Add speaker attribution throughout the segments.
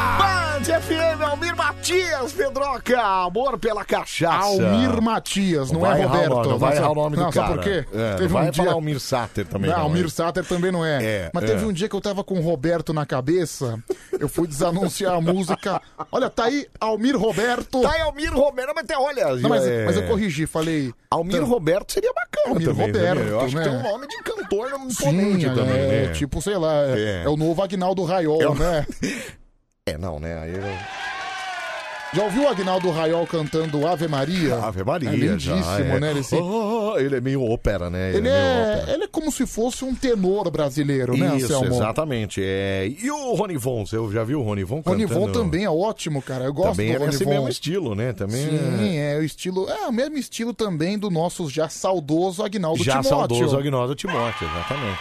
Speaker 1: Hits FM, Almir Matias, Pedroca, amor pela cachaça.
Speaker 2: Almir Matias, não
Speaker 1: Vai
Speaker 2: é
Speaker 1: errar o
Speaker 2: Roberto.
Speaker 1: nome, Não vai
Speaker 2: Nossa,
Speaker 1: errar o nome
Speaker 2: não,
Speaker 1: do
Speaker 2: sabe
Speaker 1: cara.
Speaker 2: por quê?
Speaker 1: É, não
Speaker 2: teve
Speaker 1: vai
Speaker 2: um
Speaker 1: falar
Speaker 2: dia...
Speaker 1: Almir Sater também.
Speaker 2: Não,
Speaker 1: Não,
Speaker 2: o Mir Sater também não é.
Speaker 1: É,
Speaker 2: Mas teve
Speaker 1: é.
Speaker 2: um dia que eu tava com o Roberto na cabeça, eu fui desanunciar a música. Olha, tá aí Almir Roberto. Tá
Speaker 1: aí Almir Roberto, mas até olha.
Speaker 2: Não, mas,
Speaker 1: é.
Speaker 2: mas eu corrigi, falei.
Speaker 1: Almir Roberto seria bacana
Speaker 2: Almir
Speaker 1: também, né,
Speaker 2: Roberto.
Speaker 1: meu? Eu acho que tem um nome de cantor não imponente também,
Speaker 2: é,
Speaker 1: né?
Speaker 2: Tipo, sei lá, é,
Speaker 1: É.
Speaker 2: é o novo Agnaldo Raiol,
Speaker 1: É o-
Speaker 2: né?
Speaker 1: É, não, né? Aí eu...
Speaker 2: Já ouviu o Agnaldo Raiol cantando Ave Maria?
Speaker 1: Ave Maria,
Speaker 2: É lindíssimo,
Speaker 1: já, é.
Speaker 2: né? Ele, se-
Speaker 1: Oh, ele é meio ópera, né?
Speaker 2: ele,
Speaker 1: meio
Speaker 2: é, ele é como se fosse um tenor brasileiro, né,
Speaker 1: Isso,
Speaker 2: Anselmo?
Speaker 1: exatamente. É. E o Ronivon, você já viu o Ronivon
Speaker 2: Rony
Speaker 1: cantando?
Speaker 2: Von também é ótimo, cara. Eu gosto
Speaker 1: Também
Speaker 2: do
Speaker 1: é
Speaker 2: Rony
Speaker 1: nesse
Speaker 2: Von.
Speaker 1: mesmo estilo, né? Também é-
Speaker 2: Sim, é o estilo. É o mesmo estilo também do nosso já saudoso Agnaldo
Speaker 1: já
Speaker 2: Timóteo.
Speaker 1: saudoso Agnaldo Timóteo, exatamente.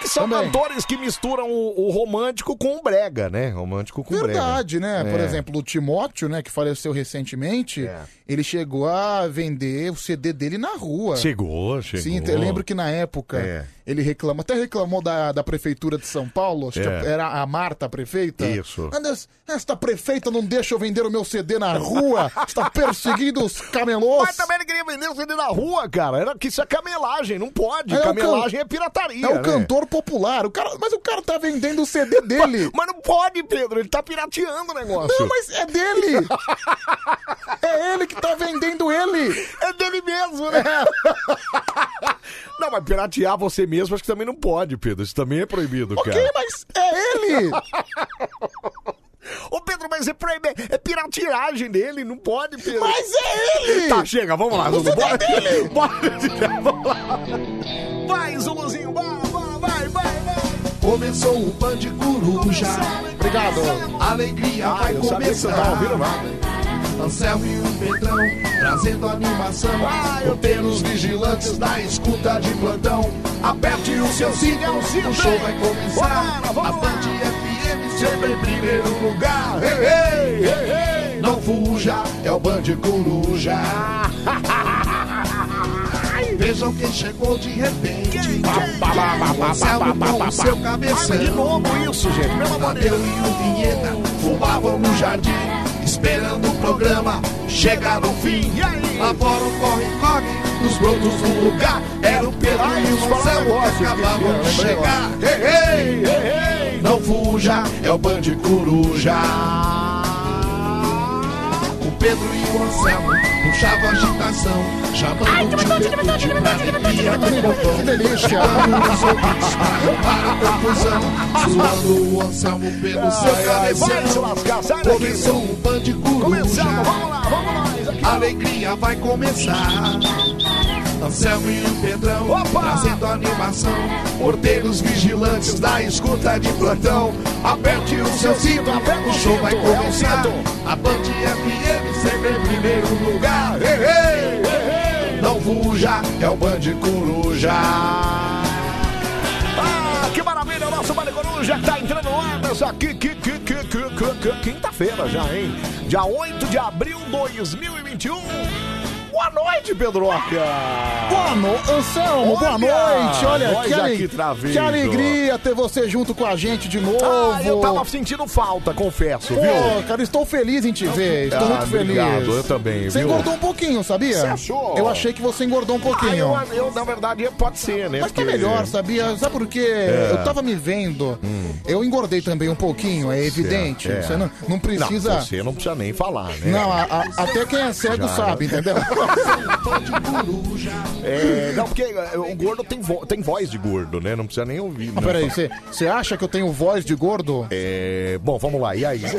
Speaker 1: Que são
Speaker 2: Também.
Speaker 1: cantores que misturam o, o romântico com o brega, né? Romântico com
Speaker 2: Verdade,
Speaker 1: brega.
Speaker 2: né?
Speaker 1: É.
Speaker 2: Por exemplo, o Timóteo, né, que faleceu recentemente, ele chegou a vender o CD dele na rua.
Speaker 1: Chegou, chegou.
Speaker 2: Sim, eu lembro que na época
Speaker 1: É.
Speaker 2: ele reclama, até reclamou da, da prefeitura de São Paulo, acho
Speaker 1: É.
Speaker 2: que era a Marta a prefeita.
Speaker 1: Isso.
Speaker 2: Andes, esta prefeita não deixa eu vender o meu CD na rua, está perseguindo os camelôs.
Speaker 1: Mas também ele queria vender o CD na rua, cara. Era que isso é camelagem, não pode.
Speaker 2: É o
Speaker 1: camelagem é
Speaker 2: can-
Speaker 1: pirataria.
Speaker 2: É o
Speaker 1: né?
Speaker 2: cantor popular, o cara, mas o cara tá vendendo o CD dele.
Speaker 1: Mas não pode, Pedro, ele tá pirateando o negócio.
Speaker 2: Não, mas é dele! é ele que tá vendendo ele!
Speaker 1: É dele mesmo, né? Não, mas piratear você mesmo acho que também não pode, Pedro. Isso também é proibido,
Speaker 2: Ok,
Speaker 1: cara.
Speaker 2: mas é ele!
Speaker 1: Ô, Pedro, mas é, proibi... é piratiragem dele, não pode, Pedro.
Speaker 2: Mas é ele! É
Speaker 1: Tá, chega, vamos lá. Vamos,
Speaker 2: CD
Speaker 1: bora,
Speaker 2: dele!
Speaker 1: bora de pé, vamos lá. Vai, Zuluzinho, vai, vai, vai, vai, vai.
Speaker 3: Começou o Band Coruja.
Speaker 2: Obrigado.
Speaker 3: Alegria
Speaker 1: Ah,
Speaker 3: vai
Speaker 1: eu sabia que você
Speaker 3: começar.
Speaker 1: tava ouvindo, vai.
Speaker 3: Anselmo e o Pedrão trazendo animação.
Speaker 1: Vai,
Speaker 3: eu tenho os vigilantes na escuta de plantão. Aperte o seu
Speaker 1: é
Speaker 3: cinto, o show vai começar.
Speaker 1: Bora,
Speaker 3: A
Speaker 1: vamos lá.
Speaker 3: Band FM sempre em primeiro lugar.
Speaker 1: Ei, ei, ei, ei.
Speaker 3: Não fuja, é o Band Coruja. Vejam quem chegou de repente.
Speaker 1: Quem, quem?
Speaker 3: O Anselmo com o seu
Speaker 1: Ai, mas de
Speaker 3: cabeção.
Speaker 1: novo isso, gente, pelo amor de
Speaker 3: Tadeu
Speaker 1: Deus.
Speaker 3: e o Vinheta fumavam no jardim, esperando o programa chegar no fim.
Speaker 1: E aí?
Speaker 3: Agora o corre-corre, os brotos no lugar. Era o Pedro
Speaker 1: Ai,
Speaker 3: e o
Speaker 1: fala um
Speaker 3: Marcelo
Speaker 1: negócio
Speaker 3: que
Speaker 1: que eu
Speaker 3: acabavam de
Speaker 1: lembrei
Speaker 3: chegar.
Speaker 1: agora.
Speaker 3: Ei, ei,
Speaker 1: Ei, ei, ei.
Speaker 3: não fuja, é o Band Coruja. O Pedro e o Anselmo puxavam agitação, chamando de virtude pra alegria do povão.
Speaker 2: Que delícia!
Speaker 3: Chamando os ouvintes para a confusão, suando o Anselmo pelo seu
Speaker 1: ai, Ah, vai se lascar, sai
Speaker 3: cabeção.
Speaker 1: daqui.
Speaker 3: Começou um o Band Coruja,
Speaker 1: Começamos, vamos lá, vamos lá. Isso aqui.
Speaker 3: a alegria vai começar. Anselmo e o Pedrão
Speaker 1: Opa!
Speaker 3: trazendo animação. Porteiros vigilantes da escuta de plantão. Aperte o seu cinto,
Speaker 1: Aperte
Speaker 3: o
Speaker 1: o
Speaker 3: show
Speaker 1: cinto,
Speaker 3: vai
Speaker 1: é o
Speaker 3: começar.
Speaker 1: cinto.
Speaker 3: A Band FM sempre em primeiro lugar. Ei, ei, ei, ei. Não fuja, é o Band Coruja.
Speaker 1: Ah, que maravilha, o nosso Vale Coruja tá entrando no ar nessa aqui, que, que, que, que, que, que, quinta-feira já, hein? Dia 8 de abril de 2021. Boa noite, Pedroca!
Speaker 2: Boa noite, Anselmo, boa
Speaker 1: Olha,
Speaker 2: noite! Olha,
Speaker 1: nós
Speaker 2: que, ale-
Speaker 1: aqui travido.
Speaker 2: que alegria ter você junto com a gente de novo!
Speaker 1: Ah, eu tava sentindo falta, confesso,
Speaker 2: Pô,
Speaker 1: viu?
Speaker 2: cara, estou feliz em te ver, estou
Speaker 1: Ah,
Speaker 2: muito feliz.
Speaker 1: obrigado, eu também,
Speaker 2: Você
Speaker 1: viu?
Speaker 2: engordou um pouquinho, sabia?
Speaker 1: Você achou?
Speaker 2: Eu achei que você engordou um
Speaker 1: Ah,
Speaker 2: pouquinho.
Speaker 1: eu, eu, na verdade, pode ser, né?
Speaker 2: Mas tá
Speaker 1: Porque- É.
Speaker 2: melhor, sabia? Sabe por quê? Eu tava me vendo. Eu engordei também um pouquinho, é evidente.
Speaker 1: Hum. é.
Speaker 2: Você não, não
Speaker 1: Não,
Speaker 2: precisa.
Speaker 1: você não precisa nem falar, né?
Speaker 2: Não, a- a- até quem é cego
Speaker 1: Já. né?
Speaker 2: sabe, entendeu?
Speaker 1: É, não, porque é, o gordo tem, vo- tem voz de gordo, né? Não precisa nem ouvir.
Speaker 2: Ah,
Speaker 1: né?
Speaker 2: peraí, você você acha que eu tenho voz de gordo?
Speaker 1: É, bom, vamos lá, e aí?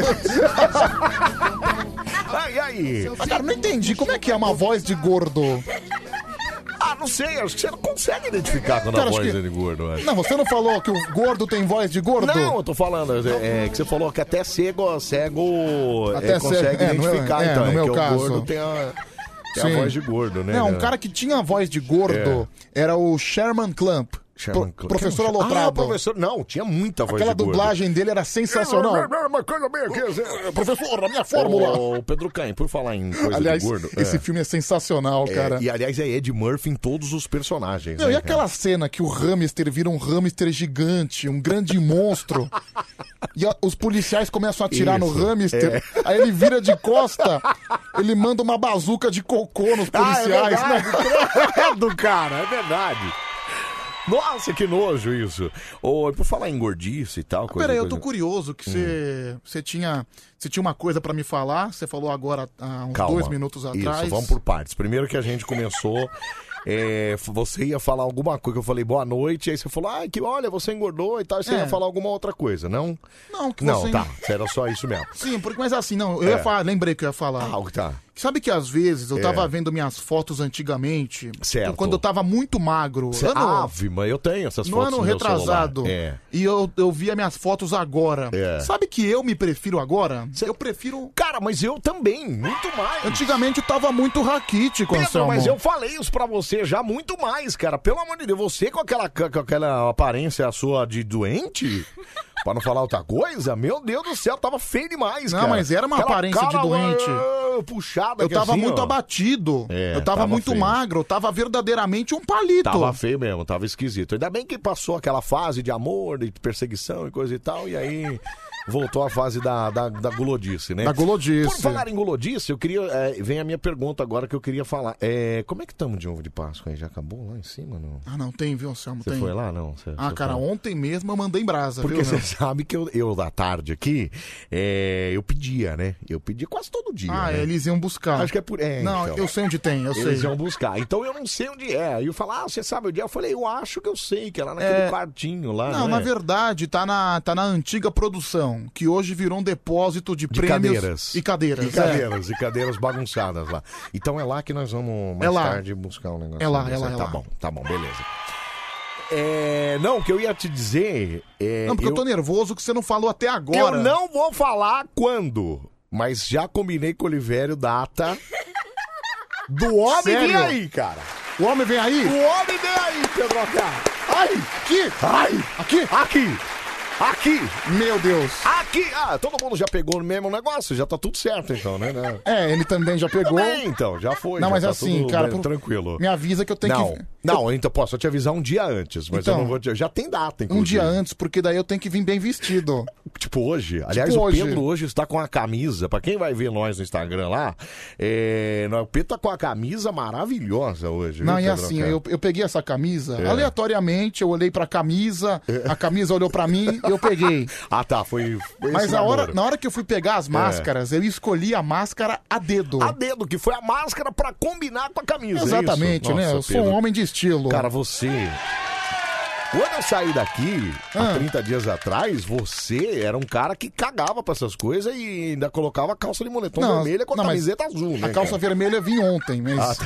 Speaker 1: Ah, e aí?
Speaker 2: Ah, cara, não entendi. Como é que é uma voz de gordo?
Speaker 1: Ah, não sei, acho que você não consegue identificar quando
Speaker 2: Cara,
Speaker 1: a
Speaker 2: acho
Speaker 1: voz
Speaker 2: que-
Speaker 1: é de gordo. eu acho.
Speaker 2: Não, você não falou que o gordo tem voz de gordo?
Speaker 1: Não, eu tô falando, é, é que você falou que até cego, cego é,
Speaker 2: Até
Speaker 1: consegue
Speaker 2: cego, é, no meu-
Speaker 1: identificar,
Speaker 2: é,
Speaker 1: então.
Speaker 2: no
Speaker 1: é
Speaker 2: meu
Speaker 1: que
Speaker 2: caso.
Speaker 1: o gordo tem a, tem a
Speaker 2: Sim. um
Speaker 1: voz de gordo, né? É.
Speaker 2: Não, um cara que tinha voz de gordo era o Sherman Clump.
Speaker 1: Sherman
Speaker 2: Pro-
Speaker 1: Cla-
Speaker 2: professor
Speaker 1: Quem-
Speaker 2: Aloprado.
Speaker 1: Ah, professor. Não, tinha muita voz
Speaker 2: Aquela
Speaker 1: de gordo.
Speaker 2: dublagem dele era
Speaker 3: É,
Speaker 2: sensacional.
Speaker 1: Uma coisa bem aqui,
Speaker 3: assim,
Speaker 2: Professor, a minha fórmula.
Speaker 1: Ô, Pedro Caim, por falar em coisa
Speaker 2: aliás,
Speaker 1: de gordo.
Speaker 2: esse
Speaker 1: é.
Speaker 2: filme é sensacional,
Speaker 1: É,
Speaker 2: cara.
Speaker 1: e aliás, é Ed Murphy em todos os personagens.
Speaker 2: Não,
Speaker 1: né,
Speaker 2: e aquela cena que o hamster vira um hamster gigante, um grande monstro. e a- os policiais começam a atirar
Speaker 1: Isso,
Speaker 2: no hamster.
Speaker 1: é.
Speaker 2: Aí ele vira de costa, ele manda uma bazuca de cocô nos
Speaker 1: Ah,
Speaker 2: policiais,
Speaker 1: é
Speaker 2: né?
Speaker 1: verdade, credo, cara, é verdade. Nossa, que nojo isso. Ô, e por falar em gordice e tal. coisa-
Speaker 2: Ah, Peraí, eu tô
Speaker 1: coisa- Hum,
Speaker 2: curioso que você você tinha, você tinha uma coisa pra me falar, você falou agora há uns
Speaker 1: Calma.
Speaker 2: dois minutos atrás.
Speaker 1: Isso, vamos por partes. Primeiro que a gente começou, é, f- você ia falar alguma coisa, que eu falei boa noite, aí você falou, ah, que olha, você engordou e tal, e você
Speaker 2: É.
Speaker 1: ia falar alguma outra coisa, não?
Speaker 2: Não, que
Speaker 1: Não,
Speaker 2: você-
Speaker 1: tá, era só isso mesmo.
Speaker 2: Sim, porque, mas assim, não, eu ia
Speaker 1: É.
Speaker 2: falar, lembrei que eu ia falar.
Speaker 1: Ah, tá.
Speaker 2: Sabe que às vezes eu
Speaker 1: É.
Speaker 2: tava vendo minhas fotos antigamente,
Speaker 1: Certo.
Speaker 2: quando eu tava muito magro.
Speaker 1: Você,
Speaker 2: ano-
Speaker 1: ave, mas eu tenho essas
Speaker 2: no
Speaker 1: fotos
Speaker 2: ano
Speaker 1: no meu celular.
Speaker 2: retrasado.
Speaker 1: É.
Speaker 2: E eu, eu via minhas fotos agora.
Speaker 1: É.
Speaker 2: Sabe que eu me prefiro agora? Eu prefiro.
Speaker 1: Cara, mas eu também, muito mais.
Speaker 2: Antigamente eu tava muito raquítico,
Speaker 1: Pedro,
Speaker 2: Anselmo.
Speaker 1: mas eu falei isso pra você já muito mais, cara. Pelo amor de Deus, você com aquela, com aquela aparência sua de doente, pra não falar outra coisa, meu Deus do céu, tava feio demais,
Speaker 2: Não,
Speaker 1: cara.
Speaker 2: mas era uma
Speaker 1: Aquela
Speaker 2: aparência
Speaker 1: cara,
Speaker 2: de doente.
Speaker 1: ah, Puxada
Speaker 2: Eu
Speaker 1: que
Speaker 2: tava
Speaker 1: assim,
Speaker 2: muito
Speaker 1: ó,
Speaker 2: abatido.
Speaker 1: É,
Speaker 2: eu tava,
Speaker 1: tava
Speaker 2: muito
Speaker 1: feio.
Speaker 2: magro. Eu tava verdadeiramente um palito.
Speaker 1: Tava feio mesmo, tava esquisito. Ainda bem que passou aquela fase de amor, de perseguição e coisa e tal, e aí voltou a fase da, da, da gulodice, né?
Speaker 2: Da gulodice.
Speaker 1: Por falar em gulodice, eu queria. é, vem a minha pergunta agora que eu queria falar. É, como é que estamos de ovo de Páscoa aí? Já acabou lá em cima? Não?
Speaker 2: Ah, não, tem, viu, Anselmo?
Speaker 1: Você
Speaker 2: Tem.
Speaker 1: foi lá? Não. Você,
Speaker 2: Ah,
Speaker 1: você
Speaker 2: cara,
Speaker 1: foi?
Speaker 2: ontem mesmo eu mandei em brasa,
Speaker 1: Porque
Speaker 2: viu?
Speaker 1: você
Speaker 2: meu?
Speaker 1: sabe que eu, eu da tarde aqui, é, eu pedia, né? Eu pedia quase todo dia.
Speaker 2: Ah,
Speaker 1: né?
Speaker 2: eles iam buscar.
Speaker 1: Acho que é por- é,
Speaker 2: Não,
Speaker 1: então.
Speaker 2: eu sei onde tem, eu
Speaker 1: Eles
Speaker 2: sei.
Speaker 1: iam buscar. Então eu não sei onde é. Aí eu falei, ah, você sabe onde é? Eu falei, eu acho que eu sei, que é lá naquele
Speaker 2: É.
Speaker 1: quartinho lá.
Speaker 2: Não,
Speaker 1: né?
Speaker 2: na verdade, tá na, tá na antiga produção, que hoje virou um depósito de,
Speaker 1: De
Speaker 2: prêmios
Speaker 1: cadeiras.
Speaker 2: e cadeiras. é.
Speaker 1: E cadeiras, e cadeiras bagunçadas lá. Então é lá que nós vamos mais
Speaker 2: É lá.
Speaker 1: tarde buscar um negócio.
Speaker 2: É lá,
Speaker 1: desse.
Speaker 2: é lá, é
Speaker 1: Tá
Speaker 2: lá.
Speaker 1: bom, tá bom, beleza. É, não, o que eu ia te dizer é.
Speaker 2: É. Não, porque eu... tô nervoso que você não falou até agora.
Speaker 1: Eu não vou falar quando, mas já combinei com o Olivério data do homem
Speaker 2: Sério?
Speaker 1: vem aí, cara.
Speaker 2: O homem vem aí?
Speaker 1: O homem vem aí, Pedro Acar.
Speaker 2: Ai, aqui,
Speaker 1: Ai,
Speaker 2: aqui.
Speaker 1: aqui, aqui,
Speaker 2: Meu Deus.
Speaker 1: aqui. Ah, todo mundo já pegou no mesmo negócio, já tá tudo certo então, né? né?
Speaker 2: É, ele também já pegou.
Speaker 1: Também, então, já foi.
Speaker 2: Não,
Speaker 1: já
Speaker 2: mas
Speaker 1: tá
Speaker 2: assim,
Speaker 1: tudo
Speaker 2: cara,
Speaker 1: bem,
Speaker 2: por-
Speaker 1: tranquilo.
Speaker 2: Me avisa que eu tenho
Speaker 1: Não,
Speaker 2: que...
Speaker 1: não, então posso te avisar um dia antes, mas eu
Speaker 2: Então.
Speaker 1: não vou te. Já tem data,
Speaker 2: Um
Speaker 1: inclusive.
Speaker 2: dia antes, porque daí eu tenho que vir bem vestido.
Speaker 1: Tipo hoje. Aliás,
Speaker 2: Tipo
Speaker 1: o
Speaker 2: hoje.
Speaker 1: Pedro hoje está com a camisa. Pra quem vai ver nós no Instagram lá, é... não, o Pedro tá com a camisa maravilhosa hoje.
Speaker 2: Não,
Speaker 1: viu, É.
Speaker 2: e
Speaker 1: Pedro?
Speaker 2: assim, eu, eu peguei essa camisa,
Speaker 1: É.
Speaker 2: aleatoriamente, eu olhei pra camisa, a camisa olhou pra mim e eu peguei.
Speaker 1: Ah, tá, foi. foi esse
Speaker 2: Mas na hora,
Speaker 1: namoro.
Speaker 2: na hora que eu fui pegar as máscaras, eu escolhi a máscara a dedo.
Speaker 1: A dedo, que foi a máscara pra combinar com a camisa. é isso?
Speaker 2: Exatamente, né?
Speaker 1: Nossa,
Speaker 2: Eu sou
Speaker 1: Pedro.
Speaker 2: um homem de estilo.
Speaker 1: Cara, você. Quando eu saí daqui,
Speaker 2: Ah.
Speaker 1: há 30 dias atrás, você era um cara que cagava pra essas coisas e ainda colocava calça de moletom vermelha com a
Speaker 2: não, mas
Speaker 1: camiseta azul, né?
Speaker 2: A
Speaker 1: cara?
Speaker 2: calça
Speaker 1: Ah, tá.
Speaker 2: vermelha vim ontem, mas.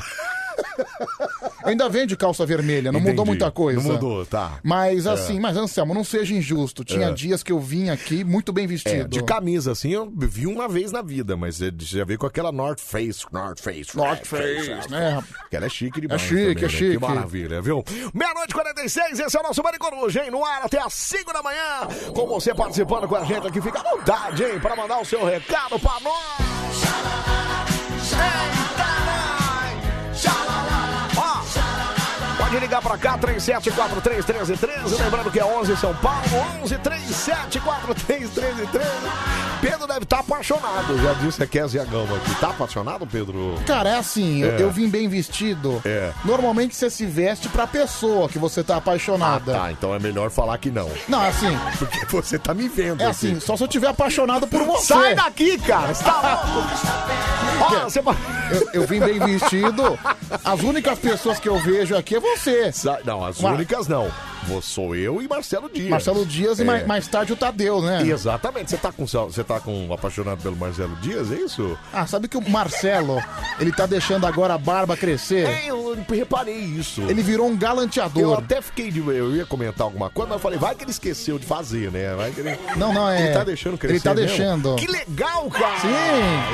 Speaker 2: Ainda vende calça vermelha, É, não mudou
Speaker 1: Entendi.
Speaker 2: muita coisa.
Speaker 1: Não mudou, tá.
Speaker 2: Mas assim, mas Anselmo, não seja injusto. Tinha
Speaker 1: É.
Speaker 2: dias que eu vim aqui muito bem
Speaker 1: É,
Speaker 2: vestido.
Speaker 1: de camisa, assim, eu vi uma vez na vida, mas é, você já veio com aquela North Face, North Face,
Speaker 2: North Face, né?
Speaker 1: Que ela é chique demais.
Speaker 2: É chique,
Speaker 1: também,
Speaker 2: é
Speaker 1: né? Que
Speaker 2: chique.
Speaker 1: maravilha, viu? Meia-noite e 46, esse é o nosso Mari Coruja, hein? No ar até às 5 da manhã, com você participando com a gente aqui. Fica à vontade, hein? Pra mandar o seu recado pra nós. Eita, nós! Xalala! Ó, Pode ligar pra cá, 37431313. Lembrando que é 11 São Paulo, 1137431313. Pedro deve estar apaixonado. Já disse a Kézia Gama aqui. Tá apaixonado, Pedro?
Speaker 2: Cara, é assim, eu,
Speaker 1: É.
Speaker 2: eu vim bem vestido.
Speaker 1: É.
Speaker 2: Normalmente você se veste pra pessoa que você tá apaixonada.
Speaker 1: Ah, tá, então é melhor falar que não.
Speaker 2: Não, é assim,
Speaker 1: Porque você tá me vendo.
Speaker 2: é assim, só se eu tiver apaixonado por você.
Speaker 1: Sai daqui, cara! Você tá louco? Ó, você...
Speaker 2: Eu, eu vim bem vestido. As únicas pessoas que eu vejo aqui é você.
Speaker 1: Sai- Não, as
Speaker 2: Mas-
Speaker 1: únicas não. Vou- Sou eu e Marcelo Dias.
Speaker 2: Marcelo Dias e
Speaker 1: É.
Speaker 2: mais, mais tarde o Tadeu, né?
Speaker 1: Exatamente. Você tá com você tá com apaixonado pelo Marcelo Dias, é isso?
Speaker 2: Ah, sabe que o Marcelo, ele tá deixando agora a barba crescer?
Speaker 1: É, eu reparei isso.
Speaker 2: Ele virou um
Speaker 1: Eu
Speaker 2: galanteador.
Speaker 1: até fiquei de. Eu ia comentar alguma coisa, mas eu falei, vai que ele esqueceu de fazer, né? Vai que ele.
Speaker 2: Não, não, é.
Speaker 1: Ele tá deixando crescer.
Speaker 2: Ele tá
Speaker 1: mesmo?
Speaker 2: deixando.
Speaker 1: Que legal, cara!
Speaker 2: Sim.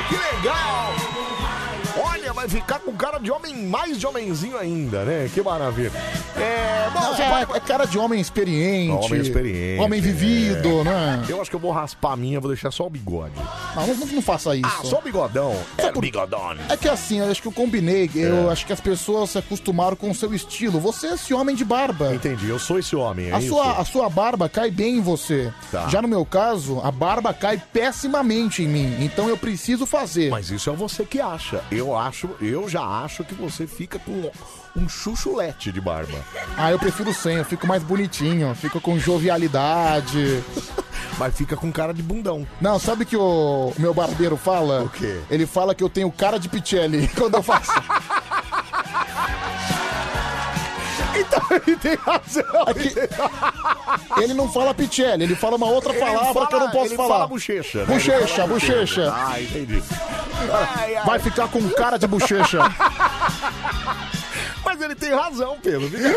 Speaker 1: Que legal! Olha, mas vai ficar com cara de homem, mais de homenzinho ainda, né? Que maravilha. É, bom,
Speaker 2: Não,
Speaker 1: você
Speaker 2: é,
Speaker 1: vai-
Speaker 2: é cara de homem experiente.
Speaker 1: Homem experiente.
Speaker 2: Homem vivido,
Speaker 1: é.
Speaker 2: né?
Speaker 1: Eu acho que eu vou raspar a minha, vou deixar só o bigode.
Speaker 2: Não, não, não faça isso.
Speaker 1: Ah, só o bigodão. É o bigodão.
Speaker 2: É que assim, eu acho que eu combinei.
Speaker 1: É.
Speaker 2: Eu acho que as pessoas se acostumaram com o seu estilo. Você é esse homem de barba.
Speaker 1: Entendi, eu sou esse homem, é
Speaker 2: a,
Speaker 1: isso?
Speaker 2: sua, a sua barba cai bem em você.
Speaker 1: Tá.
Speaker 2: Já no meu caso, a barba cai pessimamente em mim. Então eu preciso fazer.
Speaker 1: Mas isso é você que acha. Eu acho, eu já acho que você fica com um chuchulete de barba.
Speaker 2: Ah, eu prefiro sem, eu fico mais bonitinho, fico com jovialidade.
Speaker 1: Mas fica com cara de bundão.
Speaker 2: Não, sabe que o, o meu barbeiro fala? O
Speaker 1: quê?
Speaker 2: Ele fala que eu tenho cara de Pichelli quando eu faço.
Speaker 1: Então ele tem razão.
Speaker 2: É Ele não fala Pichelli, ele fala uma outra
Speaker 1: Ele
Speaker 2: palavra
Speaker 1: fala-
Speaker 2: que eu não posso
Speaker 1: ele
Speaker 2: falar.
Speaker 1: fala bochecha, né? Ele
Speaker 2: Bochecha,
Speaker 1: fala
Speaker 2: bochecha.
Speaker 1: Ah, entendi.
Speaker 3: Ah.
Speaker 1: Um Ai, ai.
Speaker 2: Vai ficar com cara de bochecha.
Speaker 1: Mas ele tem razão, Pedro. viu?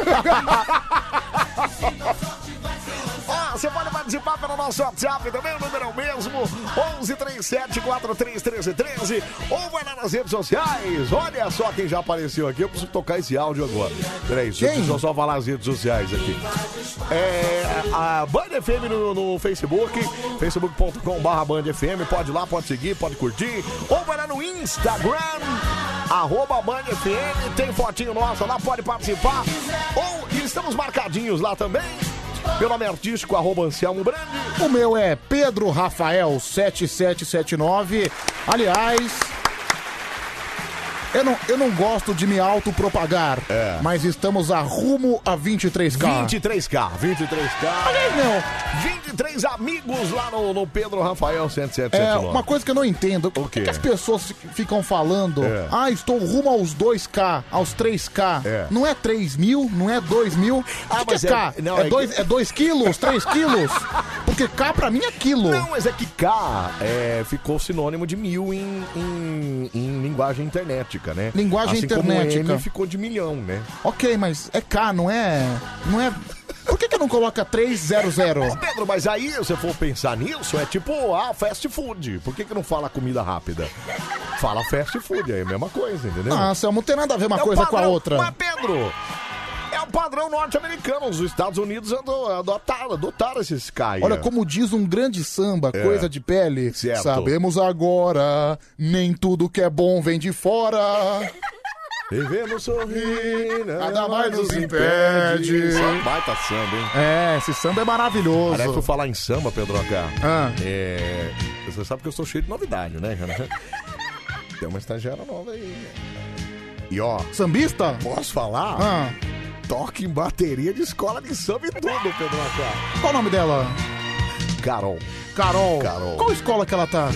Speaker 1: Ó, você pode participar pelo nosso WhatsApp também, o número é o mesmo, 1137-431313, ou vai lá nas redes sociais. Olha só quem já apareceu aqui, eu preciso tocar esse áudio agora. Peraí,
Speaker 2: Quem?
Speaker 1: deixa eu só falar as redes sociais aqui. É, a Band FM no, no Facebook, facebook.com.br Band FM, pode ir lá, pode seguir, pode curtir, ou vai lá no Instagram, arroba Band FM, tem fotinho nossa lá, pode participar, ou estamos marcadinhos lá também. Meu nome é artístico, arroba Anselmo Brandi.
Speaker 2: o meu é Pedro Rafael 7779. Aliás, eu não, eu não gosto de me autopropagar,
Speaker 1: É.
Speaker 2: mas estamos a rumo a 23k.
Speaker 1: 23K, 23K.
Speaker 2: Olha aí, meu.
Speaker 1: 23 amigos lá no, no Pedro Rafael
Speaker 2: É,
Speaker 1: 7779.
Speaker 2: uma coisa que eu não entendo, o
Speaker 1: quê?
Speaker 2: que, que as pessoas fi- ficam falando?
Speaker 1: É.
Speaker 2: Ah, estou rumo aos 2K, aos 3K.
Speaker 1: É.
Speaker 2: Não é 3 mil, não é 2 mil.
Speaker 1: Ah,
Speaker 2: o que,
Speaker 1: mas
Speaker 2: que
Speaker 1: é-
Speaker 2: é K?
Speaker 1: não,
Speaker 2: é
Speaker 1: é
Speaker 2: 2
Speaker 1: que-
Speaker 2: é dois quilos, 3 quilos? Porque K pra mim é quilo.
Speaker 1: Não, mas é que K é, ficou sinônimo de mil em, em, em linguagem internetica, né?
Speaker 2: Linguagem
Speaker 1: assim como
Speaker 2: internetica.
Speaker 1: M ficou de milhão, né?
Speaker 2: Ok, mas é K, não é. Não é. Por que, que não coloca 300?
Speaker 1: Ô Pedro, mas aí, se você for pensar nisso, é tipo, ah, fast food. Por que, que não fala comida rápida? Fala fast food, é a mesma coisa, entendeu?
Speaker 2: Ah, Anselmo, não tem nada a ver uma
Speaker 1: É o
Speaker 2: coisa com a
Speaker 1: padrão-
Speaker 2: outra.
Speaker 1: Mas, Pedro, é o padrão norte-americano. Os Estados Unidos ado- adotaram, adotaram esses caras.
Speaker 2: Olha, como diz um grande samba,
Speaker 1: É.
Speaker 2: coisa de pele.
Speaker 1: Certo.
Speaker 2: Sabemos agora, nem tudo que é bom vem de fora.
Speaker 1: Vivemos sorrir,
Speaker 2: Nada mais nos impede.
Speaker 1: Isso é um baita samba, hein?
Speaker 2: É, esse samba é maravilhoso.
Speaker 1: Aliás, por falar em samba, Pedro H.
Speaker 2: Ah.
Speaker 1: É... Você sabe que eu sou cheio de novidade, né, cara? Tem uma estagiária nova aí. E ó,
Speaker 2: Sambista?
Speaker 1: posso falar?
Speaker 2: Ah,
Speaker 1: Toque em bateria de escola de samba e tudo, Pedro H.
Speaker 2: qual o nome dela?
Speaker 1: Carol,
Speaker 2: Carol.
Speaker 1: Carol.
Speaker 2: Qual escola que ela tá?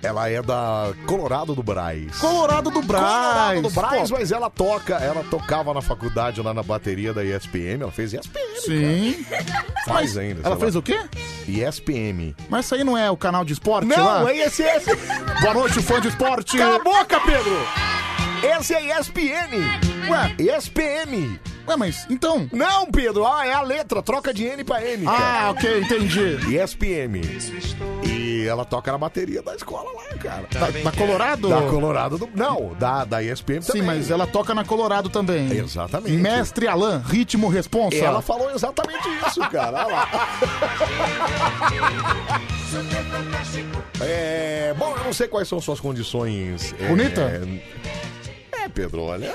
Speaker 1: ela é da Colorado do Braz.
Speaker 2: Colorado do Brás.
Speaker 1: Colorado do Braz,
Speaker 2: Pô,
Speaker 1: mas ela toca, ela tocava na faculdade lá na bateria da ESPM, ela fez ESPM,
Speaker 2: Sim.
Speaker 1: faz ainda.
Speaker 2: Ela fez o quê?
Speaker 1: o ESPM.
Speaker 2: Mas isso aí não é o canal de esporte lá?
Speaker 1: é esse esse.
Speaker 2: Boa noite, fã de esporte.
Speaker 1: Cala a boca, Pedro. Esse é ESPN. Ué, ESPM.
Speaker 2: Ué, mas então...
Speaker 1: Não, Pedro, ah, é a letra, troca de N pra N, cara.
Speaker 2: Ah, ok, entendi.
Speaker 1: ESPM. E ela toca na bateria da escola lá, cara.
Speaker 2: Da, da Tá Colorado?
Speaker 3: Tá
Speaker 1: Da Tá, Colorado do... Não, da, da ESPM
Speaker 2: Sim,
Speaker 1: também.
Speaker 2: mas ela toca na Colorado também.
Speaker 1: Exatamente.
Speaker 2: Mestre Alain, ritmo responsa.
Speaker 1: Ela falou exatamente isso, cara. Olha lá. É, bom, eu não sei quais são suas condições. é,
Speaker 2: Bonita?
Speaker 1: É, Pedro, olha.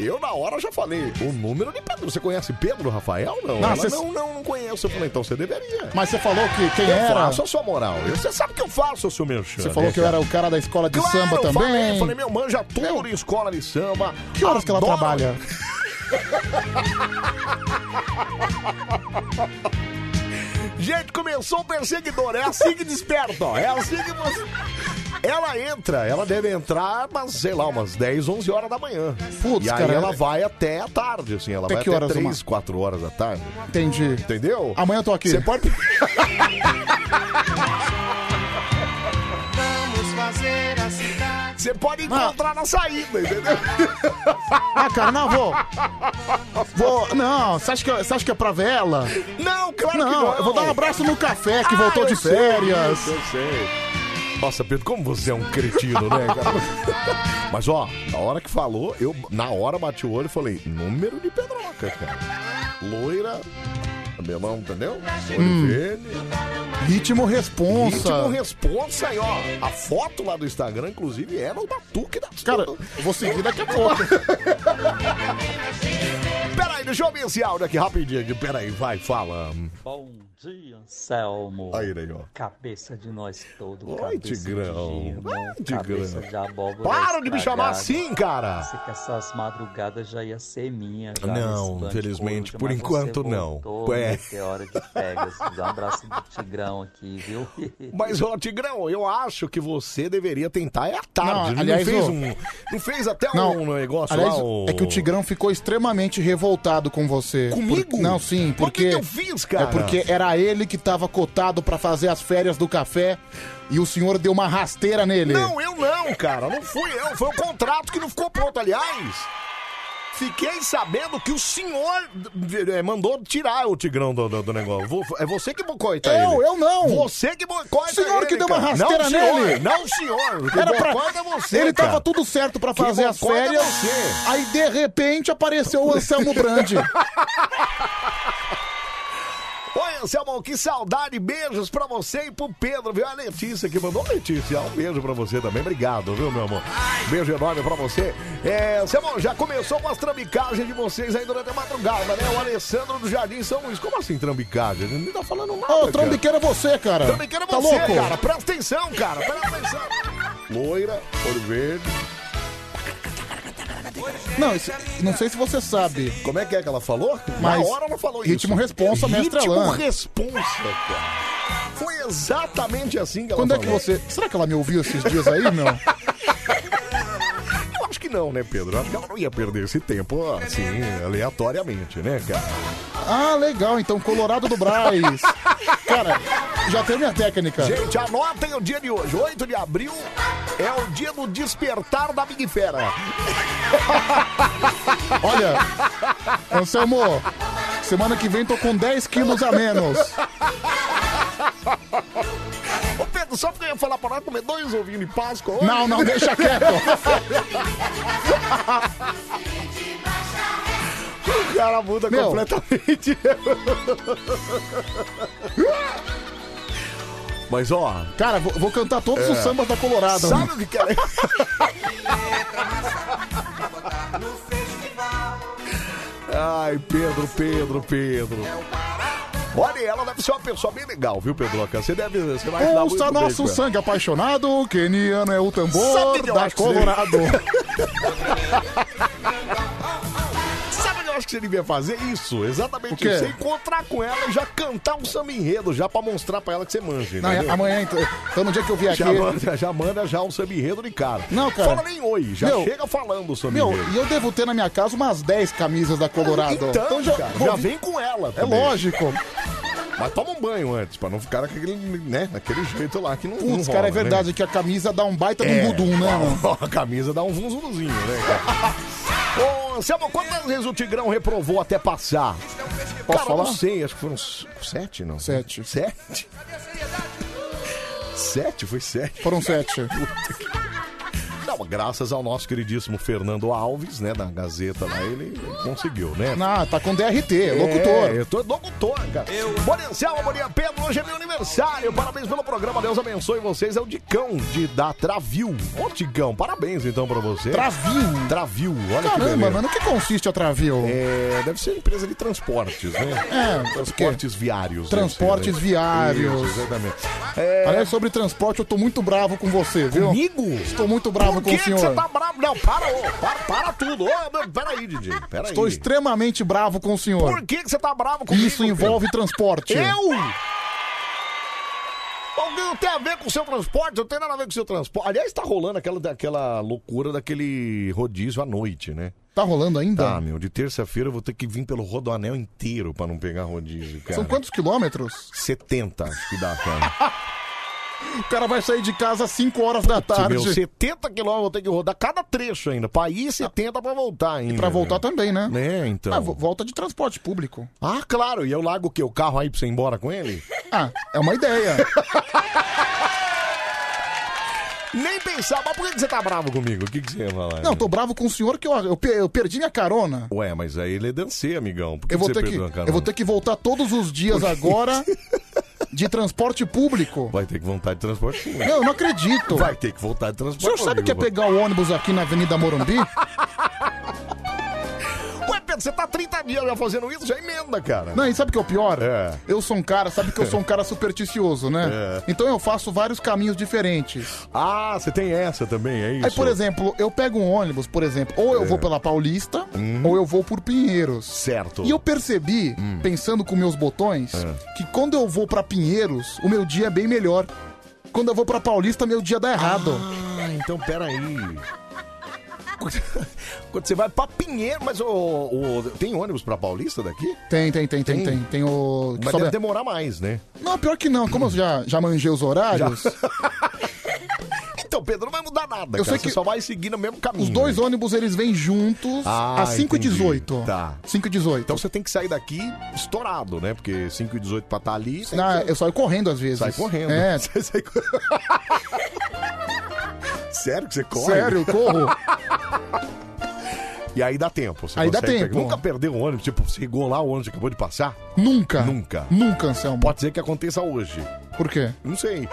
Speaker 1: Eu, na hora, já falei o número de Pedro. Você conhece Pedro Rafael? Não,
Speaker 2: Não,
Speaker 1: Ela,
Speaker 2: cê-
Speaker 1: não, não, não conheço. Eu falei, então você deveria.
Speaker 2: Mas você falou que quem
Speaker 1: Eu
Speaker 2: era?
Speaker 1: faço a sua moral. Eu- Você sabe que eu faço, seu merchan.
Speaker 2: Você falou que eu era o cara da escola de samba
Speaker 1: eu
Speaker 2: também.
Speaker 1: Falei, eu falei, meu, manja tudo em escola de samba.
Speaker 2: Que horas que ela
Speaker 1: Adoro-
Speaker 2: trabalha?
Speaker 1: Gente, começou o perseguidor. É assim que desperta, ó. É assim que você. Ela entra, ela deve entrar, mas sei lá, umas 10, 11 horas da manhã.
Speaker 2: Putz,
Speaker 1: e aí
Speaker 2: cara,
Speaker 1: ela
Speaker 2: é-
Speaker 1: vai até a tarde, assim. Ela
Speaker 2: Até
Speaker 1: vai
Speaker 2: que
Speaker 1: até
Speaker 2: horas,
Speaker 1: 3,
Speaker 2: uma?
Speaker 1: 4 horas da tarde.
Speaker 2: Entendi.
Speaker 1: Entendeu?
Speaker 2: Amanhã eu tô aqui.
Speaker 1: Você pode.
Speaker 4: Vamos fazer a cidade.
Speaker 1: Você pode encontrar na saída, entendeu?
Speaker 2: Ah, cara, não, vou. Vou. Não, você acha que, você acha que é pra ver ela?
Speaker 1: Não, claro que
Speaker 2: Não,
Speaker 1: não.
Speaker 2: eu vou dar um abraço no café que
Speaker 1: Ah,
Speaker 2: voltou
Speaker 1: eu
Speaker 2: de
Speaker 1: sei
Speaker 2: férias.
Speaker 1: disso, eu sei. Nossa, Pedro, como você é um cretino, né, cara? Mas ó, na hora que falou, eu na hora bati o olho e falei, número de pedroca, cara. Loira, meu irmão, entendeu? Olho
Speaker 2: Hum.
Speaker 1: verde.
Speaker 2: Ritmo responsa.
Speaker 1: Ritmo responsa aí, ó. A foto lá do Instagram, inclusive, é era o batuque da Cara,
Speaker 2: vou seguir daqui a pouco.
Speaker 1: Peraí, deixa eu ver esse áudio aqui rapidinho. aqui. Peraí, vai, fala.
Speaker 5: Bom dia, Anselmo.
Speaker 1: Aí, daí, ó.
Speaker 5: Cabeça de nós todos.
Speaker 1: Oi,
Speaker 5: cabeça
Speaker 1: Tigrão.
Speaker 5: De Girma,
Speaker 1: Ai,
Speaker 5: cabeça
Speaker 1: Tigrão.
Speaker 5: de abóbora.
Speaker 1: Para de me chamar
Speaker 5: estragada.
Speaker 1: assim, cara.
Speaker 5: Pensei que essas madrugadas já ia ser minha. já
Speaker 1: Não,
Speaker 5: nesse plano de
Speaker 1: infelizmente,
Speaker 5: coruja,
Speaker 1: por
Speaker 5: mas você
Speaker 1: enquanto, não.
Speaker 5: voltou,
Speaker 1: É.
Speaker 5: né, que É hora de pegas. Dá um abraço do Tigrão aqui, viu?
Speaker 1: Mas, ó, Tigrão, eu acho que você deveria tentar. É à tarde. Não,
Speaker 2: aliás,
Speaker 1: fez
Speaker 2: ô-
Speaker 1: um. Não fez até um negócio
Speaker 2: aliás,
Speaker 1: lá. ô-
Speaker 2: é que o Tigrão ficou extremamente revoltado com você.
Speaker 1: Comigo?
Speaker 2: Por- Não, sim, porque...
Speaker 1: que eu fiz, cara?
Speaker 2: É porque era ele que tava cotado pra fazer as férias do café e o senhor deu uma rasteira nele.
Speaker 1: Não, eu não, cara. Não fui eu. Foi o contrato que não ficou pronto. Aliás, fiquei sabendo que o senhor eh, mandou tirar o Tigrão do, do- do negócio. Vo- É você que boicota
Speaker 2: Eu,
Speaker 1: ele.
Speaker 2: eu não.
Speaker 1: Você que boicota
Speaker 2: O senhor
Speaker 1: ele,
Speaker 2: que deu uma
Speaker 1: cara.
Speaker 2: rasteira
Speaker 1: não, senhor,
Speaker 2: nele.
Speaker 1: Não, senhor. Quem
Speaker 2: Era pra...
Speaker 1: boicota é você,
Speaker 2: ele
Speaker 1: cara.
Speaker 2: tava tudo certo pra
Speaker 1: Quem
Speaker 2: fazer as
Speaker 1: boicota é
Speaker 2: férias.
Speaker 1: você.
Speaker 2: Aí de repente apareceu o Anselmo Brandi.
Speaker 1: Oi, Anselmo, que saudade. Beijos pra você e pro Pedro, viu? A Letícia que mandou. Letícia, um beijo pra você também. Obrigado, viu, meu amor? Beijo enorme pra você. É, Anselmo, já começou umas trambicagens de vocês aí durante a madrugada, né? O Alessandro do Jardim São Luís. Como assim trambicagem? Ele não tá falando nada,
Speaker 2: Ô,
Speaker 1: cara.
Speaker 2: trambiqueiro é você, cara.
Speaker 1: Trambiqueiro é
Speaker 2: Tá
Speaker 1: você,
Speaker 2: louco?
Speaker 1: cara. Presta atenção, cara. Presta atenção. Loira, olho verde.
Speaker 2: Não, isso- não sei se você sabe.
Speaker 1: Como é que é que ela falou?
Speaker 2: Mas
Speaker 1: Na hora ela falou isso.
Speaker 2: ritmo responsa, mestre
Speaker 1: Ritmo
Speaker 2: Alan.
Speaker 1: responsa, cara. Foi exatamente assim que ela
Speaker 2: Quando é que
Speaker 1: falou.
Speaker 2: você. Será que ela me ouviu esses dias aí, meu?
Speaker 1: Eu acho que não, né, Pedro? Eu acho que ela não ia perder esse tempo assim, aleatoriamente, né, cara?
Speaker 2: Ah, legal, então Colorado do Braz. Cara, já tem minha técnica.
Speaker 1: Gente, anotem o dia de hoje. 8 de abril é o dia do despertar da Big Fera.
Speaker 2: Olha, Anselmo, semana que vem tô com 10 quilos a tá menos.
Speaker 1: Ô, Pedro, só porque eu ia falar pra nós comer dois ovinhos de Páscoa hoje.
Speaker 2: Não, não, deixa quieto.
Speaker 1: O cara muda
Speaker 2: Meu.
Speaker 1: completamente. Mas, ó...
Speaker 2: Cara, vou, vou cantar todos
Speaker 1: É.
Speaker 2: os sambas da Colorado.
Speaker 1: Sabe o que que é? Ai, Pedro, Pedro, Pedro. Olha, ela deve ser uma pessoa bem legal, viu, Pedroca? Você deve. Você vai se dar muito
Speaker 2: Ouça
Speaker 1: bem
Speaker 2: nosso
Speaker 1: com ela.
Speaker 2: sangue apaixonado, keniano é o
Speaker 1: Sabe
Speaker 2: tambor
Speaker 1: que eu
Speaker 2: da
Speaker 1: acho que você-
Speaker 2: Colorado.
Speaker 1: Sabe o que eu acho que você devia fazer? Isso,
Speaker 2: O
Speaker 1: exatamente
Speaker 2: quê?
Speaker 1: isso. Você encontrar com ela e já cantar um samba enredo, já pra mostrar pra ela que você manja.
Speaker 2: Não, é
Speaker 1: entendeu?
Speaker 2: amanhã, então, então no dia que eu vier aqui.
Speaker 1: Já manda, já manda já um samba enredo de cara.
Speaker 2: Não, cara.
Speaker 1: Fala nem oi, já
Speaker 2: Meu,
Speaker 1: chega falando o samba
Speaker 2: Meu,
Speaker 1: enredo.
Speaker 2: e eu devo ter na minha casa umas 10 camisas da Colorado.
Speaker 1: Então, cara, já
Speaker 2: vi-
Speaker 1: vem com ela.
Speaker 2: É lógico.
Speaker 1: Mas toma um banho antes, pra não ficar naquele, né, naquele jeito lá que não não
Speaker 2: Putz,
Speaker 1: rola,
Speaker 2: cara, é
Speaker 1: né?
Speaker 2: verdade que a camisa dá um baita
Speaker 1: É,
Speaker 2: no gudum, né? mano?
Speaker 1: A camisa dá um zunzunzinho, né, cara? Ô, Anselmo, quantas vezes o Tigrão reprovou até passar?
Speaker 2: Posso
Speaker 1: cara,
Speaker 2: falar?
Speaker 1: não sei, acho que foram s- sete, não?
Speaker 2: Sete.
Speaker 1: Sete? Sete, foi sete.
Speaker 2: Foram sete.
Speaker 1: Não, graças ao nosso queridíssimo Fernando Alves, né, da Gazeta lá, ele conseguiu, né?
Speaker 2: Ah, tá com DRT,
Speaker 1: É,
Speaker 2: locutor.
Speaker 1: eu tô locutor, cara. Bonencial, Boninha Pedro, hoje é meu aniversário. Parabéns pelo programa, Deus abençoe vocês. É o Dicão de da Travil. Ô, Dicão, parabéns então pra você.
Speaker 2: Travil.
Speaker 1: Travil, olha que
Speaker 2: Caramba,
Speaker 1: beleza.
Speaker 2: mano, o que consiste a Travil?
Speaker 1: É, deve ser empresa de transportes, né?
Speaker 2: É,
Speaker 1: transportes viários. deve
Speaker 2: Transportes
Speaker 1: ser, né?
Speaker 2: viários.
Speaker 1: Isso, exatamente.
Speaker 2: Aliás, é sobre transporte, eu tô muito bravo com você,
Speaker 1: É.
Speaker 2: viu?
Speaker 1: Comigo?
Speaker 2: Estou muito bravo
Speaker 1: Por
Speaker 2: com o
Speaker 1: que que você
Speaker 2: senhor.
Speaker 1: tá bravo? Não, para, ô, para, para tudo. Ô, meu, peraí, Didi, peraí.
Speaker 2: Estou extremamente bravo com o senhor.
Speaker 1: Por que que você tá bravo comigo?
Speaker 2: Isso envolve transporte.
Speaker 1: Eu? Alguém não tem a ver com o seu transporte, não tem nada a ver com o seu transporte. Aliás, tá rolando aquela, aquela loucura daquele rodízio à noite, né?
Speaker 2: Tá rolando ainda?
Speaker 1: Tá, meu, de terça-feira eu vou ter que vir pelo Rodoanel inteiro pra não pegar rodízio, cara.
Speaker 2: São quantos quilômetros?
Speaker 1: 70, acho que dá, cara.
Speaker 2: Ah! O cara vai sair de casa às 5 horas da
Speaker 1: Meu,
Speaker 2: tarde.
Speaker 1: 70 quilômetros eu vou ter que rodar cada trecho ainda. Pra ir 70 pra voltar ainda.
Speaker 2: Pra voltar
Speaker 1: meu.
Speaker 2: também, né?
Speaker 1: Né, então.
Speaker 2: Ah, vo- volta de transporte público.
Speaker 1: Ah, claro, e eu largo o quê? O
Speaker 2: é
Speaker 1: carro aí pra você ir embora com ele?
Speaker 2: Ah, é uma ideia.
Speaker 1: Nem pensar, mas por que que você tá bravo comigo? O que, que você ia falar?
Speaker 2: Não, tô bravo com o senhor que eu, eu, pe- eu perdi minha carona.
Speaker 1: Ué, mas aí ele é dancei, amigão. Por que
Speaker 2: Eu vou,
Speaker 1: que você
Speaker 2: ter que,
Speaker 1: perdeu a carona?
Speaker 2: eu vou ter que voltar todos os dias agora de transporte público.
Speaker 1: Vai ter que voltar de transporte público.
Speaker 2: Não, eu não acredito.
Speaker 1: Vai ter que voltar de
Speaker 2: O
Speaker 1: transporte
Speaker 2: senhor sabe o que é
Speaker 1: público.
Speaker 2: pegar o ônibus aqui na Avenida Morumbi?
Speaker 1: Ué, Pedro, você tá 30 dias já fazendo isso? Já emenda, cara.
Speaker 2: Não, e sabe o que é o pior?
Speaker 1: É.
Speaker 2: Eu sou um cara, sabe que eu sou um cara supersticioso, né?
Speaker 1: É.
Speaker 2: Então eu faço vários caminhos diferentes.
Speaker 1: Ah, você tem essa também, é isso?
Speaker 2: Aí, por exemplo, eu pego um ônibus, por exemplo, ou eu
Speaker 1: É. Uhum.
Speaker 2: vou pela Paulista, ou eu vou por Pinheiros.
Speaker 1: Certo.
Speaker 2: E eu percebi,
Speaker 1: Hum.
Speaker 2: pensando com meus botões,
Speaker 1: É.
Speaker 2: que quando eu vou pra Pinheiros, o meu dia é bem melhor. Quando eu vou pra Paulista, meu dia dá errado.
Speaker 1: Ah, então peraí. Quando você vai pra Pinheiro, mas o, tem ônibus pra Paulista daqui?
Speaker 2: Tem, tem, tem, tem,
Speaker 1: Tem?
Speaker 2: tem. Tem o. que
Speaker 1: Mas
Speaker 2: sobe-
Speaker 1: deve demorar mais, né?
Speaker 2: Não, pior que não. Como eu já, já manjei os horários,
Speaker 1: Então, Pedro, não vai mudar nada,
Speaker 2: Eu
Speaker 1: cara.
Speaker 2: sei que
Speaker 1: Você só vai seguir no mesmo caminho.
Speaker 2: os dois ônibus eles vêm juntos
Speaker 1: Ah,
Speaker 2: às 5 e
Speaker 1: entendi.
Speaker 2: 18
Speaker 1: Tá.
Speaker 2: 5 e 18
Speaker 1: Então você tem que sair daqui estourado, né? Porque 5 e 18 pra estar ali... tem que
Speaker 2: Ah,
Speaker 1: ser-
Speaker 2: eu saio correndo às vezes.
Speaker 1: Sai correndo.
Speaker 2: É.
Speaker 1: Você sai cor- Sério que você corre?
Speaker 2: Sério, eu corro.
Speaker 1: E aí dá tempo. você
Speaker 2: Aí dá
Speaker 1: consegue
Speaker 2: tempo.
Speaker 1: Nunca perdeu o ônibus. Tipo, você chegou lá o ônibus acabou de passar?
Speaker 2: Nunca.
Speaker 1: Nunca.
Speaker 2: Nunca, Anselmo.
Speaker 1: Pode ser que aconteça hoje.
Speaker 2: Por quê?
Speaker 1: Não sei.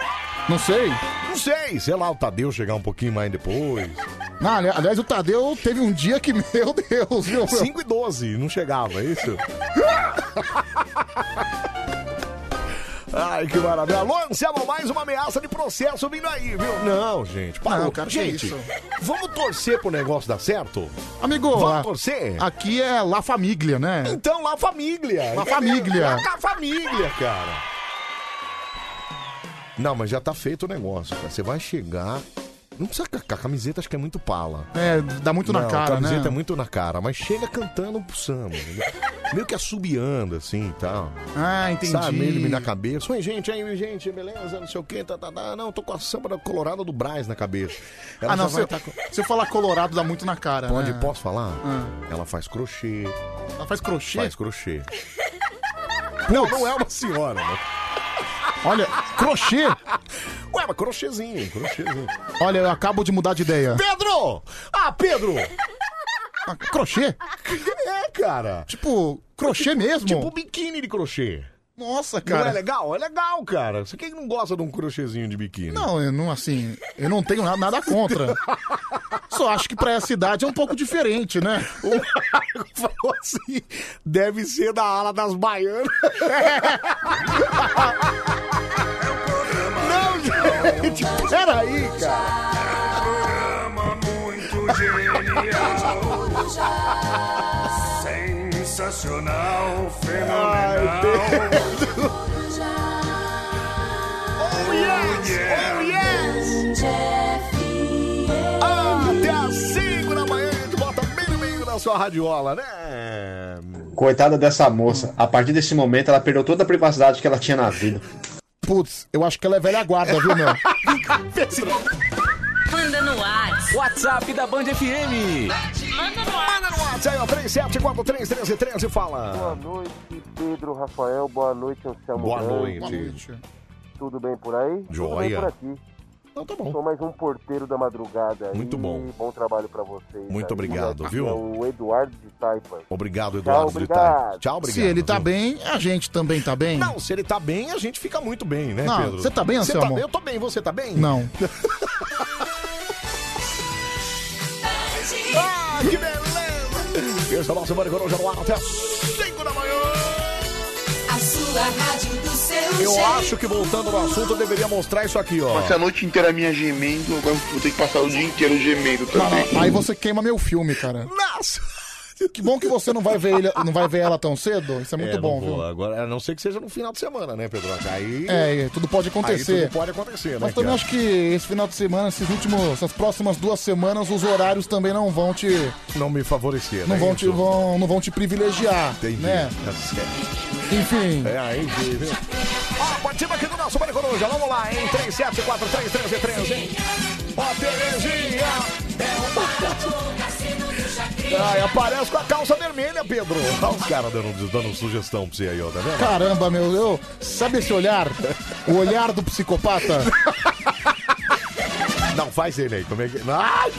Speaker 2: Não sei.
Speaker 1: Não sei. Sei lá, o Tadeu chegar um pouquinho mais depois.
Speaker 2: Não, ali- aliás, o Tadeu teve um dia que, meu Deus, meu.
Speaker 1: 5 e 12, não chegava, é isso? Ai, que maravilha. Alô, Anselmo, mais uma ameaça de processo vindo aí, viu? Não, gente, parou.
Speaker 2: Não, cara, que
Speaker 1: gente,
Speaker 2: isso?
Speaker 1: vamos torcer pro negócio dar certo?
Speaker 2: Amigo,
Speaker 1: Vamos
Speaker 2: a-
Speaker 1: torcer?
Speaker 2: aqui é La Família, né?
Speaker 1: Então, lá família.
Speaker 2: La
Speaker 1: entendeu?
Speaker 2: Família.
Speaker 1: Lá a família, cara. Não, mas já tá feito o negócio, cara. Você vai chegar... Não precisa... A camiseta acho que é muito pala.
Speaker 2: É, dá muito na
Speaker 1: Não,
Speaker 2: cara,
Speaker 1: camiseta
Speaker 2: né?
Speaker 1: é muito na cara, mas chega cantando pro samba. entendeu? Meio que assobiando, assim e tal.
Speaker 2: Ah, entendi.
Speaker 1: Sabe, meio me na cabeça. Oi, gente, aí, gente, beleza, não sei o quê, tá, tá, tá. Não, tô com a samba da colorada do Brás na cabeça. Ela
Speaker 2: Ah, não,
Speaker 1: só
Speaker 2: se
Speaker 1: vai
Speaker 2: eu,
Speaker 1: tá com-
Speaker 2: se eu falar colorado, dá muito na cara.
Speaker 1: Pode,
Speaker 2: né?
Speaker 1: posso falar?
Speaker 2: Ah.
Speaker 1: Ela faz crochê,
Speaker 2: Ela faz crochê?
Speaker 1: faz crochê. Não, não é uma senhora, né?
Speaker 2: Olha, crochê?
Speaker 1: Ué, mas crochêzinho, crochêzinho.
Speaker 2: Olha, eu acabo de mudar de ideia.
Speaker 1: Pedro! Ah, Pedro!
Speaker 2: Ah, crochê?
Speaker 1: É, cara.
Speaker 2: Tipo, crochê mesmo?
Speaker 1: Tipo biquíni de crochê.
Speaker 2: Nossa,
Speaker 1: Não é
Speaker 2: cara.
Speaker 1: legal? É legal, cara. Você quem não gosta de um crochêzinho de biquíni?
Speaker 2: Não, eu não, assim, eu não tenho na- nada contra. Só acho que pra essa idade é um pouco diferente, né?
Speaker 1: O Marco falou assim: deve ser da ala das baianas. Não, gente, peraí, cara.
Speaker 6: Programa muito genial. Sensacional, fenomenal.
Speaker 1: Oh, yes! Oh, yes! Até às 5 da manhã, a gente bota bem no meio da sua radiola, né?
Speaker 7: Coitada dessa moça. A partir desse momento, ela perdeu toda a privacidade que ela tinha na vida.
Speaker 2: Putz, eu acho que ela é velha guarda, viu, meu?
Speaker 8: Manda no WhatsApp.
Speaker 5: WhatsApp da Band FM.
Speaker 8: Manda no
Speaker 1: Manda no WhatsApp, ó,
Speaker 9: Boa
Speaker 1: 37431313 fala.
Speaker 9: noite, Pedro Rafael. Boa noite, Anselmo.
Speaker 1: Ah. Boa
Speaker 9: Grande.
Speaker 2: Boa
Speaker 1: noite.
Speaker 2: noite.
Speaker 9: Tudo bem por aí?
Speaker 1: Joia.
Speaker 9: Tudo bem por aqui.
Speaker 1: Então tá bom.
Speaker 9: Sou mais um porteiro da madrugada. aí.
Speaker 1: Muito bom.
Speaker 9: Bom trabalho pra vocês.
Speaker 1: Muito
Speaker 9: aí.
Speaker 1: obrigado,
Speaker 9: Aqui
Speaker 1: viu?
Speaker 9: É o Eduardo de Taipa. Tchau,
Speaker 1: Obrigado, Eduardo de Ita-
Speaker 9: obrigado.
Speaker 1: Tchau, obrigado.
Speaker 2: Se ele tá
Speaker 1: viu?
Speaker 2: bem, a gente também tá bem.
Speaker 1: Não, se ele tá bem, a gente fica muito bem, né,
Speaker 2: Não,
Speaker 1: Pedro?
Speaker 2: você tá bem,
Speaker 1: Você tá
Speaker 2: Anselmo?
Speaker 1: bem? Eu tô bem, você tá bem?
Speaker 2: Não.
Speaker 1: Ah, que beleza! Esse é o nosso Bande Coruja no ar até as 5 da manhã.
Speaker 8: A sua rádio do seu
Speaker 1: Eu acho que voltando no assunto, eu deveria mostrar isso aqui, ó.
Speaker 10: Passei a noite inteira minha gemendo, agora vou ter que passar o dia inteiro gemendo
Speaker 2: Não,
Speaker 10: também.
Speaker 2: não, Aí você queima meu filme, cara.
Speaker 1: Nossa!
Speaker 2: Que bom que você não vai ver, ele, não vai ver ela tão cedo. Isso é muito
Speaker 1: não
Speaker 2: bom,
Speaker 1: vou.
Speaker 2: viu?
Speaker 1: Agora, a não ser que seja no final de semana, né, Pedro? Aí,
Speaker 2: É, tudo pode
Speaker 1: aí
Speaker 2: acontecer.
Speaker 1: tudo pode acontecer, né?
Speaker 2: Mas também
Speaker 1: cara?
Speaker 2: acho que esse final de semana, esses últimos, essas próximas duas semanas, os horários também não vão te,
Speaker 1: Não me favorecer,
Speaker 2: não
Speaker 1: né?
Speaker 2: vão te,
Speaker 1: Isso.
Speaker 2: vão, não vão te privilegiar,
Speaker 1: Entendi.
Speaker 2: né?
Speaker 1: Tá certo.
Speaker 2: Enfim.
Speaker 1: É, aí, sim, viu? Ó, participa aqui do nosso Bande Coruja. Vamos lá, hein? 37431313, hein? Ó, Terezinha! Ai, aparece com a calça vermelha, Pedro. Olha os caras dando, dando sugestão pra você aí, ó, tá vendo?
Speaker 2: Caramba, meu, eu, sabe esse olhar? O olhar do psicopata?
Speaker 1: Não, Não, faz ele aí. Como é que. Ai,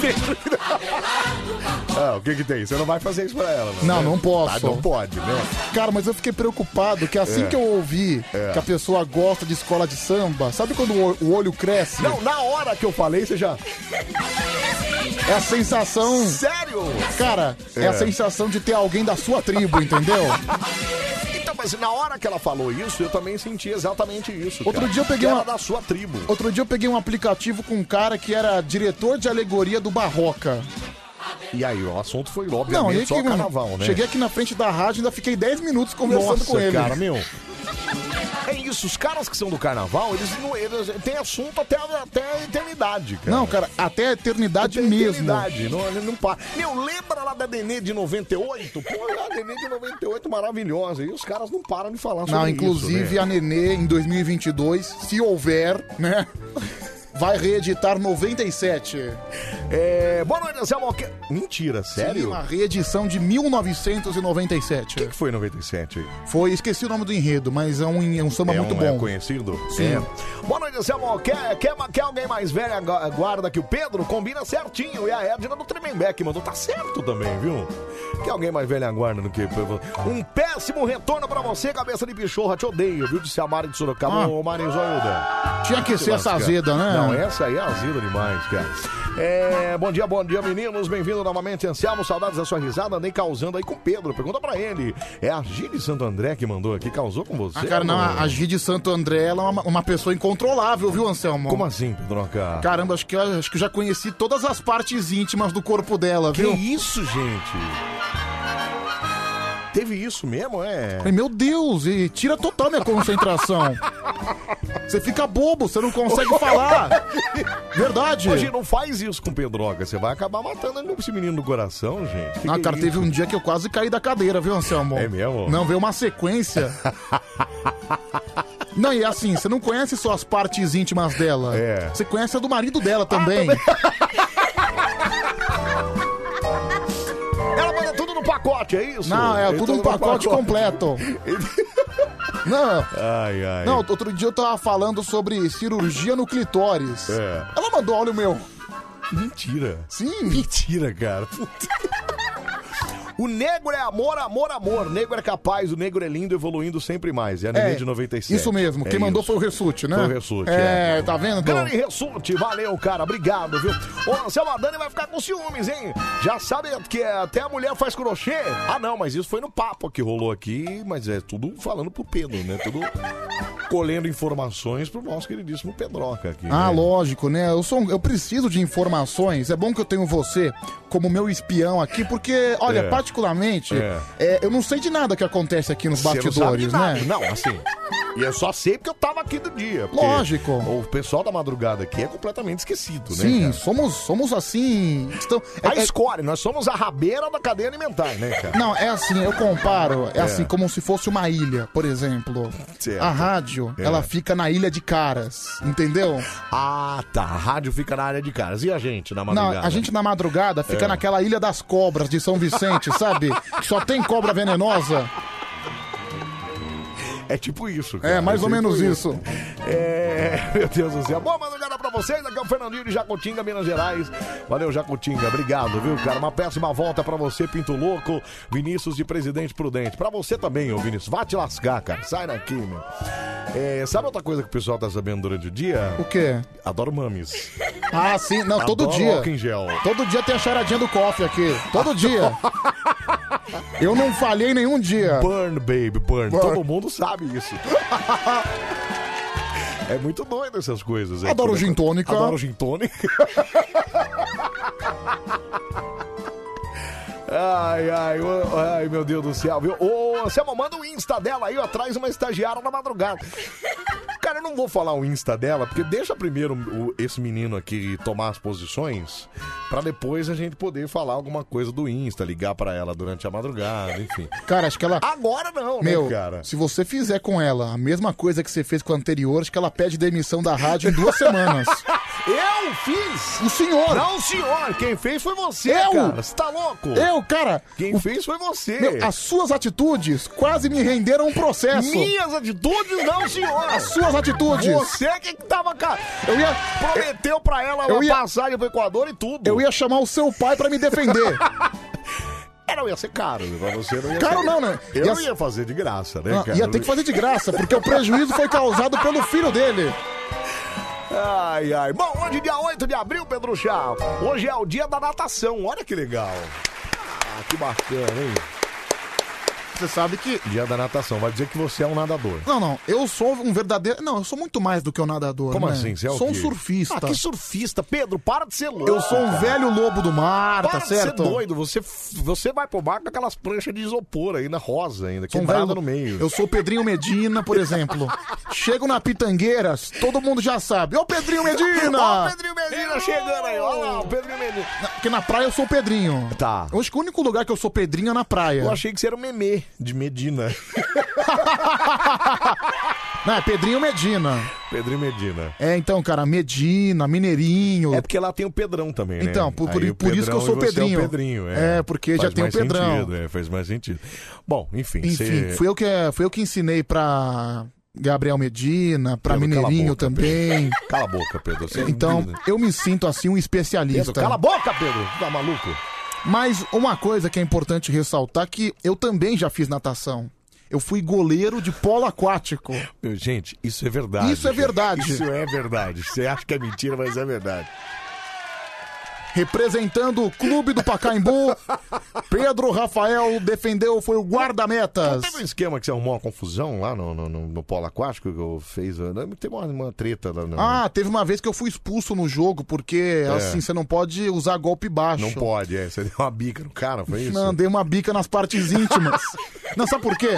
Speaker 1: deixa- Ah, o que que tem? Você não vai fazer isso pra ela,
Speaker 2: Não,
Speaker 1: né?
Speaker 2: não posso.
Speaker 1: Ah, não pode, né?
Speaker 2: Cara, mas eu fiquei preocupado que assim
Speaker 1: É.
Speaker 2: que eu ouvi
Speaker 1: É.
Speaker 2: que a pessoa gosta de escola de samba, sabe quando o o olho cresce?
Speaker 1: Não, na hora que eu falei, você já.
Speaker 2: É a sensação.
Speaker 1: Sério?
Speaker 2: Cara, é, a
Speaker 1: É.
Speaker 2: sensação de ter alguém da sua tribo, entendeu?
Speaker 1: Então, mas na hora que ela falou isso, eu também senti exatamente isso.
Speaker 2: Outro
Speaker 1: cara.
Speaker 2: dia eu peguei
Speaker 1: Que era
Speaker 2: uma-
Speaker 1: da sua tribo.
Speaker 2: Outro dia eu peguei um aplicativo com um cara que era diretor de alegoria do Barroca.
Speaker 1: E aí, o assunto foi,
Speaker 2: Não,
Speaker 1: obviamente,
Speaker 2: e
Speaker 1: só
Speaker 2: aqui, mano,
Speaker 1: carnaval, né?
Speaker 2: cheguei aqui na frente da rádio e ainda fiquei 10 minutos conversando
Speaker 1: Nossa,
Speaker 2: com ele.
Speaker 1: cara, meu. É isso, os caras que são do carnaval, eles não. Eles têm assunto até, a- até a eternidade, cara.
Speaker 2: Não, cara, até a eternidade
Speaker 1: Até a
Speaker 2: mesmo.
Speaker 1: eternidade, não, ele não para. Meu, lembra lá da Denê de 98? Pô, é a Denê de 98 maravilhosa. E os caras não param de falar sobre
Speaker 2: Não,
Speaker 1: isso.
Speaker 2: inclusive
Speaker 1: né?
Speaker 2: a Nenê em 2022, se houver, né? Vai reeditar 97.
Speaker 1: É, boa noite, Anselmo. Que- Mentira, sério?
Speaker 2: Sim, uma reedição de 1997. O que,
Speaker 1: foi 97 aí?
Speaker 2: Foi, esqueci o nome do enredo, mas é um, é um samba
Speaker 1: É
Speaker 2: muito
Speaker 1: um-
Speaker 2: bom.
Speaker 1: é conhecido?
Speaker 2: Sim.
Speaker 1: É. Boa noite, Anselmo. Quer, quer, quer alguém mais velho agu- guarda que o Pedro? Combina certinho. E a Edna do Tremembeck mandou. Tá certo também, viu? Quer alguém mais velho aguarda do que o Pedro? Um péssimo retorno pra você, cabeça de bichorra. Te odeio, viu? Disse a Mari de Sorocaba.
Speaker 2: Ah.
Speaker 1: Ô, Mari Zoiuda.
Speaker 2: Tinha que
Speaker 1: Se
Speaker 2: ser essa
Speaker 1: lascar.
Speaker 2: azeda, né?
Speaker 1: Não, essa aí é azeda demais, cara. É, bom dia, bom dia, meninos. Bem-vindo novamente, Anselmo. Saudades da sua risada. Andei causando aí com o Pedro. Pergunta pra ele. É a Gide Santo André que mandou aqui. Causou com você?
Speaker 2: Ah, cara, não,
Speaker 1: amor?
Speaker 2: a a Gi de Santo André ela é uma, uma pessoa incontrolável, viu, Anselmo?
Speaker 1: Como assim, Pedroca?
Speaker 2: Caramba, acho que, acho que eu já conheci todas as partes íntimas do corpo dela,
Speaker 1: Que
Speaker 2: viu?
Speaker 1: isso, gente? Teve isso mesmo, é?
Speaker 2: Falei, meu Deus, e tira total minha concentração. Você fica bobo, você não consegue falar. Verdade.
Speaker 1: Hoje não faz isso com Pedroca. Você vai acabar matando ele, esse menino do coração, gente. Que
Speaker 2: Ah,
Speaker 1: que
Speaker 2: cara,
Speaker 1: é
Speaker 2: teve
Speaker 1: isso?
Speaker 2: um dia que eu quase caí da cadeira, viu, Anselmo?
Speaker 1: É mesmo?
Speaker 2: Não, veio uma sequência. Não, e assim, você não conhece só as partes íntimas dela.
Speaker 1: É. Ah,
Speaker 2: Você conhece a do marido dela também.
Speaker 1: Ela manda tudo no pacote, é isso?
Speaker 2: Não, é
Speaker 1: Ele
Speaker 2: tudo um
Speaker 1: tá no
Speaker 2: pacote completo. Não,
Speaker 1: Ai, ai.
Speaker 2: não, outro dia eu tava falando sobre cirurgia no clitóris.
Speaker 1: É.
Speaker 2: Ela mandou, olha o meu.
Speaker 1: Mentira.
Speaker 2: Sim.
Speaker 1: Mentira, cara. Puta. O negro é amor, amor, amor. O negro é capaz, o negro é lindo, evoluindo sempre mais. É a Nenê
Speaker 2: É,
Speaker 1: de 97.
Speaker 2: Isso mesmo, quem
Speaker 1: É
Speaker 2: mandou
Speaker 1: isso.
Speaker 2: foi o Ressute, né?
Speaker 1: Foi o Ressute,
Speaker 2: É,
Speaker 1: é.
Speaker 2: tá vendo?
Speaker 1: Grande Ressute, valeu, cara. Obrigado, viu? Ô, seu Adani vai ficar com ciúmes, hein? Já sabe que é, até a mulher faz crochê. Ah, não, mas isso foi no papo que rolou aqui, mas é tudo falando pro Pedro, né? Tudo colhendo informações pro nosso queridíssimo Pedroca aqui.
Speaker 2: Ah,
Speaker 1: né?
Speaker 2: lógico, né? Eu, sou um- eu preciso de informações. É bom que eu tenho você como meu espião aqui, porque, olha,
Speaker 1: É.
Speaker 2: particularmente,
Speaker 1: É.
Speaker 2: é, eu não sei de nada que acontece aqui nos
Speaker 1: Você não
Speaker 2: bastidores,
Speaker 1: sabe nada.
Speaker 2: né?
Speaker 1: Não, assim. E eu só sei porque eu tava aqui do dia. porque
Speaker 2: Lógico.
Speaker 1: O pessoal da madrugada aqui é completamente esquecido, né?
Speaker 2: Sim,
Speaker 1: cara?
Speaker 2: somos, somos assim. Estão,
Speaker 1: A
Speaker 2: é- é-
Speaker 1: escore, nós somos a rabeira da cadeia alimentar, né, cara?
Speaker 2: não, é assim, eu comparo, é,
Speaker 1: É.
Speaker 2: assim como se fosse uma ilha, por exemplo.
Speaker 1: Certo.
Speaker 2: A rádio,
Speaker 1: É.
Speaker 2: ela fica na ilha de caras, entendeu?
Speaker 1: Ah, tá. A rádio fica na área de caras. E a gente na
Speaker 2: Não,
Speaker 1: madrugada?
Speaker 2: a gente na madrugada fica
Speaker 1: É.
Speaker 2: naquela ilha das cobras de São Vicente, sabe? Que Só tem cobra venenosa.
Speaker 1: É tipo isso, cara.
Speaker 2: É, mais ou
Speaker 1: tipo
Speaker 2: menos isso.
Speaker 1: É, meu Deus do céu. Boa madrugada pra vocês. Aqui é o Fernandinho de Jacutinga, Minas Gerais. Valeu, Jacutinga. Obrigado, viu, cara? Uma péssima volta pra você, Pinto Louco. Vinícius de Presidente Prudente. Pra você também, ô Vinícius. Vá te lascar, cara. Sai daqui, meu. É, sabe outra coisa que o pessoal tá sabendo durante o dia?
Speaker 2: O quê?
Speaker 1: Adoro mames.
Speaker 2: Ah, sim, não, todo
Speaker 1: Adoro
Speaker 2: dia.
Speaker 1: álcool em gel.
Speaker 2: Todo dia tem a charadinha do cofre aqui. Todo dia. Eu não falhei nenhum dia.
Speaker 1: Burn, baby, burn.
Speaker 2: Burn.
Speaker 1: Todo mundo sabe isso. É muito doido essas coisas. é.
Speaker 2: Adoro gin tônica.
Speaker 1: Adoro gin tônica. Ai, ai, ô, ai, meu Deus do céu, viu? Ô, Anselmo, manda o Insta dela aí, ó, traz uma estagiária na madrugada. Cara, eu não vou falar o Insta dela, porque deixa primeiro o- esse menino aqui tomar as posições, pra depois a gente poder falar alguma coisa do Insta, ligar pra ela durante a madrugada, enfim.
Speaker 2: Cara, acho que ela.
Speaker 1: Agora não,
Speaker 2: Meu,
Speaker 1: né, cara?
Speaker 2: se você fizer com ela a mesma coisa que você fez com a anterior, acho que ela pede demissão da rádio em duas semanas.
Speaker 1: Eu fiz!
Speaker 2: O senhor!
Speaker 1: Não, senhor! Quem fez foi você,
Speaker 2: Eu?
Speaker 1: cara! Você tá louco?
Speaker 2: Eu, cara!
Speaker 1: Quem fez foi você!
Speaker 2: Meu, as suas atitudes quase me renderam um processo.
Speaker 1: Minhas atitudes não, senhor!
Speaker 2: As suas atitudes.
Speaker 1: Você que tava, cara!
Speaker 2: Eu ia...
Speaker 1: Prometeu pra ela
Speaker 2: Eu
Speaker 1: uma
Speaker 2: ia-
Speaker 1: passagem pro Equador e tudo!
Speaker 2: Eu ia chamar o seu pai pra me defender.
Speaker 1: É, não ia ser caro, pra você não ia
Speaker 2: Caro
Speaker 1: ser-
Speaker 2: não, né?
Speaker 1: Eu
Speaker 2: Ia-
Speaker 1: não ia fazer de graça, né,
Speaker 2: Não,
Speaker 1: cara?
Speaker 2: ia ter que fazer de graça, porque o prejuízo foi causado pelo filho dele.
Speaker 1: Ai, ai. Bom, hoje, dia 8 de abril, Pedro Chá. Hoje é o dia da natação. Olha que legal. Ah, que bacana, hein?
Speaker 2: Você sabe que.
Speaker 1: Dia da natação. Vai dizer que você é um nadador.
Speaker 2: Não, não, eu sou um verdadeiro. Não, eu sou muito mais do que um nadador.
Speaker 1: Como
Speaker 2: né?
Speaker 1: assim? Você é o
Speaker 2: sou um
Speaker 1: quê?
Speaker 2: surfista.
Speaker 1: Ah, que surfista? Pedro, para de ser louco.
Speaker 2: Eu sou um
Speaker 1: cara.
Speaker 2: velho lobo do mar,
Speaker 1: Ah, Para
Speaker 2: tá
Speaker 1: de
Speaker 2: certo?
Speaker 1: ser doido. Você, você vai pro bar com aquelas pranchas de isopor ainda, rosa ainda,
Speaker 2: Sou um
Speaker 1: quebrada
Speaker 2: velho-
Speaker 1: no meio.
Speaker 2: Eu sou o Pedrinho Medina, por exemplo. Chego na Pitangueiras, todo mundo já sabe. Ô Pedrinho
Speaker 1: Ó, o
Speaker 2: Medina!
Speaker 1: Pedrinho Medina chegando aí. Olha lá, o Pedrinho Medina.
Speaker 2: Porque na praia eu sou o Pedrinho.
Speaker 1: Tá.
Speaker 2: Eu acho que o único lugar que eu sou Pedrinho é na praia.
Speaker 1: Eu achei que você era o Memê, de Medina.
Speaker 2: Não, é Pedrinho Medina.
Speaker 1: Pedrinho Medina.
Speaker 2: É, então, cara, Medina, Mineirinho.
Speaker 1: É porque lá tem o Pedrão também, né?
Speaker 2: Então, por- por-
Speaker 1: Aí o
Speaker 2: por isso que eu
Speaker 1: Pedrão
Speaker 2: sou
Speaker 1: e você
Speaker 2: o Pedrinho.
Speaker 1: É, o Pedrinho, é.
Speaker 2: É, porque já tem o
Speaker 1: mais
Speaker 2: Pedrão.
Speaker 1: Sentido, é, faz mais sentido. Bom, enfim,
Speaker 2: Enfim,
Speaker 1: cê-
Speaker 2: fui, eu que, fui eu que ensinei pra Gabriel Medina, pra
Speaker 1: Pedro, cala a
Speaker 2: Mineirinho
Speaker 1: boca,
Speaker 2: também.
Speaker 1: Cala a boca, Pedro. Você é um
Speaker 2: Então, eu me sinto assim um
Speaker 1: Pedro,
Speaker 2: especialista.
Speaker 1: cala a boca, Pedro. Tá maluco?
Speaker 2: Mas uma coisa que é importante ressaltar que eu também já fiz natação. Eu fui goleiro de polo aquático.
Speaker 1: Meu, gente, isso é verdade.
Speaker 2: Isso é
Speaker 1: gente.
Speaker 2: verdade.
Speaker 1: Isso é verdade. Você acha que é mentira, mas é verdade.
Speaker 2: Representando o clube do Pacaembu, Pedro Rafael defendeu, foi o
Speaker 1: Não
Speaker 2: guarda-metas.
Speaker 1: Teve um esquema que você arrumou uma confusão lá no, no, no, no polo aquático que eu fez. né? Teve uma, uma treta lá. No...
Speaker 2: Ah, teve uma vez que eu fui expulso no jogo, porque assim, você não pode usar golpe baixo.
Speaker 1: É. não pode, é. Você deu uma bica no cara, foi isso?
Speaker 2: Não, dei uma bica nas partes íntimas. não, sabe por quê?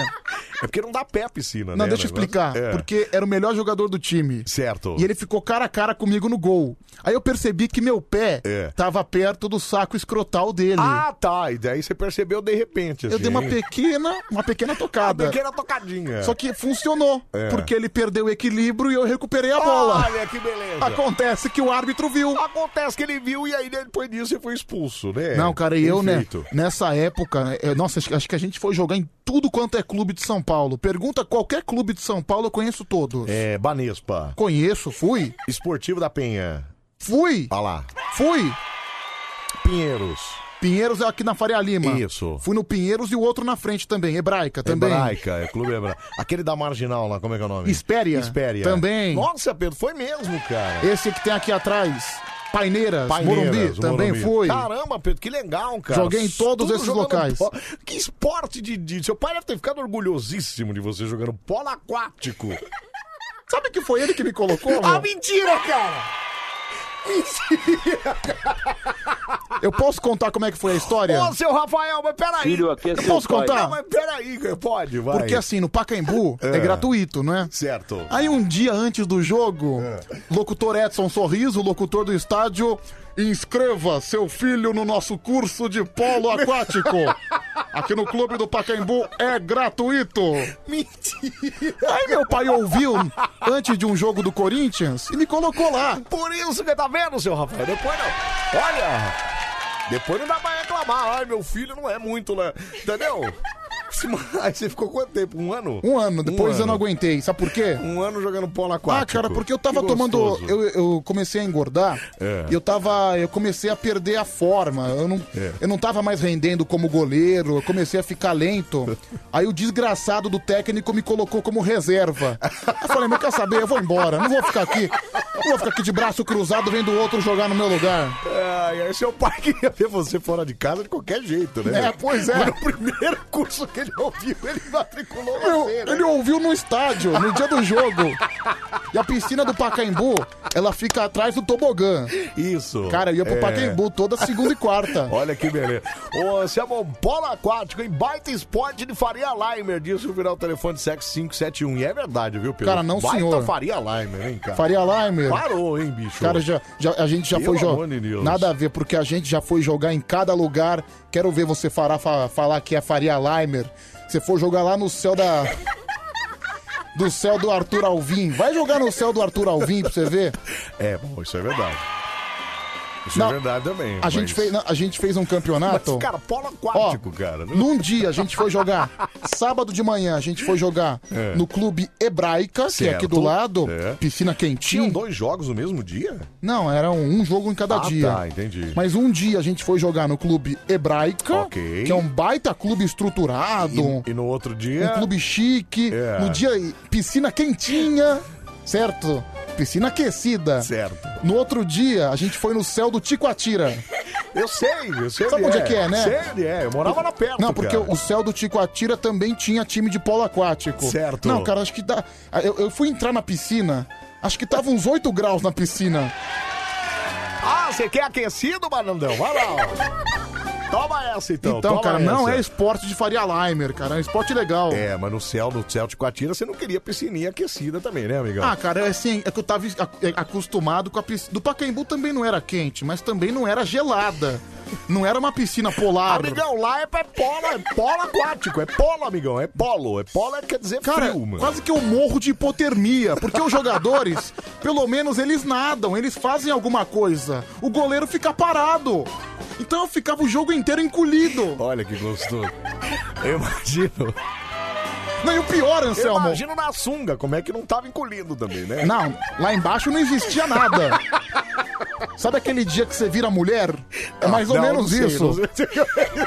Speaker 1: É porque não dá pé a piscina, né?
Speaker 2: Não, deixa eu
Speaker 1: o negócio?
Speaker 2: explicar.
Speaker 1: É.
Speaker 2: Porque era o melhor jogador do time.
Speaker 1: Certo.
Speaker 2: E ele ficou cara a cara comigo no gol. Aí eu percebi que meu pé
Speaker 1: É.
Speaker 2: tava perto do saco escrotal dele.
Speaker 1: Ah, tá. E daí você percebeu de repente.
Speaker 2: eu
Speaker 1: assim,
Speaker 2: dei uma
Speaker 1: hein?
Speaker 2: pequena, uma pequena tocada.
Speaker 1: pequena tocadinha.
Speaker 2: Só que funcionou,
Speaker 1: É.
Speaker 2: porque ele perdeu o equilíbrio e eu recuperei a bola.
Speaker 1: Olha que beleza.
Speaker 2: Acontece que o árbitro viu.
Speaker 1: Acontece que ele viu e aí depois disso ele foi expulso, né?
Speaker 2: Não, cara, e eu, né?
Speaker 1: Perfeito.
Speaker 2: Nessa época, né, eu- nossa, acho- acho que a gente foi jogar em tudo quanto é clube de São Paulo. Pergunta qualquer clube de São Paulo, eu conheço todos.
Speaker 1: É, Banespa,
Speaker 2: Conheço, fui,
Speaker 1: Esportivo da Penha.
Speaker 2: fui,
Speaker 1: Olha lá.
Speaker 2: fui.
Speaker 1: Pinheiros.
Speaker 2: Pinheiros é aqui na Faria Lima.
Speaker 1: Isso.
Speaker 2: Fui no Pinheiros e o outro na frente também, Hebraica também.
Speaker 1: Hebraica, é Clube Hebraica. Aquele da Marginal lá, como é que é o nome?
Speaker 2: Espéria.
Speaker 1: Espéria.
Speaker 2: Também.
Speaker 1: Nossa, Pedro, foi mesmo, cara.
Speaker 2: Esse que tem aqui atrás, Paineiras,
Speaker 1: Paineiras,
Speaker 2: Morumbi, também fui.
Speaker 1: Caramba, Pedro, que legal, cara.
Speaker 2: Joguei em todos esses
Speaker 1: jogando
Speaker 2: locais.
Speaker 1: pó. Que esporte de, de- Seu pai deve ter ficado orgulhosíssimo de você jogando polo aquático.
Speaker 2: Sabe que foi ele que me colocou?
Speaker 1: ah,
Speaker 2: meu?
Speaker 1: mentira, cara!
Speaker 2: Eu posso contar como é que foi a história?
Speaker 1: Ô, seu Rafael, mas peraí.
Speaker 9: Filho, aqui é
Speaker 2: Eu posso
Speaker 1: Não,
Speaker 2: contar?
Speaker 1: mas peraí, cara, pode, vai.
Speaker 2: Tá. Porque assim, no Pacaembu é gratuito, né?
Speaker 1: Certo.
Speaker 2: Aí um dia antes do jogo,
Speaker 1: É.
Speaker 2: locutor Edson Sorriso, locutor do estádio, inscreva seu filho no nosso curso de polo aquático. Aqui no clube do Pacaembu é gratuito. Mentira. Aí meu pai ouviu antes de um jogo do Corinthians e me colocou lá.
Speaker 1: Por isso que tá vendo, seu Rafael? Depois não. Olha! Depois não dá pra reclamar. Ai, meu filho não é muito, né? Entendeu? Esse ma- Aí você ficou quanto tempo? Um ano?
Speaker 2: Um ano, depois eu não aguentei. Sabe por quê?
Speaker 1: Um ano jogando polo
Speaker 2: Ah,
Speaker 1: aquático.
Speaker 2: cara, porque eu tava
Speaker 1: Que
Speaker 2: tomando.
Speaker 1: gostoso.
Speaker 2: Eu, eu comecei a engordar
Speaker 1: É.
Speaker 2: e eu tava. Eu comecei a perder a forma. Eu não,
Speaker 1: É.
Speaker 2: eu não tava mais rendendo como goleiro, eu comecei a ficar lento. Aí o desgraçado do técnico me colocou como reserva. Eu falei, mas quer saber? Eu vou embora, não vou ficar aqui. Não vou ficar aqui de braço cruzado vendo o outro jogar no meu lugar.
Speaker 1: Ai, ai, seu pai queria ver você fora de casa de qualquer jeito, né?
Speaker 2: É, pois é.
Speaker 1: Mas no primeiro curso que ele ouviu, ele matriculou
Speaker 2: Eu-
Speaker 1: você, né?
Speaker 2: ele ouviu no estádio, no dia do jogo. E a piscina do Pacaembu, ela fica atrás do tobogã.
Speaker 1: Isso.
Speaker 2: Cara, eu ia pro
Speaker 1: É.
Speaker 2: Pacaembu toda segunda e quarta.
Speaker 1: Olha que beleza. Ô, Selmo, polo aquático em baita esporte de Faria Limer, disse o viral telefone sexo 571. E é verdade, viu, Pedro?
Speaker 2: Cara, não,
Speaker 1: baita
Speaker 2: senhor.
Speaker 1: Faria Limer, hein, cara?
Speaker 2: Faria Limer.
Speaker 1: Parou, hein, bicho?
Speaker 2: Cara, já, já- a gente já
Speaker 1: Pelo
Speaker 2: foi jogar.
Speaker 1: amor de Deus.
Speaker 2: Nada a ver, porque a gente já foi jogar em cada lugar. Quero ver você fará- fa- falar que é Faria Limer. Você for jogar lá no céu da. do céu do Arthur Alvim. Vai jogar no céu do Arthur Alvim pra você ver.
Speaker 1: É, bom, isso é verdade. Isso
Speaker 2: Não,
Speaker 1: é verdade também.
Speaker 2: A,
Speaker 1: mas-
Speaker 2: gente fez, não, a gente fez um campeonato.
Speaker 1: Mas, cara, polo aquático, cara. não-
Speaker 2: Num dia a gente foi jogar, sábado de manhã a gente foi jogar
Speaker 1: É.
Speaker 2: no Clube Hebraica, que é aqui
Speaker 1: Certo.
Speaker 2: do lado, piscina quentinha.
Speaker 1: Tinham dois jogos no mesmo dia?
Speaker 2: Não, era um, um jogo em cada
Speaker 1: Ah,
Speaker 2: dia.
Speaker 1: tá, entendi.
Speaker 2: Mas um dia a gente foi jogar no Clube Hebraica,
Speaker 1: Ok.
Speaker 2: que é um baita clube estruturado,
Speaker 1: E, e no outro dia.
Speaker 2: um clube chique,
Speaker 1: É.
Speaker 2: no dia piscina quentinha, certo? Piscina aquecida.
Speaker 1: Certo.
Speaker 2: No outro dia a gente foi no céu do Ticoatira.
Speaker 1: Eu sei, eu sei.
Speaker 2: Sabe
Speaker 1: onde
Speaker 2: onde é que é, né?
Speaker 1: Sei onde é, eu morava lá perto.
Speaker 2: Não, porque
Speaker 1: cara.
Speaker 2: o céu do Ticoatira também tinha time de polo aquático.
Speaker 1: Certo.
Speaker 2: Não, cara, acho que dá. ah, Eu, eu fui entrar na piscina, acho que tava uns 8 graus na piscina.
Speaker 1: Ah, você quer aquecido, Barandão? Vai lá. ó. Toma essa então.
Speaker 2: Então, cara, não é esporte de Faria Limer, cara, é um esporte legal.
Speaker 1: É, mas no céu, no céu de Coatira, você não queria piscininha aquecida também, né, amigão?
Speaker 2: Ah, cara, é assim, é que eu tava ac- ac- acostumado com a piscina. Do Pacaembu também não era quente, mas também não era gelada. Não era uma piscina polar.
Speaker 1: Amigão, lá é pra polo, é polo aquático, é polo, amigão, é polo. É polo é, quer dizer
Speaker 2: Cara,
Speaker 1: frio, mano.
Speaker 2: quase que eu morro de hipotermia, porque os jogadores, pelo menos eles nadam, eles fazem alguma coisa. O goleiro fica parado. Então eu ficava o jogo inteiro encolhido.
Speaker 1: Olha que gostoso. Eu imagino.
Speaker 2: Não, e o pior, Anselmo.
Speaker 1: Eu imagino na sunga, como é que não tava encolhido também, né?
Speaker 2: Não, lá embaixo não existia nada. Sabe aquele dia que você vira mulher? É mais ou
Speaker 1: Não,
Speaker 2: menos
Speaker 1: não sei,
Speaker 2: isso.
Speaker 1: não sei. é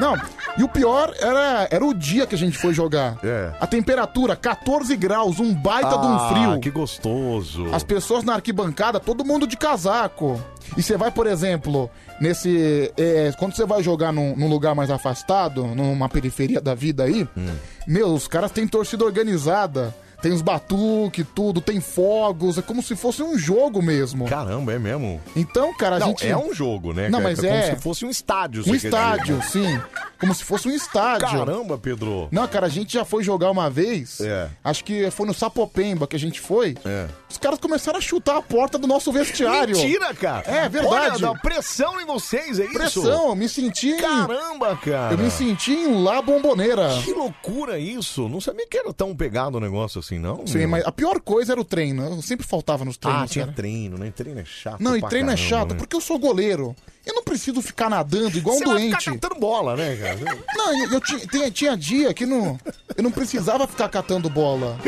Speaker 2: Não, e o pior era, era o dia que a gente foi jogar. A temperatura, 14 graus, um baita de um
Speaker 1: É. Ah,
Speaker 2: frio.
Speaker 1: que gostoso.
Speaker 2: As pessoas na arquibancada, todo mundo de casaco. E você vai, por exemplo, nesse. é, quando você vai jogar num, num lugar mais afastado, numa periferia da vida aí,
Speaker 1: Hum.
Speaker 2: meu, os caras têm torcida organizada. Tem os batuque, tudo, tem fogos, é como se fosse um jogo mesmo.
Speaker 1: Caramba, é mesmo?
Speaker 2: Então, cara, a
Speaker 1: Não,
Speaker 2: gente.
Speaker 1: é um jogo, né,
Speaker 2: Não,
Speaker 1: cara?
Speaker 2: mas
Speaker 1: É
Speaker 2: é.
Speaker 1: como se fosse um estádio, você
Speaker 2: Um
Speaker 1: quer dizer,
Speaker 2: estádio,
Speaker 1: né?
Speaker 2: sim. Como se fosse um estádio.
Speaker 1: Caramba, Pedro.
Speaker 2: Não, cara, a gente já foi jogar uma vez.
Speaker 1: É.
Speaker 2: Acho que foi no Sapopemba que a gente foi.
Speaker 1: É.
Speaker 2: Os caras começaram a chutar a porta do nosso vestiário.
Speaker 1: Mentira, cara.
Speaker 2: É verdade.
Speaker 1: Olha, dá pressão em vocês, é isso?
Speaker 2: Pressão, eu me senti.
Speaker 1: Caramba, cara.
Speaker 2: Eu me senti em lá bomboneira.
Speaker 1: Que loucura isso. Não sabia que era tão pegado o negócio assim, não?
Speaker 2: Sim,
Speaker 1: meu?
Speaker 2: mas a pior coisa era o treino. Eu sempre faltava nos treinos.
Speaker 1: Ah, tinha
Speaker 2: cara.
Speaker 1: treino, né? Treino é chato.
Speaker 2: Não, e
Speaker 1: pra
Speaker 2: treino é
Speaker 1: caramba,
Speaker 2: chato,
Speaker 1: né?
Speaker 2: porque eu sou goleiro. Eu não preciso ficar nadando igual
Speaker 1: Você
Speaker 2: um
Speaker 1: vai
Speaker 2: doente.
Speaker 1: ficar catando bola, né, cara?
Speaker 2: Não, eu, eu ti- tinha, tinha dia que não, eu não precisava ficar catando bola.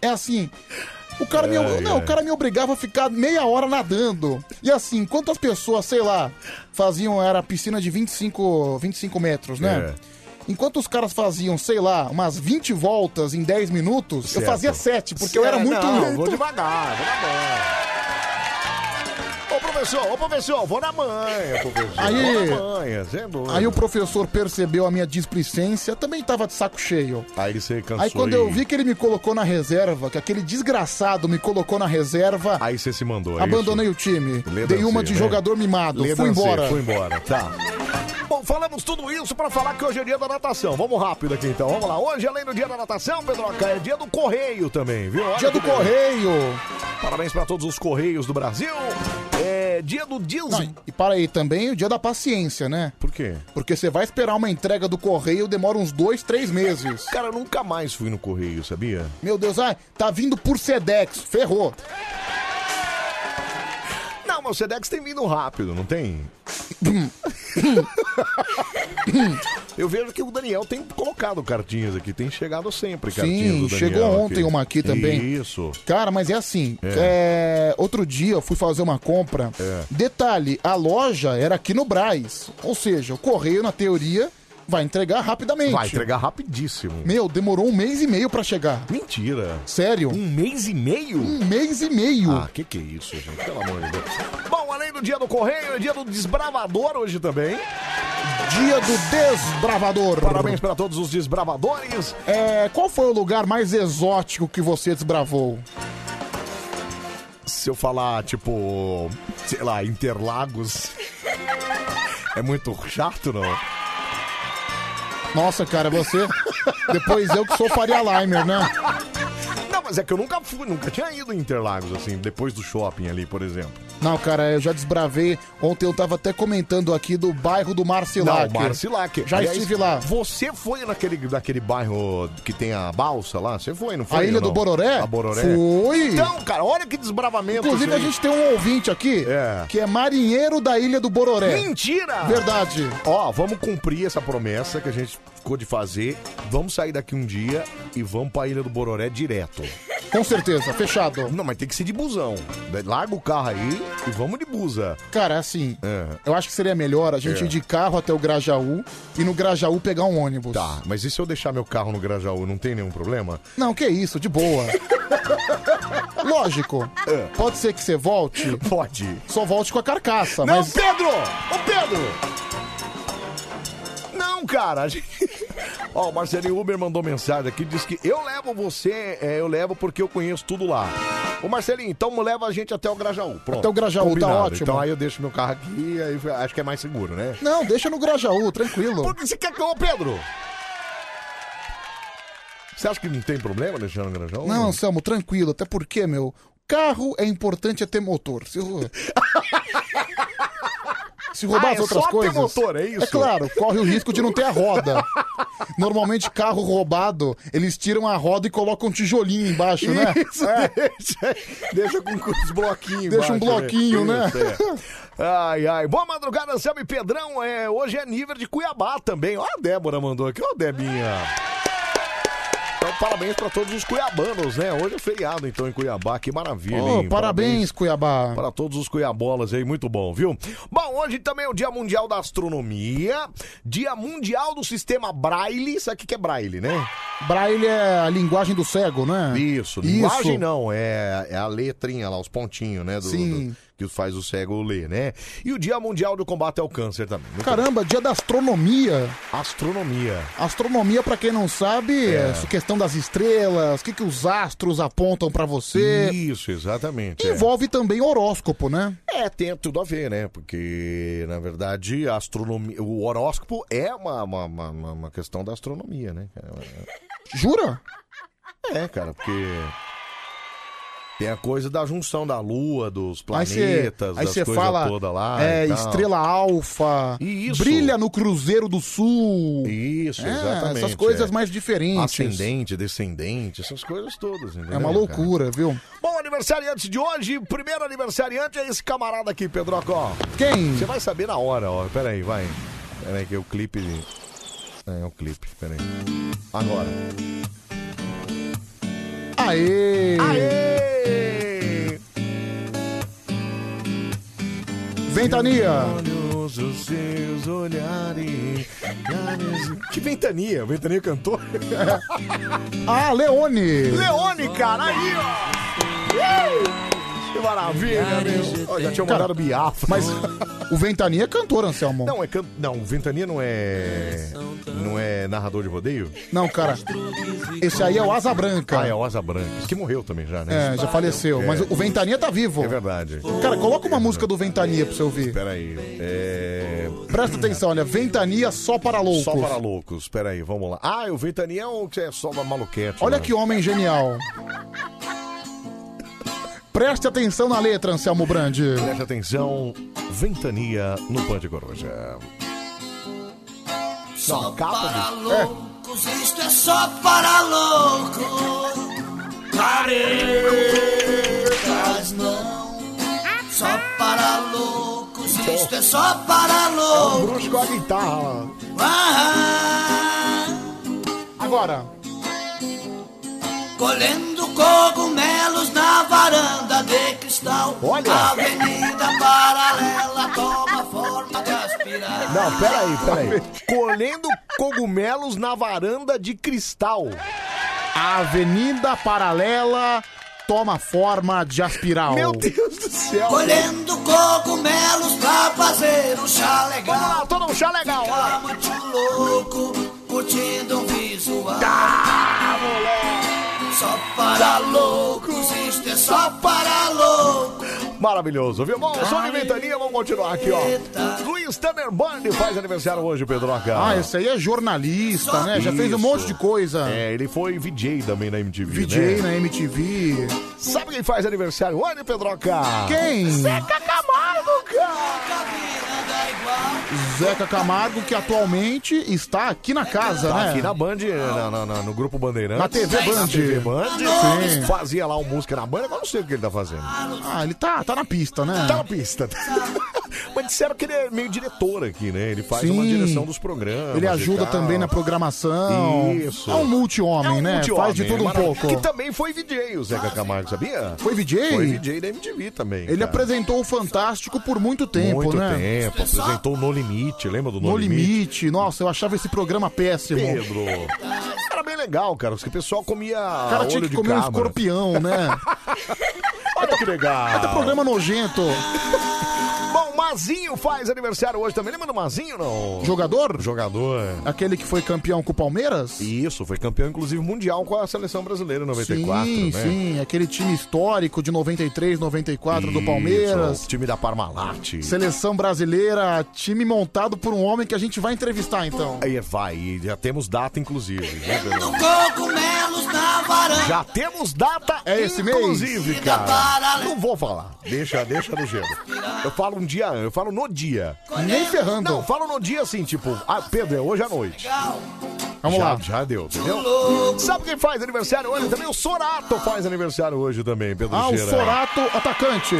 Speaker 2: É assim, o cara, me,
Speaker 1: Ai,
Speaker 2: não,
Speaker 1: ai.
Speaker 2: o cara me obrigava a ficar meia hora nadando. E assim, enquanto as pessoas, sei lá, faziam, era piscina de 25, 25 metros,
Speaker 1: É.
Speaker 2: né? Enquanto os caras faziam, sei lá, umas 20 voltas em 10 minutos,
Speaker 1: Certo.
Speaker 2: eu fazia 7, porque eu
Speaker 1: É,
Speaker 2: era muito
Speaker 1: não,
Speaker 2: lento.
Speaker 1: Vou devagar, vou na manha. Ô, professor, ô, professor, vou na manha, professor.
Speaker 2: Aí-
Speaker 1: Vou na manha, você é doido.
Speaker 2: Aí o professor percebeu a minha displicência, também tava de saco cheio.
Speaker 1: Aí você cansou.
Speaker 2: Aí quando eu
Speaker 1: e-
Speaker 2: vi que ele me colocou na reserva, que aquele desgraçado me colocou na reserva,
Speaker 1: Aí você se mandou, é
Speaker 2: abandonei o time.
Speaker 1: isso?
Speaker 2: Dei uma de
Speaker 1: né?
Speaker 2: jogador mimado.
Speaker 1: Lê
Speaker 2: fui
Speaker 1: dancei,
Speaker 2: embora.
Speaker 1: Fui embora, tá. Bom, falamos tudo isso pra falar que hoje é dia da natação. Vamos rápido aqui então, vamos lá. Hoje, além do dia da natação, Pedroca, é dia do correio também, viu? Olha
Speaker 2: Dia
Speaker 1: que
Speaker 2: do
Speaker 1: beleza.
Speaker 2: Correio.
Speaker 1: Parabéns pra todos os correios do Brasil. É dia do
Speaker 2: Não,
Speaker 1: dízimo.
Speaker 2: e- e para aí também o dia da paciência, né?
Speaker 1: Por quê?
Speaker 2: Porque você vai esperar uma entrega do correio, demora uns dois, três meses.
Speaker 1: Cara, eu nunca mais fui no correio, sabia?
Speaker 2: Meu Deus, ai, tá vindo por Sedex, ferrou.
Speaker 1: Não, mas o Sedex tem vindo rápido, não tem? Eu vejo que o Daniel tem colocado cartinhas aqui, tem chegado sempre cartinhas
Speaker 2: Sim,
Speaker 1: do Daniel
Speaker 2: chegou ontem uma aqui também.
Speaker 1: Isso.
Speaker 2: Cara, mas é assim. é, Outro dia eu fui fazer uma compra.
Speaker 1: É.
Speaker 2: Detalhe, a loja era aqui no Braz. Ou seja, o correio, na teoria, vai entregar rapidamente.
Speaker 1: Vai entregar rapidíssimo.
Speaker 2: Meu, demorou um mês e meio pra chegar.
Speaker 1: Mentira.
Speaker 2: Sério?
Speaker 1: Um mês e meio?
Speaker 2: Um mês e meio.
Speaker 1: Ah, que que é isso, gente? Pelo amor de Deus. Bom, além do dia do correio, é dia do desbravador hoje também.
Speaker 2: Dia do desbravador.
Speaker 1: Parabéns pra todos os desbravadores.
Speaker 2: É, qual foi o lugar mais exótico que você desbravou?
Speaker 1: Se eu falar, tipo, sei lá, Interlagos, é muito chato, não?
Speaker 2: Nossa, cara, você. Depois eu que sou Faria Limer, né?
Speaker 1: Não, mas Interlagos é que eu nunca fui, nunca tinha ido em Interlagos, assim, depois do shopping ali, por exemplo.
Speaker 2: Não, cara, eu já desbravei. Ontem eu tava até comentando aqui do bairro do Marcilac.
Speaker 1: Não, Marcilac.
Speaker 2: Já
Speaker 1: Aliás,
Speaker 2: estive lá.
Speaker 1: Você foi naquele, naquele bairro que tem a balsa lá? Você foi, não foi?
Speaker 2: A Ilha
Speaker 1: ou
Speaker 2: do
Speaker 1: não?
Speaker 2: Bororé?
Speaker 1: A Bororé.
Speaker 2: Fui.
Speaker 1: Então, cara, olha que desbravamento.
Speaker 2: Inclusive,
Speaker 1: isso
Speaker 2: a
Speaker 1: aí.
Speaker 2: gente tem um ouvinte aqui que é marinheiro da Ilha do Bororé.
Speaker 1: Mentira!
Speaker 2: Verdade.
Speaker 1: Ó, vamos cumprir essa promessa que a gente ficou de fazer. Vamos sair daqui um dia e vamos pra Ilha do Bororé direto.
Speaker 2: Com certeza, fechado.
Speaker 1: Não, mas tem que ser de busão. Larga o carro aí e vamos de busa.
Speaker 2: Cara, assim,
Speaker 1: É.
Speaker 2: eu acho que seria melhor a gente
Speaker 1: É.
Speaker 2: ir de carro até o Grajaú e no Grajaú pegar um ônibus.
Speaker 1: Tá, mas e se eu deixar meu carro no Grajaú, não tem nenhum problema?
Speaker 2: Não, que isso, de boa. Lógico. Pode ser que você volte.
Speaker 1: É. Pode.
Speaker 2: Só volte com a carcaça,
Speaker 1: Não,
Speaker 2: mas.
Speaker 1: Pedro! Ô, Pedro! Não, cara. a gente- Ó, o Marcelinho Uber mandou mensagem aqui, diz que eu levo você, é, eu levo porque eu conheço tudo lá. Ô, Marcelinho, então leva a gente até o Grajaú. Pronto.
Speaker 2: Até o Grajaú, tá
Speaker 1: Combinado.
Speaker 2: ótimo.
Speaker 1: Então aí eu deixo meu carro aqui, aí acho que é mais seguro, né?
Speaker 2: Não, deixa no Grajaú, tranquilo.
Speaker 1: Por que você quer que eu, Ô, Pedro? Você acha que não tem problema deixando o Grajaú?
Speaker 2: Não, Anselmo, tranquilo. Até porque, meu, carro é importante é ter motor. Se, rou- Se roubar
Speaker 1: Ah, é
Speaker 2: as outras
Speaker 1: só ter
Speaker 2: coisas.
Speaker 1: motor, é isso?
Speaker 2: É claro, corre o risco de não ter a roda. Normalmente, carro roubado, eles tiram a roda e colocam um tijolinho embaixo, né?
Speaker 1: Isso, deixa, deixa com os bloquinhos.
Speaker 2: Deixa um
Speaker 1: embaixo,
Speaker 2: bloquinho, né?
Speaker 1: Isso, é. Ai, ai. Boa madrugada, Anselmo e Pedrão. É, hoje é nível de Cuiabá também. Ó, a Débora mandou aqui. Ó, Debinha. Então, parabéns pra todos os cuiabanos, né? Hoje é feriado, então, em Cuiabá. Que maravilha,
Speaker 2: Ô,
Speaker 1: hein?
Speaker 2: parabéns, Cuiabá.
Speaker 1: Para todos os cuiabolas aí, muito bom, viu? Bom, hoje também é o Dia Mundial da Astronomia, Dia Mundial do Sistema Braille. Sabe o que que é Braille, né?
Speaker 2: Braille é a linguagem do cego, né?
Speaker 1: Isso, linguagem não, é, é a letrinha lá, os pontinhos, né? do-
Speaker 2: Sim.
Speaker 1: do- que faz o cego ler, né? E o Dia Mundial do Combate ao Câncer também. Muito
Speaker 2: Caramba, dia da astronomia.
Speaker 1: bom. Astronomia.
Speaker 2: Astronomia, pra quem não sabe, é.
Speaker 1: É.
Speaker 2: essa questão das estrelas, o que, que os astros apontam pra você.
Speaker 1: Isso, exatamente. é.
Speaker 2: Envolve também horóscopo, né?
Speaker 1: É, tem tudo a ver, né? Porque, na verdade, a astronomia, o horóscopo é uma, uma, uma, uma- uma questão da astronomia, né?
Speaker 2: Jura?
Speaker 1: É, cara, porque tem a coisa da junção da Lua, dos
Speaker 2: Aí você
Speaker 1: planetas,
Speaker 2: aí
Speaker 1: das
Speaker 2: cê
Speaker 1: coisas
Speaker 2: fala
Speaker 1: todas lá.
Speaker 2: é,
Speaker 1: e tal.
Speaker 2: estrela alfa, brilha no Cruzeiro do Sul.
Speaker 1: Isso,
Speaker 2: É,
Speaker 1: exatamente.
Speaker 2: Essas coisas
Speaker 1: é.
Speaker 2: mais diferentes.
Speaker 1: Ascendente, descendente, essas coisas todas, entendeu?
Speaker 2: É uma loucura, viu?
Speaker 1: Bom, aniversariante de hoje, primeiro aniversariante é esse camarada aqui, Pedroca, ó.
Speaker 2: Quem?
Speaker 1: Você vai saber na hora, ó. Pera aí, vai. Pera aí que o clipe... É, é o clipe, pera aí. Agora.
Speaker 2: Aê!
Speaker 1: Aê!
Speaker 2: Ventania!
Speaker 1: Olhos, os seus olhares... Que ventania? Ventania cantou?
Speaker 2: Ah, Leone!
Speaker 1: Leone, cara, aí, ó. Que maravilha, meu. Ó, já tinha
Speaker 2: Cara,
Speaker 1: mandado biafra.
Speaker 2: Mas o Ventania é cantor, Anselmo.
Speaker 1: Não, é can... não, Ventania não é. Não é narrador de rodeio?
Speaker 2: Não, cara. Esse aí é o Asa Branca.
Speaker 1: Ah, é o Asa Branca. Que morreu também já, né?
Speaker 2: É, já faleceu.
Speaker 1: É.
Speaker 2: Mas o Ventania tá vivo.
Speaker 1: É verdade.
Speaker 2: Cara, coloca uma música do Ventania pra você ouvir.
Speaker 1: Peraí. É.
Speaker 2: Presta atenção, olha. Ventania só para loucos.
Speaker 1: Só para loucos. Peraí, vamos lá. Ah, o Ventania é o que é só uma maluquete.
Speaker 2: Olha
Speaker 1: né?
Speaker 2: que homem genial. Preste atenção na letra, Anselmo Brandi.
Speaker 1: Preste atenção. Ventania no Pão de Coruja.
Speaker 8: Só para
Speaker 1: É.
Speaker 8: loucos, isto é só para loucos. Caretas não, só para loucos, isto é só para
Speaker 1: O
Speaker 8: loucos.
Speaker 1: bruxo com a guitarra lá.
Speaker 8: Ah,
Speaker 2: Agora.
Speaker 8: colhendo cogumelos na varanda de cristal.
Speaker 1: Olha.
Speaker 8: A avenida paralela toma forma de aspirar.
Speaker 1: Não, peraí, peraí. Colhendo cogumelos na varanda de cristal.
Speaker 2: A Avenida Paralela toma forma de aspiral.
Speaker 1: Meu Deus do céu.
Speaker 8: Colhendo cogumelos pra fazer um chá
Speaker 1: Vamos
Speaker 8: legal.
Speaker 1: lá, todo um chá legal. ó.
Speaker 8: Tá muito
Speaker 1: Tá,
Speaker 8: louco, curtindo um visual. Só para loucos, isto é só para loucos.
Speaker 1: Maravilhoso, viu? Bom, som de ventania, vamos continuar aqui, ó. Luiz Tannerband faz aniversário hoje, Pedroca.
Speaker 2: Ah, esse aí é jornalista, né? Já fez um
Speaker 1: Isso.
Speaker 2: monte de coisa.
Speaker 1: É, ele foi VJ também na MTV,
Speaker 2: VJ
Speaker 1: né?
Speaker 2: na MTV.
Speaker 1: Sabe quem faz aniversário hoje, Pedroca?
Speaker 2: Quem?
Speaker 8: Tá
Speaker 1: Zeca Camargo,
Speaker 2: Zeca Camargo, que atualmente está aqui na casa,
Speaker 1: Tá
Speaker 2: né?
Speaker 1: aqui na Band, na- na- na- no grupo Bandeirantes.
Speaker 2: Na TV Band.
Speaker 1: Na TV Band.
Speaker 2: Sim.
Speaker 1: Fazia lá um música na Band, agora não sei o que ele tá fazendo.
Speaker 2: Ah, ele tá, tá na pista, né?
Speaker 1: Tá na pista. Mas disseram que ele é meio diretor aqui, né? Ele faz uma
Speaker 2: Sim.
Speaker 1: direção dos programas.
Speaker 2: Ele
Speaker 1: e
Speaker 2: ajuda
Speaker 1: tal.
Speaker 2: também na programação.
Speaker 1: Isso.
Speaker 2: É um multi-homem,
Speaker 1: É um
Speaker 2: né?
Speaker 1: multi-homem,
Speaker 2: Faz de tudo um
Speaker 1: maravilha.
Speaker 2: pouco.
Speaker 1: Que também foi VJ, o Zeca Camargo, sabia?
Speaker 2: Foi VJ?
Speaker 1: Foi VJ da MTV também.
Speaker 2: Ele
Speaker 1: cara.
Speaker 2: apresentou o Fantástico por muito tempo,
Speaker 1: Muito
Speaker 2: né?
Speaker 1: tempo. Apresentou o No Limite, lembra do No,
Speaker 2: No
Speaker 1: Limite?
Speaker 2: limite. Nossa, eu achava esse programa péssimo.
Speaker 1: Pedro. Era bem legal, cara. Porque o pessoal comia.
Speaker 2: O cara tinha
Speaker 1: olho de
Speaker 2: que comer um
Speaker 1: cabra.
Speaker 2: escorpião, né?
Speaker 1: Olha que legal.
Speaker 2: Até programa nojento.
Speaker 1: Bom, Mazinho faz aniversário hoje também. Lembra do Mazinho, não?
Speaker 2: Jogador?
Speaker 1: Jogador.
Speaker 2: Aquele que foi campeão com o Palmeiras?
Speaker 1: Isso, foi campeão, inclusive, mundial com a seleção brasileira em 94,
Speaker 2: sim,
Speaker 1: né?
Speaker 2: sim. Aquele time histórico de 93, 94 do
Speaker 1: Isso,
Speaker 2: Palmeiras.
Speaker 1: o time da Parmalat.
Speaker 2: Seleção brasileira, time montado por um homem que a gente vai entrevistar então.
Speaker 1: Aí é, vai, e já temos data, inclusive. né, Pedro?
Speaker 8: Cogumelos na varanda.
Speaker 1: Já temos data,
Speaker 2: É esse mês?
Speaker 1: inclusive, cara. Não vou falar. Deixa, deixa no gelo. Eu falo um dia, eu falo no dia.
Speaker 2: Nem ferrando.
Speaker 1: Não, eu falo no dia assim, tipo, ah, Pedro, é hoje à noite.
Speaker 2: Vamos
Speaker 1: já,
Speaker 2: lá.
Speaker 1: Já deu, entendeu? Sabe quem faz aniversário hoje também? O Sorato faz aniversário hoje também, Pedro
Speaker 2: Ah, o
Speaker 1: Gera.
Speaker 2: Sorato atacante.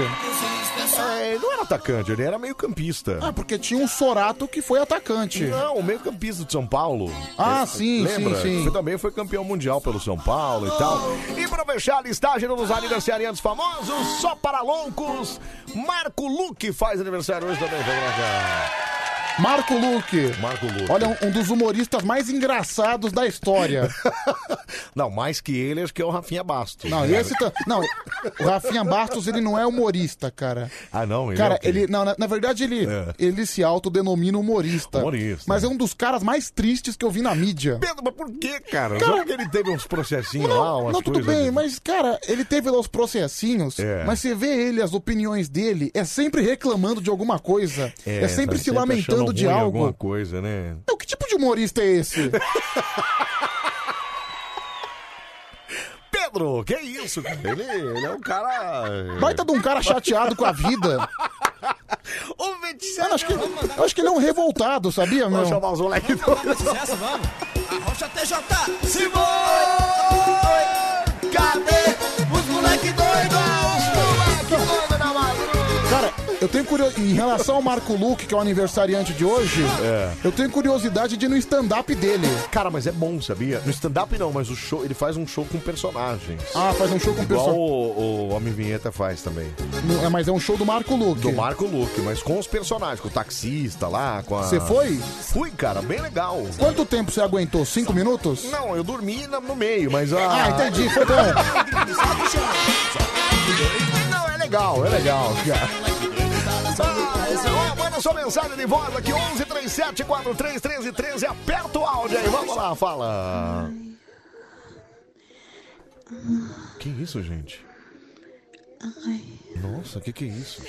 Speaker 1: É, ele não era atacante, ele era meio campista.
Speaker 2: Ah, porque tinha um Sorato que foi atacante.
Speaker 1: Não, o meio-campista de São Paulo.
Speaker 2: Ah,
Speaker 1: É,
Speaker 2: sim,
Speaker 1: lembra?
Speaker 2: sim, sim.
Speaker 1: Foi- também foi campeão mundial pelo São Paulo e tal. E pra fechar a listagem dos aniversariantes famosos, só para loucos, Marco Luque faz aniversário hoje também. vamos lá, cara.
Speaker 2: Marco Luque.
Speaker 1: Marco Luque.
Speaker 2: Olha, um- um dos humoristas mais engraçados da história.
Speaker 1: Não, mais que ele, acho que é o Rafinha Bastos.
Speaker 2: Não,
Speaker 1: né?
Speaker 2: esse tá... Não, o Rafinha Bastos, ele não é humorista, cara.
Speaker 1: Ah, não, ele é
Speaker 2: Cara,
Speaker 1: o quê?
Speaker 2: ele. Não, na, na verdade, ele,
Speaker 1: É.
Speaker 2: ele se autodenomina humorista.
Speaker 1: Humorista.
Speaker 2: Mas é um dos caras mais tristes que eu vi na mídia.
Speaker 1: Pedro, mas por que, cara?
Speaker 2: Cara-
Speaker 1: Será que ele teve uns processinhos lá,
Speaker 2: Não,
Speaker 1: umas
Speaker 2: não, tudo
Speaker 1: coisas
Speaker 2: bem,
Speaker 1: de-
Speaker 2: mas, cara, ele teve lá os processinhos,
Speaker 1: É.
Speaker 2: mas você vê ele, as opiniões dele, é sempre reclamando de alguma coisa, é, sempre
Speaker 1: tá
Speaker 2: se lamentando
Speaker 1: achando
Speaker 2: de
Speaker 1: ruim
Speaker 2: algo.
Speaker 1: Alguma coisa, né?
Speaker 2: Então, que tipo de humorista é esse?
Speaker 1: Pedro, que isso? cara? Ele, ele é um cara.
Speaker 2: Baita de um cara chateado com a vida.
Speaker 1: Ô,
Speaker 2: Eu não acho que, eu acho que ele é um revoltado, sabia, meu?
Speaker 1: Vamos chamar os moleques.
Speaker 8: Sucesso, vamos. Arrocha TJ. Simone. Cadê os moleque doido? Os moleque doido na madrugada.
Speaker 2: Cara, eu tenho curiosidade. Em relação ao Marco Luque, que é o aniversariante de hoje, eu tenho curiosidade de ir no stand-up dele.
Speaker 1: É. Cara, mas é bom, sabia? No stand-up não, mas o show, ele faz um show com personagens.
Speaker 2: Ah, faz um show com
Speaker 1: Igual
Speaker 2: pessoal.
Speaker 1: o, o Homem Vinheta faz também.
Speaker 2: É, mas é um show do Marco Luque.
Speaker 1: Do Marco Luque, mas com os personagens, com o taxista lá, com a.
Speaker 2: Você foi?
Speaker 1: Ah. Fui, cara, bem legal.
Speaker 2: Quanto tempo você aguentou? Cinco minutos?
Speaker 1: Não, eu dormi na- no meio, mas. a-
Speaker 2: Ah, entendi. Foi bom.
Speaker 1: Não, é legal, é legal, cara. Ah, ó, manda sua mensagem de voz aqui, 11 37 43 13 13. Aperta o áudio aí, vamos lá, fala. Que isso, gente? Nossa, que que é isso?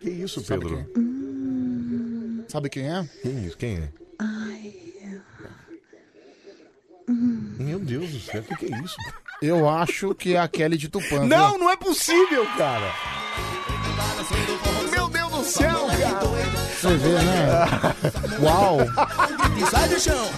Speaker 1: Que isso, Pedro?
Speaker 2: é? Sabe quem é?
Speaker 1: Quem é isso? Quem é? Meu Deus do céu, o que, que é isso?
Speaker 2: Eu acho que é a Kelly de Tupã. viu?
Speaker 1: não é possível, cara. Meu Deus do céu, cara.
Speaker 2: Você vê, né? Uau!
Speaker 8: Sai do chão.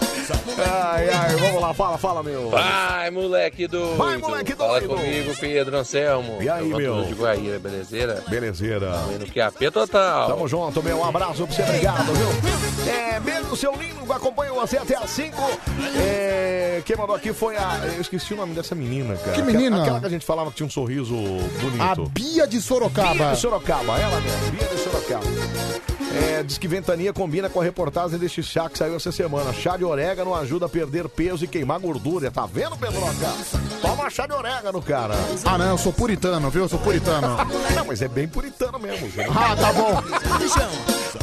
Speaker 1: Ai, ai, vamos lá, fala, fala, meu.
Speaker 3: Ah,
Speaker 11: Vai, moleque doido!
Speaker 1: Vai, moleque
Speaker 11: Fala
Speaker 1: doido!
Speaker 11: comigo, Pedro Anselmo.
Speaker 1: E aí,
Speaker 11: Eu
Speaker 1: meu?
Speaker 11: de Guaíra, belezeira?
Speaker 1: Belezeira.
Speaker 11: Vendo que AP total.
Speaker 1: Tamo junto, meu. Um abraço pra você, obrigado, viu? É, beijo, seu lindo. Acompanho você até às 5. É, quem mandou aqui foi a. Eu esqueci o nome dessa menina, cara.
Speaker 2: Que menina?
Speaker 1: Aquela, aquela que a gente falava que tinha um sorriso
Speaker 2: A
Speaker 1: bonito.
Speaker 2: Bia de
Speaker 1: Bia
Speaker 2: Sorocaba.
Speaker 1: de Sorocaba, ela mesmo, Bia de Sorocaba. É, diz que ventania combina com a reportagem deste chá que saiu essa semana. Chá de orégano ajuda a perder peso e queimar gordura. Tá vendo, Pedroca? Toma chá de orégano, cara.
Speaker 2: Ah, não, eu sou puritano, viu? Eu sou puritano.
Speaker 1: Não, mas é bem puritano mesmo. Zé.
Speaker 2: Ah, tá bom.
Speaker 8: Sai do chão.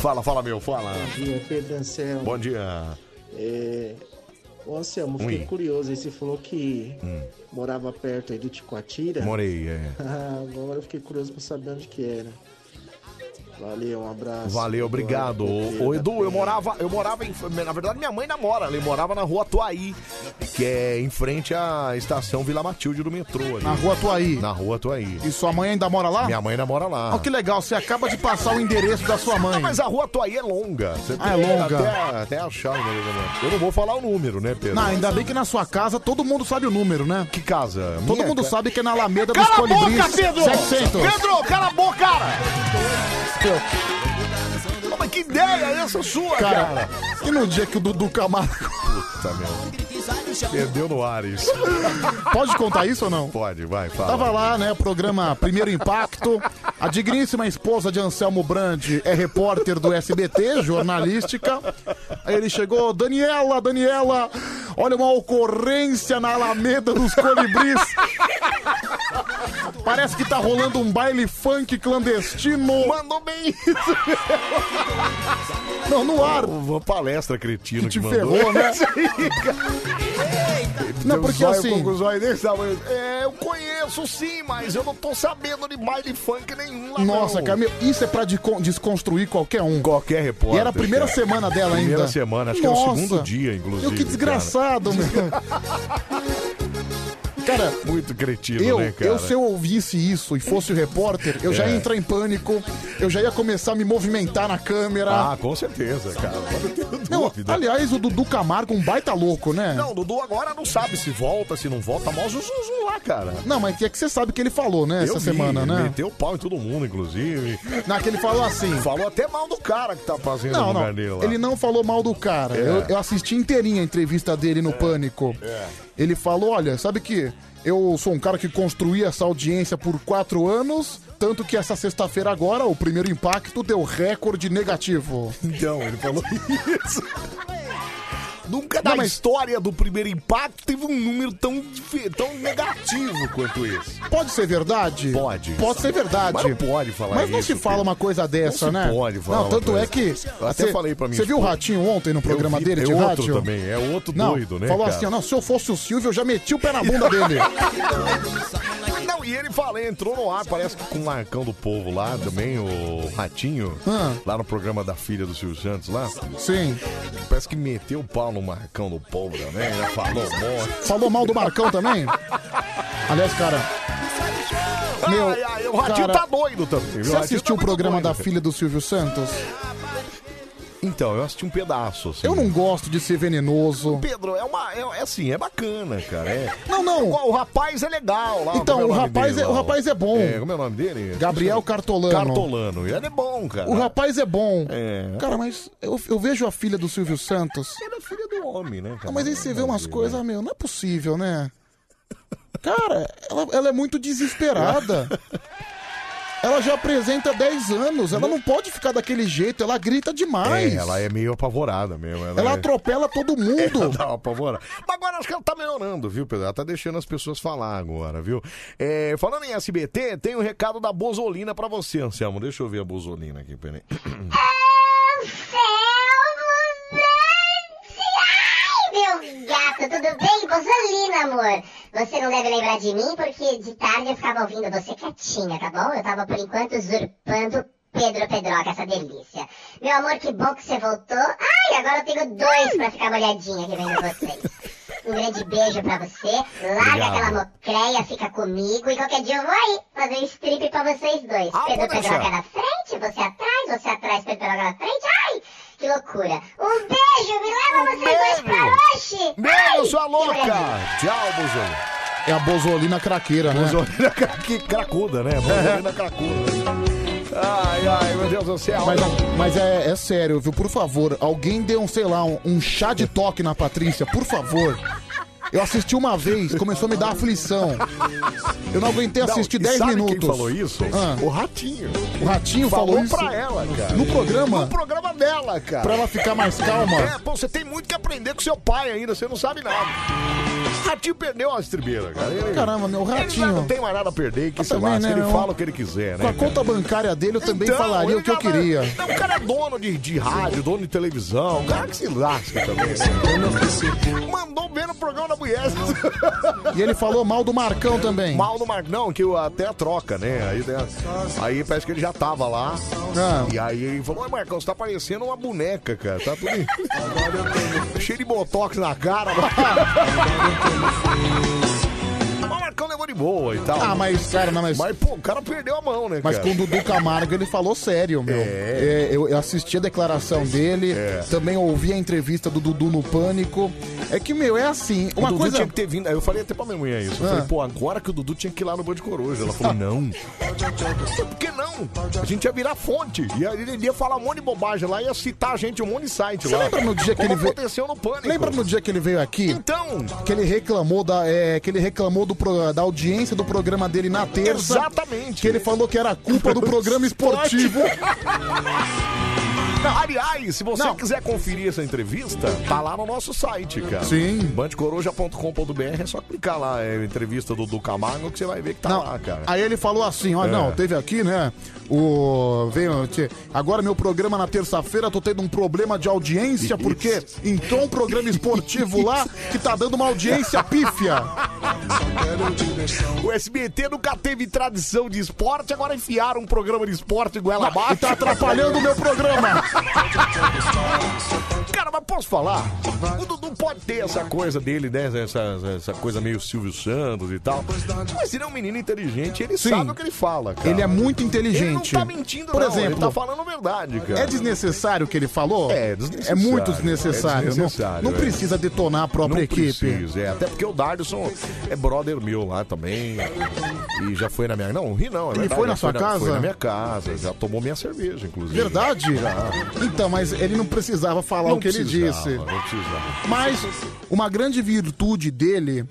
Speaker 1: Fala, fala, meu, fala.
Speaker 12: Bom dia, Pedro Anselmo.
Speaker 1: Bom dia.
Speaker 12: É, Ô Anselmo, fiquei
Speaker 1: Ui. Hum.
Speaker 12: curioso. Aí você falou que morava perto aí do Ticoatira.
Speaker 1: Morei, é.
Speaker 12: Ah, Agora eu fiquei curioso pra saber onde que era. Valeu, um abraço.
Speaker 1: Valeu, obrigado. Ô, ô, Edu, eu morava, eu morava em. Na verdade, minha mãe namora, ela morava na rua Tuaí, que é em frente à estação Vila Matilde do metrô.
Speaker 2: Na rua Tuaí.
Speaker 1: Na rua Tuaí.
Speaker 2: E sua mãe ainda mora lá?
Speaker 1: Minha mãe namora lá.
Speaker 2: Olha que legal, você acaba de passar o endereço da sua mãe.
Speaker 1: Mas a rua Tuaí é longa. Você
Speaker 2: Ah, é
Speaker 1: tem
Speaker 2: longa.
Speaker 1: Até, até achar o número da minha- Eu não vou falar o número, né, Pedro?
Speaker 2: Não, ainda bem que na sua casa todo mundo sabe o número, né?
Speaker 1: Que casa?
Speaker 2: Todo
Speaker 1: Minha
Speaker 2: mundo
Speaker 1: ca-
Speaker 2: sabe que é na Alameda dos
Speaker 1: Cala a
Speaker 2: Colibris.
Speaker 1: boca, Pedro!
Speaker 2: 700.
Speaker 1: Pedro, cala a boca, cara! Ô, Mas que ideia é essa sua, cara?
Speaker 2: Cara, e no dia que o Dudu Camargo...
Speaker 1: Puta, meu. Perdeu no Ares.
Speaker 2: Pode contar isso ou não?
Speaker 1: Pode, vai, fala.
Speaker 2: Tava lá, né? Programa Primeiro Impacto. A digníssima esposa de Anselmo Brandi é repórter do SBT, jornalística. Aí ele chegou, Daniela, Daniela, olha uma ocorrência na Alameda dos Colibris. Parece que tá rolando um baile funk clandestino.
Speaker 1: Mandou bem
Speaker 2: isso. Não, no ar.
Speaker 1: Uma palestra cretino que,
Speaker 2: te
Speaker 1: mandou.
Speaker 2: ferrou, né?
Speaker 1: Isso aí, cara.
Speaker 2: Não,
Speaker 1: Tem um
Speaker 2: porque
Speaker 1: zóio
Speaker 2: assim-
Speaker 1: com um zóio desse tamanho. É, eu conheço sim, mas eu não tô sabendo de baile funk nenhum lá
Speaker 2: Nossa,
Speaker 1: não.
Speaker 2: Camila, isso é pra de- desconstruir qualquer um.
Speaker 1: Qualquer repórter.
Speaker 2: E era a primeira
Speaker 1: cara.
Speaker 2: semana dela ainda.
Speaker 1: Primeira semana, acho que era o
Speaker 2: Nossa.
Speaker 1: segundo dia, inclusive.
Speaker 2: Eu, que desgraçado, meu. Cara,
Speaker 1: Muito cretino,
Speaker 2: Eu,
Speaker 1: né, cara?
Speaker 2: eu, se eu ouvisse isso e fosse o repórter, eu já
Speaker 1: É.
Speaker 2: ia entrar em pânico, eu já ia começar a me movimentar na câmera.
Speaker 1: Ah, com certeza, cara.
Speaker 2: não, aliás, o Dudu Camargo, um baita louco, né?
Speaker 1: Não, o Dudu agora não sabe se volta, se não volta. Mó zuzu lá, cara.
Speaker 2: Não, mas é que você sabe o que ele falou, né, essa
Speaker 1: Eu vi,
Speaker 2: semana, né?
Speaker 1: Meteu pau em todo mundo, inclusive.
Speaker 2: Naquele falou assim.
Speaker 1: Falou até mal do cara que tá fazendo o
Speaker 2: Não, não,
Speaker 1: lugar dele lá.
Speaker 2: ele não falou mal do cara.
Speaker 1: É.
Speaker 2: Eu, eu assisti inteirinha a entrevista dele no Pânico.
Speaker 1: É.
Speaker 2: Ele falou, olha, sabe que eu sou um cara que construí essa audiência por quatro anos, tanto que essa sexta-feira agora, o primeiro impacto deu recorde negativo.
Speaker 1: Então, ele falou isso. Nunca
Speaker 2: Não,
Speaker 1: na
Speaker 2: mas-
Speaker 1: história do primeiro impacto teve um número tão, fe- tão negativo quanto esse.
Speaker 2: Pode ser verdade?
Speaker 1: Pode.
Speaker 2: Pode ser verdade.
Speaker 1: Mas não pode falar
Speaker 2: Mas não
Speaker 1: isso,
Speaker 2: se fala
Speaker 1: filho.
Speaker 2: uma coisa dessa,
Speaker 1: se
Speaker 2: né?
Speaker 1: pode falar
Speaker 2: Não,
Speaker 1: uma
Speaker 2: tanto
Speaker 1: coisa.
Speaker 2: é que.
Speaker 1: Eu até falei pra minha
Speaker 2: Você viu o
Speaker 1: esposa.
Speaker 2: Ratinho ontem no programa
Speaker 1: Eu vi-
Speaker 2: dele
Speaker 1: é
Speaker 2: de
Speaker 1: outro
Speaker 2: rádio?
Speaker 1: também, é outro
Speaker 2: Não,
Speaker 1: doido, né,
Speaker 2: Falou
Speaker 1: cara?
Speaker 2: assim: ó, não, se eu fosse o Silvio, eu já meti o pé na bunda dele.
Speaker 1: Não, e ele fala, entrou no ar, parece que com o Marcão do Povo lá também, o Ratinho,
Speaker 2: Ah.
Speaker 1: lá no programa da filha do Silvio Santos lá.
Speaker 2: Sim.
Speaker 1: Parece que meteu o pau no Marcão do Povo também, né? Falou um monte.
Speaker 2: Falou mal do Marcão também? Aliás, cara. Meu,
Speaker 1: Ai, ai, o Ratinho tá doido também, viu? O
Speaker 2: Você
Speaker 1: Ratinho
Speaker 2: assistiu
Speaker 1: tá
Speaker 2: o
Speaker 1: muito
Speaker 2: programa
Speaker 1: doido.
Speaker 2: da filha do Silvio Santos?
Speaker 1: Então, eu assisti um pedaço, assim.
Speaker 2: Eu não gosto de ser venenoso.
Speaker 1: Pedro, é uma. É, é assim, é bacana, cara. É...
Speaker 2: Não, não.
Speaker 1: O rapaz é legal lá.
Speaker 2: Então,
Speaker 1: como é
Speaker 2: o
Speaker 1: nome
Speaker 2: rapaz
Speaker 1: dele
Speaker 2: é-
Speaker 1: lá,
Speaker 2: o rapaz é bom.
Speaker 1: É, como é o nome dele?
Speaker 2: Gabriel Cartolano.
Speaker 1: Cartolano. Ele é bom, cara.
Speaker 2: O rapaz é bom.
Speaker 1: É.
Speaker 2: Cara, mas eu, eu vejo a filha do Silvio Santos.
Speaker 1: Ele é filho do homem, né, cara?
Speaker 2: Não, mas aí você vê
Speaker 1: Não,
Speaker 2: umas
Speaker 1: né?
Speaker 2: coisas, meu, não é possível, né? Cara, ela, ela é muito desesperada. Ela já apresenta 10 anos, ela não pode ficar daquele jeito, ela grita demais.
Speaker 1: É, ela é meio apavorada mesmo.
Speaker 2: Ela
Speaker 1: é-
Speaker 2: atropela todo
Speaker 1: Ela tá-
Speaker 2: mundo.
Speaker 1: dá uma apavorada. Mas agora acho que ela tá melhorando, viu, Pedro? Ela tá deixando as pessoas falar agora, viu? É, falando em SBT, tem um recado da Bozolina pra você, Anselmo. Deixa eu ver a Bozolina aqui, peraí.
Speaker 13: Ai, meu gato, tudo bem? Rosalina, amor. Você não deve lembrar de mim porque de tarde eu ficava ouvindo você quietinha, tá bom? Eu tava por enquanto usurpando Pedro Pedroca, essa delícia. Meu amor, que bom que você voltou. Ai, agora eu tenho dois pra ficar molhadinha aqui vendo vocês. Um grande beijo pra você. Larga
Speaker 14: Obrigado.
Speaker 13: aquela mocreia, fica comigo e qualquer dia eu vou aí fazer um strip pra vocês dois. Pedro Pedroca na frente, você atrás, você atrás, Pedro Pedroca na frente. Ai, que loucura. Um beijo, me leva vocês dois pra lanche. Ai,
Speaker 1: Um Beijo, sua
Speaker 13: que
Speaker 1: louca!
Speaker 13: maravilha.
Speaker 1: Tchau, Bozolina.
Speaker 2: É a bozolina craqueira, né?
Speaker 1: Bozolina cra- que cracuda,
Speaker 2: É,
Speaker 1: né? Bozolina cracuda. Ai, ai, meu Deus do céu.
Speaker 2: Mas, mas é, é sério, viu? Por favor, alguém dê um, sei lá, um, um chá de toque na Patrícia, por favor. Eu assisti uma vez, começou a me dar aflição. Eu não aguentei
Speaker 1: Não,
Speaker 2: assistir
Speaker 1: e
Speaker 2: 10
Speaker 1: sabe
Speaker 2: minutos.
Speaker 1: Quem falou isso?
Speaker 2: Ah.
Speaker 1: O Ratinho.
Speaker 2: O Ratinho falou isso?
Speaker 1: pra ela, cara.
Speaker 2: No programa?
Speaker 1: No programa dela, cara.
Speaker 2: Pra ela ficar mais calma.
Speaker 1: É, pô, você tem muito que aprender com seu pai ainda, você não sabe nada. Ratinho perdeu as estribeiras, cara. Ele-
Speaker 2: Caramba, meu, o
Speaker 1: Ele
Speaker 2: Ratinho-
Speaker 1: não tem mais nada a perder, que
Speaker 2: Ah,
Speaker 1: se
Speaker 2: também,
Speaker 1: lasque,
Speaker 2: né,
Speaker 1: ele
Speaker 2: meu?
Speaker 1: fala o que ele quiser, né?
Speaker 2: Com a
Speaker 1: cara?
Speaker 2: conta bancária dele, eu também
Speaker 1: Então,
Speaker 2: falaria
Speaker 1: ele
Speaker 2: o que eu
Speaker 1: já-
Speaker 2: queria.
Speaker 1: Não, o cara é dono de, de rádio, dono de televisão, o cara que se lasca também. né? Mandou ver no programa da mulher.
Speaker 2: E ele falou mal do Marcão também.
Speaker 1: Mal do Marcão, que o- até a troca, né? Aí, né? aí parece que ele já tava lá.
Speaker 2: Ah.
Speaker 1: E aí ele falou, "Ô, Marcão, você tá parecendo uma boneca, cara. Tá tudo... Cheio de botox na cara. Mas o Marcão levou de boa e tal.
Speaker 2: Ah, mas, cara, não, mas-
Speaker 1: Mas, pô, o cara perdeu a mão, né,
Speaker 2: Mas
Speaker 1: cara?
Speaker 2: com o Dudu Camargo ele falou sério, meu. É, eu, eu assisti a
Speaker 1: É.
Speaker 2: declaração dele, também ouvi a entrevista do Dudu no Pânico. É que, meu, é assim,
Speaker 1: Uma
Speaker 2: uma
Speaker 1: o Dudu
Speaker 2: coisa...
Speaker 1: tinha que ter vindo. Eu falei até pra minha mulher isso. Eu falei,
Speaker 2: Ah.
Speaker 1: pô, agora que o Dudu tinha que ir lá no Band Coruja. Ela falou, não. Por que não? A gente ia virar fonte. E aí ele ia falar um monte de bobagem lá, ia citar a gente um monte de site
Speaker 2: Você
Speaker 1: lá.
Speaker 2: lembra no dia que
Speaker 1: Como
Speaker 2: ele veio...
Speaker 1: aconteceu no pânico.
Speaker 2: Lembra no dia que ele veio aqui?
Speaker 1: Então!
Speaker 2: Que ele reclamou da, é, que ele reclamou do pro- da audiência do programa dele na terça.
Speaker 1: Exatamente.
Speaker 2: Que ele falou que era culpa do programa esportivo.
Speaker 1: Não, aliás, se você quiser conferir essa entrevista, tá lá no nosso site, cara.
Speaker 2: Sim.
Speaker 1: Bandcoroja.com.br é só clicar lá, é entrevista do Dudu Camargo, que você vai ver que tá
Speaker 2: Não,
Speaker 1: lá, cara.
Speaker 2: Aí ele falou assim, ó,
Speaker 1: É.
Speaker 2: não, teve aqui, né? O. Veio. tchê, Agora meu programa na terça-feira, tô tendo um problema de audiência, porque entrou um programa esportivo lá que tá dando uma audiência pífia.
Speaker 1: O SBT nunca teve tradição de esporte, agora enfiaram um programa de esporte goela abaixo.
Speaker 2: E tá atrapalhando o meu programa.
Speaker 1: Cara, mas posso falar? O Dudu pode ter essa coisa dele, né? Essa, essa coisa meio Silvio Santos e tal. Mas ele é um menino inteligente, ele
Speaker 2: Sim.
Speaker 1: sabe o que ele fala, cara.
Speaker 2: Ele é muito
Speaker 1: Ele não
Speaker 2: inteligente.
Speaker 1: tá mentindo,
Speaker 2: Por
Speaker 1: não.
Speaker 2: exemplo,
Speaker 1: Ele tá falando a verdade, cara.
Speaker 2: É desnecessário o que ele falou?
Speaker 1: É, desnecessário.
Speaker 2: É muito desnecessário.
Speaker 1: É desnecessário,
Speaker 2: não, não
Speaker 1: é.
Speaker 2: precisa detonar a própria
Speaker 1: não
Speaker 2: equipe.
Speaker 1: Precisa, é. Até porque o Dardson é brother meu lá também. E já foi na minha. Não, ri não. É
Speaker 2: Ele
Speaker 1: verdade,
Speaker 2: foi na
Speaker 1: já
Speaker 2: sua casa?
Speaker 1: Foi na minha casa. Já tomou minha cerveja, inclusive.
Speaker 2: Verdade?
Speaker 1: Já.
Speaker 2: Então, mas ele não precisava falar
Speaker 1: Ah. Não
Speaker 2: o que ele
Speaker 1: precisava,
Speaker 2: disse.
Speaker 1: Não precisava.
Speaker 2: Mas uma grande virtude dele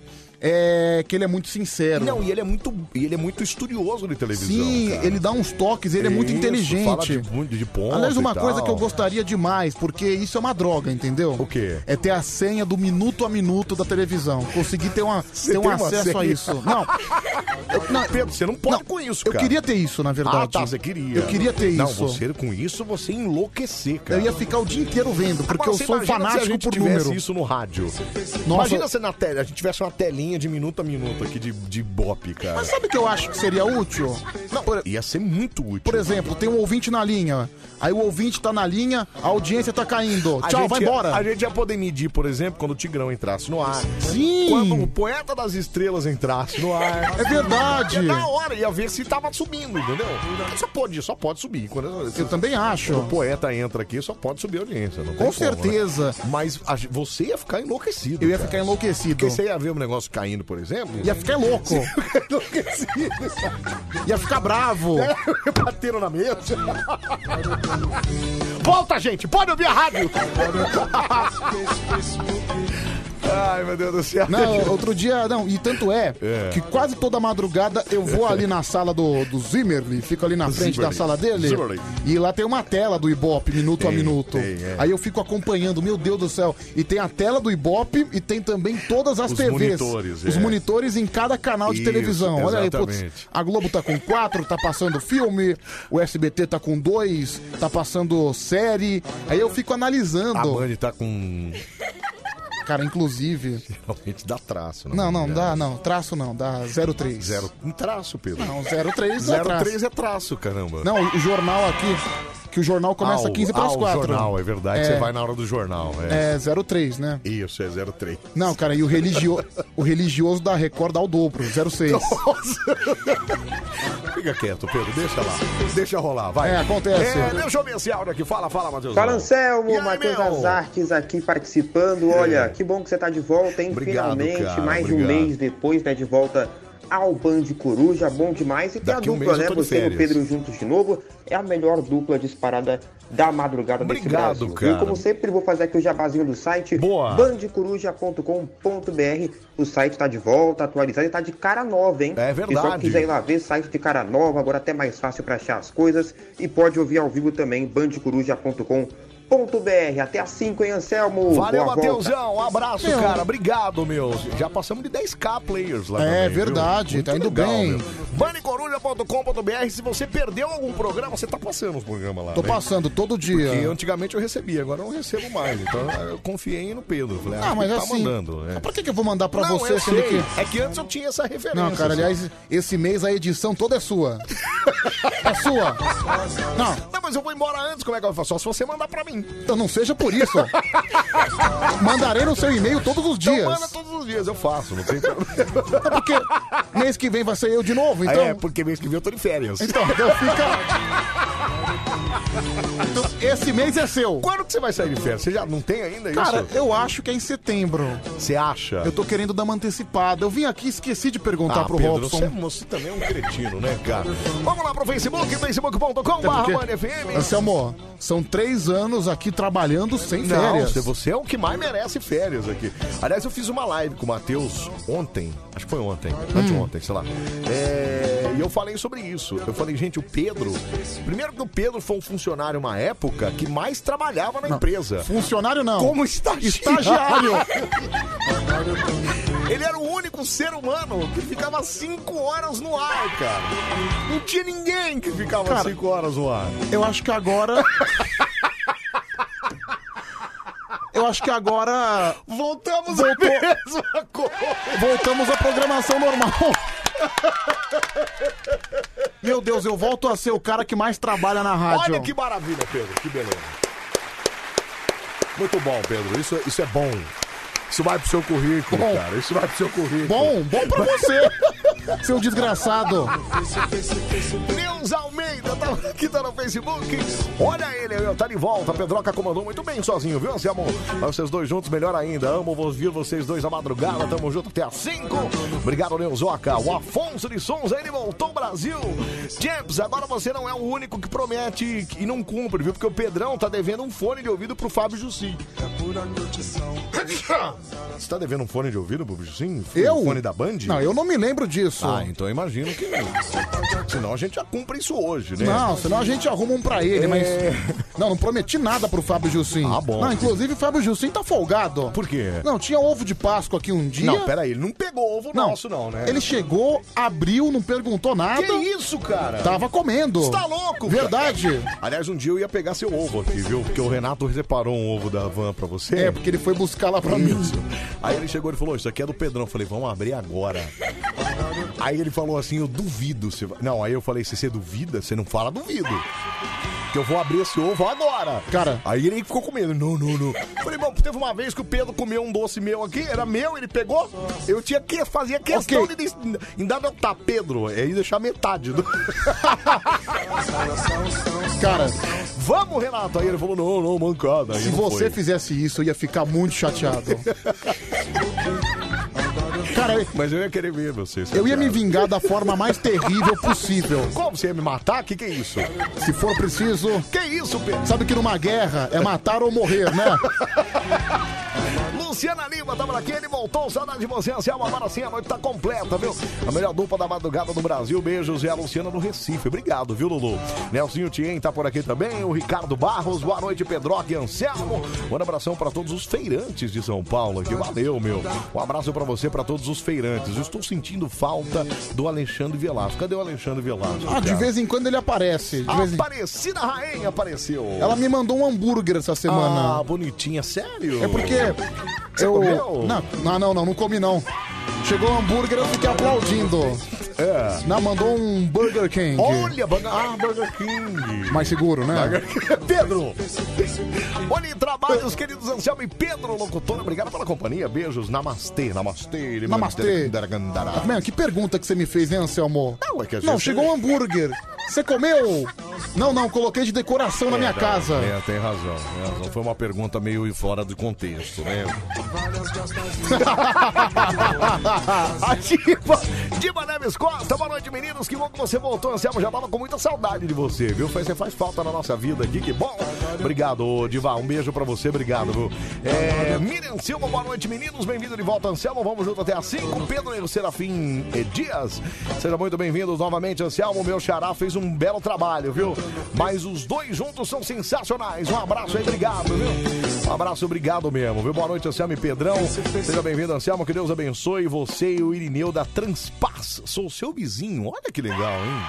Speaker 2: é que ele é muito sincero.
Speaker 1: Não, e ele é muito, e ele é muito estudioso de televisão.
Speaker 2: Sim,
Speaker 1: cara.
Speaker 2: ele dá uns toques, ele é muito
Speaker 1: Isso,
Speaker 2: inteligente.
Speaker 1: Fala de, muito de ponta
Speaker 2: Aliás, uma
Speaker 1: e
Speaker 2: coisa
Speaker 1: tal.
Speaker 2: que eu gostaria demais, porque isso é uma droga, entendeu? O
Speaker 1: quê?
Speaker 2: É ter a senha do minuto a minuto da televisão. Conseguir ter, uma, ter um
Speaker 1: tem uma
Speaker 2: acesso a
Speaker 1: senha?
Speaker 2: isso. Não. Eu- não,
Speaker 1: Pedro, você não pode com isso,
Speaker 2: eu
Speaker 1: cara.
Speaker 2: queria ter isso, na verdade.
Speaker 1: Ah, tá, você queria.
Speaker 2: Eu queria ter
Speaker 1: não,
Speaker 2: isso.
Speaker 1: você com isso, você ia enlouquecer, cara.
Speaker 2: Eu ia ficar o dia inteiro vendo, porque
Speaker 1: Agora,
Speaker 2: eu
Speaker 1: você
Speaker 2: sou um
Speaker 1: imagina se a
Speaker 2: fanático
Speaker 1: gente
Speaker 2: por
Speaker 1: tivesse
Speaker 2: número.
Speaker 1: isso no rádio. Imagina se na tela, a gente tivesse uma telinha de minuto a minuto aqui de, de bop, cara.
Speaker 2: Mas sabe o que eu acho que seria útil?
Speaker 1: Ia ser muito útil.
Speaker 2: Por exemplo, tem um ouvinte na linha. Aí o ouvinte tá na linha, a audiência tá caindo.
Speaker 1: A
Speaker 2: Tchau,
Speaker 1: gente
Speaker 2: vai
Speaker 1: ia-
Speaker 2: embora.
Speaker 1: A gente ia poder medir, por exemplo, quando o Tigrão entrasse no ar.
Speaker 2: Sim.
Speaker 1: Quando o Poeta das Estrelas entrasse no ar.
Speaker 2: É verdade.
Speaker 1: Ia na hora, ia ver se tava subindo, entendeu? Só pode, só pode subir. Quando,
Speaker 2: Eu também acho.
Speaker 1: Quando o Poeta entra aqui, só pode subir a audiência. não tem
Speaker 2: Com
Speaker 1: como,
Speaker 2: certeza.
Speaker 1: né? Mas a ge- você ia ficar enlouquecido.
Speaker 2: Eu ia
Speaker 1: cara.
Speaker 2: ficar enlouquecido.
Speaker 1: Porque você ia ver um negócio caindo, por exemplo.
Speaker 2: Ia ficar louco. Ia ficar bravo.
Speaker 1: Bateram na mesa. Volta, gente! Pode ouvir a rádio! Ai, meu Deus do céu.
Speaker 2: Não, outro dia, não, e tanto é,
Speaker 1: É.
Speaker 2: que quase toda madrugada eu vou ali na sala do, do Zimmerli, fico ali na frente
Speaker 1: Zimmerli.
Speaker 2: da sala dele,
Speaker 1: Zimmerli.
Speaker 2: e lá tem uma tela do Ibope, minuto a
Speaker 1: Tem,
Speaker 2: minuto.
Speaker 1: tem, é.
Speaker 2: Aí eu fico acompanhando, meu Deus do céu, e tem a tela do Ibope e tem também todas as
Speaker 1: Os
Speaker 2: TVs.
Speaker 1: monitores,
Speaker 2: os
Speaker 1: é.
Speaker 2: monitores em cada canal de
Speaker 1: Isso,
Speaker 2: televisão. Olha aí, putz,
Speaker 1: exatamente.
Speaker 2: a Globo tá com quatro, tá passando filme, o SBT tá com dois, tá passando série. Aí eu fico analisando.
Speaker 1: A Band tá com.
Speaker 2: Cara, inclusive.
Speaker 1: Realmente dá traço, né?
Speaker 2: Não, não, dá, não. Traço não, dá 03.
Speaker 1: Zero. Um traço, Pedro.
Speaker 2: Não, 03 não é traço.
Speaker 1: 03 é traço, caramba.
Speaker 2: Não, o jornal aqui, que o jornal começa
Speaker 1: Ah, o-
Speaker 2: 15 para as
Speaker 1: ah, o
Speaker 2: 4.
Speaker 1: jornal, é verdade. Você vai na hora do jornal.
Speaker 2: É
Speaker 1: É.
Speaker 2: 03, né?
Speaker 1: Isso, é 03.
Speaker 2: Não, cara, e o, religio... o religioso da Record dá o dobro, 06.
Speaker 1: Fica quieto, Pedro. Deixa lá. Deixa rolar, vai.
Speaker 2: É, acontece.
Speaker 1: É, deixa eu ver esse áudio aqui. Fala, fala, Matheus.
Speaker 14: Fala Anselmo,
Speaker 1: E aí,
Speaker 14: Matheus
Speaker 1: meu?
Speaker 14: das Artes aqui participando. Olha, que bom que você tá de volta, hein?
Speaker 1: É. Obrigado,
Speaker 14: Finalmente,
Speaker 1: cara,
Speaker 14: mais de um
Speaker 1: obrigado.
Speaker 14: mês depois, né? De volta ao Band Coruja, bom demais. E tem
Speaker 1: Daqui
Speaker 14: a
Speaker 1: um
Speaker 14: dupla,
Speaker 1: mês eu
Speaker 14: né?
Speaker 1: tô de
Speaker 14: Você e o
Speaker 1: férias.
Speaker 14: Pedro juntos de novo. É a melhor dupla disparada da madrugada desse
Speaker 1: Obrigado,
Speaker 14: Brasil.
Speaker 1: cara.
Speaker 14: E como sempre, vou fazer aqui o jabazinho do site
Speaker 1: Boa.
Speaker 14: bandecoruja.com.br. O site tá de volta, atualizado e tá de cara nova, hein?
Speaker 1: É verdade.
Speaker 14: Pessoal que quiser ir lá ver, site de cara nova, agora até mais fácil para achar as coisas. E pode ouvir ao vivo também, bandecoruja.com.br. Ponto.br. Até às 5, hein, Anselmo? Boa
Speaker 1: Valeu,
Speaker 14: volta.
Speaker 1: Matheusão. Um abraço,
Speaker 14: Meu.
Speaker 1: cara. Obrigado, meu. Já passamos de 10k players lá.
Speaker 2: É,
Speaker 1: também, viu?
Speaker 2: verdade. Tá
Speaker 1: Muito
Speaker 2: indo bem.
Speaker 1: meu. Banecoruja.com.br. Se você perdeu algum programa, você tá passando os programas lá.
Speaker 2: Tô
Speaker 1: né?
Speaker 2: passando todo dia.
Speaker 1: Porque antigamente eu recebia, agora eu não recebo mais. Então eu confiei no Pedro. Falei, ah,
Speaker 2: Ah, mas
Speaker 1: ele tá
Speaker 2: assim,
Speaker 1: mandando. é.
Speaker 2: Por que, que eu vou mandar pra
Speaker 1: Não,
Speaker 2: você
Speaker 1: eu
Speaker 2: sendo
Speaker 1: sei.
Speaker 2: que.
Speaker 1: É que antes eu tinha essa referência.
Speaker 2: Não, cara,
Speaker 1: assim.
Speaker 2: aliás, esse mês a edição toda é sua. É sua. Não.
Speaker 1: Não, mas eu vou embora antes, como é que eu faço? Só se você mandar pra mim.
Speaker 2: Então não seja por isso. Mandarei no seu e-mail todos os dias.
Speaker 1: Então manda todos os dias, eu faço, não tem problema.
Speaker 2: É porque mês que vem vai ser eu de novo, então.
Speaker 1: É, porque mês que vem eu tô de férias.
Speaker 2: Então, então fica. Então, esse mês é seu.
Speaker 1: Quando que você vai sair de férias? Você já não tem ainda isso?
Speaker 2: Cara, eu acho que é em setembro.
Speaker 1: Você acha?
Speaker 2: Eu tô querendo dar uma antecipada. Eu vim aqui e esqueci de perguntar
Speaker 1: ah,
Speaker 2: pro
Speaker 1: Pedro,
Speaker 2: Robson.
Speaker 1: Você, você também é um cretino, né, cara? Vamos lá pro Facebook, facebook.com
Speaker 2: Até porque-
Speaker 1: barra FM.
Speaker 2: Anselmo, são três anos aqui trabalhando sem
Speaker 1: Não,
Speaker 2: férias.
Speaker 1: você- você é o que mais merece férias aqui. Aliás, eu fiz uma live com o Matheus ontem, acho que foi ontem,
Speaker 2: Hum.
Speaker 1: anteontem, sei lá. É, e eu falei sobre isso. Eu falei, gente, o Pedro. Primeiro que o Pedro foi um funcionário uma época que mais trabalhava na empresa.
Speaker 2: Funcionário não.
Speaker 1: Como estagiário.
Speaker 2: Estagiário.
Speaker 1: Ele era o único ser humano que ficava cinco horas no ar, cara. Não tinha ninguém que ficava assim.
Speaker 2: Cara,
Speaker 1: cinco horas no ar.
Speaker 2: Eu acho que agora. Eu acho que agora.
Speaker 1: Voltamos
Speaker 2: à
Speaker 1: mesma coisa.
Speaker 2: Voltamos à programação normal. Meu Deus, eu volto a ser o cara que mais trabalha na rádio.
Speaker 1: Olha que maravilha, Pedro. Que beleza. Muito bom, Pedro. Isso, isso é bom. Isso vai pro seu currículo,
Speaker 2: Bom.
Speaker 1: cara. Isso vai pro seu currículo.
Speaker 2: Bom, bom pra você, seu desgraçado.
Speaker 1: Neus Almeida tá aqui tá no Facebook. Olha ele, meu, tá de volta. Pedroca comandou muito bem sozinho, viu, Anselmo? Mas Vocês dois juntos, melhor ainda. Amo ouvir vocês dois na madrugada. Tamo junto até às 5. Obrigado, Neuzoca. O Afonso de Souza, ele voltou ao Brasil. James, agora você não é o único que promete e não cumpre, viu? Porque o Pedrão tá devendo um fone de ouvido pro Fábio Jussi.
Speaker 2: Ah,
Speaker 1: Você tá devendo um fone de ouvido pro Jussi?
Speaker 2: Eu?
Speaker 1: Um fone da Band?
Speaker 2: Não, eu não me lembro disso.
Speaker 1: Ah, então eu imagino que. Senão a gente já cumpre isso hoje, né?
Speaker 2: Não, senão a gente arruma um pra ele,
Speaker 1: É.
Speaker 2: mas. Não, não prometi nada pro Fábio Jussim. Ah, bom. Não, inclusive o Fábio Jussim tá folgado.
Speaker 1: Por quê?
Speaker 2: Não, tinha ovo de Páscoa aqui um dia.
Speaker 1: Não, peraí, ele não pegou ovo nosso, não, né?
Speaker 2: Ele chegou, abriu, não perguntou nada.
Speaker 1: Que isso, cara?
Speaker 2: Tava comendo.
Speaker 1: Você tá louco? cara?
Speaker 2: Verdade.
Speaker 1: Aliás, um dia eu ia pegar seu ovo aqui, viu? Porque o Renato separou um ovo da van pra você.
Speaker 2: É, porque ele foi buscar lá pra mim.
Speaker 1: Isso. Aí ele chegou e falou: Isso aqui é do Pedrão. Eu falei: Vamos abrir agora. Aí ele falou assim: Eu duvido. Se... Não, aí eu falei: Se você duvida, você não fala duvido. Que eu vou abrir esse ovo agora.
Speaker 2: Cara.
Speaker 1: Aí ele ficou com medo. Não, não, não. Falei, bom, teve uma vez que o Pedro comeu um doce meu aqui, era meu, ele pegou. Eu tinha que fazer questão
Speaker 2: Ok.
Speaker 1: de. de- Em dar meu tá, Pedro. Aí deixar metade do.
Speaker 2: Cara,
Speaker 1: Vamos, Renato. Aí ele falou: não, não, mancada. Aí
Speaker 2: se
Speaker 1: não
Speaker 2: você
Speaker 1: foi.
Speaker 2: fizesse isso, eu ia ficar muito chateado. Cara, eu-
Speaker 1: Mas eu ia querer ver você.
Speaker 2: eu ia
Speaker 1: chateado.
Speaker 2: me vingar da forma mais terrível possível.
Speaker 1: Como você ia me matar? Que que é isso?
Speaker 2: Se for preciso.
Speaker 1: Que isso, Pedro?
Speaker 2: Sabe que numa guerra é matar ou morrer, né?
Speaker 1: Luciana Lima tava aqui, ele voltou, saudade de você, Anselmo, agora sim, a noite tá completa, viu? A melhor dupla da madrugada do Brasil, beijos, e a Luciana do Recife, obrigado, viu, Lulu? Nelsinho Tien tá por aqui também, o Ricardo Barros, boa noite, Pedroca e Anselmo, um abração pra todos os feirantes de São Paulo aqui, valeu, meu. Um abraço pra você, pra todos os feirantes, eu estou sentindo falta do Alexandre Velasco, cadê o Alexandre Velasco?
Speaker 2: Ah, de vez em quando ele aparece. De vez em...
Speaker 1: Aparecida Rainha apareceu.
Speaker 2: Ela me mandou um hambúrguer essa semana.
Speaker 1: Ah, bonitinha, sério?
Speaker 2: É porque
Speaker 1: Você
Speaker 2: eu.
Speaker 1: comeu?
Speaker 2: Não, não, não, não, não comi não. Chegou o hambúrguer, eu fiquei aplaudindo.
Speaker 1: É.
Speaker 2: Não, mandou um Burger King.
Speaker 1: Olha, Burger, ah, Burger King.
Speaker 2: Mais seguro, né?
Speaker 1: Pedro! Olha em trabalhos, queridos Anselmo e Pedro Locutor. Obrigado pela companhia. Beijos. Namastê, namastê.
Speaker 2: Namastê.
Speaker 1: Daragandara.
Speaker 2: Mano, Ah, que pergunta que você me fez, hein, Anselmo?
Speaker 1: Não, é que às
Speaker 2: Não,
Speaker 1: vezes-
Speaker 2: chegou um hambúrguer. Você comeu? Não, não, coloquei de decoração um na minha
Speaker 1: É,
Speaker 2: casa.
Speaker 1: É, tem razão, tem razão. Foi uma pergunta meio fora do contexto, né? A Diva, Diva Neves Costa, boa noite, meninos. Que bom que você voltou, Anselmo. Já tava com muita saudade de você, viu? Faz- Você faz falta na nossa vida aqui, que bom. Obrigado, ô, Diva. Um beijo pra você, obrigado, viu? É, Miriam Silva, boa noite, meninos. Bem-vindo de volta, Anselmo. Vamos junto até às 5. Pedro e Serafim eh, Dias, sejam muito bem-vindos novamente, Anselmo. Meu xará fez um belo trabalho, viu? Mas os dois juntos são sensacionais. Um abraço aí, obrigado, viu? Um abraço, obrigado mesmo, viu? Boa noite, Anselmo e Pedrão. Seja bem-vindo, Anselmo. Que Deus abençoe você e o Irineu da Transpaz. Sou seu vizinho. Olha que legal, hein?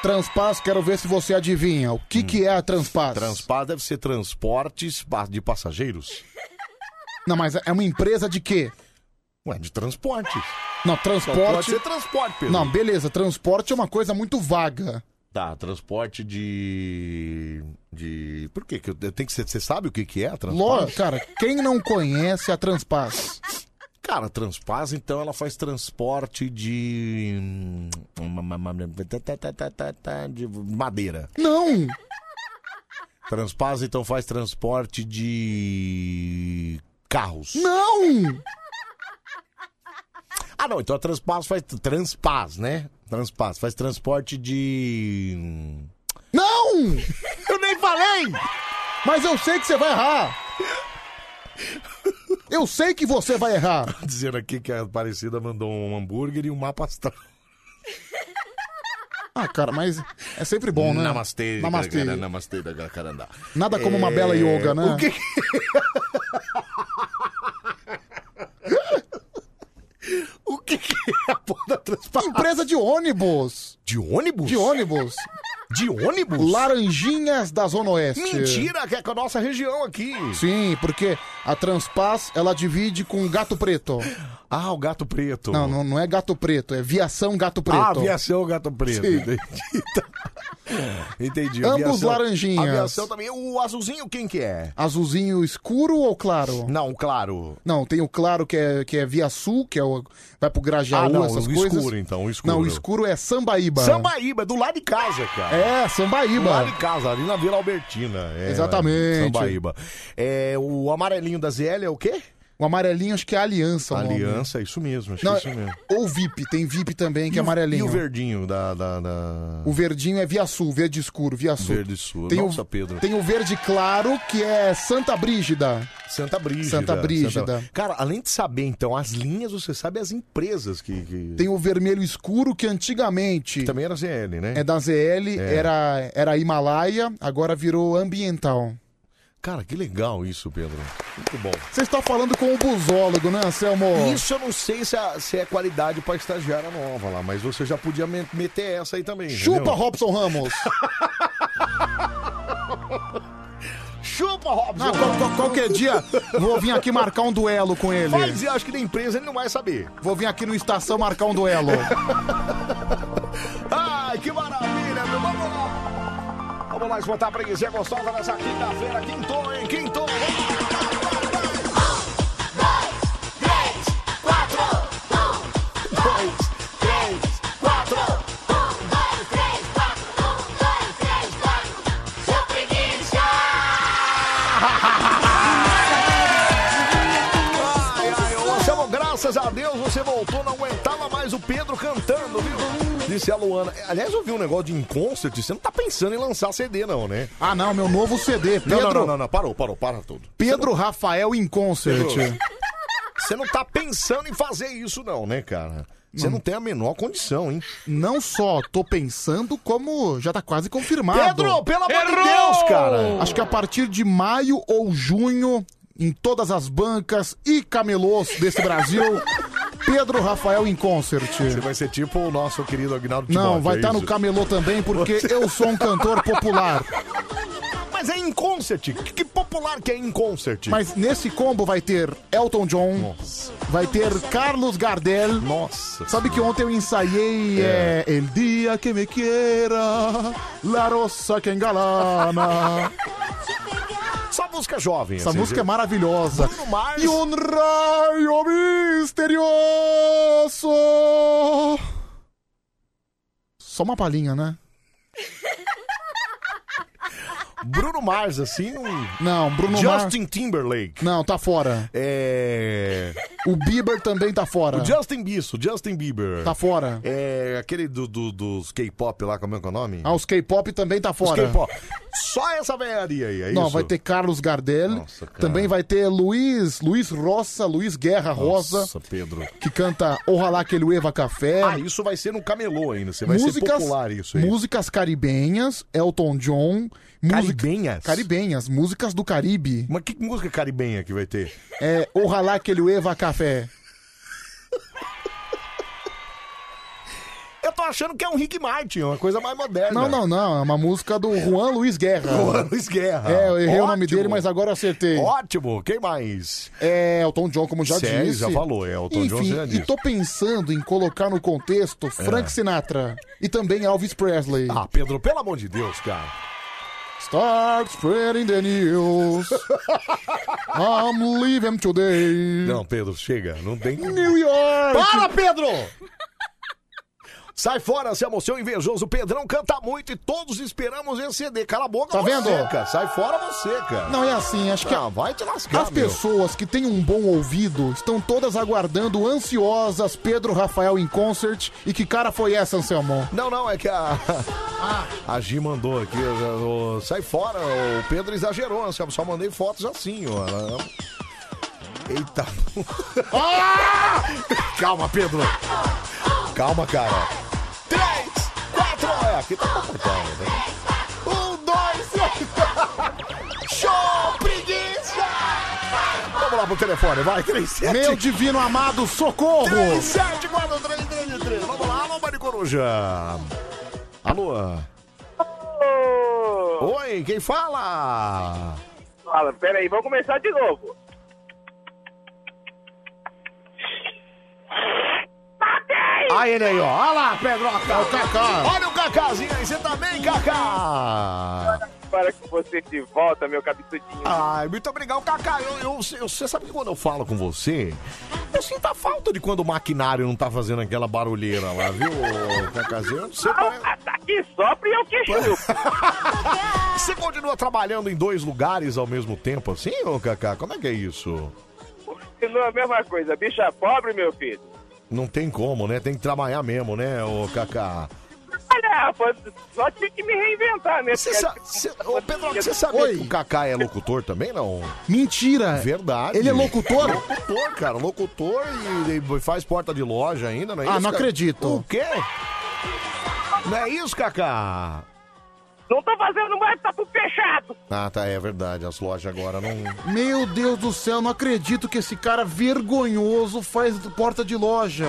Speaker 2: Transpaz, quero ver se você adivinha. O que, que é a Transpaz?
Speaker 1: Transpaz Hum. deve ser transportes pa- de passageiros.
Speaker 2: Não, mas é uma empresa de quê?
Speaker 1: Ué, de transportes.
Speaker 2: Não,
Speaker 1: Só
Speaker 2: transporte.
Speaker 1: pode ser transporte, Pedro.
Speaker 2: Não, beleza, transporte é uma coisa muito vaga.
Speaker 1: Tá, transporte de. de. Por quê? que? eu- Tem que ser. Você sabe o que, que é a
Speaker 2: Ló,
Speaker 1: transporte?
Speaker 2: cara, quem não conhece a Transpaz?
Speaker 1: Cara, a Transpaz, então, ela faz transporte de. hum, de madeira.
Speaker 2: Não!
Speaker 1: Transpaz, então, faz transporte de. carros.
Speaker 2: Não!
Speaker 1: Ah, não, então a Transpaz faz. Transpaz, né? Transpaz faz transporte de.
Speaker 2: Não!
Speaker 1: Eu nem falei!
Speaker 2: Mas eu sei que você vai errar! Eu sei que você vai errar!
Speaker 1: Dizendo aqui que a Aparecida mandou um hambúrguer e um mapa astral.
Speaker 2: Ah, cara, mas é sempre bom, né?
Speaker 1: Namastê. tá
Speaker 2: Namastê.
Speaker 1: Gagara, namastê da Gacarandá.
Speaker 2: Nada como uma bela yoga, né?
Speaker 1: É, O que... o que que é a porra da transparência?
Speaker 2: Empresa de ônibus!
Speaker 1: De ônibus?
Speaker 2: De ônibus!
Speaker 1: De ônibus?
Speaker 2: Laranjinhas da Zona Oeste.
Speaker 1: Mentira, que é com a nossa região aqui.
Speaker 2: Sim, porque a Transpaz, ela divide com Gato Preto.
Speaker 1: Ah, o Gato Preto.
Speaker 2: Não, não, não é Gato Preto, é Viação Gato Preto.
Speaker 1: Ah, aviação gato preto.
Speaker 2: Sim.
Speaker 1: Entendi. Entendi.
Speaker 2: Ambos
Speaker 1: aviação-
Speaker 2: laranjinhas.
Speaker 1: Aviação também. O azulzinho quem que é?
Speaker 2: Azulzinho escuro ou claro?
Speaker 1: Não, claro.
Speaker 2: Não, tem o claro que é, que é Via Sul, que é o, vai pro Grajaú,
Speaker 1: Ah, não,
Speaker 2: essas
Speaker 1: o
Speaker 2: coisas.
Speaker 1: escuro, então, o escuro.
Speaker 2: Não, o escuro é Sambaíba.
Speaker 1: Sambaíba, do lado de casa, cara.
Speaker 2: É,
Speaker 1: Do lado
Speaker 2: Sambaíba.
Speaker 1: de casa, ali na Vila Albertina. É,
Speaker 2: Exatamente.
Speaker 1: Sambaíba. É, o amarelinho da ZL é o quê?
Speaker 2: O amarelinho acho que é Aliança o nome.
Speaker 1: Aliança, isso mesmo, acho
Speaker 2: Não,
Speaker 1: que é isso mesmo.
Speaker 2: Ou VIP, tem VIP também, que
Speaker 1: E
Speaker 2: é
Speaker 1: o-
Speaker 2: amarelinho.
Speaker 1: E o verdinho da. da, da-
Speaker 2: O verdinho é Via Sul, verde escuro, Via Sul.
Speaker 1: Verde escuro.
Speaker 2: Tem
Speaker 1: Nossa,
Speaker 2: o,
Speaker 1: Pedro.
Speaker 2: Tem o verde claro, que é Santa Brígida.
Speaker 1: Santa Brígida.
Speaker 2: Santa Brígida.
Speaker 1: Cara, além de saber, então, as linhas, você sabe as empresas que. que-
Speaker 2: Tem o vermelho escuro, que antigamente
Speaker 1: Também era ZL, né?
Speaker 2: é da ZL,
Speaker 1: É.
Speaker 2: Era, era Himalaia, agora virou ambiental.
Speaker 1: Cara, que legal isso, Pedro. Muito bom.
Speaker 2: Você está falando com o busólogo, né, Anselmo?
Speaker 1: Isso eu não sei se é, se é qualidade pra estagiária nova lá, mas você já podia me- meter essa aí também.
Speaker 2: Chupa,
Speaker 1: entendeu?
Speaker 2: Robson Ramos!
Speaker 1: Chupa, Robson!
Speaker 2: Ah, qual- qual- qualquer dia vou vir aqui marcar um duelo com ele.
Speaker 1: Mas eu acho que da empresa ele não vai saber.
Speaker 2: Vou vir aqui no Estação marcar um duelo.
Speaker 1: Ai, que maravilha, meu. Vamos lá. Vamos lá esgotar a preguiça gostosa nessa quinta-feira. Quintou, hein? Quintou. Marcelo, graças a Deus você voltou, não aguentava mais o Pedro cantando, viu? Disse a Luana. Aliás, eu vi um negócio de in concert, você não tá pensando em lançar CD, não, né?
Speaker 2: Ah, não, meu novo CD,
Speaker 1: Não,
Speaker 2: Pedro.
Speaker 1: não, não, não, não, parou, parou, para tudo.
Speaker 2: Pedro Rafael em concert.
Speaker 1: Pedro. Você não tá pensando em fazer isso, não, né, cara? Você não, tem a menor condição, hein?
Speaker 2: Não só tô pensando, como já tá quase confirmado.
Speaker 1: Pedro, pelo amor de Deus, cara!
Speaker 2: Acho que a partir de maio ou junho, em todas as bancas e camelôs desse Brasil, Pedro Rafael em concert.
Speaker 1: Você vai ser tipo o nosso querido Agnaldo
Speaker 2: Não,
Speaker 1: Timóteo,
Speaker 2: vai
Speaker 1: é
Speaker 2: estar no
Speaker 1: isso?
Speaker 2: camelô também, porque eu sou um cantor popular.
Speaker 1: Mas é in concert. Que que popular que é in concert?
Speaker 2: Mas nesse combo vai ter Elton John, vai ter Carlos Gardel.
Speaker 1: Nossa.
Speaker 2: Sabe que ontem eu ensaiei
Speaker 1: É.
Speaker 2: é. El Dia Que Me Queira, La Roça Que Engalana.
Speaker 1: Só música jovem.
Speaker 2: Essa
Speaker 1: assim,
Speaker 2: música é
Speaker 1: viu?
Speaker 2: maravilhosa.
Speaker 1: Bruno Mars.
Speaker 2: E um raio misterioso. Só uma palhinha, né?
Speaker 1: Bruno Mars, assim. não.
Speaker 2: Não, Bruno Mars.
Speaker 1: Justin Timberlake.
Speaker 2: Não, tá fora.
Speaker 1: É.
Speaker 2: O Bieber também tá fora.
Speaker 1: O Justin Bieber, o Justin Bieber.
Speaker 2: Tá fora.
Speaker 1: É aquele do, do- dos K-pop lá, como é que é o nome?
Speaker 2: Ah, os K-pop também tá
Speaker 1: Os
Speaker 2: fora.
Speaker 1: K-pop. Só essa velharia aí, é
Speaker 2: Não,
Speaker 1: isso?
Speaker 2: vai ter Carlos Gardel. também vai ter Luiz, Luiz Roça, Luiz Guerra Rosa. É.
Speaker 1: Nossa, Pedro.
Speaker 2: Que canta Ojalá que ele Eva Café.
Speaker 1: Ah, isso vai ser no camelô ainda. Você vai ser popular isso aí.
Speaker 2: Músicas caribenhas, Elton John.
Speaker 1: Caribenhas?
Speaker 2: Caribenhas, músicas do Caribe.
Speaker 1: Mas que música caribenha que vai ter?
Speaker 2: É Ojalá que ele Eva Café.
Speaker 1: Eu tô achando que é um Rick Martin, uma coisa mais moderna.
Speaker 2: Não, não, não. É uma música do Juan Luiz Guerra.
Speaker 1: Juan Luiz Guerra.
Speaker 2: É, eu errei o nome
Speaker 1: Ótimo.
Speaker 2: dele, mas agora eu acertei.
Speaker 1: Ótimo, quem mais?
Speaker 2: É, Elton John, como já
Speaker 1: Sério,
Speaker 2: disse.
Speaker 1: já falou, é, Elton John
Speaker 2: Enfim,
Speaker 1: já
Speaker 2: E
Speaker 1: disse.
Speaker 2: tô pensando em colocar no contexto Frank
Speaker 1: É.
Speaker 2: Sinatra e também Elvis Presley.
Speaker 1: Ah, Pedro, pelo amor de Deus, cara.
Speaker 2: Start spreading the news. I'm leaving today.
Speaker 1: Não, Pedro, chega. Não tem como.
Speaker 2: New York.
Speaker 1: Para, Pedro! Sai fora, se emoção invejoso. O Pedrão canta muito e todos esperamos esse CD. Cala a boca,
Speaker 2: Tá
Speaker 1: você,
Speaker 2: vendo?
Speaker 1: cara. Sai fora você, cara.
Speaker 2: Não, é assim, acho que
Speaker 1: Ah, vai te lascar,
Speaker 2: as
Speaker 1: meu.
Speaker 2: pessoas que têm um bom ouvido estão todas aguardando ansiosas Pedro Rafael em concert. E que cara foi essa, Anselmo?
Speaker 1: Não, não, é que a.
Speaker 2: Ah.
Speaker 1: A Gi mandou aqui. ó, ó, Sai fora, o Pedro exagerou, né, só mandei fotos assim, ó. Ela- Eita. Calma, Pedro. Calma, cara. Três, quatro. É, aqui tá complicado, né? Um, dois, três. Show, preguiça! Vamos lá pro telefone, vai, 37.
Speaker 2: Meu divino amado, socorro!
Speaker 1: 374333. Vamos lá, alô, Mari Coruja. Alô? Oi, quem fala?
Speaker 15: Fala, peraí, vamos começar de novo.
Speaker 1: Ah, ele aí, ó. Olha lá, Pedro. É o Cacá. Olha o Cacazinho aí, você também, Cacá.
Speaker 15: Para com você de volta, meu cabeçudinho.
Speaker 1: Ai, muito obrigado, Cacá. Eu, eu- eu- você sabe que quando eu falo com você, eu sinto a falta de quando o maquinário não tá fazendo aquela barulheira lá, viu, Cacazinho? Eu não sei, parece...
Speaker 15: Aqui sopra e eu que
Speaker 1: Você continua trabalhando em dois lugares ao mesmo tempo assim, ô Cacá? Como é que é isso?
Speaker 15: Não é a mesma coisa, bicha pobre, meu filho.
Speaker 1: Não tem como, né? Tem que trabalhar mesmo, né, ô Cacá?
Speaker 15: Olha, pô, só tinha que me reinventar, né?
Speaker 1: Você sa- cê- ô, Pedro, você sabia que o Cacá é locutor também, não?
Speaker 2: Mentira!
Speaker 1: Verdade.
Speaker 2: Ele é locutor?
Speaker 1: Locutor, cara. Locutor e, e faz porta de loja ainda, não é
Speaker 2: Ah,
Speaker 1: isso?
Speaker 2: não
Speaker 1: cara?
Speaker 2: acredito.
Speaker 1: O quê? Não é isso, Cacá?
Speaker 15: Não tô fazendo mais, tá tudo fechado.
Speaker 1: Ah, tá, é verdade. As lojas agora não...
Speaker 2: Meu Deus do céu, não acredito que esse cara vergonhoso faz porta de loja.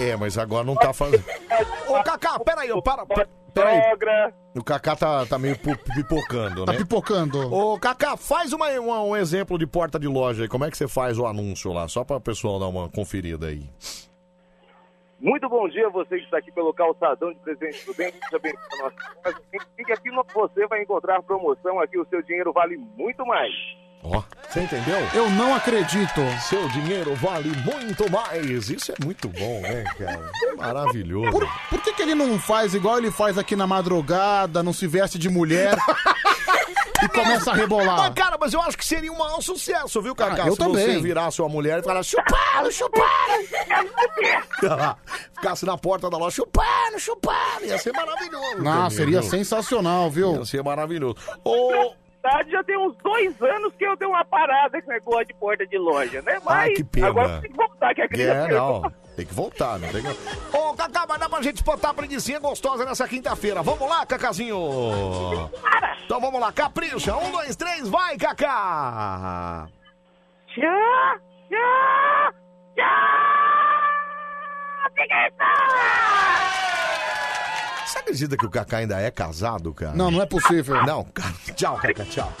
Speaker 1: É, mas agora não tá fazendo... Ô, Cacá, peraí, eu para... pe- Peraí. O Cacá tá, tá meio pu- pipocando,
Speaker 2: Tá
Speaker 1: né?
Speaker 2: pipocando.
Speaker 1: Ô, Cacá, faz uma, uma- um exemplo de porta de loja aí. Como é que você faz o anúncio lá? Só pra pessoal dar uma conferida aí.
Speaker 15: Muito bom dia, você que está aqui pelo calçadão de presente do bem. Seja bem-vindo à nossa casa. Fique aqui, no- você vai encontrar promoção aqui. O seu dinheiro vale muito mais.
Speaker 1: Ó, você entendeu?
Speaker 2: Eu não acredito.
Speaker 1: Seu dinheiro vale muito mais. Isso é muito bom, né, cara? Maravilhoso.
Speaker 2: Por, por que, que ele não faz igual ele faz aqui na madrugada, não se veste de mulher e começa a
Speaker 1: Mas,
Speaker 2: rebolar?
Speaker 1: cara, mas eu acho que seria um maior sucesso, viu, Cacá?
Speaker 2: Ah, eu
Speaker 1: Se você
Speaker 2: também.
Speaker 1: virasse uma mulher e falasse chupando, chupando. Ficasse na porta da loja chupando, chupando. Ia ser maravilhoso.
Speaker 2: Não,
Speaker 1: também,
Speaker 2: seria
Speaker 1: viu?
Speaker 2: sensacional, viu?
Speaker 1: Ia ser maravilhoso. Ô,
Speaker 15: Na verdade, já tem uns dois anos que eu dei uma parada com negócio de porta de loja, né? Mas
Speaker 1: que pena.
Speaker 15: agora tem que voltar, que a criança...
Speaker 1: É, não. Tem que voltar, não tem que... Ô, Cacá, mas dá pra gente botar a preguiçinha gostosa nessa quinta-feira. Vamos lá, Cacazinho. Então vamos lá, capricha. Um, dois, três, vai, Cacá.
Speaker 15: Tchá, tchá, tchá,
Speaker 1: Você acredita que o Cacá ainda é casado, cara?
Speaker 2: Não, não é possível.
Speaker 1: Não, cara. Tchau, Cacá, tchau.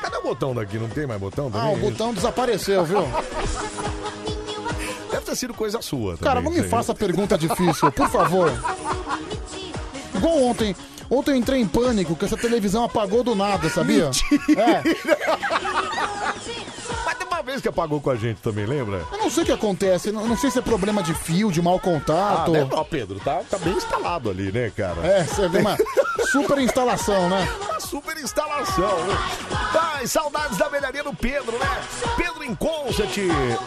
Speaker 1: Cadê o botão daqui? Não tem mais botão
Speaker 2: Ah,
Speaker 1: também?
Speaker 2: o botão desapareceu, viu?
Speaker 1: Deve ter sido coisa sua também.
Speaker 2: Cara, não me
Speaker 1: isso aí.
Speaker 2: faça pergunta difícil, por favor. Igual ontem. Ontem eu entrei em pânico, que essa televisão apagou do nada, sabia? É.
Speaker 1: Mas tem uma vez que apagou com a gente também, lembra?
Speaker 2: Eu não sei o que acontece, não, não sei se é problema de fio, de mau
Speaker 1: Ah,
Speaker 2: contato.
Speaker 1: né? Ó, Pedro, tá, tá bem instalado ali, né, cara?
Speaker 2: É, você vê uma super instalação, né?
Speaker 1: Uma super instalação, né? Ai, saudades da velharia do Pedro, né? Pedro Pedro em concert.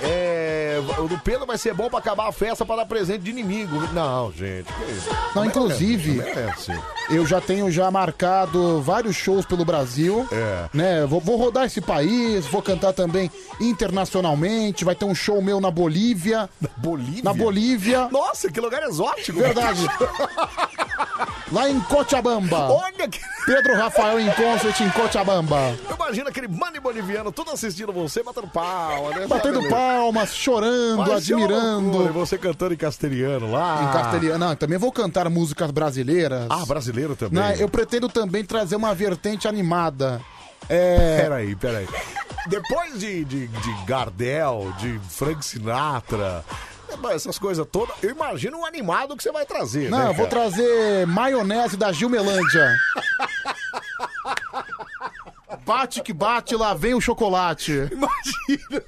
Speaker 1: É, o do Pedro vai ser bom pra acabar a festa para dar presente de inimigo. Não, gente. que isso.
Speaker 2: Não,
Speaker 1: é,
Speaker 2: inclusive,
Speaker 1: Merece.
Speaker 2: eu já tenho já marcado vários shows pelo Brasil.
Speaker 1: É.
Speaker 2: Né? Vou, vou rodar esse país, vou cantar também internacionalmente. Vai ter um show meu na Bolívia.
Speaker 1: Bolívia?
Speaker 2: Na Bolívia.
Speaker 1: Nossa, que lugar exótico.
Speaker 2: Verdade. Lá em Cochabamba.
Speaker 1: Olha que...
Speaker 2: Pedro Rafael em concert em Cochabamba.
Speaker 1: Imagina aquele mano boliviano todo assistindo você, batendo palma. né?
Speaker 2: Batendo
Speaker 1: Sabe,
Speaker 2: palmas, chorando,
Speaker 1: Vai ser uma loucura, E
Speaker 2: admirando.
Speaker 1: você cantando em castelhano lá.
Speaker 2: Em castelhano. Não, eu também vou cantar músicas brasileiras.
Speaker 1: Ah, brasileiro também.
Speaker 2: Né, eu pretendo também trazer uma vertente animada. É.
Speaker 1: Peraí, peraí. Depois de, de, de Gardel, de Frank Sinatra, é, essas coisas todas, eu imagino o animado que você vai trazer.
Speaker 2: Não,
Speaker 1: né,
Speaker 2: eu vou
Speaker 1: cara?
Speaker 2: trazer maionese da Gilmelândia. Bate que bate, lá vem o chocolate.
Speaker 1: Imagina.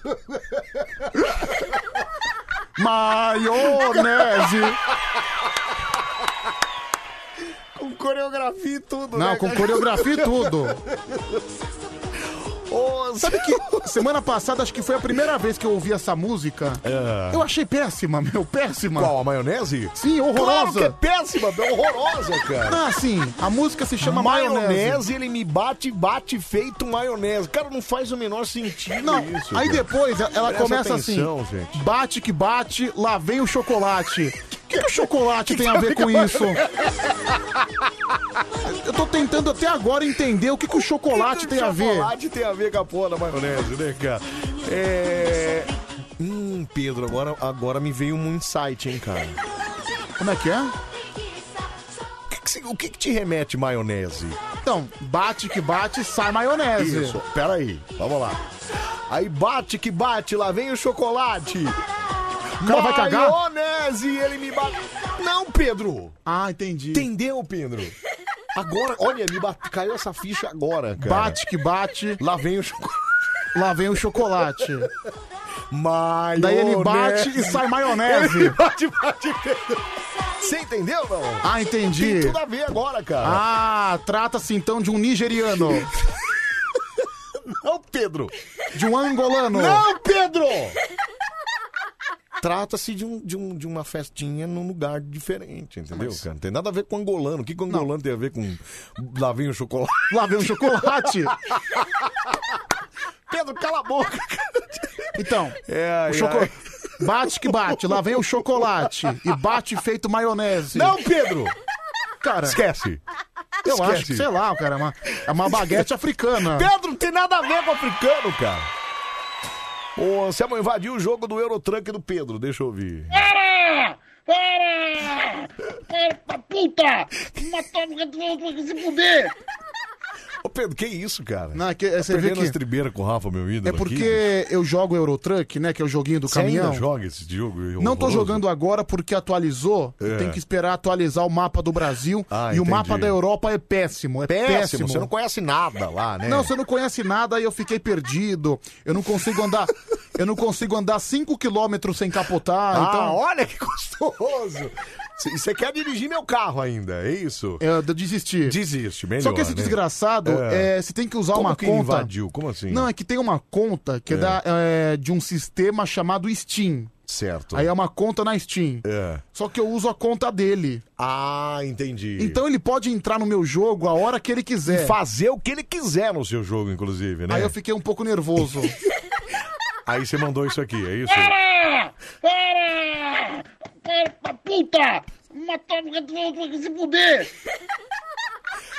Speaker 2: Maionese.
Speaker 1: Com coreografia e tudo.
Speaker 2: Não,
Speaker 1: né,
Speaker 2: com
Speaker 1: cara?
Speaker 2: coreografia e tudo.
Speaker 1: Ô,
Speaker 2: Sabe que semana passada acho que foi a primeira vez que eu ouvi essa música.
Speaker 1: É.
Speaker 2: Eu achei péssima, meu, péssima.
Speaker 1: Qual, a maionese?
Speaker 2: Sim, horrorosa.
Speaker 1: Claro que é péssima, meu, horrorosa, cara.
Speaker 2: Ah, sim, a música se chama
Speaker 1: maionese,
Speaker 2: Maionese.
Speaker 1: ele me bate, bate feito maionese. Cara, não faz o menor sentido
Speaker 2: Não,
Speaker 1: isso.
Speaker 2: aí
Speaker 1: cara.
Speaker 2: depois ela
Speaker 1: Presta
Speaker 2: começa
Speaker 1: atenção,
Speaker 2: assim:
Speaker 1: gente.
Speaker 2: bate que bate, lá vem o chocolate. O que, que o chocolate tem a ver com isso? Eu tô tentando até agora entender o que, que o chocolate tem a ver.
Speaker 1: Chocolate tem a ver com a porra da maionese, né, cara? É. Hum, Pedro, agora, agora me veio um insight, hein, cara.
Speaker 2: Como é que é?
Speaker 1: O que, que se- o que, que te remete maionese?
Speaker 2: Então, bate que bate, sai maionese.
Speaker 1: Isso, peraí, vamos lá. Aí bate que bate, lá vem o chocolate.
Speaker 2: O cara vai cagar?
Speaker 1: Maionese, ele me bate. Não, Pedro!
Speaker 2: Ah, entendi.
Speaker 1: Entendeu, Pedro? Agora, olha, me bate, caiu essa ficha agora, cara.
Speaker 2: Bate que bate,
Speaker 1: Lá vem o chocolate.
Speaker 2: lá vem o chocolate.
Speaker 1: Maionese.
Speaker 2: Daí ele bate e sai maionese.
Speaker 1: Ele bate, bate, Pedro. Você entendeu, não?
Speaker 2: Ah,
Speaker 1: Tem
Speaker 2: entendi.
Speaker 1: tudo a ver agora, cara.
Speaker 2: Ah, trata-se então de um nigeriano,
Speaker 1: Não, Pedro.
Speaker 2: de um angolano.
Speaker 1: Não, Pedro! Trata-se de, um, de, um, de uma festinha num lugar diferente, entendeu, cara? Não tem nada a ver com angolano. O que, que angolano tem a ver com lá vem o chocolate?
Speaker 2: Lá vem o chocolate.
Speaker 1: Pedro, cala a boca, cara.
Speaker 2: Então,
Speaker 1: É,
Speaker 2: o
Speaker 1: é,
Speaker 2: choco-
Speaker 1: é.
Speaker 2: bate que bate, lá vem o chocolate e bate feito maionese.
Speaker 1: Não, Pedro!
Speaker 2: cara,
Speaker 1: Esquece.
Speaker 2: eu acho
Speaker 1: esquece.
Speaker 2: que, sei lá, cara, é uma, é uma baguete africana.
Speaker 1: Pedro, não tem nada a ver com africano, cara. Ô, Anselmo invadiu o jogo do Eurotruck do Pedro, deixa eu ouvir.
Speaker 16: Para! Para! Epa, puta! Matando o Rio do Sul se fuder!
Speaker 1: Ô, Pedro, que isso, cara? Tá
Speaker 2: Não, é que, é, você vê
Speaker 1: Perdendo as
Speaker 2: que
Speaker 1: tribeiras com o Rafa, meu ídolo
Speaker 2: é porque eu jogo Eurotruck, né, que é o joguinho do
Speaker 1: Aqui. né? Você ainda
Speaker 2: caminhão.
Speaker 1: joga esse jogo? É
Speaker 2: Não tô
Speaker 1: horroroso?
Speaker 2: jogando agora porque atualizou.
Speaker 1: É.
Speaker 2: Tem que esperar atualizar o mapa do Brasil.
Speaker 1: Ah,
Speaker 2: e o
Speaker 1: entendi.
Speaker 2: mapa da Europa é péssimo. É
Speaker 1: Péssimo,
Speaker 2: péssimo.
Speaker 1: você não conhece nada lá, né?
Speaker 2: Não, você não conhece nada e eu fiquei perdido. Eu não consigo andar. eu não consigo andar 5 km sem capotar.
Speaker 1: Ah,
Speaker 2: então.
Speaker 1: olha que gostoso! C- Você quer dirigir meu carro ainda, é isso?
Speaker 2: Eu desisti.
Speaker 1: Desiste, melhor.
Speaker 2: Só que esse
Speaker 1: né?
Speaker 2: desgraçado, é, você tem que usar
Speaker 1: Como
Speaker 2: uma
Speaker 1: que
Speaker 2: conta.
Speaker 1: invadiu? Como assim?
Speaker 2: Não, é que tem uma conta que é,
Speaker 1: É.
Speaker 2: da- é, de um sistema chamado Steam.
Speaker 1: Certo.
Speaker 2: Aí é uma conta na Steam.
Speaker 1: É.
Speaker 2: Só que eu uso a conta dele.
Speaker 1: Ah, entendi.
Speaker 2: Então ele pode entrar no meu jogo a hora que ele quiser.
Speaker 1: Fazer o que ele quiser no seu jogo, inclusive, né?
Speaker 2: É. Aí eu fiquei um pouco nervoso.
Speaker 1: Aí você mandou isso aqui, é isso?
Speaker 16: Para! Para! Epa, puta! Matando o Rio do Sul se fuder!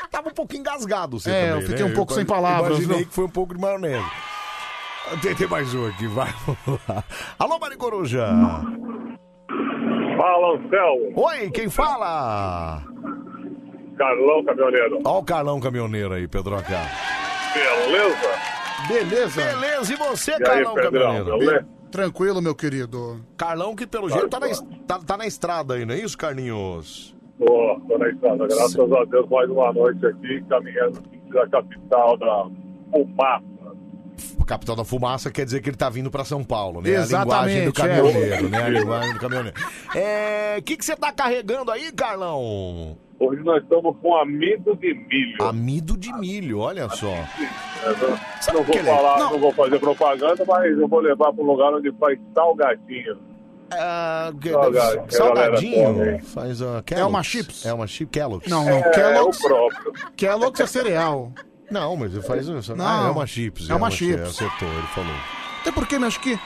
Speaker 1: Tava um pouco engasgado você
Speaker 2: É, eu
Speaker 1: também,
Speaker 2: fiquei
Speaker 1: né?
Speaker 2: um pouco sem
Speaker 1: ima-
Speaker 2: palavras,
Speaker 1: Imaginei
Speaker 2: viu?
Speaker 1: que foi um pouco de maionese. Tem, tem mais um aqui, vai. vamos lá. Alô, Mari Coruja.
Speaker 17: Fala, Anselmo.
Speaker 1: Oi, quem fala?
Speaker 17: Carlão Caminhoneiro.
Speaker 1: Ó o Carlão Caminhoneiro aí, Pedroca.
Speaker 17: Beleza?
Speaker 2: Beleza.
Speaker 1: Beleza, e você,
Speaker 17: E aí,
Speaker 1: Carlão
Speaker 2: É
Speaker 17: Pedrão?
Speaker 1: Caminhoneiro?
Speaker 17: Beleza?
Speaker 2: Tranquilo, meu querido.
Speaker 1: Carlão que pelo jeito tá na, es- tá- tá na estrada aí, não é isso, Carlinhos?
Speaker 17: Tô, tô na estrada. Graças a Deus, mais uma noite aqui, caminhando da capital da Fumaça.
Speaker 1: Capital da Fumaça quer dizer que ele tá vindo pra São Paulo, né? A linguagem do
Speaker 2: Exatamente, é.
Speaker 1: caminhoneiro, né? A linguagem do caminhoneiro. É, o que que você tá carregando aí, Carlão?
Speaker 17: Hoje nós estamos com amido de milho. É,
Speaker 1: Amido de milho, olha só.
Speaker 17: Eu não vou
Speaker 1: é?
Speaker 17: falar, não. vou fazer propaganda, mas eu vou levar para um lugar onde faz salgadinho.
Speaker 1: Ah, que-
Speaker 17: Salgadinho, que a galera
Speaker 1: Salgadinho
Speaker 17: come.
Speaker 1: faz a
Speaker 2: É uma
Speaker 1: chips. É uma chips Kellogg's.
Speaker 2: Não, não, É, Kellogg's- o
Speaker 17: próprio.
Speaker 2: Kellogg's é cereal.
Speaker 1: Não, mas ele faz isso.
Speaker 2: Não.
Speaker 1: Ah, é uma chips.
Speaker 2: É uma
Speaker 1: É,
Speaker 2: chips.
Speaker 1: acertou, ele falou.
Speaker 2: Até porque, meu, acho que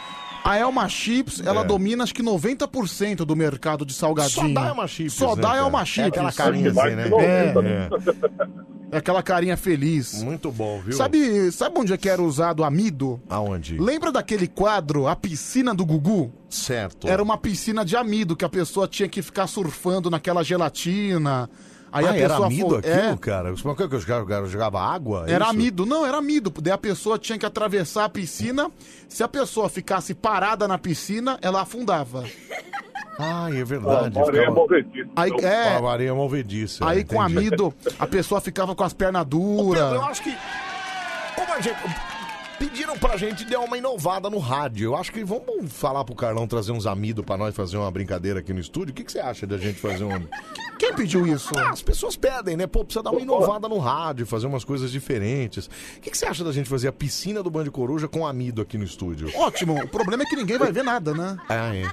Speaker 2: a Elma Chips, ela
Speaker 1: É.
Speaker 2: domina acho que 90% do mercado de salgadinho.
Speaker 1: Só dá Elma Chips,
Speaker 2: Só
Speaker 1: né,
Speaker 2: dá
Speaker 1: cara?
Speaker 2: Elma
Speaker 1: É
Speaker 2: Chips.
Speaker 1: aquela carinha assim, né?
Speaker 2: É. É aquela carinha feliz.
Speaker 1: Muito bom, viu?
Speaker 2: Sabe, sabe onde é que era usado amido?
Speaker 1: Aonde?
Speaker 2: Lembra daquele quadro, A Piscina do Gugu?
Speaker 1: Certo.
Speaker 2: Era uma piscina de amido que a pessoa tinha que ficar surfando naquela gelatina. Aí
Speaker 1: ah,
Speaker 2: a
Speaker 1: era
Speaker 2: pessoa
Speaker 1: amido
Speaker 2: fo-
Speaker 1: aquilo,
Speaker 2: É,
Speaker 1: cara? Os- Como é que os caras caras jogavam água? É
Speaker 2: era
Speaker 1: Isso?
Speaker 2: amido, não, era amido. Daí a pessoa tinha que atravessar a piscina. Se a pessoa ficasse parada na piscina, ela afundava.
Speaker 1: Ah, é verdade.
Speaker 2: Ó, a areia
Speaker 1: ficava-
Speaker 17: movediça.
Speaker 2: Aí, é.
Speaker 1: A areia movediça.
Speaker 2: Aí com
Speaker 1: entendi.
Speaker 2: amido, a pessoa ficava com as pernas
Speaker 1: Pedro, eu
Speaker 2: duras.
Speaker 1: acho que. Como a gente. Pediram pra gente dar uma inovada no rádio. Eu acho que vamos falar pro Carlão trazer uns amido pra nós fazer uma brincadeira aqui no estúdio. O que, que você acha da gente fazer um. Ah,
Speaker 2: Quem pediu isso?
Speaker 1: as pessoas pedem, né? Pô, precisa dar uma inovada no rádio, fazer umas coisas diferentes. O que, que você acha da gente fazer a piscina do Band Coruja com amido aqui no estúdio?
Speaker 2: Ótimo, o problema é que ninguém vai ver nada, né?
Speaker 1: Ah, é.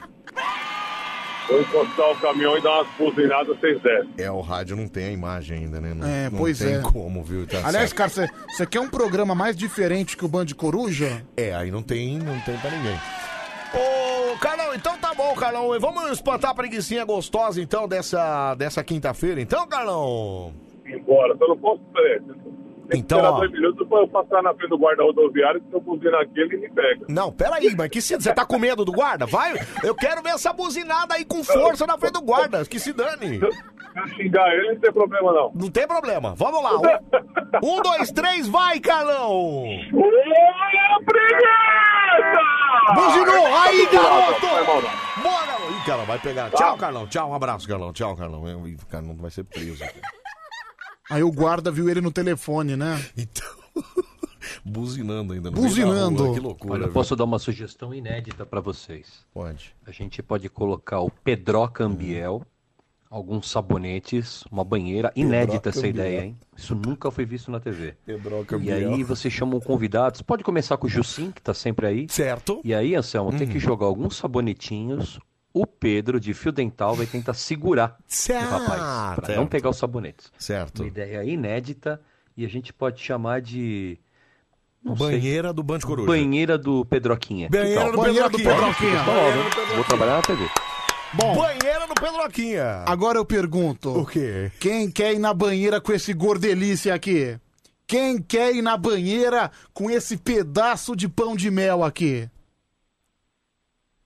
Speaker 17: Vou encostar o caminhão e dar umas buzinadas, vocês descem.
Speaker 1: É, o rádio não tem a imagem ainda, né? Não,
Speaker 2: É,
Speaker 1: não
Speaker 2: pois
Speaker 1: tem
Speaker 2: é.
Speaker 1: como, viu? Tá
Speaker 2: Aliás,
Speaker 1: certo.
Speaker 2: cara, você- você quer um programa mais diferente que o Band Coruja?
Speaker 1: É, aí não tem, não tem pra ninguém. Ô, Carlão, então tá bom, Carlão. E Vamos espantar a preguiçinha gostosa, então, dessa, dessa quinta-feira, então, Carlão?
Speaker 17: Embora, eu não posso esperar.
Speaker 1: Então,
Speaker 17: Será
Speaker 1: ó.
Speaker 17: dois minutos pra eu passar na frente do guarda rodoviário, se eu buzina aqui, ele me pega.
Speaker 1: Não, peraí, mas que se Você tá com medo do guarda? Vai, eu quero ver essa buzinada aí com força na frente do guarda, que se dane.
Speaker 17: Se eu xingar ele, não tem problema, não.
Speaker 1: Não tem problema, vamos lá. Um, um, dois, três, vai, Carlão! Buzinou, aí, garoto! Bora, Carlão! Ih, Carlão, vai pegar.
Speaker 17: Tá.
Speaker 1: Tchau, Carlão, tchau, um abraço, Carlão, tchau, Carlão. Eu- Ih, Carlão vai ser preso.
Speaker 2: Aí o guarda viu ele no telefone, né?
Speaker 1: Buzinando ainda. no meio da
Speaker 2: Buzinando.
Speaker 1: rua, Que loucura.
Speaker 5: Olha,
Speaker 1: viu?
Speaker 5: posso dar uma sugestão inédita pra vocês.
Speaker 1: Pode.
Speaker 5: A gente pode colocar o Pedroca Ambiel, alguns sabonetes, uma banheira.
Speaker 11: Pedroca
Speaker 5: Inédita essa
Speaker 11: Ambiel.
Speaker 5: ideia, hein? Isso nunca foi visto na TV.
Speaker 1: Pedroca
Speaker 5: E
Speaker 11: Ambiel.
Speaker 5: aí vocês chamam convidados. Pode começar com o Jussim, que tá sempre aí.
Speaker 1: Certo. Hum.
Speaker 5: E aí, Anselmo, tem que jogar alguns sabonetinhos. O Pedro, de fio dental, vai tentar segurar
Speaker 1: Certo.
Speaker 5: o rapaz. Pra não
Speaker 1: Certo.
Speaker 5: pegar os sabonetes.
Speaker 1: Certo.
Speaker 5: Uma ideia inédita. E a gente pode chamar de... Não sei.
Speaker 1: Banheira do Band Coruja.
Speaker 5: Banheira do Pedroquinha. Então, Que
Speaker 1: Banheira
Speaker 5: tal?
Speaker 1: do Banheira do Pedroquinha. Pedroquinha.
Speaker 5: Tá bom,
Speaker 1: Banheira
Speaker 5: né?
Speaker 1: do Pedroquinha.
Speaker 5: Vou trabalhar na TV.
Speaker 2: Bom.
Speaker 1: Banheira do Pedroquinha.
Speaker 2: Agora eu pergunto.
Speaker 1: O quê?
Speaker 2: Quem quer ir na banheira com esse gordelícia aqui? Quem quer ir na banheira com esse pedaço de pão de mel aqui?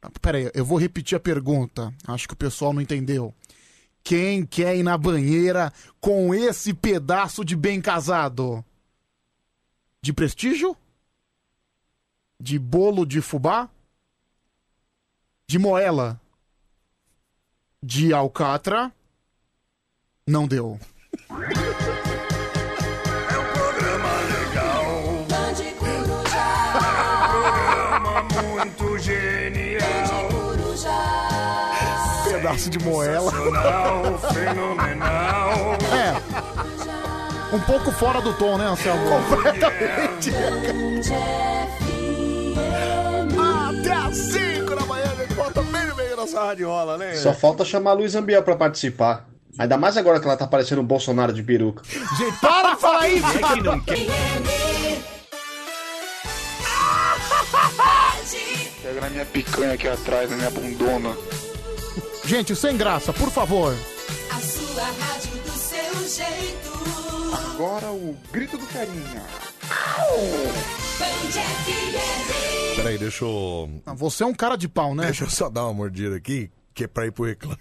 Speaker 2: Ah, Pera aí, eu vou repetir a pergunta. Acho que o pessoal não entendeu. Quem quer ir na banheira com esse pedaço de bem casado? De prestígio? De bolo de fubá? De moela? De alcatra? Não deu.
Speaker 6: Programa muito genial.
Speaker 2: Pedaço de moela.
Speaker 6: Sensacional, fenomenal.
Speaker 2: Um pouco fora do tom, né, Anselmo?
Speaker 1: Completamente. Até às 5 da manhã, a gente volta bem no meio dessa radiola,
Speaker 3: é.
Speaker 1: né?
Speaker 7: Só falta chamar a Luiz Ambiel pra participar. Ainda mais agora que ela tá parecendo o Bolsonaro de peruca.
Speaker 1: Gente, para de falar isso!
Speaker 6: é
Speaker 10: Pega na minha picanha aqui atrás, na minha bundona.
Speaker 2: Gente, sem graça, por favor.
Speaker 8: A sua rádio do seu jeito.
Speaker 10: Agora o grito do carinha.
Speaker 8: Band FM.
Speaker 1: Peraí, deixa eu.
Speaker 2: Você é um cara de pau, né?
Speaker 1: Deixa eu só dar uma mordida aqui, que é pra ir pro reclame.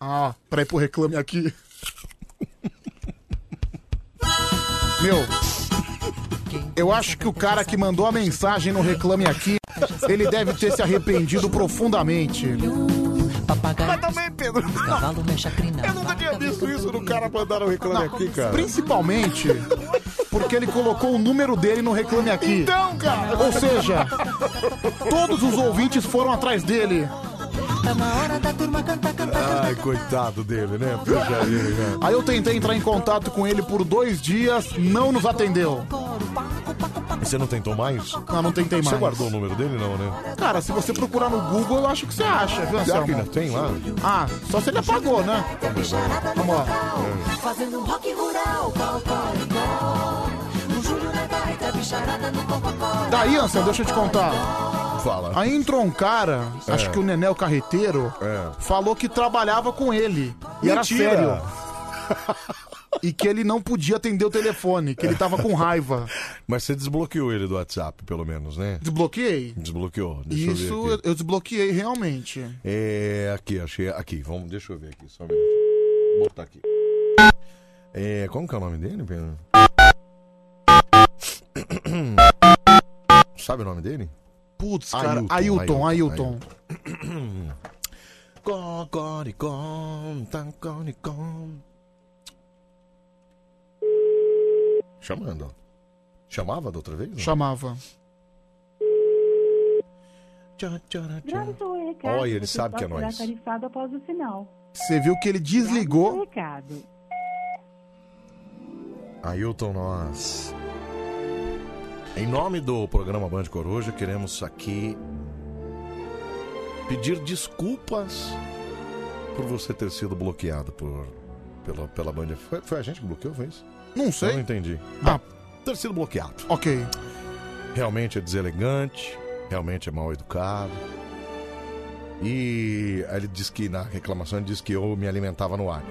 Speaker 2: Ah, peraí pro reclame aqui. Meu, eu acho que o cara que mandou a mensagem no reclame aqui, ele deve ter se arrependido profundamente.
Speaker 1: Mas também, Pedro. Eu nunca tinha visto isso no cara mandar um reclame aqui, cara.
Speaker 2: Principalmente porque ele colocou o número dele no reclame aqui.
Speaker 1: Então, cara.
Speaker 2: Ou seja, todos os ouvintes foram atrás dele.
Speaker 8: Tá na hora da turma cantar, cantar,
Speaker 1: Ai, coitado dele, né? Puxa vida.
Speaker 2: Aí eu tentei entrar em contato com ele por dois dias, não nos atendeu.
Speaker 1: Ah, Você não tentou mais?
Speaker 2: Ah, não tentei
Speaker 1: Você
Speaker 2: mais.
Speaker 1: guardou o número dele, não, né?
Speaker 2: Cara, se você procurar no Google, eu acho que você acha, viu,
Speaker 1: Será que
Speaker 2: Anselmo?
Speaker 1: ainda tem lá?
Speaker 2: Ah, só se ele apagou, né? Vamos lá.
Speaker 8: Fazendo um rock rural, cocoricó. O Júlio na gaita, bicharada no cococó.
Speaker 2: Daí, Anselmo, deixa eu te contar.
Speaker 1: Fala.
Speaker 2: Aí entrou um cara,
Speaker 1: É.
Speaker 2: acho que o Nené o Carreteiro, falou que trabalhava com ele. E era
Speaker 1: Mentira.
Speaker 2: sério. e que ele não podia atender o telefone, que ele tava com raiva.
Speaker 1: Mas você desbloqueou ele do WhatsApp, pelo menos, né?
Speaker 2: Desbloqueei?
Speaker 1: Desbloqueou. Deixa eu ver
Speaker 2: Isso
Speaker 1: aqui.
Speaker 2: eu, eu desbloqueei realmente.
Speaker 1: É, aqui, achei. Aqui, vamos, deixa eu ver aqui, só um minuto. Vou botar aqui. É, como que é o nome dele, Pedro? Sabe o nome dele?
Speaker 2: Putz, cara, Ailton, Ailton.
Speaker 1: Cocoricom,
Speaker 2: tá
Speaker 1: tacoricom. Chamando, ó. Chamava da outra vez? não?
Speaker 2: Chamava.
Speaker 18: um
Speaker 1: Olha, ele sabe que é nós.
Speaker 18: tarifado após o sinal.
Speaker 2: Você viu que ele desligou.
Speaker 18: Recado.
Speaker 1: Ailton, nós. Em nome do programa Band Coruja, queremos aqui pedir desculpas por você ter sido bloqueado por, pela, pela Band. Foi, foi a gente que bloqueou, foi isso?
Speaker 2: Não sei. Ah.
Speaker 1: Eu não entendi. ter sido bloqueado.
Speaker 2: Ok.
Speaker 1: Realmente é deselegante, realmente é mal educado. E aí ele diz que na reclamação ele diz que eu me alimentava no ar.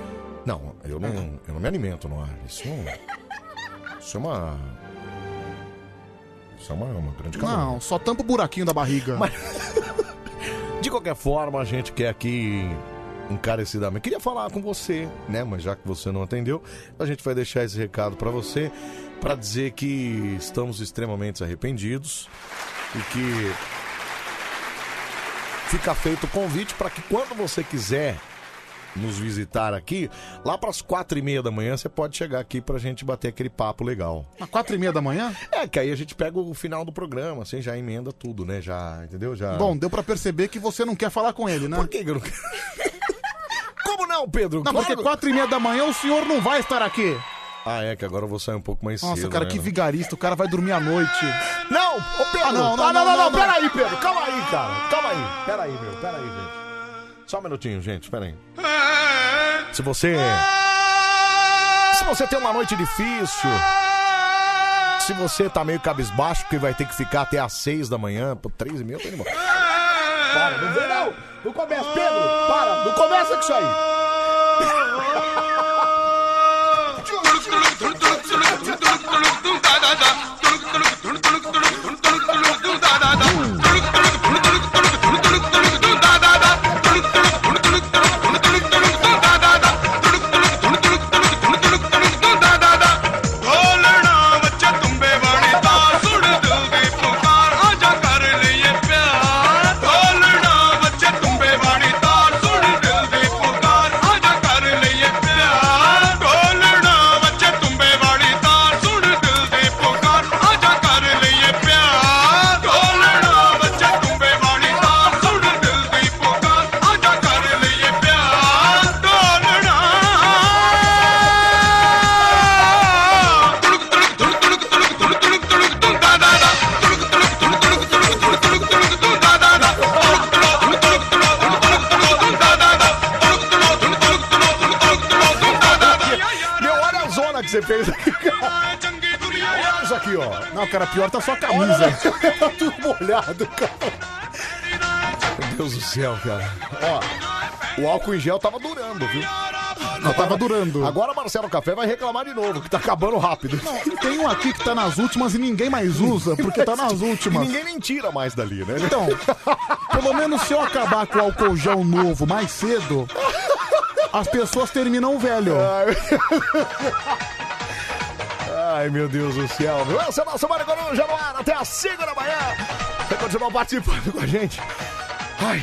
Speaker 1: Não, eu não,
Speaker 2: É.
Speaker 1: eu não me alimento no ar. Isso, não- isso é uma. Isso é uma, uma grande calúnia.
Speaker 2: Não, só tampa o buraquinho da barriga.
Speaker 1: De qualquer forma, a gente quer aqui encarecidamente. Queria falar com você, né? Mas já que você não atendeu, a gente vai deixar esse recado pra você pra dizer que estamos extremamente arrependidos e que fica feito o convite pra que quando você quiser nos visitar aqui, lá pras quatro e meia da manhã, você pode chegar aqui pra gente bater aquele papo legal.
Speaker 2: Às quatro e meia da manhã?
Speaker 1: É, que aí a gente pega o final do programa, assim, já emenda tudo, né? Já, entendeu? Já...
Speaker 2: Bom, deu pra perceber que você não quer falar com ele, né? Por
Speaker 1: que eu não quero? Como não, Pedro?
Speaker 2: Não, porque quatro e meia da manhã é o senhor não vai estar aqui.
Speaker 1: Ah, é, que agora eu vou sair um pouco mais
Speaker 2: Nossa,
Speaker 1: cedo.
Speaker 2: cara,
Speaker 1: né?
Speaker 2: que vigarista. O cara vai dormir à noite.
Speaker 1: Não! Ô, Pedro!
Speaker 2: Ah, não, não,
Speaker 1: Ah,
Speaker 2: não, não, não.
Speaker 1: peraí, Pedro! Calma aí, cara! Calma aí! Peraí, meu, peraí, gente. Só um minutinho, gente, peraí. Se você. Se você tem uma noite difícil. Se você tá meio cabisbaixo, porque vai ter que ficar até às seis da manhã, pô, três e meia, eu tô indo embora. Para, não vem não! Não começa, Pedro! Para! Não começa com isso aí!
Speaker 6: ਢੋਲਣਾ ਵਿੱਚ ਤੁੰਬੇ ਵਾਲੀ ਤਾਂ ਸੁਣ ਦਿਲ ਦੀ ਪੁਕਾਰ ਆ ਜਾ ਕਰ ਲਈਏ ਪਿਆਰ ਢੋਲਣਾ ਵਿੱਚ ਤੁੰਬੇ ਵਾਲੀ ਤਾਂ ਸੁਣ ਦਿਲ ਦੀ ਪੁਕਾਰ ਆ ਜਾ ਕਰ ਲਈਏ ਪਿਆਰ ਢੋਲਣਾ ਵਿੱਚ ਤੁੰਬੇ ਵਾਲੀ ਤਾਂ ਸੁਣ ਦਿਲ ਦੀ ਪੁਕਾਰ ਆ ਜਾ ਕਰ ਲਈਏ ਪਿਆਰ ਢੋਲਣਾ ਵਿੱਚ ਤੁੰਬੇ ਵਾਲੀ ਤਾਂ ਸੁਣ ਦਿਲ ਦੀ ਪੁਕਾਰ ਆ ਜਾ ਕਰ ਲਈਏ ਪਿਆਰ ਢੋਲਣਾ
Speaker 1: Meu, olha a zona que você fez aqui, cara. Olha isso aqui, ó.
Speaker 2: Não, cara, pior tá sua camisa.
Speaker 1: tá tudo molhado, cara. Meu Deus do céu, cara. Ó, o álcool em gel tava durando, viu?
Speaker 2: Não, tava durando.
Speaker 1: Agora Marcelo Café vai reclamar de novo, que tá acabando rápido.
Speaker 2: Tem um aqui que tá nas últimas e ninguém mais usa, porque tá nas últimas.
Speaker 1: E ninguém nem tira mais dali, né?
Speaker 2: Então, pelo menos se eu acabar com o álcool gel novo mais cedo, as pessoas terminam velho.
Speaker 1: Ai, meu Deus do céu. meu. Essa é a nossa Mário Coruja no ar até as 5 da manhã. Você continua participando com a gente. Ai.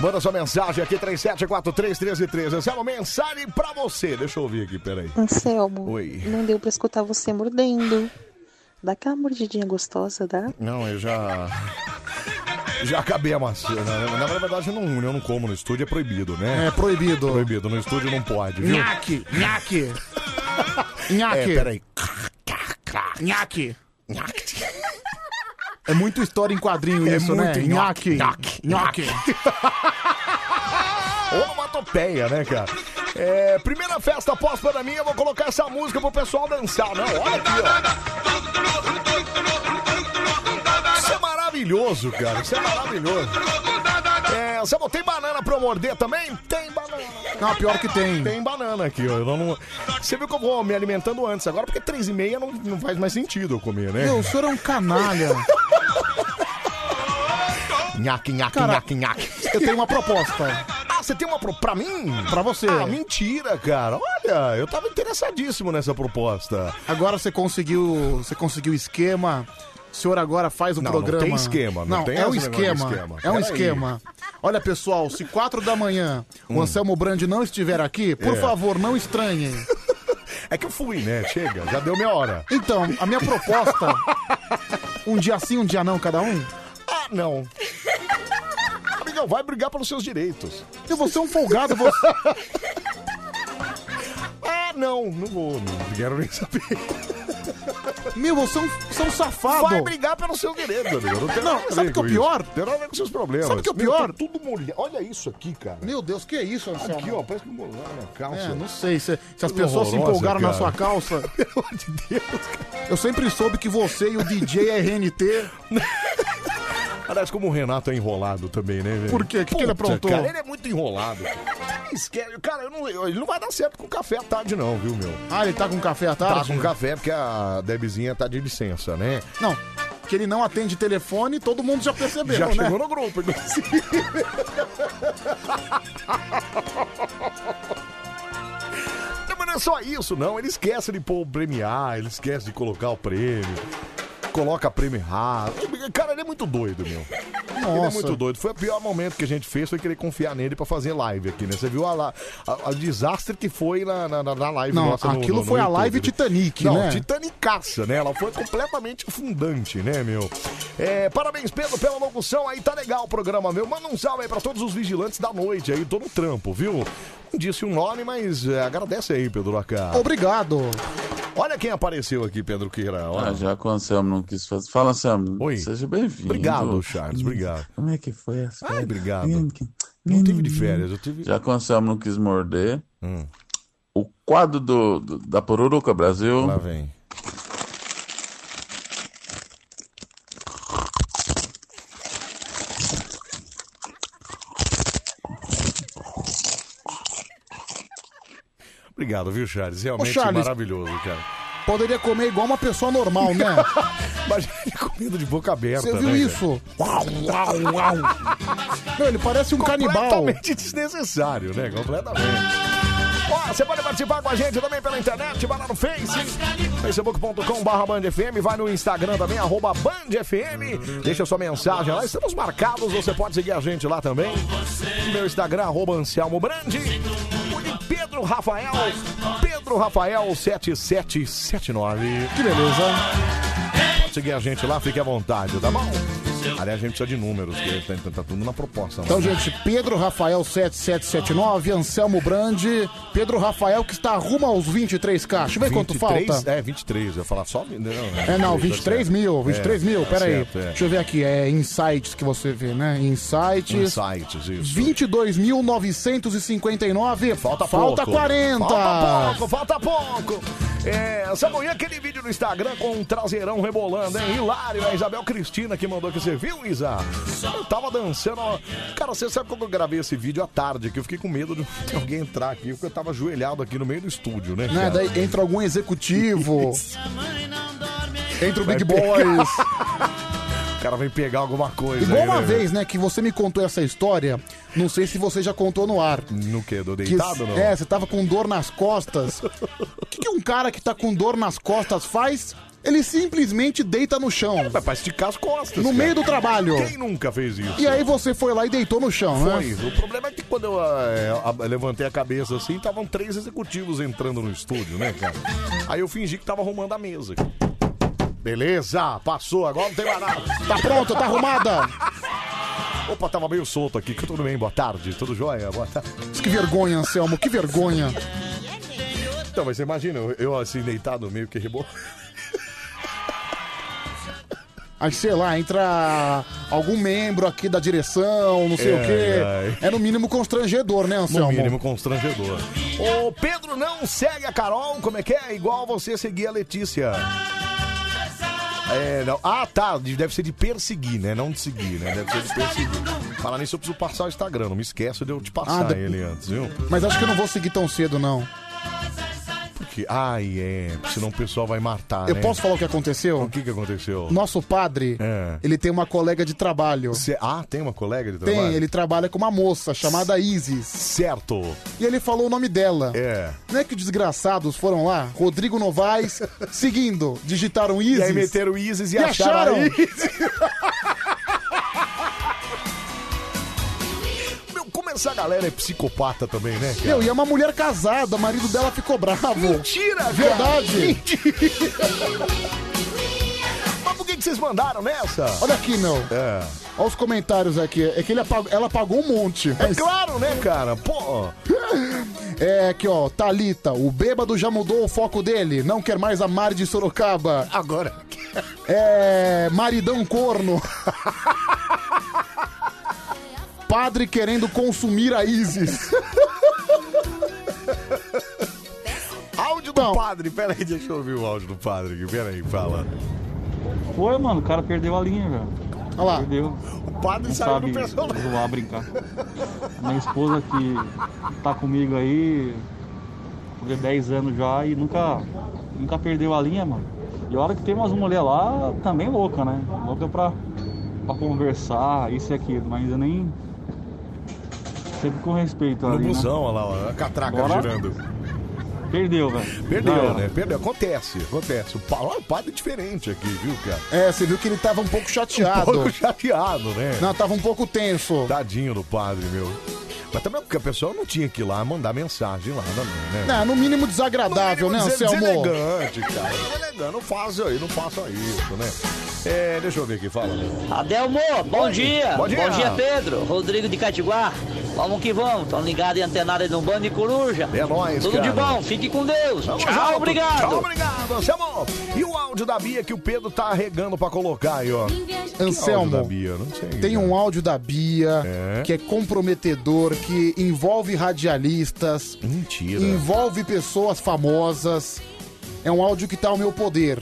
Speaker 1: Manda sua mensagem aqui, 37431313. Anselmo, mensagem pra você. Deixa eu ouvir aqui, peraí.
Speaker 19: Anselmo,
Speaker 1: Oi.
Speaker 19: não deu pra escutar você mordendo. Dá aquela mordidinha gostosa, dá?
Speaker 1: Não, eu já. Já acabei a maçã. Na, na verdade, eu não, eu não como no estúdio, é proibido, né?
Speaker 2: É proibido.
Speaker 1: Proibido, no estúdio não pode, viu?
Speaker 2: Nhaque, nhaque. Nhaque.
Speaker 1: É, peraí.
Speaker 2: Nhaque. É muito história em quadrinho
Speaker 1: É
Speaker 2: isso, né?
Speaker 1: muito nhaque, nhaque,
Speaker 2: Nhaque.
Speaker 1: Onomatopeia, né, cara? É, primeira festa pós-pandemia, eu vou colocar essa música pro pessoal dançar, né? Olha aqui, ó. Isso é maravilhoso, cara. Isso é maravilhoso. É, você botei banana pra eu morder também? Tem banana.
Speaker 2: Não, pior que tem.
Speaker 1: Tem banana aqui, ó. Eu não... Você viu que eu vou me alimentando antes agora, porque três e meia não, não faz mais sentido eu comer, né?
Speaker 2: Meu, o senhor é um canalha.
Speaker 1: Nhaque, nhaque,
Speaker 2: Cara,
Speaker 1: nhaque, nhaque.
Speaker 2: eu tenho uma proposta.
Speaker 1: Ah, você tem uma pro... pra mim?
Speaker 2: Pra você.
Speaker 1: Ah, mentira, cara. Olha, eu tava interessadíssimo nessa proposta.
Speaker 2: Agora você conseguiu, você conseguiu o esquema. O senhor agora faz o
Speaker 1: Não, não
Speaker 2: programa.
Speaker 1: tem esquema, não tem
Speaker 2: é um
Speaker 1: esse negócio de
Speaker 2: esquema.
Speaker 1: esquema.
Speaker 2: É um
Speaker 1: Peraí.
Speaker 2: esquema. Olha, pessoal, se quatro da manhã o
Speaker 1: Hum.
Speaker 2: Anselmo Brandi não estiver aqui, por
Speaker 1: É.
Speaker 2: favor, não estranhem.
Speaker 1: É que eu fui, né? Chega, já deu minha hora.
Speaker 2: Então, a minha proposta. um dia sim, um dia não, cada um?
Speaker 1: Ah, não. Amigão, vai brigar pelos seus direitos.
Speaker 2: Eu vou ser um folgado, eu vou.
Speaker 1: Ah, não, não vou, não quero nem saber.
Speaker 2: Meu, você é um, você é um safado.
Speaker 1: Vai brigar pelos seus direitos, amigo. Não, tem
Speaker 2: Não,
Speaker 1: nada a ver
Speaker 2: sabe o que é o
Speaker 1: com
Speaker 2: pior?
Speaker 1: Isso. Tem nada a ver com seus problemas.
Speaker 2: Sabe o que é o
Speaker 1: Meu,
Speaker 2: pior?
Speaker 1: tá tudo molhado. Olha isso aqui, cara. Tá
Speaker 2: Meu Deus, que é isso, Anselmo?
Speaker 1: Aqui, ó, parece que molhou na calça.
Speaker 2: É, não sei. Se, se as
Speaker 1: Coisa
Speaker 2: pessoas se
Speaker 1: horrorosa,
Speaker 2: empolgaram na
Speaker 1: cara.
Speaker 2: sua calça. Pelo amor de Deus, Eu sempre soube que você e o DJ RNT.
Speaker 1: Parece como o Renato é enrolado também, né, velho?
Speaker 2: Por quê? O que que ele
Speaker 1: Puta,
Speaker 2: aprontou?
Speaker 1: Cara, ele é muito enrolado. cara. Esquece- Cara, eu não- eu- ele não vai dar certo com café à tarde, não, viu, meu?
Speaker 2: Ah, ele tá com café à
Speaker 1: Tá
Speaker 2: tarde?
Speaker 1: com café, porque a Debizinha tá de licença, né?
Speaker 2: Não. Que ele não atende telefone, todo mundo já percebeu,
Speaker 1: Já
Speaker 2: né?
Speaker 1: chegou no grupo, então. inclusive. Não, mas não é só isso, não. Ele esquece de pôr o premiar, ele esquece de colocar o prêmio. Coloca prêmio errado. Cara, ele é muito doido, meu. Ele é
Speaker 2: Nossa.
Speaker 1: muito doido. Foi o pior momento que a gente fez, foi querer confiar nele pra fazer live aqui, né? Você viu a, la- a- a desastre que foi na, na, na- na live
Speaker 2: Não,
Speaker 1: nossa no-
Speaker 2: aquilo
Speaker 1: no- no
Speaker 2: foi a
Speaker 1: YouTube,
Speaker 2: live
Speaker 1: né?
Speaker 2: Titanic,
Speaker 1: Não,
Speaker 2: né?
Speaker 1: Titanicaça, né? Ela foi completamente fundante, né, meu? É, parabéns, Pedro, pela locução aí. Tá legal o programa, meu. Manda um salve aí pra todos os vigilantes da noite aí. Tô no trampo, viu? Não disse o nome, mas é, agradece aí, Pedro Acá.
Speaker 2: Obrigado.
Speaker 1: Olha quem apareceu aqui, Pedro Queira. Olha.
Speaker 18: Ah, já que o Anselmo não quis fazer. Fala, Anselmo.
Speaker 1: Oi.
Speaker 18: Seja bem-vindo.
Speaker 1: Obrigado, Charles. Obrigado.
Speaker 18: Como é que foi as
Speaker 1: Ai, obrigado.
Speaker 18: Não
Speaker 1: Ah, tive de férias, eu tive. Hum.
Speaker 18: Já que o Anselmo não quis morder, o quadro do, do- da Poruruca Brasil.
Speaker 1: Lá vem. Obrigado, viu, Charles? Realmente
Speaker 2: Charles.
Speaker 1: maravilhoso, cara.
Speaker 2: Poderia comer igual uma pessoa normal, né?
Speaker 1: Mas comida de boca aberta.
Speaker 2: Você viu
Speaker 1: né,
Speaker 2: isso? Uau, uau, uau. Não, ele parece um canibal.
Speaker 1: Completamente desnecessário, né? Completamente. Ó, você pode participar com a gente também pela internet, vai lá no Face, facebook.com.br BandFM, vai no Instagram também, arroba BandFM, deixa sua mensagem lá, estamos marcados, você pode seguir a gente lá também. Meu Instagram, arroba Anselmo Brandi, o de Pedro Rafael, Pedro Rafael 7779.
Speaker 2: Que beleza.
Speaker 1: Pode seguir a gente lá, fique à vontade, tá bom? Aliás, a gente precisa de números, que tá, tá tudo na proposta.
Speaker 2: Então,
Speaker 1: né?
Speaker 2: gente, Pedro Rafael 7779, Anselmo Brandi, Pedro Rafael que está rumo aos 23k. Deixa eu ver quanto
Speaker 1: 23?
Speaker 2: falta.
Speaker 1: É, 23, eu ia falar só. Não, tá
Speaker 2: É, não, 23
Speaker 1: É,
Speaker 2: mil, 23 mil, peraí. Deixa
Speaker 1: Deixa
Speaker 2: eu ver aqui, é insights que você vê, né? Insights.
Speaker 1: Insights, isso.
Speaker 2: 22.959, falta, falta
Speaker 1: pouco.
Speaker 2: 40.
Speaker 1: Falta pouco, falta pouco. É, essa manhã aquele vídeo no Instagram com um traseirão rebolando, hein? Hilário, a Isabel Cristina que mandou que você viu, Isa? Eu tava dançando, ó. Cara, você sabe como eu gravei esse vídeo à tarde, que eu fiquei com medo de alguém entrar aqui, porque eu tava ajoelhado aqui no meio do estúdio, né?
Speaker 2: Né,
Speaker 1: cara?
Speaker 2: daí entra algum executivo. entra o
Speaker 1: Vai
Speaker 2: Big
Speaker 1: pegar.
Speaker 2: Boys.
Speaker 1: O cara vem pegar alguma coisa.
Speaker 2: Igual
Speaker 1: aí,
Speaker 2: uma
Speaker 1: né?
Speaker 2: vez, né, que você me contou essa história, não sei se você já contou no ar.
Speaker 1: No quê? Do
Speaker 2: Que,
Speaker 1: deitado, não?
Speaker 2: é, você tava com dor nas costas. O que, que um cara que tá com dor nas costas faz? Ele simplesmente deita no chão.
Speaker 1: É, Mas pra esticar as costas.
Speaker 2: No
Speaker 1: cara.
Speaker 2: meio do trabalho.
Speaker 1: Quem nunca fez isso?
Speaker 2: E aí você foi lá e deitou no chão,
Speaker 1: Foi.
Speaker 2: né?
Speaker 1: O problema é que quando eu eh, a- levantei a cabeça assim, estavam três executivos entrando no estúdio, né, cara? Aí eu fingi que tava arrumando a mesa. Beleza, passou, agora não tem mais nada.
Speaker 2: Tá pronta, tá arrumada.
Speaker 1: Opa, tava meio solto aqui. Tudo bem, boa tarde. Tudo jóia? Boa tarde.
Speaker 2: Que vergonha, Anselmo, que vergonha.
Speaker 1: Então, mas você imagina, eu, eu assim, deitado meio que rebo...
Speaker 2: Aí, sei lá, entra algum membro aqui da direção, não sei o
Speaker 1: Ai,
Speaker 2: quê.
Speaker 1: ai.
Speaker 2: É no mínimo constrangedor, né, Anselmo?
Speaker 1: No mínimo constrangedor. Ô, Pedro, não segue a Carol, como é que é? Igual você seguir a Letícia. É, não. Ah, tá. de- Deve ser de perseguir, né? Não de seguir, né? Deve ser de perseguir. Falar nisso, eu preciso passar o Instagram. Não me esqueço de eu te passar
Speaker 2: Ah, de-
Speaker 1: ele antes, viu?
Speaker 2: Mas acho que eu não vou seguir tão cedo, não.
Speaker 1: Porque, ai, é. porque Senão o pessoal vai matar,
Speaker 2: eu
Speaker 1: né?
Speaker 2: posso falar o que aconteceu?
Speaker 1: O que que aconteceu?
Speaker 2: Nosso padre,
Speaker 1: É.
Speaker 2: ele tem uma colega de trabalho.
Speaker 1: Ah, tem uma colega de trabalho?
Speaker 2: Tem, ele trabalha com uma moça chamada Isis.
Speaker 1: Certo.
Speaker 2: E ele falou o nome dela.
Speaker 1: É.
Speaker 2: Não é que os desgraçados foram lá? Rodrigo Novaes, seguindo, digitaram Isis.
Speaker 1: E aí meteram Isis e, acharam. a Isis. Meu, como essa galera é psicopata também, né, cara?
Speaker 2: Meu, e é uma mulher casada, o marido dela ficou bravo.
Speaker 1: Mentira, cara.
Speaker 2: Verdade.
Speaker 1: Mas por que, que vocês mandaram nessa?
Speaker 2: Olha aqui, meu.
Speaker 1: É.
Speaker 2: Olha os comentários aqui. É que ele apagou- ela pagou um monte.
Speaker 1: É claro, né, cara? Pô.
Speaker 2: É aqui, ó. Thalita, o bêbado já mudou o foco dele. Não quer mais a Mari de Sorocaba.
Speaker 1: Agora.
Speaker 2: É. Maridão corno. Padre querendo consumir a Isis.
Speaker 1: Áudio do padre, peraí, deixa eu ouvir o áudio do padre aqui, peraí, fala.
Speaker 19: Foi, mano, o cara perdeu a linha, velho.
Speaker 2: Olha lá.
Speaker 19: Perdeu.
Speaker 1: O padre
Speaker 19: não
Speaker 1: saiu do
Speaker 19: sabe
Speaker 1: personagem.
Speaker 19: zoar, brincar. Minha esposa que tá comigo aí, de 10 anos já, e nunca, nunca perdeu a linha, mano. E a hora que tem umas mulheres lá, também louca, né? Louca pra, pra conversar, isso e aquilo, mas eu nem... Sempre com respeito
Speaker 1: No
Speaker 19: ali, né?
Speaker 1: busão, olha lá, ó, a catraca
Speaker 19: Bora.
Speaker 1: girando.
Speaker 19: Perdeu, velho. Já
Speaker 1: Perdeu,
Speaker 19: era.
Speaker 1: né? Perdeu. Acontece, acontece. O pa- ó, o padre é diferente aqui, viu, cara?
Speaker 2: É, você viu que ele tava um pouco
Speaker 1: Um
Speaker 2: chateado.
Speaker 1: pouco chateado, né?
Speaker 2: Não, tava um pouco tenso.
Speaker 1: Tadinho do padre, meu. Mas também porque a pessoa não tinha que ir lá mandar mensagem lá também, né?
Speaker 2: Não, no mínimo desagradável, né,
Speaker 1: Des-
Speaker 2: Anselmo?
Speaker 1: Deselegante, cara. Deselegante. Não faça aí, não faça isso, né? É, deixa eu ver aqui, fala.
Speaker 20: Adelmo, bom
Speaker 1: Oi.
Speaker 20: dia.
Speaker 1: Bom dia.
Speaker 20: Pedro. Rodrigo de Catiguá. Vamos que vamos. Tão ligado e antenado aí no Bando de Coruja.
Speaker 1: É nóis,
Speaker 20: Tudo de
Speaker 1: cara.
Speaker 20: bom. Fique com Deus.
Speaker 1: Tamo
Speaker 20: tchau,
Speaker 1: junto.
Speaker 20: obrigado.
Speaker 1: Tchau, obrigado, é Anselmo. E o áudio da Bia que o Pedro tá arregando pra colocar aí, ó. Que áudio da
Speaker 2: Anselmo,
Speaker 1: Bia? Não sei.
Speaker 2: tem um áudio da Bia que é comprometedor, que envolve radialistas,
Speaker 1: Mentira.
Speaker 2: envolve pessoas famosas. É um áudio que tá ao meu poder.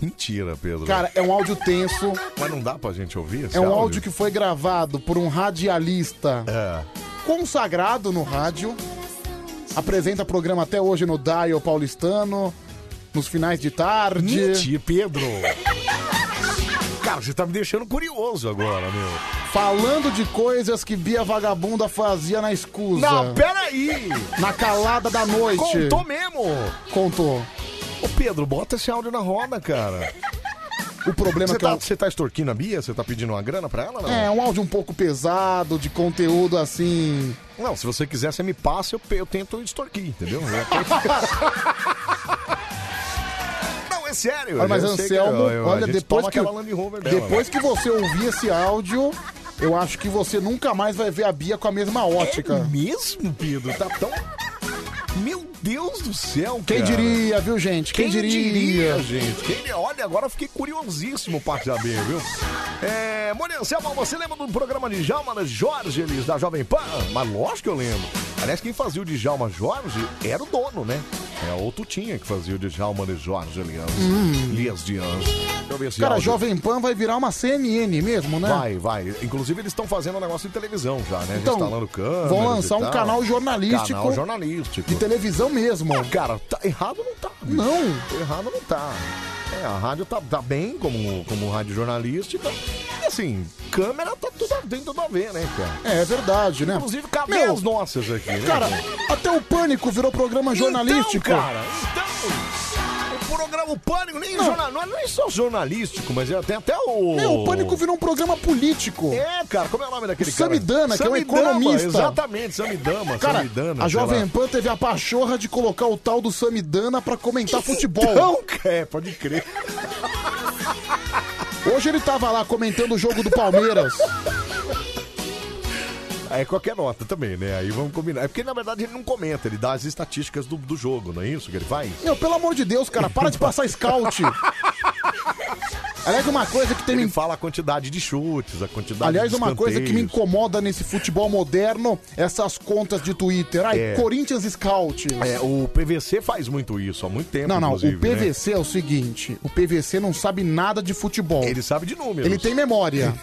Speaker 1: Mentira, Pedro.
Speaker 2: Cara, é um áudio tenso.
Speaker 1: Mas não dá pra gente ouvir esse
Speaker 2: É um áudio que foi gravado por um radialista
Speaker 1: É.
Speaker 2: consagrado no rádio. Apresenta programa até hoje no Dial Paulistano, nos finais de tarde.
Speaker 1: Mentira, Pedro. Cara, você tá me deixando curioso agora, meu.
Speaker 2: Falando de coisas que Bia Vagabunda fazia na escusa.
Speaker 1: Não, peraí!
Speaker 2: Na calada da noite.
Speaker 1: Contou mesmo!
Speaker 2: Contou.
Speaker 1: Ô, Pedro, bota esse áudio na roda, cara.
Speaker 2: O problema
Speaker 1: você
Speaker 2: é que
Speaker 1: tá,
Speaker 2: eu-
Speaker 1: Você tá extorquindo a Bia? Você tá pedindo uma grana pra ela? Não?
Speaker 2: É, um áudio um pouco pesado, de conteúdo assim.
Speaker 1: Não, se você quiser, você me passa, eu, pe- eu tento extorquir, entendeu? Eu tento- não, é sério.
Speaker 2: Olha, mas
Speaker 1: eu sei que-
Speaker 2: Anselmo,
Speaker 1: eu- eu- a
Speaker 2: olha,
Speaker 1: gente
Speaker 2: depois
Speaker 1: toma
Speaker 2: que.
Speaker 1: aquela Land Rover dela,
Speaker 2: Depois que você ouvir esse áudio, eu acho que você nunca mais vai ver a Bia com a mesma ótica.
Speaker 1: É mesmo, Pedro? Tá tão. Meu Deus do céu,
Speaker 2: Quem
Speaker 1: cara.
Speaker 2: diria, viu, gente? Quem, diria?
Speaker 1: gente? Quem diria? Olha, agora eu fiquei curiosíssimo pra saber, viu? É, Mônica Anselmo, você lembra do programa de Djalma né? Jorge, eles da Jovem Pan? Mas lógico que eu lembro. Aliás, quem fazia o Djalma Jorge era o dono, né? É o Tutinha que fazia o Djalma de Jorge, aliás.
Speaker 2: Hum.
Speaker 1: Lias de Anjo. Deixa eu ver esse
Speaker 2: Cara,
Speaker 1: áudio.
Speaker 2: Jovem Pan vai virar uma CNN mesmo, né?
Speaker 1: Vai, vai. Inclusive, eles estão fazendo um negócio de televisão já, né?
Speaker 2: Então,
Speaker 1: Instalando câmeras.
Speaker 2: vão lançar
Speaker 1: e
Speaker 2: um
Speaker 1: tal.
Speaker 2: canal jornalístico.
Speaker 1: Canal jornalístico.
Speaker 2: De televisão mesmo.
Speaker 1: Cara, tá errado não tá. bicho.
Speaker 2: Não.
Speaker 1: Errado não tá. É, a rádio tá, tá bem como, como rádio jornalística. E assim, câmera tá tudo dentro do ver, né, cara?
Speaker 2: É, é verdade, né?
Speaker 1: Inclusive, cadê
Speaker 2: Meu,
Speaker 1: as nossas aqui, né? Então,
Speaker 2: Cara, até o Pânico virou programa jornalístico.
Speaker 1: cara, o programa o Pânico nem jornal, não é nem só jornalístico, mas é- tem até o.
Speaker 2: Meu, o Pânico virou um programa político.
Speaker 1: É, cara, como é o nome daquele
Speaker 2: O
Speaker 1: cara?
Speaker 2: Samidana, que é um
Speaker 1: Samidana,
Speaker 2: economista.
Speaker 1: Exatamente, Samidana,
Speaker 2: Cara,
Speaker 1: Samidana.
Speaker 2: a
Speaker 1: sei lá.
Speaker 2: Jovem Pan teve a pachorra de colocar o tal do Samidana pra comentar futebol.
Speaker 1: Então, é, pode crer.
Speaker 2: Hoje ele tava lá comentando o jogo do Palmeiras.
Speaker 1: Aí É qualquer nota também, né? Aí vamos combinar. É porque na verdade ele não comenta, ele dá as estatísticas do, do jogo, não é isso que ele faz?
Speaker 2: Meu, pelo amor de Deus, cara, para de passar scout. Aliás, uma coisa que tem.
Speaker 1: Ele fala a quantidade de chutes, a quantidade
Speaker 2: Aliás,
Speaker 1: de
Speaker 2: uma coisa que me
Speaker 1: escanteios.
Speaker 2: incomoda nesse futebol moderno, essas contas de Twitter. Ai,
Speaker 1: É.
Speaker 2: Corinthians Scout.
Speaker 1: É, o PVC faz muito isso há muito tempo.
Speaker 2: Não, não,
Speaker 1: inclusive, né?
Speaker 2: o PVC é o seguinte, o PVC não sabe nada de futebol. Ele
Speaker 1: sabe de números.
Speaker 2: Ele tem memória.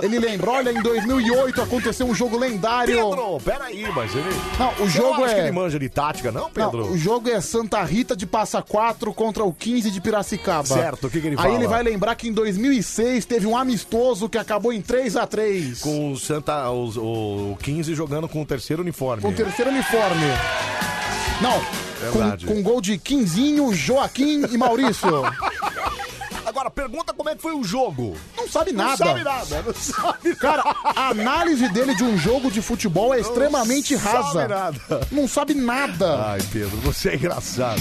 Speaker 2: ele lembra, olha, em 2008 aconteceu um jogo lendário.
Speaker 1: Pedro, peraí, mas ele.
Speaker 2: Não, o
Speaker 1: Você não
Speaker 2: jogo
Speaker 1: acha
Speaker 2: é-
Speaker 1: que ele manja de tática, não, Pedro?
Speaker 2: Não, o jogo é Santa Rita de Passa 4 contra o 15 de Piracicaba.
Speaker 1: Certo, o que que ele
Speaker 2: Aí
Speaker 1: fala?
Speaker 2: ele vai lembrar que em 2006 teve um amistoso que acabou em 3 a 3
Speaker 1: Com o Santa. os- o 15 jogando com o terceiro uniforme.
Speaker 2: Com o terceiro uniforme. Não,
Speaker 1: Verdade.
Speaker 2: com, com gol de Quinzinho, Joaquim e Maurício.
Speaker 1: Agora, pergunta como é que foi o jogo.
Speaker 2: Não sabe
Speaker 1: Não
Speaker 2: nada.
Speaker 1: sabe nada, né? não sabe
Speaker 2: Cara, a análise dele de um jogo de futebol é extremamente
Speaker 1: sabe
Speaker 2: rasa.
Speaker 1: nada.
Speaker 2: Não sabe nada.
Speaker 1: Ai, Pedro, você é engraçado.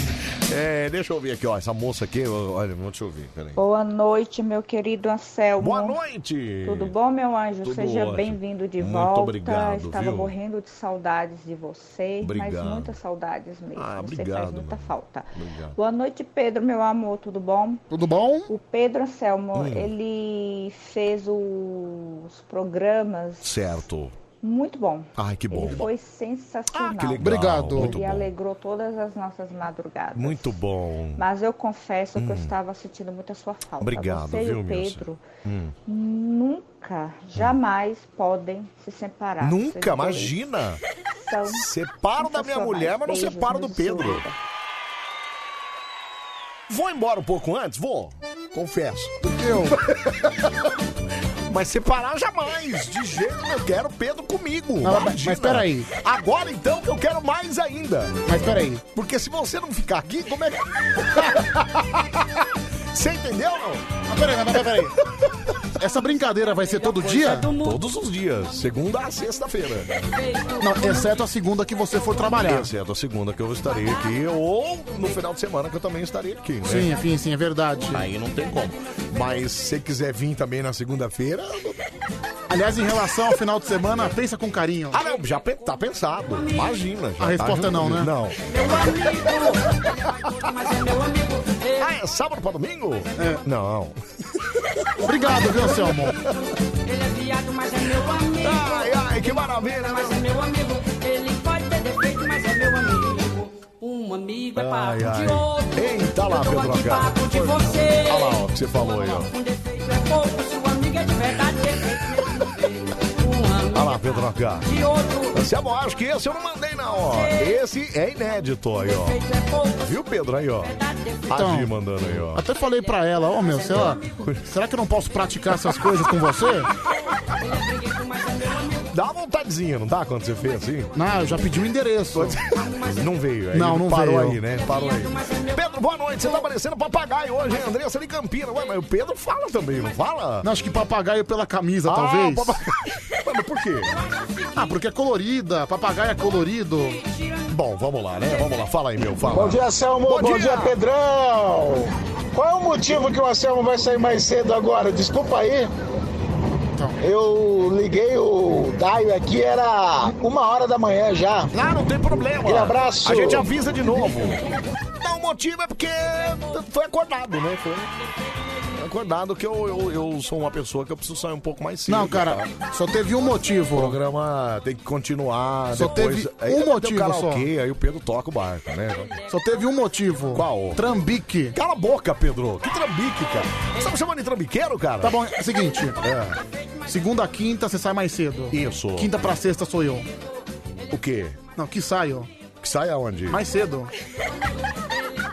Speaker 1: É, deixa eu ver aqui, ó. Essa moça aqui, ó, olha, deixa eu ver, peraí.
Speaker 21: Boa noite, meu querido Anselmo.
Speaker 1: Boa noite!
Speaker 21: Tudo bom, meu anjo?
Speaker 1: Tudo
Speaker 21: Seja
Speaker 1: ótimo.
Speaker 21: bem-vindo de
Speaker 1: Muito
Speaker 21: volta.
Speaker 1: obrigado,
Speaker 21: Estava
Speaker 1: viu?
Speaker 21: morrendo de saudades de você,
Speaker 1: Obrigado.
Speaker 21: mas muitas saudades mesmo.
Speaker 1: Ah,
Speaker 21: você faz
Speaker 1: obrigado,
Speaker 21: muita
Speaker 1: mano.
Speaker 21: falta.
Speaker 1: Obrigado.
Speaker 21: Boa noite, Pedro, meu amor. Tudo bom?
Speaker 2: Tudo bom?
Speaker 21: O Pedro Anselmo,
Speaker 1: Hum.
Speaker 21: ele fez os programas
Speaker 1: Certo.
Speaker 21: muito bom.
Speaker 1: Ai, que bom. Ah,
Speaker 21: Ele foi sensacional.
Speaker 1: que legal. Obrigado. Muito
Speaker 21: Ele
Speaker 1: bom.
Speaker 21: alegrou todas as nossas madrugadas.
Speaker 1: Muito bom.
Speaker 21: Mas eu confesso que eu
Speaker 1: Hum.
Speaker 21: estava sentindo muita sua falta.
Speaker 1: Obrigado,
Speaker 21: Você e
Speaker 1: viu,
Speaker 21: o
Speaker 1: Milson?
Speaker 21: Pedro
Speaker 1: Hum.
Speaker 21: nunca, jamais podem se separar.
Speaker 1: Nunca,
Speaker 21: Vocês dois
Speaker 1: imagina.
Speaker 21: são
Speaker 1: Separo da minha
Speaker 21: Então, sensacionais.
Speaker 1: mulher, mas não
Speaker 21: Beijos,
Speaker 1: separo do
Speaker 21: nos
Speaker 1: Pedro.
Speaker 21: ajuda.
Speaker 1: Vou embora um pouco antes? Vou. Confesso. Eu. Mas separar jamais, de jeito nenhum. Eu quero Pedro comigo.
Speaker 2: Não, mas-
Speaker 1: imagina.
Speaker 2: mas peraí.
Speaker 1: Agora então que eu quero mais ainda.
Speaker 2: Mas peraí.
Speaker 1: Porque se você não ficar aqui, como é que. você entendeu não?
Speaker 2: Mas peraí, mas peraí. Essa brincadeira vai ser todo dia?
Speaker 1: Todos os dias, segunda a sexta-feira.
Speaker 2: Não, exceto a segunda que você for trabalhar.
Speaker 1: Exceto é a segunda que eu estarei aqui, ou no final de semana que eu também estarei aqui. Né?
Speaker 2: Sim, sim, sim, é verdade.
Speaker 1: Aí não tem como. Mas se você quiser vir também na segunda-feira.
Speaker 2: Aliás, em relação ao final de semana, pensa com carinho.
Speaker 1: Ah, não, já pe- tá pensado. Imagina. já
Speaker 2: A
Speaker 1: tá
Speaker 2: resposta não, né?
Speaker 1: resolvido. Não. Ah, é sábado pra domingo?
Speaker 2: É.
Speaker 1: Não.
Speaker 2: Obrigado, viu, Selmo?
Speaker 22: Ele é viado, mas é meu amigo.
Speaker 1: Ai, ai, que maravilha, né?
Speaker 22: Mas é meu amigo. Ele pode ter defeito, mas é meu amigo. Um amigo é papo
Speaker 1: Ai, ai.
Speaker 22: de outro.
Speaker 1: Eita lá, Pedro H.
Speaker 22: papo de você.
Speaker 1: Olha lá, ó, o que você falou aí, ó.
Speaker 22: É pouco, se o amigo é de verdade, defeito
Speaker 1: Olha lá, Pedro H.
Speaker 22: de outro.
Speaker 1: Anselmo, acho que esse eu não mandei, não, ó. Esse é inédito aí,
Speaker 22: é
Speaker 1: ó. Viu, Pedro? Aí, ó. A
Speaker 2: Então.
Speaker 1: Gi Tá mandando aí, ó.
Speaker 2: Até falei pra ela, ó meu, sei lá, será que eu não posso praticar essas coisas com você?
Speaker 1: Dá uma vontadezinha, não dá? Quando você fez assim?
Speaker 2: Não, Ah, eu já pedi o endereço.
Speaker 1: Não veio, aí
Speaker 2: Não, não
Speaker 1: parou
Speaker 2: veio.
Speaker 1: aí, né? Parou aí. Pedro, boa noite. Você tá parecendo papagaio hoje, hein? Andressa de Campina. Ué, mas o Pedro fala também, não fala?
Speaker 2: Não, acho que papagaio pela camisa,
Speaker 1: Ah,
Speaker 2: talvez.
Speaker 1: papagaio. Mas por quê?
Speaker 2: Ah, porque é colorida, papagaio é colorido.
Speaker 1: Bom, vamos lá, né? Vamos lá, fala aí, meu. Fala.
Speaker 23: Bom dia, Selmo. Bom, dia. Pedrão. Qual é o motivo que o Anselmo vai sair mais cedo agora? Desculpa aí. Então. Eu liguei o Daio aqui, era uma hora da manhã já.
Speaker 1: Ah, não tem problema.
Speaker 23: Um abraço.
Speaker 1: A gente avisa de novo. Não, o motivo é porque foi acordado, né? Foi acordado que eu, eu, eu sou uma pessoa que eu preciso sair um pouco mais cedo.
Speaker 2: Não, cara, só teve um motivo.
Speaker 1: O programa tem que continuar.
Speaker 2: Só
Speaker 1: Ah, depois,
Speaker 2: teve
Speaker 1: aí
Speaker 2: um
Speaker 1: tem o
Speaker 2: motivo
Speaker 1: karaokê, Aí o Pedro toca o barco, né?
Speaker 2: Só teve um motivo.
Speaker 1: Qual?
Speaker 2: Trambique.
Speaker 1: Cala a boca, Pedro. Que trambique, cara. Você tá me chamando de trambiqueiro, cara?
Speaker 2: Tá bom, é o seguinte.
Speaker 1: É.
Speaker 2: Segunda a quinta, você sai mais cedo.
Speaker 1: Isso.
Speaker 2: Quinta pra sexta sou eu.
Speaker 1: O quê?
Speaker 2: Não, que saio.
Speaker 1: Que sai aonde?
Speaker 2: Mais cedo.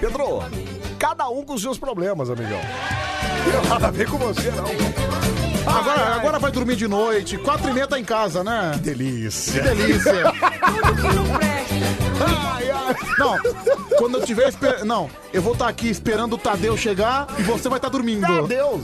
Speaker 1: Pedro, cada um com os seus problemas, amigão. Não tem nada a ver com você, não.
Speaker 2: Agora, agora vai dormir de noite. Quatro e meia tá em casa, né? Que
Speaker 1: delícia.
Speaker 2: Que delícia.
Speaker 1: Ai, ai,
Speaker 2: Não, quando eu tiver esper... Não, eu vou estar aqui esperando o Tadeu chegar e você vai estar dormindo. Tadeu!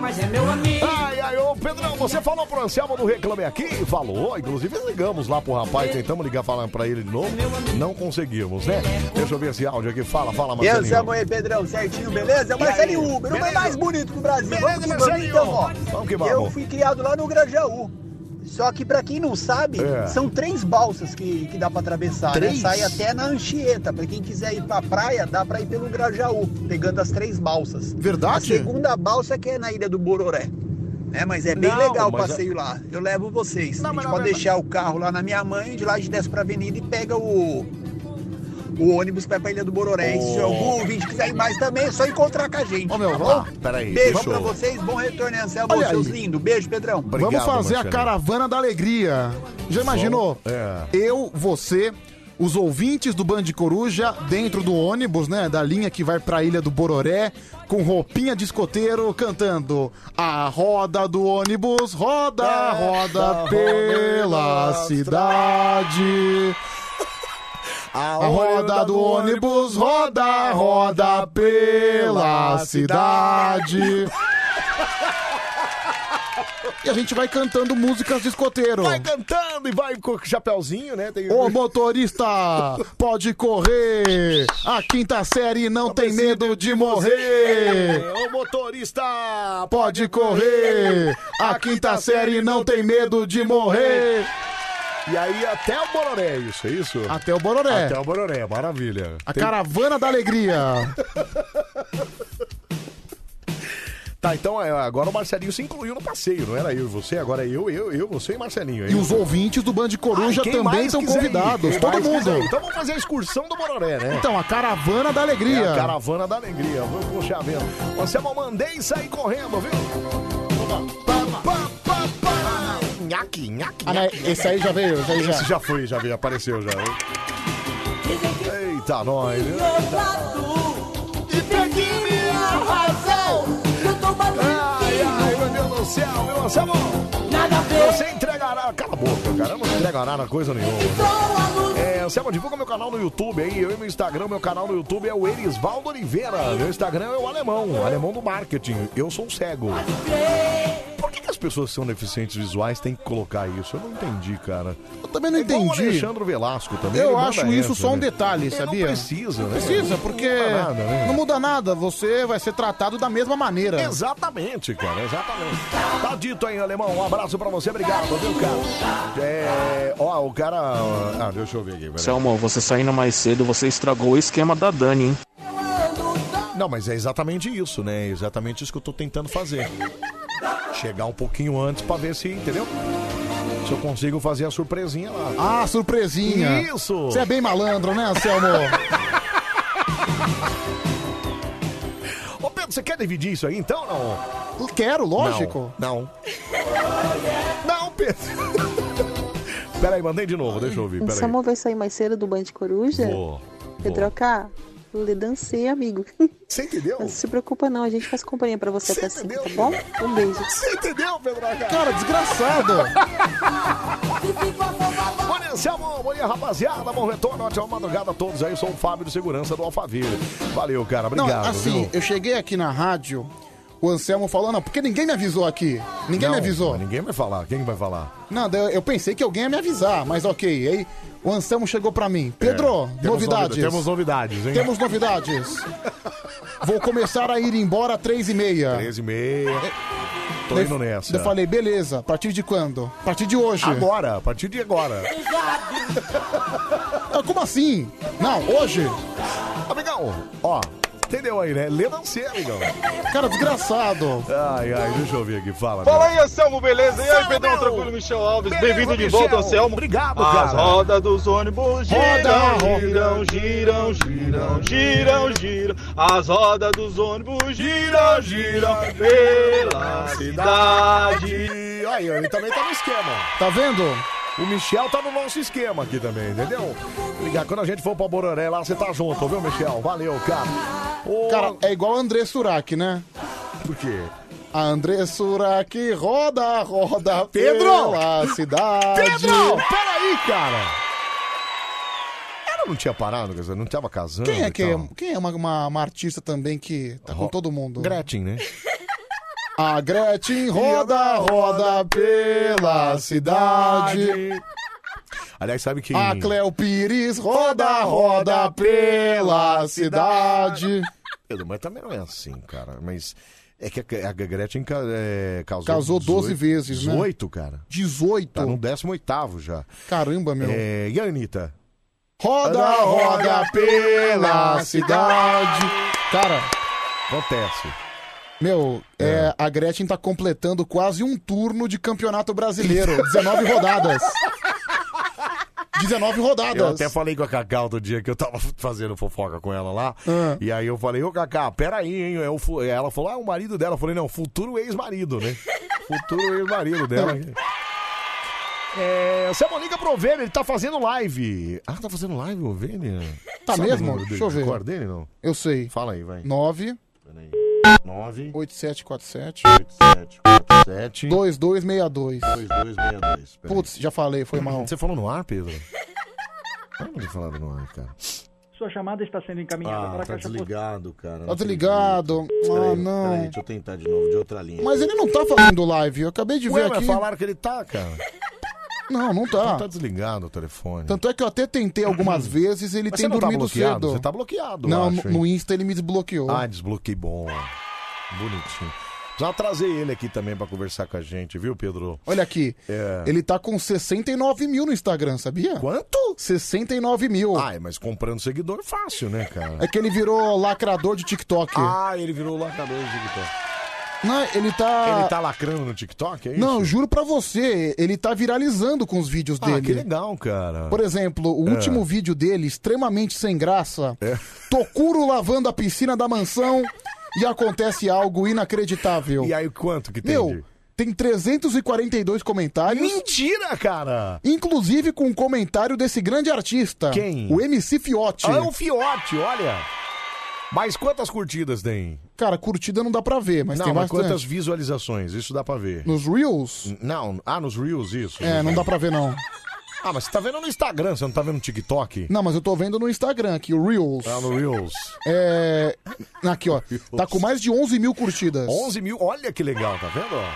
Speaker 1: Mas é meu amigo. Ai, ai, ô Pedrão, você falou pro Anselmo do Reclame Aqui? Falou, inclusive ligamos lá pro rapaz, tentamos ligar falando pra ele de novo. Não conseguimos, né? Deixa eu ver esse áudio aqui. Fala, fala,
Speaker 3: E aí,
Speaker 1: Marcelinho.
Speaker 3: Anselmo aí, Pedrão, certinho, beleza? Marcelinho Uber, o homem mais bonito do Brasil.
Speaker 1: Beleza,
Speaker 3: vamos que
Speaker 1: Marcelinho?
Speaker 3: vamos, então, ó.
Speaker 1: Vamos que vamos.
Speaker 3: Eu fui criado lá no Grajaú. Só que pra quem não sabe,
Speaker 1: É.
Speaker 3: são três balsas que, que dá pra atravessar. né?
Speaker 1: Três?
Speaker 3: Sai até na Anchieta. Pra quem quiser ir pra praia, dá pra ir pelo Grajaú, pegando as três balsas.
Speaker 2: Verdade?
Speaker 3: A segunda balsa que é na ilha do Bororé. Né? Mas é bem
Speaker 2: Não,
Speaker 3: legal o
Speaker 2: mas a-
Speaker 3: passeio lá. Eu levo vocês. a
Speaker 2: na
Speaker 3: gente pode
Speaker 2: verdade-
Speaker 3: deixar o carro lá na minha mãe, de lá a gente desce pra avenida e pega o, o ônibus vai pra Ilha do Bororé. E Se algum ouvinte quiser ir mais também, é só encontrar com a gente. Ó, meu,
Speaker 1: vamos lá. Peraí,
Speaker 3: Beijo
Speaker 1: deixa eu-
Speaker 3: pra vocês, bom retorno, Anselmo,
Speaker 2: Olha
Speaker 3: seus
Speaker 2: aí.
Speaker 3: lindos. Beijo, Pedrão.
Speaker 2: Vamos fazer a caravana da alegria. Já imaginou?
Speaker 1: é.
Speaker 2: Eu, você, os ouvintes do Band Coruja, dentro do ônibus, né? Da linha que vai pra Ilha do Bororé, com roupinha de escoteiro, cantando A roda do ônibus, roda, roda pela cidade. A roda do ônibus, roda, roda pela cidade. E a gente vai cantando músicas de escoteiro. Vai
Speaker 1: cantando e vai com chapéuzinho, né?
Speaker 2: O motorista pode correr. A quinta série não tem medo de morrer.
Speaker 1: Ô É motorista!
Speaker 2: Pode correr. A quinta série não tem medo de morrer.
Speaker 1: E aí até o Bororé, isso, é isso?
Speaker 2: Até o Bororé.
Speaker 1: Até o Bororé, maravilha.
Speaker 2: A
Speaker 1: Tem-
Speaker 2: caravana da alegria.
Speaker 1: Tá, então é, agora o Marcelinho se incluiu no passeio, não era eu e você, agora é eu, eu, eu, você e Marcelinho. é
Speaker 2: E
Speaker 1: isso?
Speaker 2: os ouvintes do Band Coruja
Speaker 1: Ai, quem
Speaker 2: também
Speaker 1: mais
Speaker 2: estão
Speaker 1: quiser ir,
Speaker 2: convidados.
Speaker 1: quem
Speaker 2: Todo
Speaker 1: mais quiser
Speaker 2: mundo.
Speaker 1: ir. Então vamos fazer a excursão do Bororé, né?
Speaker 2: Então, a caravana da alegria.
Speaker 1: É a caravana da alegria. Vou puxar vendo. Você eu mandei sair correndo, viu? Nhaque, nhaque.
Speaker 2: Ah, não, esse aí já veio, esse aí já.
Speaker 1: Esse já foi, já veio, apareceu já. Eita, nós. né? viu?
Speaker 6: E perdi minha razão. Eu tô
Speaker 1: Ai, ai, meu Deus do céu, meu Anselmo.
Speaker 6: Nada a ver.
Speaker 1: Você entregará. Cala a boca, cara. Eu não entrega nada, coisa nenhuma. É, Anselmo, divulga meu canal no YouTube aí. Eu e meu Instagram, meu canal no YouTube é o Erisvaldo Oliveira. Meu Instagram é o alemão, o alemão do marketing. Eu sou um cego. Por que, que as pessoas que são deficientes visuais têm que colocar isso? Eu não entendi, cara. Eu
Speaker 2: também não
Speaker 1: Igual
Speaker 2: entendi.
Speaker 1: O Alexandre Velasco também. ele
Speaker 2: Eu
Speaker 1: manda
Speaker 2: acho isso
Speaker 1: essa,
Speaker 2: só um
Speaker 1: né?
Speaker 2: detalhe,
Speaker 1: É,
Speaker 2: sabia?
Speaker 1: Não precisa, né?
Speaker 2: Não Precisa, porque
Speaker 1: Não muda nada, né?
Speaker 2: não muda nada. Você vai ser tratado da mesma maneira.
Speaker 1: Exatamente, cara, exatamente. Tá dito aí, alemão. Um abraço pra você, obrigado, viu, cara? É. Ó, o cara. Ah, deixa eu ver aqui. peraí.
Speaker 4: Selmo, você saindo mais cedo, você estragou o esquema da Dani, hein?
Speaker 1: Não, mas é exatamente isso, né? É exatamente isso que eu tô tentando fazer. Chegar um pouquinho antes pra ver se, entendeu? Se eu consigo fazer a surpresinha lá.
Speaker 2: Ah, surpresinha.
Speaker 1: Isso!
Speaker 2: Você é bem malandro, né, Anselmo?
Speaker 1: Ô Pedro, você quer dividir isso aí então não?
Speaker 2: Quero, lógico.
Speaker 1: Não. Não, Não, Pedro. Peraí, mandei de novo, deixa eu ouvir. Peraí.
Speaker 9: Anselmo vai sair mais cedo do Band Coruja?
Speaker 1: Vou,
Speaker 9: Pedroca, lhe dancei, amigo.
Speaker 1: Você entendeu?
Speaker 9: Não se preocupa não, a gente faz companhia pra você até cedo, tá bom? Um beijo.
Speaker 1: Você entendeu, Pedroca?
Speaker 9: Cara,
Speaker 2: desgraçado.
Speaker 1: Bom dia, Anselmo. Bom dia, rapaziada. Bom retorno. Ótima madrugada a todos aí. Sou o Fábio de Segurança do Alphaville. Valeu, cara. Obrigado.
Speaker 2: não, assim,
Speaker 1: viu?
Speaker 2: eu cheguei aqui na rádio, o Anselmo falou, não, porque ninguém me avisou aqui. Ninguém
Speaker 1: Não,
Speaker 2: me avisou.
Speaker 1: Ninguém vai falar. Quem vai falar?
Speaker 2: Não, daí eu- eu pensei que alguém ia me avisar, mas ok. Aí o Anselmo chegou pra mim. Pedro,
Speaker 1: É, temos
Speaker 2: novidades.
Speaker 1: novi- temos novidades, hein?
Speaker 2: Temos novidades. Vou começar a ir embora às três e meia.
Speaker 1: 13 e meia. Tô
Speaker 2: Daí-
Speaker 1: indo nessa.
Speaker 2: daí Eu falei, beleza, a partir de quando? A partir de hoje.
Speaker 1: Agora, a partir de agora.
Speaker 2: Ah, Como assim? Não, hoje.
Speaker 1: Amigão, ó, entendeu aí, né? Lê dancer, amigão.
Speaker 2: Cara, desgraçado.
Speaker 1: Ai, ai, deixa eu ouvir aqui. Fala.
Speaker 24: Fala
Speaker 1: cara.
Speaker 24: aí, Anselmo, beleza? E aí,
Speaker 1: Fala,
Speaker 24: Pedrão,
Speaker 1: meu.
Speaker 24: tranquilo, Michel Alves?
Speaker 1: Beleza,
Speaker 24: Bem-vindo de
Speaker 1: Michel.
Speaker 24: volta, Anselmo.
Speaker 1: Obrigado,
Speaker 24: As
Speaker 1: cara.
Speaker 24: rodas dos ônibus giram,
Speaker 1: Roda,
Speaker 24: giram, giram, giram, giram, giram. As rodas dos ônibus giram, giram pela cidade.
Speaker 1: Aí, ó, ele também tá no esquema.
Speaker 2: Tá vendo?
Speaker 1: O Michel tá no nosso esquema aqui também, entendeu? Ligar quando a gente for pra Bororé lá, você tá junto, viu, Michel? Valeu, cara. Ô,
Speaker 2: Cara, é igual a André Surak, né?
Speaker 1: Por quê?
Speaker 2: A André Surak roda, roda
Speaker 1: Pedro!
Speaker 2: pela cidade.
Speaker 1: Pedro, peraí, cara. Ela não tinha parado, quer dizer, não tava casando.
Speaker 2: Quem é
Speaker 1: e
Speaker 2: que
Speaker 1: tal.
Speaker 2: é, quem é uma, uma- uma artista também que tá com todo mundo?
Speaker 1: Gretchen, né?
Speaker 2: A Gretchen roda, roda pela cidade.
Speaker 1: Aliás, sabe que.
Speaker 2: A Cleo Pires roda, roda pela cidade.
Speaker 1: Pedro, mas também não é assim, cara. Mas é que a, a Gretchen ca- é, causou.
Speaker 2: Casou 12 vezes, né?
Speaker 1: 18, cara.
Speaker 2: 18.
Speaker 1: Tá no 18 já.
Speaker 2: Caramba, meu.
Speaker 1: É, e a Anitta?
Speaker 2: Roda, roda pela cidade. Cara.
Speaker 1: Acontece.
Speaker 2: Meu, é, a Gretchen tá completando quase um turno de campeonato brasileiro. 19 rodadas. 19 rodadas.
Speaker 1: Eu até falei com a Cacau do dia que eu tava fazendo fofoca com ela lá.
Speaker 2: Ah.
Speaker 1: E aí eu falei, ô Cacá, peraí, hein? É o fu- Ela falou, ah, o marido dela. Eu falei, não, futuro ex-marido, né? futuro ex-marido dela. É, o Samuel liga pro Ovelha, ele tá fazendo live. Ah, tá fazendo live, Ovelha?
Speaker 2: Tá
Speaker 1: Sabe
Speaker 2: mesmo?
Speaker 1: o número do-
Speaker 2: Deixa eu
Speaker 1: do
Speaker 2: ver.
Speaker 1: Discord dele, não?
Speaker 2: Eu sei.
Speaker 1: Fala aí, vai.
Speaker 2: 9
Speaker 1: 9
Speaker 2: 8747
Speaker 1: 8747
Speaker 2: 2262
Speaker 1: 2262. peraí.
Speaker 2: Putz, já falei, foi mal.
Speaker 1: Você falou no ar, Pedro? Eu Ah, não tinha falado no ar, cara.
Speaker 12: Sua chamada está sendo encaminhada para
Speaker 1: Ah,
Speaker 12: a
Speaker 1: tá
Speaker 12: caixa
Speaker 1: desligado, cara.
Speaker 2: Tá
Speaker 1: Não acredito.
Speaker 2: desligado.
Speaker 1: Peraí,
Speaker 2: Ah, não.
Speaker 1: Peraí, deixa eu tentar de novo, de outra linha.
Speaker 2: Mas ele não tá fazendo live, eu acabei de
Speaker 1: Ué,
Speaker 2: ver
Speaker 1: mas
Speaker 2: aqui.
Speaker 1: falaram que ele tá, cara.
Speaker 2: Não, não
Speaker 1: Então
Speaker 2: tá.
Speaker 1: tá desligado o telefone. Hum.
Speaker 2: Tanto é que eu até tentei algumas vezes, ele
Speaker 1: Mas
Speaker 2: tem
Speaker 1: você não tá
Speaker 2: dormido
Speaker 1: bloqueado?
Speaker 2: cedo.
Speaker 1: Você tá bloqueado,
Speaker 2: Não,
Speaker 1: eu acho,
Speaker 2: no
Speaker 1: hein?
Speaker 2: Insta ele me desbloqueou.
Speaker 1: Ah, desbloqueei bom. Bonitinho. Já trazer ele aqui também pra conversar com a gente, viu, Pedro?
Speaker 2: Olha aqui,
Speaker 1: É.
Speaker 2: ele tá com 69 mil no Instagram, sabia?
Speaker 1: Quanto?
Speaker 2: 69 mil.
Speaker 1: Ai, mas comprando seguidor fácil, né, cara?
Speaker 2: É que ele virou lacrador de TikTok.
Speaker 1: Ah, ele virou lacrador de TikTok.
Speaker 2: Não, ele tá...
Speaker 1: Ele tá lacrando no TikTok, é isso?
Speaker 2: Não, juro pra você, ele tá viralizando com os vídeos
Speaker 1: ah,
Speaker 2: dele.
Speaker 1: que legal, cara.
Speaker 2: Por exemplo, o
Speaker 1: É.
Speaker 2: último vídeo dele, extremamente sem graça, Tokuro lavando a piscina da mansão e acontece algo inacreditável.
Speaker 1: E aí, quanto que tem?
Speaker 2: Meu,
Speaker 1: de-
Speaker 2: tem 342 comentários.
Speaker 1: Mentira, cara!
Speaker 2: Inclusive com um comentário desse grande artista.
Speaker 1: Quem?
Speaker 2: O MC Fiote.
Speaker 1: Ah, é o Fiote, olha. Mas quantas curtidas tem?
Speaker 2: Cara, curtida não dá pra ver, mas
Speaker 1: não,
Speaker 2: tem
Speaker 1: mas
Speaker 2: bastante.
Speaker 1: quantas visualizações? Isso dá pra ver.
Speaker 2: Nos Reels?
Speaker 1: Não, ah, nos Reels, isso.
Speaker 2: É, não dá pra ver não.
Speaker 1: Ah, mas você tá vendo no Instagram, você não tá vendo no TikTok?
Speaker 2: Não, mas eu tô vendo no Instagram aqui, o Reels.
Speaker 1: Ah, no Reels.
Speaker 2: É... Aqui, ó. Tá com mais de 11 mil curtidas.
Speaker 1: 11 mil, olha que legal, tá vendo? ó?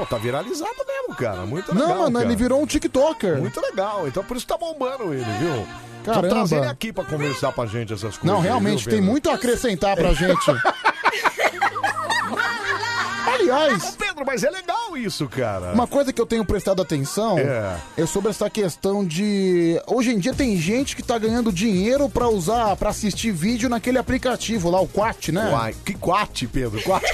Speaker 1: Pô, tá viralizado mesmo, cara. Muito
Speaker 2: Não,
Speaker 1: legal.
Speaker 2: mano,
Speaker 1: cara.
Speaker 2: ele virou um TikToker.
Speaker 1: Muito legal, então por isso tá bombando ele, viu? Deixa
Speaker 2: Caramba.
Speaker 1: eu trazer ele aqui pra conversar pra gente essas coisas.
Speaker 2: Não, realmente,
Speaker 1: viu,
Speaker 2: tem
Speaker 1: Pedro? É.
Speaker 2: muito a acrescentar pra gente. Aliás.
Speaker 1: Pedro, mas é legal isso, cara.
Speaker 2: Uma coisa que eu tenho prestado atenção
Speaker 1: É.
Speaker 2: é, sobre essa questão de. Hoje em dia tem gente que tá ganhando dinheiro pra usar, pra assistir vídeo naquele aplicativo lá, o Quat, né?
Speaker 1: Uai, que quate, Pedro? Quate.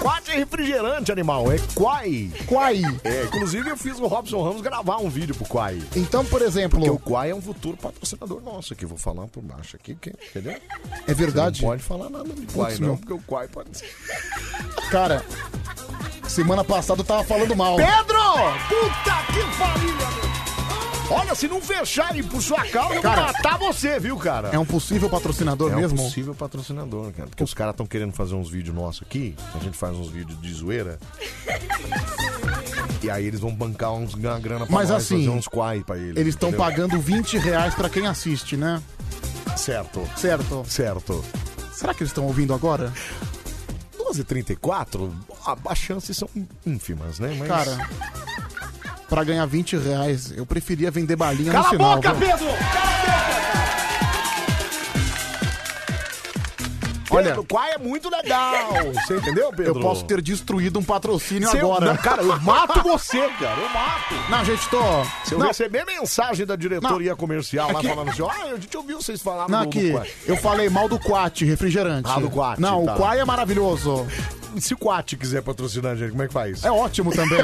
Speaker 1: quate é refrigerante, animal. É quai.
Speaker 2: Quai.
Speaker 1: É, inclusive eu fiz o Robson Ramos gravar um vídeo pro quai.
Speaker 2: Então, por exemplo.
Speaker 1: Porque o quai é um futuro patrocinador nosso aqui. Vou falar por baixo aqui, que- entendeu?
Speaker 2: É verdade.
Speaker 1: Você não pode falar nada de quai,
Speaker 2: Putz,
Speaker 1: não,
Speaker 2: meu.
Speaker 1: porque o quai pode ser.
Speaker 2: Cara, semana passada eu tava falando mal.
Speaker 1: Pedro! Puta que farinha, meu! Olha, se não fecharem por sua causa,
Speaker 2: Cara,
Speaker 1: eu vou matar você, viu, cara?
Speaker 2: É um possível patrocinador
Speaker 1: É um
Speaker 2: mesmo?
Speaker 1: possível patrocinador, cara. Porque os caras estão querendo fazer uns vídeos nossos aqui. A gente faz uns vídeos de zoeira. E aí eles vão bancar uns, uma grana pra
Speaker 2: Mas
Speaker 1: nós,
Speaker 2: assim,
Speaker 1: fazer uns quai pra eles.
Speaker 2: Eles estão
Speaker 1: entendeu?
Speaker 2: pagando 20 reais pra quem assiste, né?
Speaker 1: Certo.
Speaker 2: Certo.
Speaker 1: Certo.
Speaker 2: Será que eles estão ouvindo agora?
Speaker 1: 12h34, a- as chances são ínfimas, né? Mas...
Speaker 2: Cara, pra ganhar 20 reais, eu preferia vender balinha
Speaker 1: Cala
Speaker 2: no
Speaker 1: a
Speaker 2: final.
Speaker 1: boca,
Speaker 2: viu?
Speaker 1: Pedro! Olha, Pedro, quai é muito legal. Você entendeu, Pedro?
Speaker 2: Eu posso ter destruído um patrocínio
Speaker 1: Se eu-
Speaker 2: agora.
Speaker 1: não, né? cara, eu mato você, cara. Eu mato.
Speaker 2: Não, gente, tô.
Speaker 1: Se eu
Speaker 2: não,
Speaker 1: receber mensagem da diretoria comercial lá
Speaker 2: Aqui-
Speaker 1: falando assim, ah, a gente ouviu vocês falar
Speaker 2: não,
Speaker 1: do-
Speaker 2: aqui,
Speaker 1: do Quai."
Speaker 2: eu falei mal do Quat, refrigerante.
Speaker 1: Ah, do Quat,
Speaker 2: Não,
Speaker 1: tá.
Speaker 2: o Quai é maravilhoso.
Speaker 1: Se o Quat quiser patrocinar a gente, como é que faz?
Speaker 2: É ótimo também.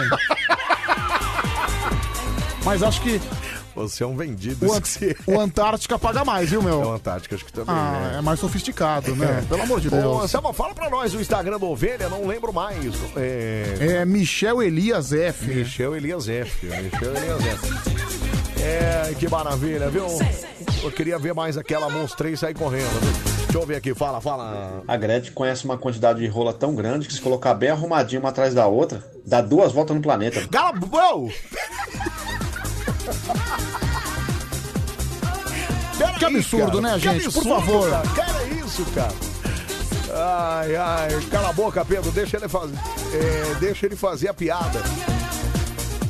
Speaker 2: Mas acho que
Speaker 1: Você é um vendido.
Speaker 2: o,
Speaker 1: isso
Speaker 2: An-
Speaker 1: que você-
Speaker 2: o Antártica paga mais, viu,
Speaker 1: É
Speaker 2: meu?
Speaker 1: uma tática, acho que também,
Speaker 2: Ah,
Speaker 1: né? É,
Speaker 2: é mais sofisticado, né? Pelo amor de
Speaker 1: Ô,
Speaker 2: Deus.
Speaker 1: Selma, fala pra nós o Instagram do Ovelha, não lembro mais. É...
Speaker 2: É Michel Elias F.
Speaker 1: Michel Elias F. Michel Elias F. É, que maravilha, viu? Eu queria ver mais aquela monstrei sair correndo. viu? Deixa eu ver aqui, fala, fala.
Speaker 7: A Gretchen conhece uma quantidade de rola tão grande que se colocar bem arrumadinha uma atrás da outra, dá duas voltas no planeta.
Speaker 1: Gala, Que
Speaker 2: absurdo, né, gente? Por favor.
Speaker 1: Cara, Cara, é isso, cara. Ai, ai, cala a boca, Pedro, deixa ele fazer, é, deixa ele fazer a piada.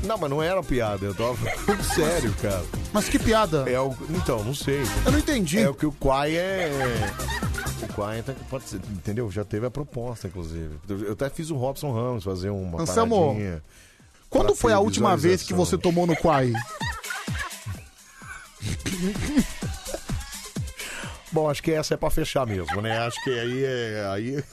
Speaker 1: Não, mas não era piada, eu tava falando sério, cara.
Speaker 2: Mas que piada?
Speaker 1: É o, então, não sei.
Speaker 2: Eu não entendi.
Speaker 1: É o que o Quai é. O Quai tá- pode ser, entendeu? Já teve a proposta, inclusive. Eu até fiz o Robson Ramos fazer uma
Speaker 2: Anselmo,
Speaker 1: paradinha.
Speaker 2: Quando
Speaker 1: pra
Speaker 2: foi a
Speaker 1: ter
Speaker 2: última vez que
Speaker 1: visualização.
Speaker 2: você tomou no Quai?
Speaker 1: Bom, acho que essa é pra fechar mesmo, né? Acho que aí é. Aí...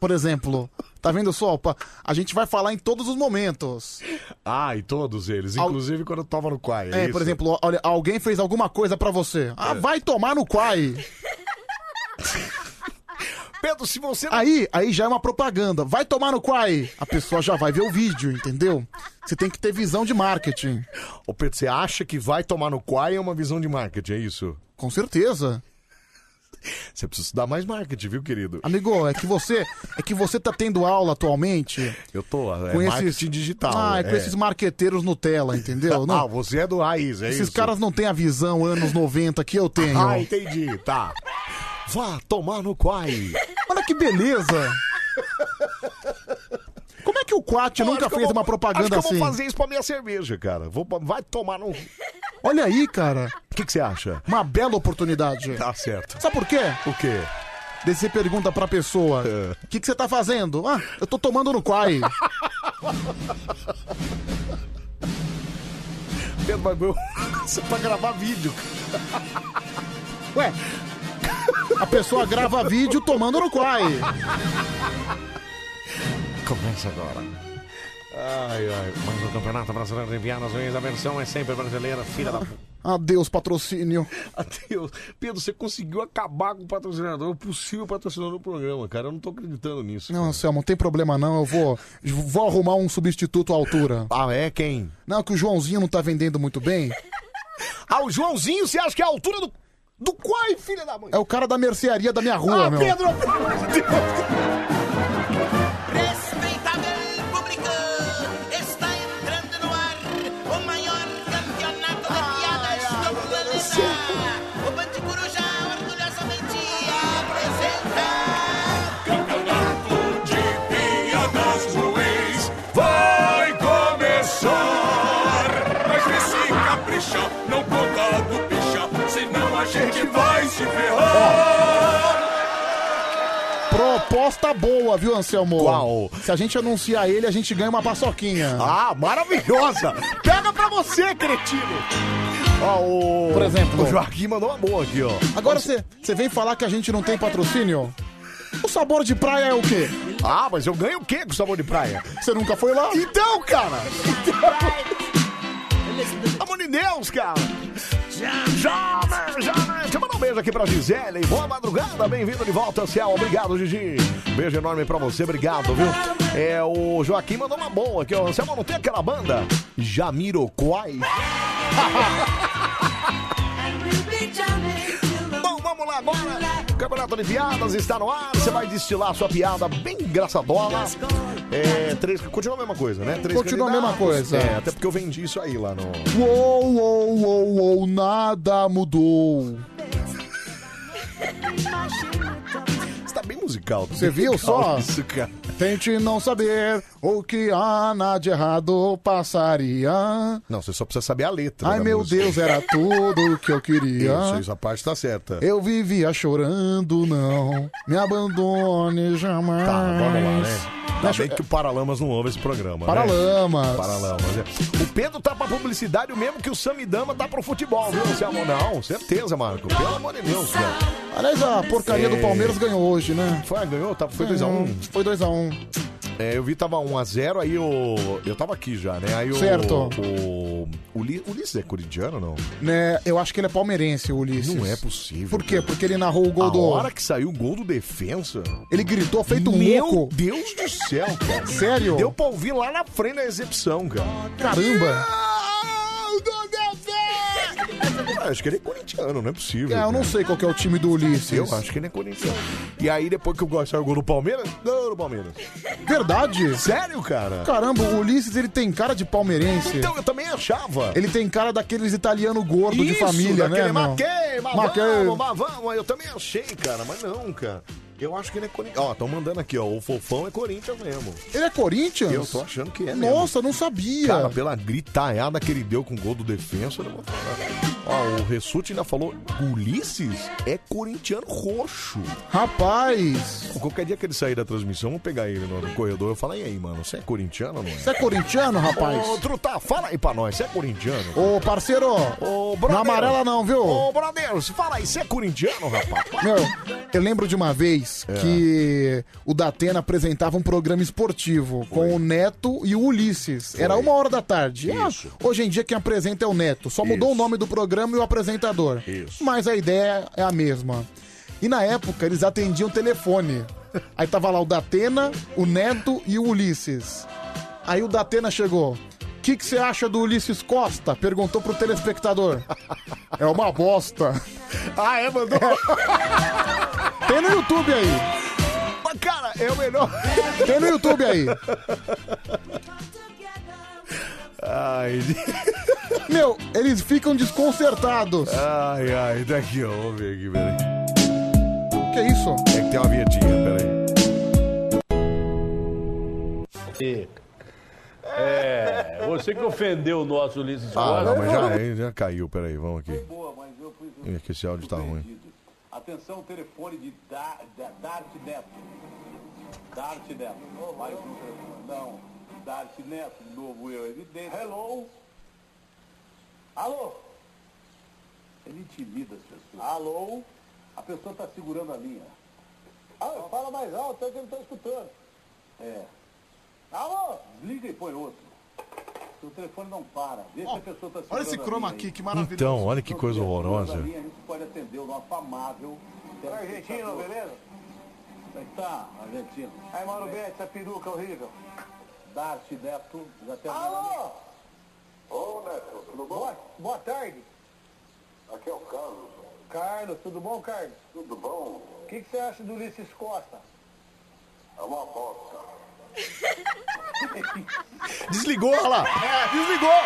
Speaker 2: Por exemplo, tá vendo só? Pa- A gente vai falar em todos os momentos.
Speaker 1: Ah, e todos eles, inclusive quando eu tava no Quai.
Speaker 2: É, por
Speaker 1: isso? É.
Speaker 2: exemplo, olha, alguém fez alguma coisa pra você. Ah, vai tomar no Quai.
Speaker 1: Pedro, se você.
Speaker 2: Aí, aí já é uma propaganda. Vai tomar no Quai. A pessoa já vai ver o vídeo, entendeu? Você tem que ter visão de marketing.
Speaker 1: Ô, Pedro, você acha que vai tomar no Quai é uma visão de marketing, é isso?
Speaker 2: Com certeza.
Speaker 1: Você precisa estudar mais marketing, viu, querido?
Speaker 2: Amigo, é que você, é que você tá tendo aula atualmente.
Speaker 1: Eu tô, é
Speaker 2: com esses-
Speaker 1: marketing digital.
Speaker 2: Ah, é com
Speaker 1: é.
Speaker 2: esses marqueteiros Nutella, entendeu?
Speaker 1: Ah, você é do raiz, é
Speaker 2: Esses
Speaker 1: isso?
Speaker 2: caras não têm a visão anos 90 que eu tenho.
Speaker 1: Ah, entendi, tá. Vá tomar no Quai.
Speaker 2: Olha que beleza! Como é que o Quat
Speaker 1: Pô,
Speaker 2: nunca
Speaker 1: acho que eu
Speaker 2: fez
Speaker 1: vou-
Speaker 2: uma propaganda
Speaker 1: acho que eu
Speaker 2: assim?
Speaker 1: vou fazer isso pra minha cerveja, cara. Vou, pa- vai tomar no...
Speaker 2: Olha aí, cara.
Speaker 1: O que, que você acha?
Speaker 2: Uma bela oportunidade.
Speaker 1: Tá certo.
Speaker 2: Sabe por quê?
Speaker 1: O quê? É.
Speaker 2: Daí você pergunta pra pessoa: O que, que você tá fazendo? Ah, eu tô tomando no Quai.
Speaker 1: Pedro, mas meu... Você é pra gravar vídeo.
Speaker 2: Ué, a pessoa grava vídeo tomando no Quai.
Speaker 1: Começa agora. Ai, ai. Mas o Campeonato Brasileiro de Vianas Ruins, a versão é sempre brasileira, filha da...
Speaker 2: Adeus, patrocínio.
Speaker 1: Adeus. Pedro, você conseguiu acabar com o patrocinador, o possível patrocinador do programa, cara. Eu não tô acreditando nisso.
Speaker 2: Não, Anselmo, não tem problema não. Eu vou, vou arrumar um substituto à altura.
Speaker 1: Ah, é? Quem?
Speaker 2: Não, que o Joãozinho não tá vendendo muito bem.
Speaker 1: Ah, o Joãozinho, você acha que é a altura do... Do Quai, filha da mãe?
Speaker 2: É o cara da mercearia da minha rua,
Speaker 1: Ah,
Speaker 2: meu.
Speaker 1: Pedro, pelo amor de Deus.
Speaker 8: Respeitável público, está entrando no ar o maior campeonato de
Speaker 3: Ah,
Speaker 8: piadas do planeta. O Bande Coruja orgulhosamente apresenta. Campeonato de piadas ruins vai começar.
Speaker 6: Mas vê se capricha, não conta do picha, senão a gente vai se ferrar.
Speaker 2: Proposta boa, viu, Anselmo? Qual? Se a gente anunciar ele, a gente ganha uma paçoquinha.
Speaker 1: Ah, maravilhosa! Pega pra você, cretino! Ó, o...
Speaker 2: Por exemplo.
Speaker 1: O Joaquim mandou uma boa aqui, ó.
Speaker 2: Agora você você vem falar que a gente não tem patrocínio? O sabor de praia é o quê?
Speaker 1: Ah, mas eu ganho o quê com sabor de praia?
Speaker 2: Você nunca foi lá?
Speaker 1: Então, cara! Pelo amor de Deus, cara! Jovem, jovem! Deixa eu mandar um beijo aqui pra Gisele. Boa madrugada, bem-vindo de volta, Céu. Obrigado, Gigi. Beijo enorme pra você, obrigado, viu? É, o Joaquim mandou uma boa aqui, ó. Céu, não tem aquela banda? Jamiroquai? Bom, vamos lá agora. O Campeonato de Piadas está no ar. Você vai destilar sua piada bem engraçadona. É, três. Continua a mesma coisa, né? Três
Speaker 2: Continua a mesma
Speaker 1: candidatos.
Speaker 2: coisa.
Speaker 1: É, até porque eu vendi isso aí lá no.
Speaker 2: Uou, uou, uou, uou, nada mudou.
Speaker 1: Você tá bem musical. tá
Speaker 2: Você
Speaker 1: bem
Speaker 2: viu
Speaker 1: legal
Speaker 2: só?
Speaker 1: Isso, cara.
Speaker 2: Tente não saber o que Ana de errado passaria.
Speaker 1: Não, você só precisa saber a letra.
Speaker 2: Ai
Speaker 1: da
Speaker 2: meu
Speaker 1: música.
Speaker 2: Deus, era tudo o que eu
Speaker 1: Isso,
Speaker 2: queria.
Speaker 1: isso, a parte tá certa.
Speaker 2: Eu vivia chorando, não. Me abandone jamais.
Speaker 1: Tá, vamos lá, né? Ainda bem que o Paralamas não ouve esse programa. né?
Speaker 2: Paralamas.
Speaker 1: Paralamas, é. O Pedro tá pra publicidade o mesmo que o Samidama tá pro futebol, viu, Anselmo? Não, certeza, Marco. Pelo amor de Deus, cara.
Speaker 2: Aliás, Ah, a porcaria do
Speaker 1: É.
Speaker 2: Palmeiras ganhou hoje, né? Hum,
Speaker 1: Foi, ganhou? Tá, foi 2x1?
Speaker 2: Foi 2x1.
Speaker 1: É, eu vi tava 1x0, aí o. Eu tava aqui já, né? Aí o.
Speaker 2: Certo.
Speaker 1: O, o, Li- o Ulisses é corintiano ou não?
Speaker 2: Né, eu acho que ele é palmeirense, o Ulisses.
Speaker 1: Não é possível.
Speaker 2: Por quê? Porque ele narrou o gol
Speaker 1: a
Speaker 2: do.
Speaker 1: hora que saiu o gol do defensa.
Speaker 2: Ele gritou feito um
Speaker 1: Meu
Speaker 2: louco.
Speaker 1: Deus do céu, cara.
Speaker 2: Sério?
Speaker 1: Deu pra ouvir lá na frente da recepção, cara.
Speaker 2: Caramba!
Speaker 1: Ah, acho que ele é corintiano, não é possível.
Speaker 2: É, eu não
Speaker 1: cara.
Speaker 2: sei qual que é o time do Ulisses.
Speaker 1: Eu acho que ele é corintiano. E aí, depois que o gol saiu o gol do Palmeiras, não, do Palmeiras.
Speaker 2: Verdade?
Speaker 1: Sério, cara?
Speaker 2: Caramba, o Ulisses ele tem cara de palmeirense.
Speaker 1: Então, eu também achava.
Speaker 2: Ele tem cara daqueles italiano gordo de família, né,
Speaker 1: daquele
Speaker 2: meu?
Speaker 1: Marquei, Marquei, mas
Speaker 2: Marquei.
Speaker 1: vamos, mas vamos. Eu também achei, cara, mas não, cara. Eu acho que ele é Corinthians. Ó, estão mandando aqui, ó. O fofão é Corinthians mesmo.
Speaker 2: Ele é Corinthians?
Speaker 1: Eu tô achando que é mesmo.
Speaker 2: Nossa, não sabia.
Speaker 1: Cara, pela gritalhada que ele deu com o gol do defensa, eu não vou falar. Ó, o Ressute ainda falou: Ulisses é corintiano roxo.
Speaker 2: Rapaz!
Speaker 1: Qualquer dia que ele sair da transmissão, vamos pegar ele no, no corredor. Eu falo: e aí, mano, você é corintiano ou não é?
Speaker 2: Você é corintiano, rapaz?
Speaker 1: Ô, Truta, fala aí pra nós: você é corintiano?
Speaker 2: Ô, parceiro, na amarela não, viu?
Speaker 1: Ô, brother, fala aí, você é corintiano, rapaz?
Speaker 2: Meu, eu lembro de uma vez que o Datena apresentava um programa esportivo com o Neto e o Ulisses. Era uma hora da tarde. Ah, Hoje em dia quem apresenta é o Neto. Só mudou o nome do programa e o apresentador. Mas a ideia é a mesma. E na época eles atendiam um telefone. Aí tava lá o Datena, o Neto e o Ulisses. Aí o Datena chegou. O que que você acha do Ulisses Costa? Perguntou pro telespectador. É uma bosta.
Speaker 1: Ah, é, mandou?
Speaker 2: Tem no YouTube aí.
Speaker 1: Mas, cara, é o melhor.
Speaker 2: Tem no YouTube aí.
Speaker 1: Ai,
Speaker 2: Meu, eles ficam desconcertados.
Speaker 1: Ah, ai, ai, daqui, ó. Vamos ver aqui, peraí.
Speaker 2: Que isso?
Speaker 1: É que tem uma vinhetinha, peraí.
Speaker 25: É, você que ofendeu o nosso Ulisses
Speaker 1: Ah,
Speaker 25: Costa.
Speaker 1: não, mas já, é, já caiu, peraí, vamos aqui. Ih, é que esse áudio tá ruim.
Speaker 3: Atenção, telefone de da, da, Dart Neto. Dart Neto. Mais um telefone. Não. Dart Neto, de novo eu, evidente. Hello. Alô? Ele intimida as pessoas. Alô? A pessoa está segurando a linha. Ah, fala mais alto, é que ele está escutando. É. Alô? Desliga e põe outro. Seu telefone não para. Deixa a pessoa tá segurando
Speaker 2: Olha esse
Speaker 3: a
Speaker 2: croma
Speaker 3: linha aí.
Speaker 2: aqui, que maravilhoso.
Speaker 1: Então, olha que coisa horrorosa.
Speaker 3: A gente pode atender o nosso amável. Argentino, beleza? Como é que tá, Argentino? Aí, Mauro Bete, essa peruca horrível. Darte Neto, já tem Alô! Ô, Neto, tudo bom? Boa, boa tarde. Aqui é o Carlos. Carlos, tudo bom, Carlos? Tudo bom. O que, que você acha do Ulisses Costa? É uma bosta.
Speaker 1: Desligou, olha lá.
Speaker 3: É.
Speaker 1: desligou.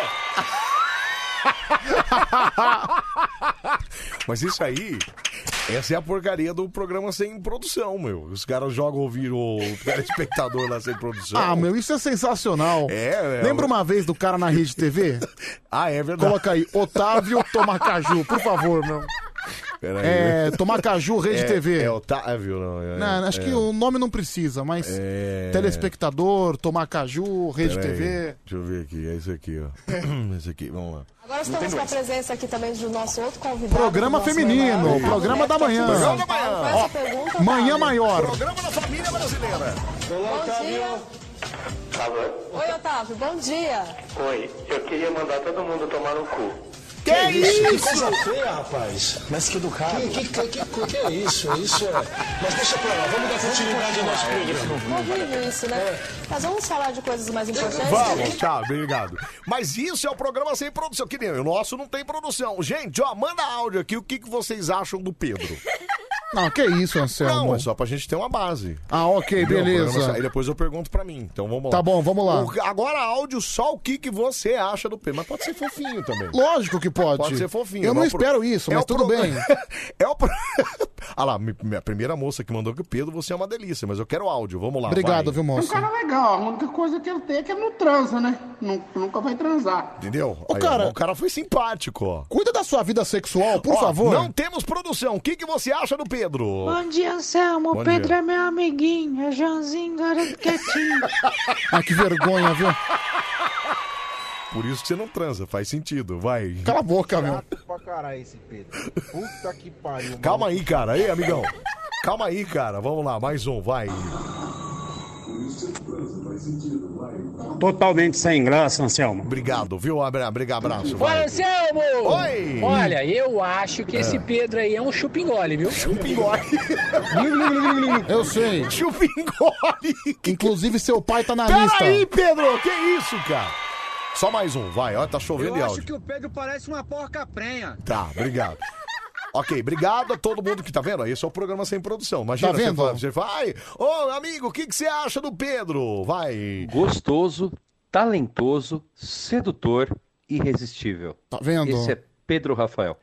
Speaker 1: Mas isso aí, essa é a porcaria do programa sem produção, meu. Os caras jogam ouvir o telespectador lá sem produção.
Speaker 2: Ah, meu, isso é sensacional.
Speaker 1: É, é.
Speaker 2: Lembra uma vez do cara na rede TV?
Speaker 1: ah, é verdade.
Speaker 2: Coloca aí, Otávio Tomacaju, por favor, meu.
Speaker 1: Peraí.
Speaker 2: É, Tomacaju, Rede
Speaker 1: É,
Speaker 2: TV.
Speaker 1: É Otávio, não. é-
Speaker 2: Não, acho
Speaker 1: é.
Speaker 2: que um, o nome não precisa, mas
Speaker 1: É.
Speaker 2: telespectador, Tomacaju, Rede É.
Speaker 1: Peraí,
Speaker 2: TV.
Speaker 1: Deixa eu ver aqui, é isso aqui, ó. Esse aqui, vamos lá.
Speaker 7: Agora
Speaker 1: Não
Speaker 7: estamos
Speaker 1: tem
Speaker 7: com a
Speaker 1: dois.
Speaker 7: presença aqui também do nosso outro convidado.
Speaker 2: Programa
Speaker 7: do nosso
Speaker 2: feminino,
Speaker 7: programa, Paulo
Speaker 2: programa da
Speaker 7: Neto,
Speaker 2: manhã.
Speaker 7: aqui de São
Speaker 2: Programa da
Speaker 7: Paulo.
Speaker 2: manhã.
Speaker 7: Faz
Speaker 2: Ó,
Speaker 7: a pergunta,
Speaker 2: Manhã
Speaker 7: Paulo.
Speaker 2: maior.
Speaker 1: da família brasileira.
Speaker 7: Bom dia. Oi, Otávio, bom dia.
Speaker 15: Oi, eu queria mandar todo mundo tomar no cu.
Speaker 7: Que isso?
Speaker 15: Que coisa feia, rapaz. Mas que do cara. Que, que, que, que, que é isso? Isso é. Mas deixa pra lá, vamos dar continuidade ao nosso programa.
Speaker 7: Horrível isso, né? Mas vamos falar de coisas mais importantes.
Speaker 1: Vamos, tá, obrigado. Mas isso é o programa sem produção, que nem o nosso não tem produção. Gente, ó, manda áudio aqui, o que, que vocês acham do Pedro?
Speaker 2: Não, que isso, Anselmo.
Speaker 1: Não, é só pra gente ter uma base.
Speaker 2: Ah, ok,
Speaker 1: Entendeu? O
Speaker 2: beleza.
Speaker 1: programa- Aí depois eu pergunto pra mim, então vamos lá.
Speaker 2: Tá bom, vamos lá.
Speaker 1: O- agora áudio, só o que, que você acha do Pedro, mas pode ser fofinho também.
Speaker 2: Lógico que pode.
Speaker 1: Pode ser fofinho.
Speaker 2: Eu não
Speaker 1: mas o pro-
Speaker 2: espero isso,
Speaker 1: é
Speaker 2: mas
Speaker 1: o
Speaker 2: tudo
Speaker 1: pro-
Speaker 2: bem.
Speaker 1: É o. pro- Ah lá, mi- minha primeira moça que mandou que o Pedro, você é uma delícia, mas eu quero áudio. Vamos lá.
Speaker 2: Obrigado,
Speaker 1: vai.
Speaker 2: viu,
Speaker 26: É um cara legal, a única coisa que ele tem é que ele não transa, né? Nu- Nunca vai transar.
Speaker 1: Entendeu? Aí, ó,
Speaker 2: cara-
Speaker 1: o cara foi simpático, ó.
Speaker 2: Cuida da sua vida sexual, por
Speaker 1: Ó,
Speaker 2: favor.
Speaker 1: Não temos produção. O que, que você acha do Pedro?
Speaker 27: Bom dia, Anselmo.
Speaker 1: Bom
Speaker 27: o Pedro
Speaker 1: dia.
Speaker 27: é meu amiguinho. É Joãozinho, garoto quietinho.
Speaker 2: Ah, que vergonha, viu?
Speaker 1: Por isso que você não transa, faz sentido. Vai.
Speaker 2: Cala a boca, meu.
Speaker 28: pra caralho esse Pedro. Puta que pariu.
Speaker 1: Calma aí, cara. Ei, amigão. Calma aí, cara. Vamos lá, mais um, vai.
Speaker 14: Totalmente sem graça, Anselmo.
Speaker 1: Obrigado, viu? Abra, abra, abraço.
Speaker 29: Olha,
Speaker 1: Vai.
Speaker 29: Anselmo!
Speaker 1: Oi!
Speaker 29: Olha, eu acho que
Speaker 1: É.
Speaker 29: esse Pedro aí é um chupingole, viu?
Speaker 1: Chupingole?
Speaker 2: Eu sei.
Speaker 1: Chupingole.
Speaker 2: Inclusive, seu pai tá na lista.
Speaker 1: Peraí, Pedro. Que isso, cara? Só mais um, vai. Ó, tá chovendo de
Speaker 30: Eu acho
Speaker 1: áudio.
Speaker 30: que o Pedro parece uma porca prenha.
Speaker 1: Tá, obrigado. Ok, obrigado a todo mundo que tá vendo. Esse é o programa sem produção. Imagina,
Speaker 5: Tá
Speaker 1: você
Speaker 5: vendo?
Speaker 1: fala- você vai. Ô, amigo, o que, que você acha do Pedro? Vai.
Speaker 5: Gostoso, talentoso, sedutor, irresistível. Tá
Speaker 2: vendo?
Speaker 5: Esse é Pedro Rafael.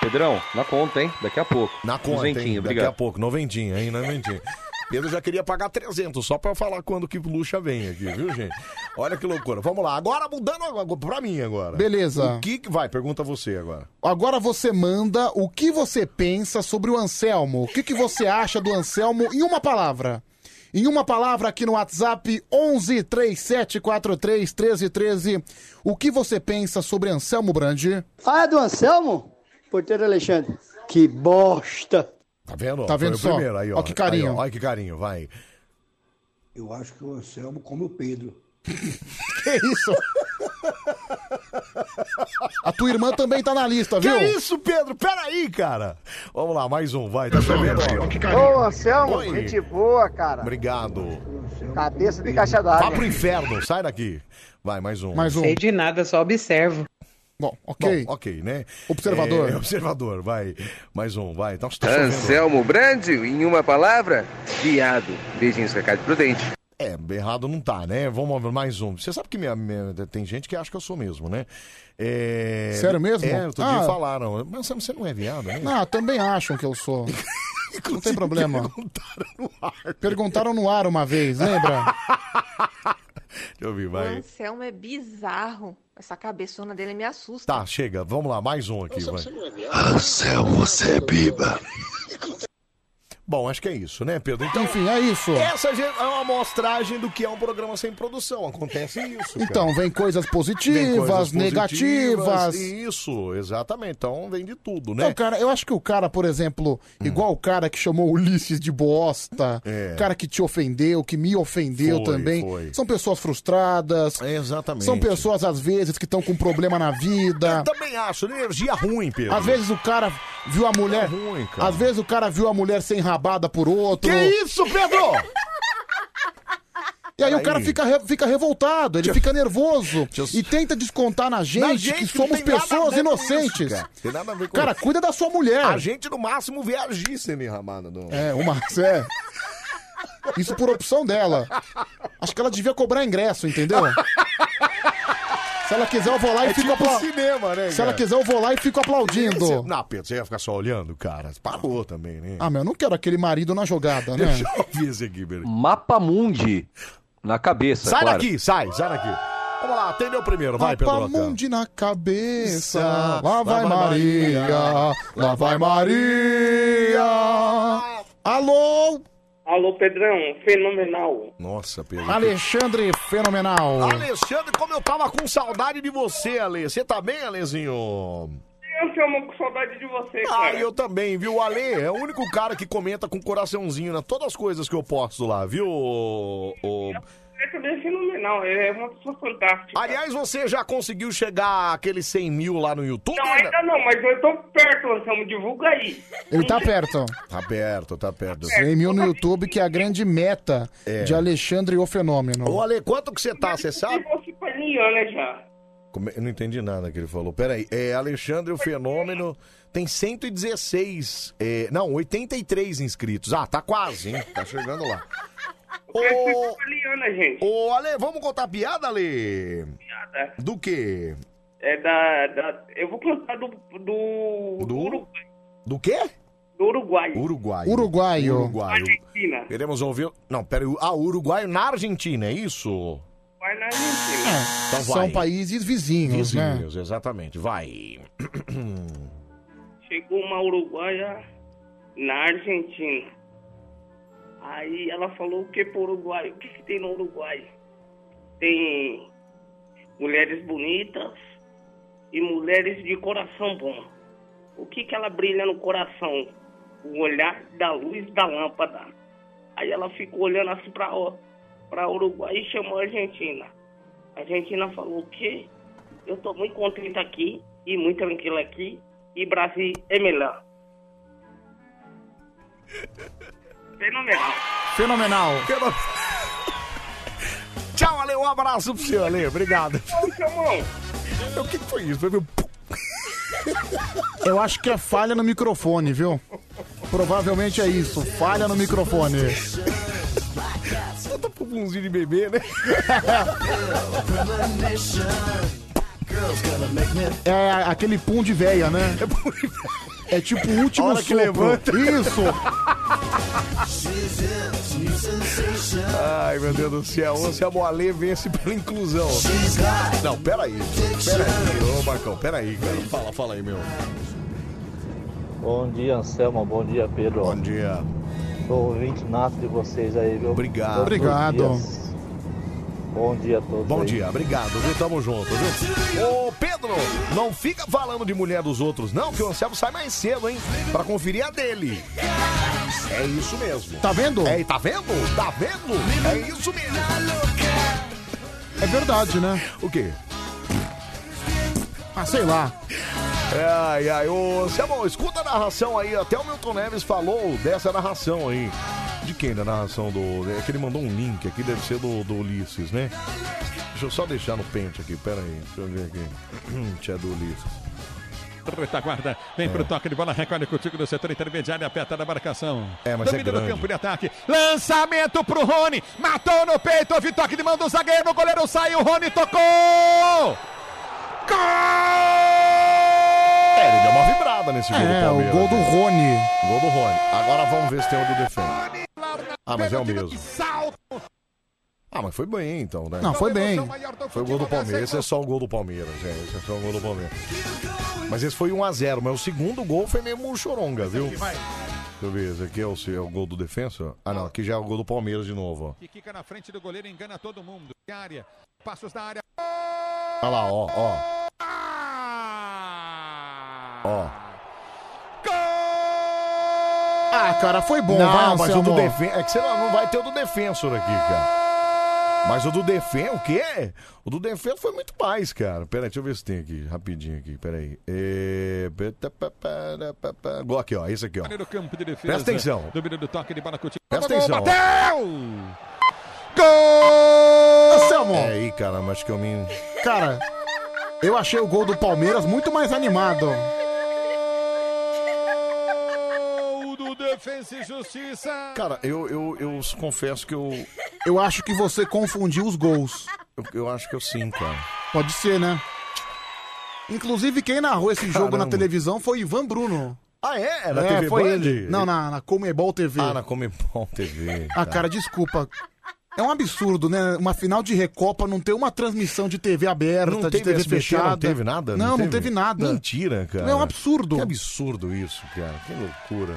Speaker 5: Pedrão, na conta, hein? Daqui a pouco.
Speaker 1: Na conta, hein?
Speaker 5: Duzentinho,
Speaker 1: Daqui
Speaker 5: obrigado.
Speaker 1: a pouco, noventinha, hein? Noventinha. Pedro já queria pagar 300, só pra falar quando que Luxa vem aqui, viu, gente? Olha que loucura. Vamos lá, agora mudando agora- pra mim agora.
Speaker 2: Beleza.
Speaker 1: O que que vai? Pergunta você agora.
Speaker 2: Agora você manda o que você pensa sobre o Anselmo. O que, que você acha do Anselmo em uma palavra? Em uma palavra aqui no WhatsApp 11 3743 1313. O que você pensa sobre Anselmo Brandi?
Speaker 10: Ah, é do Anselmo? Porteiro Alexandre. Que bosta.
Speaker 1: Tá vendo? ó?
Speaker 2: Tá vendo
Speaker 1: Foi o
Speaker 2: só?
Speaker 1: Primeiro, aí, ó.
Speaker 2: Ó que carinho.
Speaker 1: Aí, ó. Olha que carinho, vai.
Speaker 11: Eu acho que o Anselmo come o Pedro.
Speaker 2: Que isso? A tua irmã também tá na lista,
Speaker 1: Que
Speaker 2: viu?
Speaker 1: isso, Pedro? Peraí, cara. Vamos lá, mais um, vai. Tá chovendo, ó. Que carinho.
Speaker 10: Ô, Anselmo,
Speaker 1: Oi.
Speaker 10: gente boa, cara.
Speaker 1: Obrigado.
Speaker 10: Cabeça de caixa
Speaker 1: Vá
Speaker 10: d'água.
Speaker 1: pro inferno, sai daqui. Vai, mais um.
Speaker 17: Sei de nada, só observo.
Speaker 2: Bom,
Speaker 1: ok. ok, né?
Speaker 17: Observador.
Speaker 1: É, observador, vai. Mais um, vai. Tá, tá chovendo.
Speaker 18: Anselmo Brandi, em uma palavra, viado. Beijinhos, recado prudente.
Speaker 1: É, errado não tá, né? Vamos ver mais um. Você sabe que minha- minha- tem gente que acha que eu sou mesmo, né? É,
Speaker 2: Sério mesmo?
Speaker 1: É, outro
Speaker 2: Ah.
Speaker 1: dia falaram. Mas Sam, você não é viado, né?
Speaker 2: Ah, também acham que eu sou. Não tem problema. Perguntaram no ar uma vez, lembra?
Speaker 1: Deixa eu ouvir,
Speaker 19: O
Speaker 1: vai.
Speaker 19: Anselmo é bizarro. Essa cabeçona dele me assusta.
Speaker 1: Tá, chega. Vamos lá, mais um aqui, vai.
Speaker 18: Anselmo, você é biba.
Speaker 1: Bom, acho que é isso, né, Pedro? Então,
Speaker 2: Enfim, é isso.
Speaker 1: Essa gente- é uma amostragem do que é um programa sem produção. Acontece isso.
Speaker 2: Então, vem coisas positivas,
Speaker 1: Tem coisas
Speaker 2: negativas.
Speaker 1: Isso, exatamente. Então vem de tudo, né?
Speaker 2: Não, cara, eu acho que o cara, por exemplo, igual o cara que chamou Ulisses de bosta,
Speaker 1: Hum. É.
Speaker 2: o cara que te ofendeu, que me ofendeu
Speaker 1: Foi,
Speaker 2: também,
Speaker 1: foi.
Speaker 2: são pessoas frustradas.
Speaker 1: exatamente.
Speaker 2: São pessoas, às vezes, que estão com problema na vida.
Speaker 1: Também acho, energia ruim, Pedro.
Speaker 2: Às vezes o cara viu a mulher.
Speaker 1: Tá ruim, cara.
Speaker 2: Às vezes o cara viu a mulher sem rabada por outro.
Speaker 1: Que isso, Pedro?
Speaker 2: E aí, o
Speaker 1: Peraí.
Speaker 2: cara fica, re- fica revoltado, ele fica nervoso e tenta descontar na gente,
Speaker 1: Na gente
Speaker 2: que
Speaker 1: que não
Speaker 2: somos
Speaker 1: tem nada a
Speaker 2: pessoas
Speaker 1: ver com
Speaker 2: inocentes.
Speaker 1: isso, cara. Tem nada a ver com
Speaker 2: Cara,
Speaker 1: isso.
Speaker 2: cuida da sua mulher.
Speaker 1: A gente, no máximo, vê a Gíssene ramada. Do...
Speaker 2: É, o Marcos, é. Isso por opção dela. Acho que ela devia cobrar ingresso, entendeu? Se ela quiser, eu vou lá e
Speaker 1: É
Speaker 2: fico
Speaker 1: tipo
Speaker 2: apla-
Speaker 1: cinema, né,
Speaker 2: Se
Speaker 1: cara?
Speaker 2: ela quiser, eu vou lá e fico aplaudindo.
Speaker 1: Não, Pedro, você ia ficar só olhando, cara. Parou também, né?
Speaker 2: Ah, meu, eu não quero aquele marido na jogada, né?
Speaker 1: Deixa eu ouvir esse aqui, Pedro.
Speaker 5: Mapa Mundi na cabeça.
Speaker 1: Sai
Speaker 5: claro.
Speaker 1: daqui, sai, sai daqui. Vamos lá, atendeu primeiro, vai, Pedro.
Speaker 2: Papamundi na cabeça, lá vai Maria, lá vai Maria. Alô?
Speaker 20: Alô, Pedrão, fenomenal.
Speaker 1: Nossa, Pedro.
Speaker 2: Alexandre Fenomenal.
Speaker 1: Alexandre, como eu tava com saudade de você, Ale. Você tá bem, Alezinho?
Speaker 20: Eu chamo com saudade de você,
Speaker 1: Ah,
Speaker 20: cara.
Speaker 1: eu também, viu? O Ale é o único cara que comenta com coraçãozinho na todas as coisas que eu posto lá, viu? ô- ô-
Speaker 20: Ele também é fenomenal, ele é uma pessoa fantástica.
Speaker 1: Aliás, você já conseguiu chegar àqueles 100 mil lá no YouTube?
Speaker 20: Não, ainda não, mas eu tô perto, Anselmo, divulga aí.
Speaker 2: Ele tá perto.
Speaker 1: Tá perto, tá perto.
Speaker 2: 100 mil no YouTube, que é a grande meta
Speaker 1: É.
Speaker 2: de Alexandre o Fenômeno.
Speaker 1: Ô, Ale, quanto que você tá, você sabe?
Speaker 20: Você foi Liana já.
Speaker 1: Como é- Eu não entendi nada que ele falou. Peraí, é Alexandre o Fenômeno tem 116, é, não, 83 inscritos. Ah, tá quase, hein? Tá chegando lá. Ô, ô Ale, vamos contar piada, Ale?
Speaker 20: Piada.
Speaker 1: Do quê?
Speaker 20: É da, da- Eu vou contar do. Do.
Speaker 1: Do, do quê?
Speaker 20: Do Uruguai.
Speaker 1: Uruguai.
Speaker 20: Uruguaio.
Speaker 1: Uruguaio.
Speaker 20: Argentina.
Speaker 1: Queremos ouvir... Não, peraí. Ah, Uruguaio na Argentina, é isso?
Speaker 20: Vai na Argentina.
Speaker 1: Então vai.
Speaker 2: São países vizinhos, né?
Speaker 1: Vizinhos, exatamente. Vai.
Speaker 20: Chegou uma uruguaia na Argentina. Aí ela falou o que pro Uruguai? O que, que tem no Uruguai? Tem mulheres bonitas e mulheres de coração bom. O que, que ela brilha no coração? O olhar da luz da lâmpada. Aí ela ficou olhando assim pra, o- pra Uruguai e chamou a Argentina. A Argentina falou o quê? Eu tô muito contente aqui e muito tranquilo aqui. E Brasil é melhor. Fenomenal.
Speaker 2: Fenomenal.
Speaker 1: Tchau, Ale. Um abraço pro senhor, Ale. Obrigado. O que foi isso? Foi meu...
Speaker 2: Eu acho que é falha no microfone, viu? Provavelmente é isso, falha no microfone.
Speaker 1: Só tá pro bunzinho de bebê, né? É
Speaker 2: É aquele pum de véia, né? É tipo o último
Speaker 1: Hora que levanta.
Speaker 2: Isso.
Speaker 1: Ai, meu Deus do céu. Onze a Moalê vence assim pela inclusão. Não, peraí. Peraí, ô Marcão, peraí, cara. Fala, fala aí, meu.
Speaker 3: Bom dia, Anselmo. Bom dia, Pedro. Bom
Speaker 1: dia.
Speaker 3: Sou ouvinte nato de vocês aí, viu?
Speaker 1: Obrigado.
Speaker 3: Todos os
Speaker 1: Obrigado.
Speaker 3: dias. Bom dia a todos.
Speaker 1: Bom
Speaker 3: aí.
Speaker 1: dia, obrigado, viu? Tamo junto, viu? Ô, Pedro, não fica falando de mulher dos outros, não, que o Anselmo sai mais cedo, hein? Pra conferir a dele. É isso mesmo.
Speaker 2: Tá vendo?
Speaker 1: É, tá vendo? Tá vendo? É isso mesmo.
Speaker 2: É verdade, né?
Speaker 1: O quê?
Speaker 2: Ah, sei lá.
Speaker 1: Ai, ai, ô, Anselmo, escuta a narração aí. Até o Milton Neves falou dessa narração aí. De quem? Da narração do. É que ele mandou um link aqui, deve ser do, do Ulisses, né? Deixa eu só deixar no pente aqui, pera aí. Deixa eu ver aqui. Tinha do Ulisses. É.
Speaker 4: Retaguarda, vem pro toque de bola, recolhe contigo do setor intermediário, aperta da marcação.
Speaker 1: É, mas é
Speaker 4: Domínio do
Speaker 1: grande.
Speaker 4: campo de ataque, lançamento pro Rony, matou no peito, houve toque de mão do zagueiro, o goleiro saiu, o Rony tocou!
Speaker 1: É, ele deu uma vibrada nesse jogo
Speaker 2: É,
Speaker 1: do Palmeiras. né?
Speaker 2: o gol do Rony.
Speaker 1: Gol do Rony. Agora vamos ver se tem o do defende. Ah, mas é o mesmo. Ah, mas foi bem então, né?
Speaker 2: Não, foi bem.
Speaker 1: Foi o gol do Palmeiras. Esse é só o gol do Palmeiras, é. Esse é só o gol do Palmeiras. Mas esse foi 1x0, mas o segundo gol foi meio choronga, viu? Deixa eu ver, esse aqui é o, se- é o gol do defensa? Ah, não, aqui já é o gol do Palmeiras de novo, ó.
Speaker 4: E quica na frente do goleiro, engana todo mundo. De área, passos da área.
Speaker 1: Olha lá, ó, ó. Ó.
Speaker 2: Ah, cara, foi bom,
Speaker 1: não,
Speaker 2: vai,
Speaker 1: mas o do
Speaker 2: Anselmo.
Speaker 1: defensor. É que você não não vai ter o do defensor aqui, cara. Mas o do defensor, o quê? O do defensor foi muito mais, cara. Pera aí, deixa eu ver se tem aqui, rapidinho aqui, pera aí. É... peta, pa, para, pa, pa. Igual aqui, ó, esse aqui, ó.
Speaker 4: Domínio do campo de defesa.
Speaker 1: Presta atenção.
Speaker 4: Domínio do toque de bola contigo.
Speaker 1: Presta atenção.
Speaker 4: é Bateu!
Speaker 2: Gol! Anselmo,
Speaker 1: É aí, cara, mas que eu me...
Speaker 2: cara, eu achei o gol do Palmeiras muito mais animado.
Speaker 4: Gol do Defensa e Justiça.
Speaker 1: Cara, eu, eu, eu confesso que eu,
Speaker 2: Eu acho que você confundiu os gols.
Speaker 1: eu, eu acho que eu sim, cara.
Speaker 2: Pode ser, né? Inclusive, quem narrou esse jogo
Speaker 1: Caramba.
Speaker 2: na televisão foi Ivan Bruno.
Speaker 1: Ah, é? Na TV
Speaker 2: foi
Speaker 1: Band?
Speaker 2: ele. Não, na, na Comebol TV.
Speaker 1: Ah, na Comebol TV.
Speaker 2: Ah,
Speaker 1: tá.
Speaker 2: cara, desculpa. É um absurdo, né? Uma final de Recopa não ter uma transmissão de TV aberta,
Speaker 1: Não
Speaker 2: de
Speaker 1: teve
Speaker 2: TV
Speaker 1: SBT,
Speaker 2: fechada.
Speaker 1: não teve nada?
Speaker 2: Não, não teve nada.
Speaker 1: Mentira, cara.
Speaker 2: É um absurdo.
Speaker 1: Que absurdo isso, cara. Que loucura.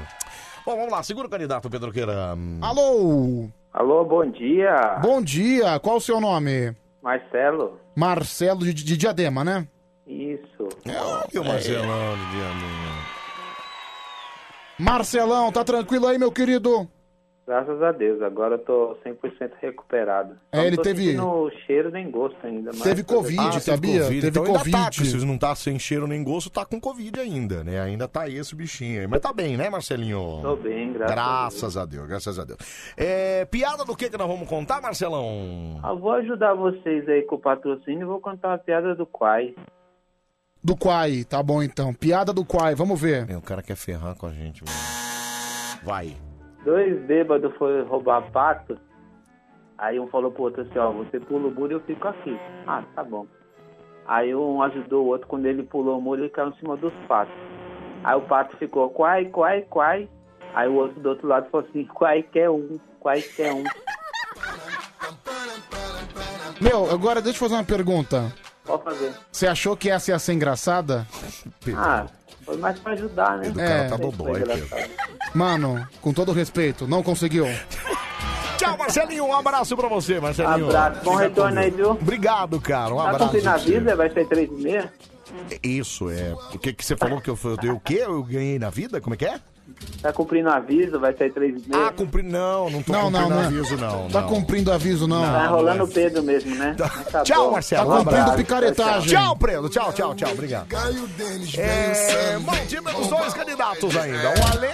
Speaker 1: Bom, vamos lá. Segura o candidato, Pedro Queira.
Speaker 2: Alô?
Speaker 7: Alô, bom dia,
Speaker 2: Bom dia, qual o seu nome?
Speaker 7: Marcelo.
Speaker 2: Marcelo de, de Diadema, né?
Speaker 7: Isso.
Speaker 2: É
Speaker 1: E o Marcelão de Diamante?
Speaker 2: Marcelão, tá tranquilo aí, meu querido?
Speaker 7: Graças a Deus, agora eu tô 100% recuperado.
Speaker 2: É, ele
Speaker 7: não tô
Speaker 2: teve-
Speaker 7: sentindo cheiro nem gosto ainda. Mas
Speaker 2: Teve Covid,
Speaker 1: Ah,
Speaker 2: sabia?
Speaker 1: Covid.
Speaker 2: Teve
Speaker 1: então ainda tá,
Speaker 2: Covid.
Speaker 1: que se não tá sem cheiro nem gosto, tá com Covid ainda, né? Ainda tá esse bichinho aí. Mas tá bem, né, Marcelinho?
Speaker 7: Tô bem, graças a
Speaker 1: a Deus. Graças a Deus. É, piada do que que nós vamos contar, Marcelão?
Speaker 7: Eu Ah, vou ajudar vocês aí com o patrocínio e vou contar uma piada do Quai.
Speaker 2: Do Quai, tá bom então. Piada do Quai, vamos ver.
Speaker 1: Meu, É, o cara quer ferrar com a gente, mano. Vai.
Speaker 7: Dois bêbados foram roubar pato. Aí um falou pro outro assim, ó, você pula o muro e eu fico aqui. Ah, tá bom. Aí um ajudou o outro, quando ele pulou o muro, ele caiu em cima dos patos. Aí o pato ficou, quai, quai, quai. Aí o outro do outro lado falou assim, quai quer um, quai quer um.
Speaker 2: Meu, agora deixa eu fazer uma pergunta.
Speaker 7: Pode fazer.
Speaker 2: Você achou que essa ia ser engraçada?
Speaker 7: Ah, foi mais pra ajudar, né?
Speaker 1: É,
Speaker 2: O cara tá dodói,
Speaker 7: Foi
Speaker 1: Pedro.
Speaker 7: engraçado.
Speaker 2: Mano, com todo respeito, não conseguiu.
Speaker 1: Tchau, Marcelinho. Um abraço pra você, Marcelinho.
Speaker 7: Abraço. Bom
Speaker 1: Fica com
Speaker 7: retorno
Speaker 1: Deus.
Speaker 7: aí, viu?
Speaker 1: Obrigado, cara. Um
Speaker 7: Tá
Speaker 1: abraço.
Speaker 7: cumprindo a
Speaker 1: pra você.
Speaker 7: vida? Vai ser três e meia?
Speaker 1: Isso, é. O que, que você falou que eu, eu dei o quê? Eu ganhei na vida? Como é que é?
Speaker 7: Tá cumprindo aviso? Vai sair três e meia?
Speaker 1: Ah, cumprir não, não tô
Speaker 2: Não, não,
Speaker 1: cumprindo
Speaker 2: não.
Speaker 1: aviso, não.
Speaker 2: Tá
Speaker 1: não.
Speaker 2: cumprindo aviso, não.
Speaker 7: tá enrolando o Pedro mesmo, né? Mas tá
Speaker 1: Tchau,
Speaker 7: bom.
Speaker 1: Marcelo.
Speaker 2: Tá
Speaker 1: um
Speaker 2: cumprindo
Speaker 1: abraço.
Speaker 2: picaretagem.
Speaker 1: Tchau, Pedro. Tchau, tchau, tchau. Obrigado. É, bom, tivemos dois candidatos ainda. O Alê.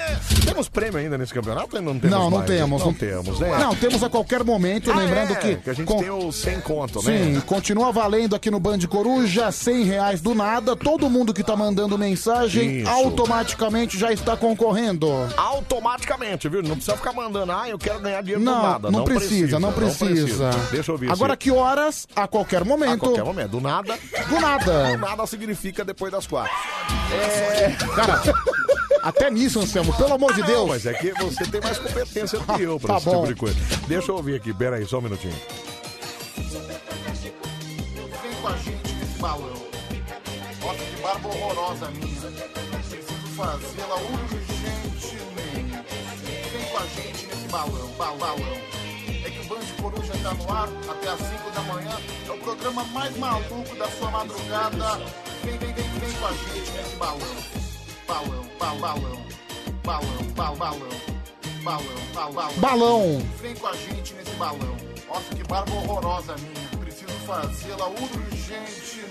Speaker 1: Temos prêmio ainda nesse campeonato? Ainda não temos
Speaker 2: Não, não
Speaker 1: mais,
Speaker 2: temos.
Speaker 1: Não temos, né?
Speaker 2: Não, temos a qualquer momento, lembrando
Speaker 1: é,
Speaker 2: que...
Speaker 1: que a gente
Speaker 2: com-
Speaker 1: tem o sem conto, né?
Speaker 2: Sim, continua valendo aqui no Band Coruja, 100 reais do nada. Todo mundo que tá mandando mensagem
Speaker 1: Isso.
Speaker 2: automaticamente já está concorrendo.
Speaker 1: Automaticamente, viu? Não precisa ficar mandando, ah, eu quero ganhar dinheiro
Speaker 2: Não,
Speaker 1: do nada.
Speaker 2: não precisa, não precisa.
Speaker 1: Deixa eu ver
Speaker 2: Agora que horas? A qualquer momento.
Speaker 1: A qualquer momento, do nada.
Speaker 2: Do nada.
Speaker 1: Do nada significa depois das quatro. É... Cara,
Speaker 2: Até nisso, Anselmo, pelo amor de
Speaker 1: Não,
Speaker 2: Deus.
Speaker 1: Mas é que você tem mais competência do que eu pra
Speaker 2: Tá
Speaker 1: esse
Speaker 2: bom.
Speaker 1: tipo de coisa. Deixa eu ouvir aqui, pera aí, só um minutinho.
Speaker 2: Vem com a gente nesse balão. Nossa, que barba horrorosa minha. Preciso fazê-la urgentemente. Vem com a gente nesse balão, bal- balão. É que o Band Coruja tá no ar até às 5 da manhã. É o programa mais maluco da sua madrugada. Vem, vem, vem, vem com a gente nesse balão. Balão, bal- balão. Balão, bal- balão. Balão, bal- balão.
Speaker 1: Balão.
Speaker 2: Vem com a gente nesse balão. Nossa, que barba horrorosa minha. Preciso fazê-la urgentemente.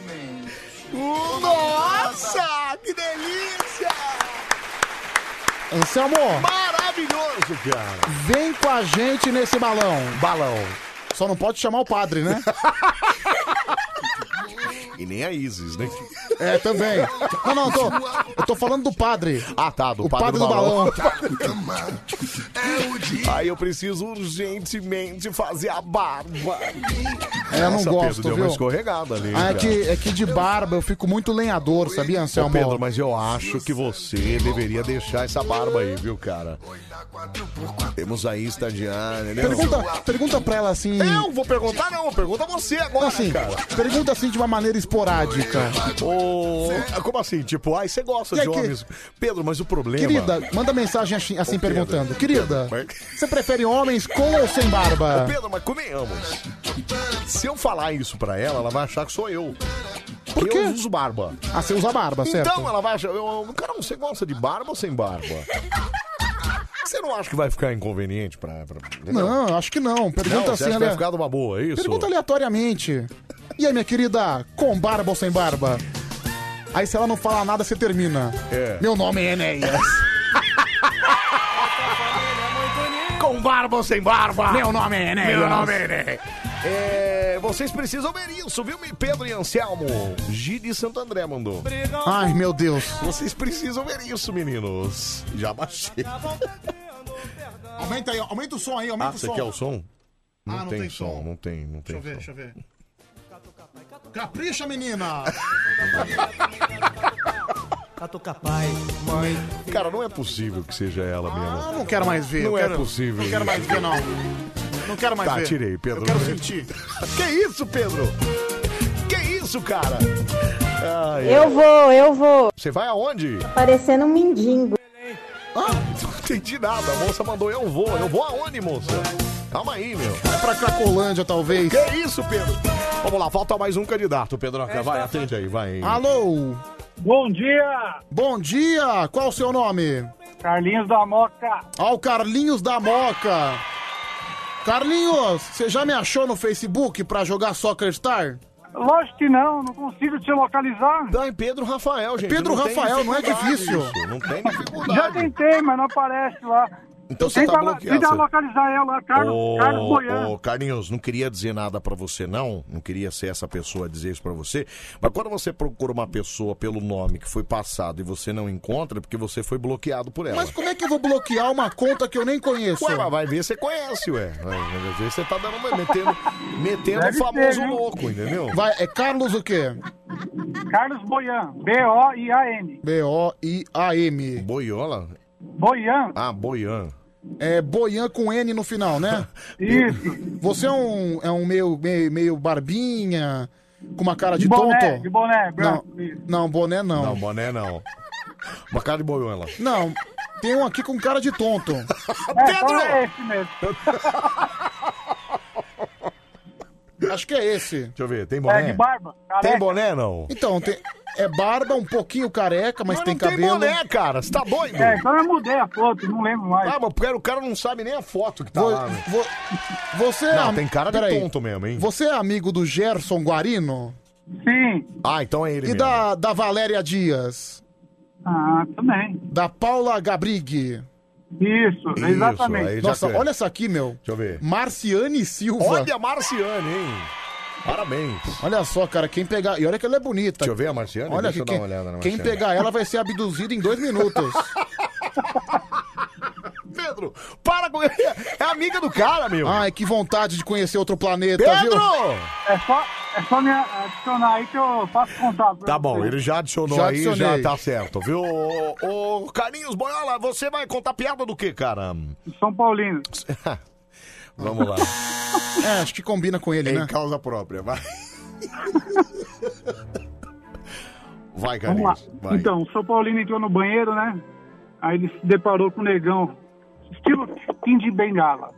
Speaker 1: Nossa, que delícia!
Speaker 2: Anselmo,
Speaker 1: Maravilhoso, cara.
Speaker 2: vem com a gente nesse balão. Balão. Só não pode chamar o padre, né?
Speaker 1: E nem a Isis, né?
Speaker 2: É, também. Não, não, eu tô, eu tô falando do padre.
Speaker 1: Ah, tá, do
Speaker 2: o padre, do balão.
Speaker 1: Aí eu preciso urgentemente fazer a barba.
Speaker 2: É, eu não
Speaker 1: Nossa,
Speaker 2: gosto,
Speaker 1: Pedro, deu
Speaker 2: viu?
Speaker 1: uma escorregada ali.
Speaker 2: Ah,
Speaker 1: cara.
Speaker 2: é, que, é que de barba eu fico muito lenhador, sabia,
Speaker 1: Ô,
Speaker 2: Anselmo?
Speaker 1: Pedro, mas eu acho que você deveria deixar essa barba aí, viu, cara? Temos aí estagiária, né?
Speaker 2: Pergunta, pergunta pra ela assim.
Speaker 1: Eu vou perguntar, não. Pergunta você agora,
Speaker 2: Assim,
Speaker 1: cara.
Speaker 2: pergunta assim de uma maneira esporádica.
Speaker 1: Ô, como assim? Tipo, ai, você gosta
Speaker 2: E
Speaker 1: de
Speaker 2: aí, que-
Speaker 1: homens. Pedro, mas o problema.
Speaker 2: Querida, manda mensagem assim, assim
Speaker 1: Ô, Pedro.
Speaker 2: perguntando. Querida,
Speaker 1: Mas-
Speaker 2: você prefere homens com ou sem
Speaker 1: Ô,
Speaker 2: barba?
Speaker 1: Pedro, mas convenhamos. Se eu falar isso pra ela, ela vai achar que sou eu. Porque eu uso barba.
Speaker 2: Ah, você usa barba, certo?
Speaker 1: Então ela vai achar. Eu, eu- cara, você gosta de barba ou sem barba? Você não acha que vai ficar inconveniente pra. pra entendeu?
Speaker 2: Não, eu acho que não. Pergunta
Speaker 1: Então, Não, você
Speaker 2: assim,
Speaker 1: acha que vai
Speaker 2: olha-
Speaker 1: ficar numa boa, é isso?
Speaker 2: Pergunta aleatoriamente. E aí, minha querida, com barba ou sem barba? Aí, se ela não falar nada, você termina.
Speaker 1: É.
Speaker 2: Meu nome é Enéas.
Speaker 1: Com barba ou sem barba?
Speaker 2: Meu nome é Enéas.
Speaker 1: Meu nome é Enéas. É, vocês precisam ver isso, viu, Pedro e Anselmo? Gide Santo André mandou.
Speaker 2: Ai, meu Deus.
Speaker 1: Vocês precisam ver isso, meninos. Já baixei.
Speaker 2: Tá Aumenta aí, aumenta o som aí,
Speaker 1: Ah, você quer o som? Não,
Speaker 2: Ah, não
Speaker 1: tem,
Speaker 2: tem
Speaker 1: som, não tem, não tem.
Speaker 2: Deixa eu ver, deixa eu ver. Capricha, menina!
Speaker 1: Pai, mãe. Cara, não é possível que seja ela mesmo.
Speaker 2: Ah, não quero mais ver.
Speaker 1: Não
Speaker 2: eu
Speaker 1: é
Speaker 2: quero-
Speaker 1: possível.
Speaker 2: Não quero mais
Speaker 1: isso.
Speaker 2: ver, não. Não quero mais
Speaker 1: Tá,
Speaker 2: ver.
Speaker 1: tirei, Pedro.
Speaker 2: Eu quero sentir.
Speaker 1: Que isso, Pedro? Que isso, cara? Ai, ai.
Speaker 6: vou, eu vou.
Speaker 1: Você vai aonde?
Speaker 6: Parecendo um mendigo.
Speaker 1: Ah, não entendi nada. A moça mandou eu vou. Eu vou aonde, moça? Calma aí, meu.
Speaker 2: Vai pra Cracolândia, talvez.
Speaker 1: Que isso, Pedro? Vamos lá, falta mais um candidato, Pedro. Vai, atende aí, vai.
Speaker 2: Alô? Bom dia! Bom dia! Qual o seu nome? Carlinhos da Moca. Ó, o Carlinhos da Moca. Carlinhos, você já me achou no Facebook pra jogar Soccer Star? Lógico que não, não consigo te localizar.
Speaker 1: Dá é Pedro Rafael, gente.
Speaker 2: Pedro
Speaker 1: não tem
Speaker 2: Rafael, não é
Speaker 1: dificuldade
Speaker 2: difícil.
Speaker 1: isso, não tem
Speaker 8: Já tentei, mas não aparece lá.
Speaker 1: Então você
Speaker 8: Tenta
Speaker 1: tá
Speaker 8: lo-
Speaker 1: bloqueado,
Speaker 8: Tenta
Speaker 1: você-
Speaker 8: localizar ela lá, Carlos,
Speaker 1: Ô,
Speaker 8: Carlos Goiano.
Speaker 1: ô, Carlinhos, não queria dizer nada pra você, não. Não queria ser essa pessoa a dizer isso pra você. Mas quando você procura uma pessoa pelo nome que foi passado e você não encontra, é porque você foi bloqueado por ela.
Speaker 2: Mas como é que eu vou bloquear uma conta que eu nem conheço?
Speaker 1: Ué, mas vai ver, você conhece, ué. Vai- vai ver, você tá dando uma- metendo, metendo o
Speaker 8: Deve
Speaker 1: famoso
Speaker 8: ter, hein?
Speaker 1: louco, entendeu?
Speaker 2: Vai, é Carlos o quê?
Speaker 8: Carlos Boian, B-O-I-A-N.
Speaker 2: B-O-I-A-M.
Speaker 1: Boiola?
Speaker 2: Boian.
Speaker 1: Ah, Boian.
Speaker 2: É Boian com N no final, né?
Speaker 8: Isso.
Speaker 2: Você é um, é um meio, meio, meio barbinha, com uma cara de,
Speaker 8: De boné,
Speaker 2: tonto?
Speaker 8: de boné,
Speaker 2: não,
Speaker 8: branco, isso.
Speaker 2: não, boné não.
Speaker 1: Não, boné não. Uma cara de boiola.
Speaker 2: Não, tem um aqui com cara de tonto.
Speaker 8: Pedro! É esse mesmo.
Speaker 1: Então
Speaker 2: Acho que é esse.
Speaker 1: Deixa eu ver, tem boné?
Speaker 8: É de barba.
Speaker 1: Tem boné, não?
Speaker 2: Então, tem- é barba, um pouquinho careca, mas, tem
Speaker 1: não
Speaker 2: cabelo.
Speaker 1: tem boné, cara. Você tá doido?
Speaker 8: É, então eu mudei a foto, não lembro mais.
Speaker 1: Ah, mas porque o cara não sabe nem a foto que tá
Speaker 2: Vo-
Speaker 1: lá, né?
Speaker 2: vo- Você é
Speaker 1: Não,
Speaker 2: am-
Speaker 1: tem cara de
Speaker 2: Peraí.
Speaker 1: tonto mesmo, hein?
Speaker 2: Você é amigo do Gerson Guarino?
Speaker 8: Sim.
Speaker 1: Ah, então é ele
Speaker 2: E
Speaker 1: mesmo.
Speaker 2: da, da Valéria Dias?
Speaker 8: Ah, também.
Speaker 2: Da Paula Gabrig?
Speaker 8: Isso,
Speaker 1: Isso, exatamente. aí já
Speaker 2: Nossa,
Speaker 1: ganha.
Speaker 2: olha essa aqui, meu.
Speaker 1: Deixa eu ver.
Speaker 2: Marciane Silva.
Speaker 1: Olha a Marciane, hein? Parabéns.
Speaker 2: Olha só, cara, quem pegar. E olha que ela é bonita.
Speaker 1: Deixa eu ver a Marciane.
Speaker 2: Olha
Speaker 1: Deixa
Speaker 2: que
Speaker 1: eu
Speaker 2: quem,
Speaker 1: dar uma olhada na
Speaker 2: quem
Speaker 1: Marciane.
Speaker 2: pegar ela vai ser abduzido em dois minutos.
Speaker 1: Pedro, para com É amiga do cara, meu.
Speaker 2: Ai, que vontade de conhecer outro planeta,
Speaker 1: Pedro!
Speaker 2: viu?
Speaker 8: É só, É só me adicionar aí que eu faço contato.
Speaker 1: Tá bom, ele já adicionou
Speaker 8: Já
Speaker 1: aí, já
Speaker 8: adicionei.
Speaker 1: tá certo, viu? Ô, ô, Carlinhos Boiola, você vai contar piada do que, cara?
Speaker 8: São Paulino.
Speaker 1: Vamos lá.
Speaker 2: É, acho que combina com ele,
Speaker 1: Em
Speaker 2: né?
Speaker 1: causa própria, vai.
Speaker 8: Vamos lá.
Speaker 1: Vai, Carlinhos, vai.
Speaker 8: Então, o São Paulino entrou no banheiro, né? Aí ele se deparou com o negão, estilo Kim de Bengala.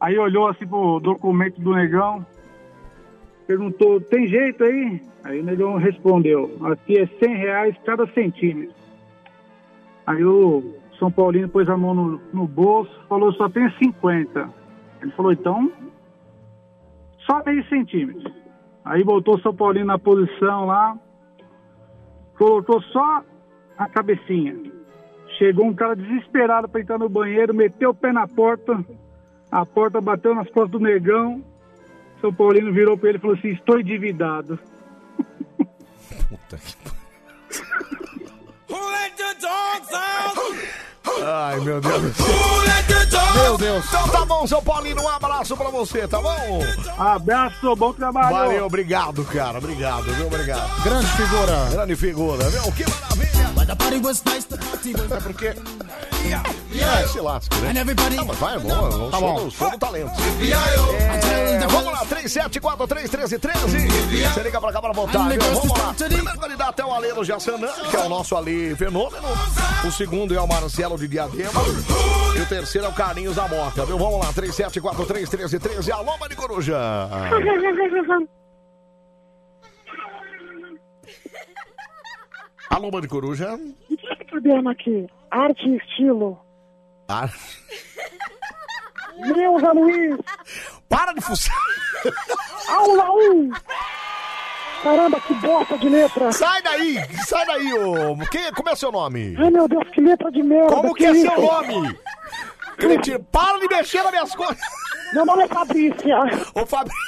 Speaker 8: Aí olhou assim pro documento do negão, perguntou, tem jeito aí? Aí o negão respondeu, aqui é 100 reais cada centímetro. Aí o São Paulino pôs a mão no, no bolso, falou, só tem 50. Ele falou, então, só meio centímetro. Aí botou o São Paulino na posição lá, colocou só a cabecinha. Chegou um cara desesperado para entrar no banheiro, meteu o pé na porta, a porta bateu nas costas do negão. São Paulino virou para ele e falou assim: Estou endividado.
Speaker 1: Puta que Ai, meu Deus do céu. Meu Deus. Então tá bom, São Paulino, um abraço pra você, tá bom?
Speaker 8: Abraço, bom trabalho.
Speaker 1: Valeu, obrigado, cara. Obrigado, viu? Obrigado. Grande figura. Grande figura, viu? Que
Speaker 2: tá
Speaker 1: maravilha. É porque... É, se lasca, né? Ah, mas vai, é bom, é bom.
Speaker 2: Tá bom.
Speaker 1: Show do- show do talento. É, vamos lá, 37431313. Você liga pra cá pra votar, viu? Vamos lá. Primeiro candidato é o Alelo Jassanã, que é o nosso ali fenômeno. O segundo é o Marcelo de Diadema. E o terceiro é o Carlinhos da Morta, viu? Vamos lá, 37431313. Alô, Mari Coruja. Alô, Mari Coruja.
Speaker 9: um problema aqui? Arte e estilo.
Speaker 1: Ah,
Speaker 9: Neuza Luiz.
Speaker 1: Para de fuçar.
Speaker 9: Aula 1. Caramba, que bosta de letra.
Speaker 1: Sai daí, sai daí, ô. Quem, como é seu nome?
Speaker 9: Ai, meu Deus, que letra de merda.
Speaker 1: Como que é
Speaker 9: isso?
Speaker 1: seu nome? Cretino, para de mexer nas minhas coisas.
Speaker 9: Meu nome é Fabrícia.
Speaker 1: Ô, Fabrício.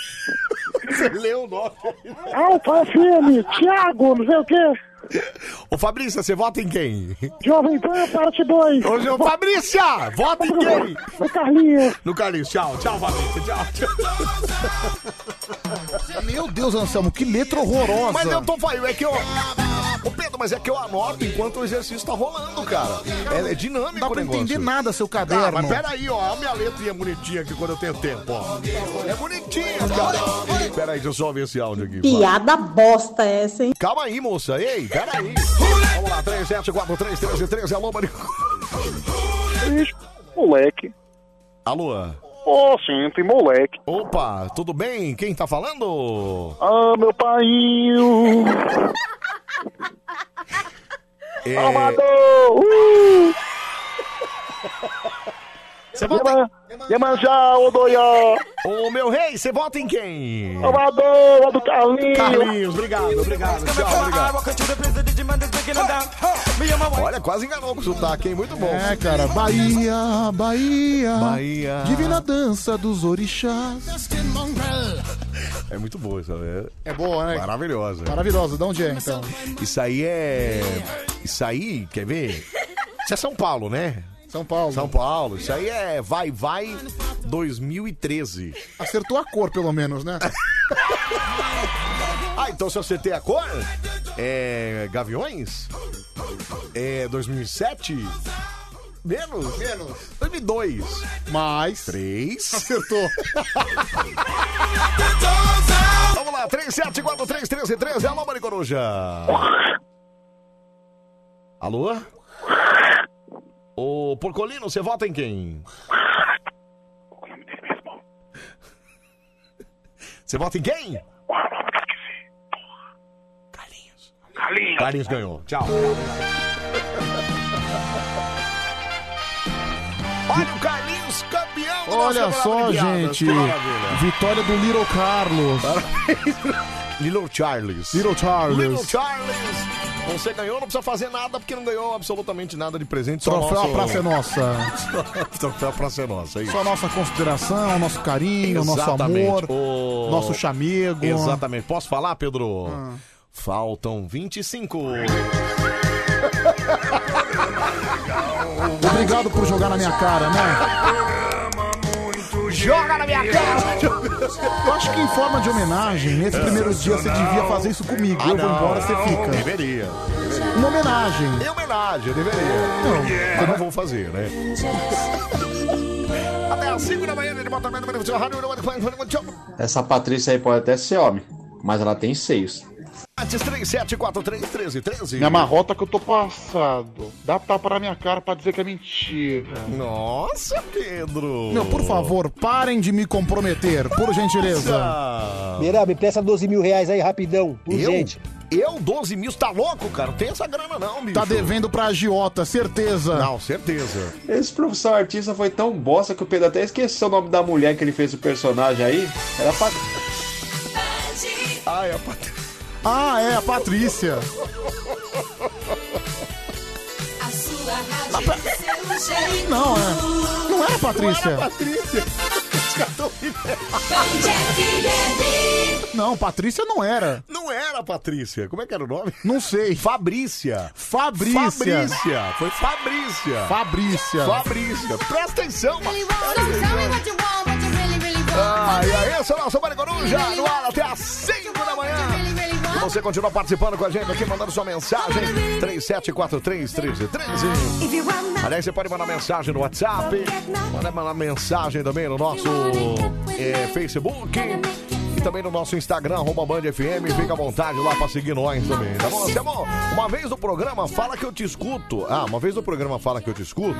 Speaker 1: Você leu o nome. né?
Speaker 9: Alfa FM, assim, Thiago, não sei o quê.
Speaker 1: Ô, Fabrícia, você vota em quem?
Speaker 9: Jovem Pan, parte 2.
Speaker 1: Ô, João Fabrícia, vota em quem?
Speaker 9: O Carlinhos.
Speaker 1: No Carlinhos, tchau, tchau, Fabrícia, tchau, tchau.
Speaker 2: Meu Deus, Anselmo, que letra horrorosa.
Speaker 1: Mas eu tô falando, é que eu... Ô, Pedro, mas é que eu anoto enquanto o exercício tá rolando, cara. É, é dinâmico
Speaker 2: Não dá pra
Speaker 1: o negócio.
Speaker 2: entender nada seu
Speaker 1: Cara,
Speaker 2: caderno.
Speaker 1: Ah, mas peraí, ó, a minha letrinha bonitinha aqui quando eu tenho tempo, ó. É bonitinha, cara. Peraí, deixa eu só ouvir esse áudio aqui. vai.
Speaker 6: Piada bosta essa, hein?
Speaker 1: Calma aí, moça. Ei, peraí. Vamos lá, 37431313, alô, Mario.
Speaker 12: Moleque.
Speaker 1: Alô?
Speaker 12: Ô, sempre moleque.
Speaker 1: Opa, tudo bem? Quem tá falando?
Speaker 12: Ah, meu painho.
Speaker 1: É,
Speaker 12: Amador. Uh. Ieman- Iemanjá, Odoió.
Speaker 1: Ô, meu rei, você vota em quem?
Speaker 12: Amador, lá do Carlinhos.
Speaker 1: Carlinhos, obrigado, obrigado. Tchau, obrigado. Olha, quase enganou com o sotaque, hein? Muito bom.
Speaker 2: É, cara, Bahia, Bahia,
Speaker 1: Bahia.
Speaker 2: divina dança dos orixás.
Speaker 1: É muito boa essa, né?
Speaker 2: É boa, né?
Speaker 1: Maravilhosa.
Speaker 2: Maravilhosa, de onde é, então?
Speaker 1: Isso aí é. Isso aí, quer ver? Isso é São Paulo, né?
Speaker 2: São Paulo.
Speaker 1: São Paulo. Isso aí é Vai Vai 2013.
Speaker 2: Acertou a cor, pelo menos, né?
Speaker 1: Ah, então se eu acertei a cor, é. Gaviões? É 2007? Menos? Menos. 2002.
Speaker 2: Mais.
Speaker 1: 3.
Speaker 2: Acertou.
Speaker 1: Vamos lá, 37431313. Alô, Mari Coruja. Alô? Ô, Porcolino, você vota em quem? Você vota em quem?
Speaker 12: Carlinhos.
Speaker 1: Carlinhos ganhou. Tchau. Olha o Carlinhos campeão do
Speaker 2: Olha
Speaker 1: nosso
Speaker 2: só,
Speaker 1: programa de piadas.
Speaker 2: gente.
Speaker 1: Que maravilha.
Speaker 2: Vitória do Little Carlos.
Speaker 1: Little Charles.
Speaker 2: Little Charles.
Speaker 1: Little Charles. Você ganhou, não precisa fazer nada porque não ganhou absolutamente nada de presente. Só
Speaker 2: Troféu
Speaker 1: nosso...
Speaker 2: a praça é nossa.
Speaker 1: Troféu a praça é nossa, é isso.
Speaker 2: Só nossa consideração, nosso carinho,
Speaker 1: Exatamente.
Speaker 2: nosso amor,
Speaker 1: Ô,
Speaker 2: nosso chamego.
Speaker 1: Exatamente. Posso falar, Pedro? Faltam 25.
Speaker 2: Obrigado por jogar na minha cara, né?
Speaker 1: joga na minha cara. É.
Speaker 2: Eu acho que em forma de homenagem, nesse primeiro dia você devia fazer isso comigo.
Speaker 1: Ah,
Speaker 2: eu vou
Speaker 1: não,
Speaker 2: embora, você fica.
Speaker 1: Deveria.
Speaker 2: Uma homenagem.
Speaker 1: Em homenagem, deveria. Não, eu não vou fazer, né? Até assim. às 5 da manhã, ele bota a meta para o rádio.
Speaker 13: Essa Patrícia aí pode até ser homem, mas ela tem seios.
Speaker 1: Antes 37431313.
Speaker 2: Minha marrota que eu tô passado. Dá tapa na minha cara pra dizer que é mentira.
Speaker 1: Nossa, Pedro.
Speaker 2: Não, por favor, parem de me comprometer, por gentileza.
Speaker 14: Beira, me presta 12 mil reais aí rapidão, urgente.
Speaker 1: Eu, 12 mil, você tá louco, cara? Não tem essa grana, não, bicho.
Speaker 2: Tá devendo pra agiota, certeza.
Speaker 1: Não, certeza.
Speaker 13: Esse profissão artista foi tão bosta que o Pedro até esqueceu o nome da mulher que ele fez o personagem aí. Era pra...
Speaker 1: Ai, é a Patrícia.
Speaker 2: Ah, é, a Patrícia. Não, é. Não era a Patrícia.
Speaker 1: Não era a Patrícia. Os caras tão
Speaker 2: Não, Patrícia não era.
Speaker 1: Não era a Patrícia. Como é que era o nome?
Speaker 2: Não sei.
Speaker 1: Fabrícia.
Speaker 2: Fabrícia.
Speaker 1: Fabrícia. Foi Fabrícia.
Speaker 2: Fabrícia.
Speaker 1: Fabrícia. Presta atenção, mano. Ai, ai, esse é o nosso Mari Coruja, no ar até às 5 da manhã. E Você continua participando com a gente aqui, mandando sua mensagem. 37431313. Aliás, você pode mandar mensagem no WhatsApp. Pode mandar mensagem também no nosso eh, Facebook. E também no nosso Instagram, arroba Band FM. Fica à vontade lá pra seguir nós também, tá bom? Você, amor, uma vez no programa, fala que eu te escuto. Ah, uma vez no programa, fala que eu te escuto.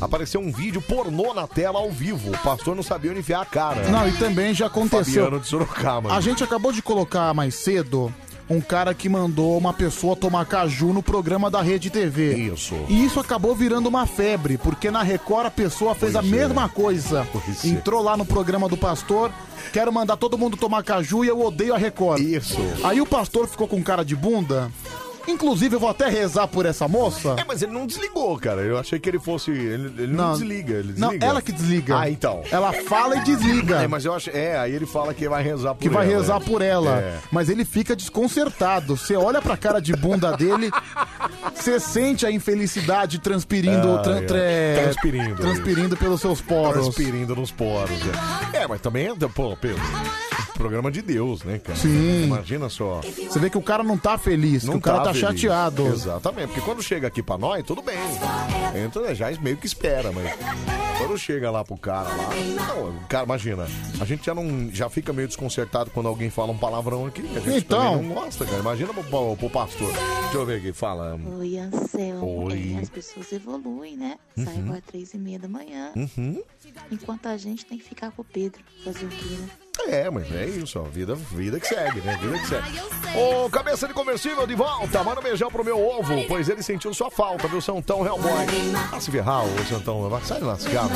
Speaker 1: Apareceu um vídeo pornô na tela ao vivo. O pastor não sabia onde enfiar a cara.
Speaker 2: Não, e também já aconteceu.
Speaker 1: Fabiano de Sorocaba. né?
Speaker 2: A gente acabou de colocar mais cedo um cara que mandou uma pessoa tomar caju no programa da Rede TV.
Speaker 1: Isso.
Speaker 2: E isso acabou virando uma febre, porque na Record a pessoa fez
Speaker 1: Pois
Speaker 2: a
Speaker 1: é.
Speaker 2: mesma coisa.
Speaker 1: Pois é.
Speaker 2: Entrou lá no programa do pastor, quero mandar todo mundo tomar caju e eu odeio a Record.
Speaker 1: Isso.
Speaker 2: Aí o pastor ficou com cara de bunda. Inclusive, eu vou até rezar por essa moça.
Speaker 1: É, mas ele não desligou, cara. Eu achei que ele fosse. Ele, ele não,
Speaker 2: Não.
Speaker 1: desliga, ele
Speaker 2: Não,
Speaker 1: desliga.
Speaker 2: ela que desliga.
Speaker 1: Ah, então.
Speaker 2: Ela fala e desliga.
Speaker 1: É, mas eu acho. É, aí ele fala que vai rezar por
Speaker 2: que vai
Speaker 1: ela,
Speaker 2: rezar
Speaker 1: é.
Speaker 2: por ela.
Speaker 1: É.
Speaker 2: Mas ele fica desconcertado. Você olha pra cara de bunda dele, você sente a infelicidade transpirindo,
Speaker 1: Ai,
Speaker 2: tran-
Speaker 1: ai.
Speaker 2: tre-
Speaker 1: Transpirindo,
Speaker 2: transpirindo pelos seus poros.
Speaker 1: Transpirindo nos poros. É, é mas também, é, pô, Pedro. Programa de Deus, né, cara?
Speaker 2: Sim.
Speaker 1: Imagina só.
Speaker 2: Você vê que o cara não tá feliz, que o cara tá,
Speaker 1: feliz.
Speaker 2: chateado.
Speaker 1: Exatamente, porque quando chega aqui pra nós, tudo bem. Entra, né, já meio que espera, mas quando chega lá pro cara lá. Não, cara, imagina. A gente já, não, já fica meio desconcertado quando alguém fala um palavrão aqui. A gente
Speaker 2: Então.
Speaker 1: também não gosta, cara. Imagina pro, pro, pro pastor. Deixa eu ver aqui, fala.
Speaker 15: Oi, Anselmo.
Speaker 1: Oi.
Speaker 15: É, as pessoas evoluem, né? Sai
Speaker 1: Uhum.
Speaker 15: agora três e meia da manhã.
Speaker 1: Uhum.
Speaker 15: Enquanto a gente tem que ficar com o Pedro. Fazer o quê, né?
Speaker 1: É, mas é isso, ó. Vida, vida que segue, né? Vida que segue. Ô, cabeça de conversível de volta. Manda um beijão pro meu ovo, pois ele sentiu sua falta, viu, Santão Hellboy? Ah, se ferrar, ô Santão, vai- sai lascado.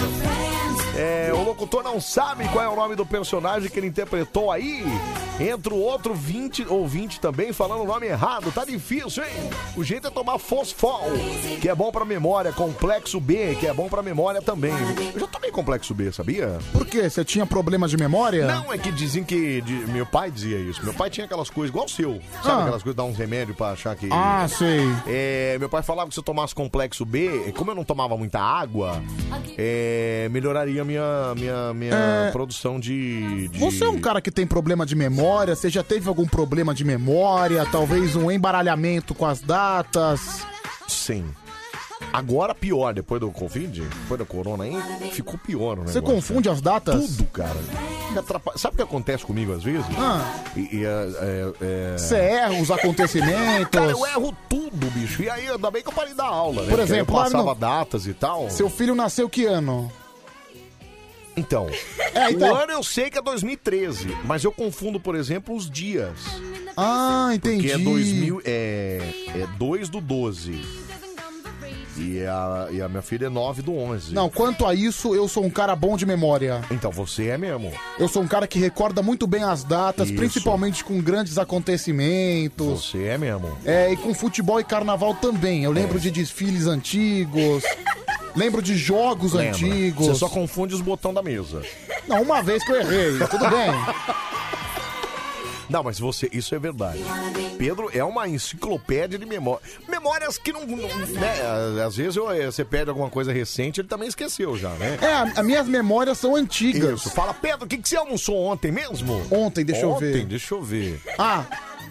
Speaker 1: É, o locutor não sabe qual é o nome do personagem que ele interpretou aí. Entra o outro 20 ouvinte também falando o nome errado. Tá difícil, hein? O jeito é tomar fosfol, que é bom pra memória. Complexo B, que é bom pra memória também. Eu já tomei complexo B, sabia?
Speaker 2: Por quê? Você tinha problema de memória?
Speaker 1: Não, é que dizem que. de- meu pai dizia isso. Meu pai tinha aquelas coisas igual o seu. Sabe
Speaker 2: Ah.
Speaker 1: aquelas coisas, dar uns remédios pra achar que.
Speaker 2: Ah, sei.
Speaker 1: É, meu pai falava que se eu tomasse complexo B, como eu não tomava muita água, é, melhoraria a minha, minha, minha
Speaker 2: É.
Speaker 1: produção de, de-
Speaker 2: Você é um cara que tem problema de memória? Você já teve algum problema de memória? Talvez um embaralhamento com as datas?
Speaker 1: Sim. Agora pior, depois do Covid, depois da corona aí, ficou pior, né?
Speaker 2: Você confunde as datas?
Speaker 1: Tudo, cara. Me atrapa- Sabe o que acontece comigo às vezes?
Speaker 2: Ah.
Speaker 1: E, e, é, é, é-
Speaker 2: Você erra os acontecimentos.
Speaker 1: Cara, eu erro tudo, bicho. E aí, ainda bem que eu parei da aula, né?
Speaker 2: Por
Speaker 1: Porque aí
Speaker 2: exemplo,
Speaker 1: eu
Speaker 2: lá
Speaker 1: passava
Speaker 2: no-
Speaker 1: datas e tal.
Speaker 2: Seu filho nasceu que ano?
Speaker 1: Então,
Speaker 2: É, então.
Speaker 1: o ano eu sei que é 2013, mas eu confundo, por exemplo, os dias.
Speaker 2: Ah, entendi.
Speaker 1: Porque é 2000, é, é 2 do 12. E a, e a minha filha é 9 do 11.
Speaker 2: Não, quanto a isso, eu sou um cara bom de memória.
Speaker 1: Então você é mesmo.
Speaker 2: Eu sou um cara que recorda muito bem as datas,
Speaker 1: Isso.
Speaker 2: principalmente com grandes acontecimentos.
Speaker 1: Você é mesmo.
Speaker 2: É, e com futebol e carnaval também. Eu lembro de desfiles antigos. lembro de jogos
Speaker 1: Lembra?
Speaker 2: antigos.
Speaker 1: Você só confunde os botões da mesa.
Speaker 2: Não, uma vez que eu errei, tudo bem.
Speaker 1: Não, mas você, isso é verdade. Pedro é uma enciclopédia de memória. Memórias que não. não- né, Às vezes eu- eh, você perde alguma coisa recente, ele também esqueceu já, né?
Speaker 2: É, a- as minhas memórias são antigas.
Speaker 1: Isso. Fala, Pedro, o que, que você almoçou ontem mesmo?
Speaker 2: Ontem, deixa eu ver.
Speaker 1: Ontem, deixa eu ver.
Speaker 2: Ah,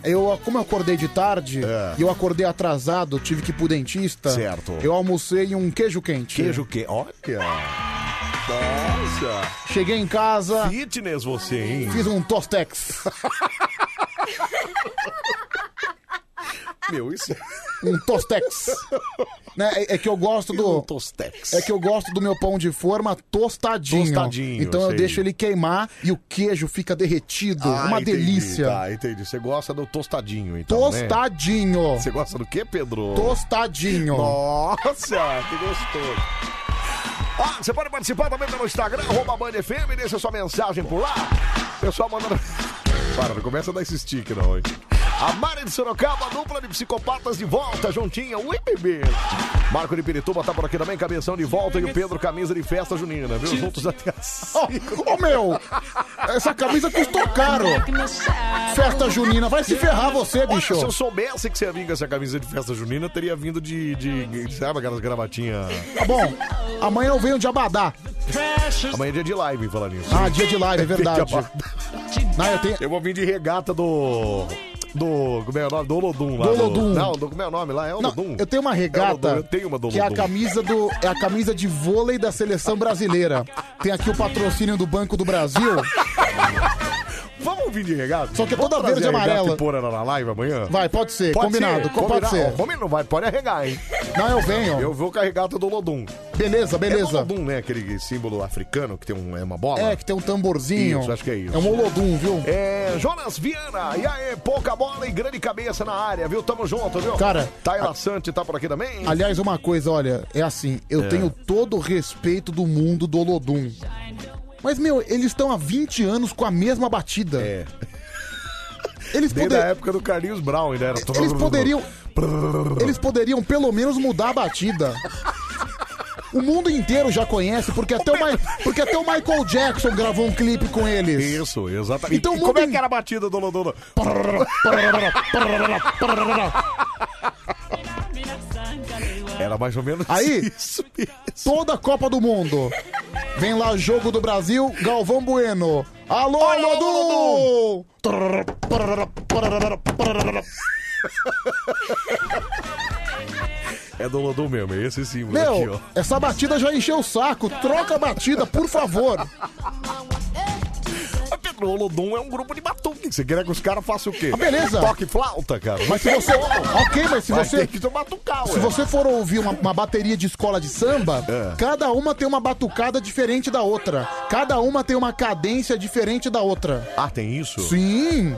Speaker 2: eu, como eu acordei de tarde, e eu acordei atrasado, tive que ir pro dentista.
Speaker 1: É. Certo.
Speaker 2: Eu almocei um queijo quente.
Speaker 1: Queijo quente, olha. Nossa.
Speaker 2: Cheguei em casa,
Speaker 1: Fitness você, hein?
Speaker 2: fiz um tostex.
Speaker 1: Meu, isso. é-
Speaker 2: Um tostex. né? é, é que eu gosto do.
Speaker 1: Um tostex.
Speaker 2: É que eu gosto do meu pão de forma tostadinho.
Speaker 1: Tostadinho,
Speaker 2: Então eu
Speaker 1: sei.
Speaker 2: deixo ele queimar e o queijo fica derretido.
Speaker 1: Ah,
Speaker 2: uma
Speaker 1: entendi,
Speaker 2: delícia.
Speaker 1: Tá, entendi. Você gosta do tostadinho, então. Né?
Speaker 2: Tostadinho.
Speaker 1: Você gosta do quê, Pedro?
Speaker 2: Tostadinho.
Speaker 1: Nossa, que gostoso. Ah, você pode participar também pelo Instagram, arroba Band FM, deixa sua mensagem por lá. Pessoal mandando. Para, não começa a dar esse stick, não, hein? A Mari de Sorocaba, a dupla de psicopatas de volta, juntinha. Ui, bebê. Marco de Pirituba tá por aqui também, cabeção de volta. E o Pedro, camisa de festa junina, viu? Juntos até as...
Speaker 2: Ô meu! Essa camisa custou caro. Festa junina, vai se ferrar você, bicho.
Speaker 1: Se eu soubesse que você ia vir com essa camisa de festa junina, eu teria vindo de. de sabe aquelas gravatinhas.
Speaker 2: Tá bom. Amanhã eu venho de Abadá.
Speaker 1: Amanhã é dia de live, falar nisso.
Speaker 2: Ah, dia de live, é verdade.
Speaker 1: Dia de abadá.
Speaker 2: eu,
Speaker 1: vou vir de regata do. Do. Como é o nome? Do Olodum lá.
Speaker 2: Do Olodum.
Speaker 1: Não, do, como é o nome lá? É
Speaker 2: Não,
Speaker 1: Olodum.
Speaker 2: eu tenho uma regata
Speaker 1: É Olodum, eu tenho uma do
Speaker 2: que é a
Speaker 1: Olodum.
Speaker 2: camisa do é a camisa de vôlei da seleção brasileira. Tem aqui o patrocínio do Banco do Brasil.
Speaker 1: Vamos vir de regata?
Speaker 2: Só que é
Speaker 1: Vamos
Speaker 2: toda verde e
Speaker 1: trazer a regata
Speaker 2: amarela.
Speaker 1: E pôr ela na live amanhã?
Speaker 2: Vai, pode ser, combinado, co- pode
Speaker 1: Combina-
Speaker 2: ser.
Speaker 1: Ó, combina, vai, pode arregar, hein?
Speaker 2: Não, eu venho.
Speaker 1: Eu vou com a regata do Olodum.
Speaker 2: Beleza, beleza.
Speaker 1: É Olodum, né? Aquele símbolo africano que tem um, é uma bola.
Speaker 2: É, que tem um tamborzinho.
Speaker 1: Isso, acho que é isso.
Speaker 2: É um Olodum, viu?
Speaker 1: É, Jonas Viana, e aí, pouca bola e grande cabeça na área, viu? Tamo junto, viu?
Speaker 2: Cara,
Speaker 1: Taila Sante tá por aqui também.
Speaker 2: Aliás, uma coisa, olha, é assim, eu
Speaker 1: É.
Speaker 2: tenho todo o respeito do mundo do Olodum. Mas, meu, eles estão há 20 anos com a mesma batida. É. Eles,
Speaker 1: Desde a
Speaker 2: poder...
Speaker 1: época do Carlinhos Brown, né? Era...
Speaker 2: eles poderiam. Eles poderiam pelo menos mudar a batida. O mundo inteiro já conhece, porque até o, Mi- porque até o Michael Jackson gravou um clipe com eles.
Speaker 1: Isso, exatamente.
Speaker 2: Então,
Speaker 1: E
Speaker 2: muda
Speaker 1: como é
Speaker 2: em-
Speaker 1: que era a batida do Lodolo? Era mais ou menos
Speaker 2: Aí, toda a Copa do Mundo. Vem lá, Jogo do Brasil, Galvão Bueno. Alô, Olodum!
Speaker 1: É do Lodum mesmo, é esse símbolo aqui,
Speaker 2: Meu,
Speaker 1: ó.
Speaker 2: essa batida já encheu o saco. Troca a batida, por favor.
Speaker 1: Mas, Pedro, o Lodum é um grupo de batuque. Você quer que os caras façam o quê?
Speaker 2: Ah, beleza.
Speaker 1: Toque flauta, cara.
Speaker 2: Mas se você. Ok, mas se
Speaker 1: Vai
Speaker 2: você.
Speaker 1: ter que tomar é. batucar,
Speaker 2: Se
Speaker 1: ué.
Speaker 2: você for ouvir uma, uma bateria de escola de samba,
Speaker 1: É.
Speaker 2: cada uma tem uma batucada diferente da outra. Cada uma tem uma cadência diferente da outra.
Speaker 1: Ah, tem isso?
Speaker 2: Sim.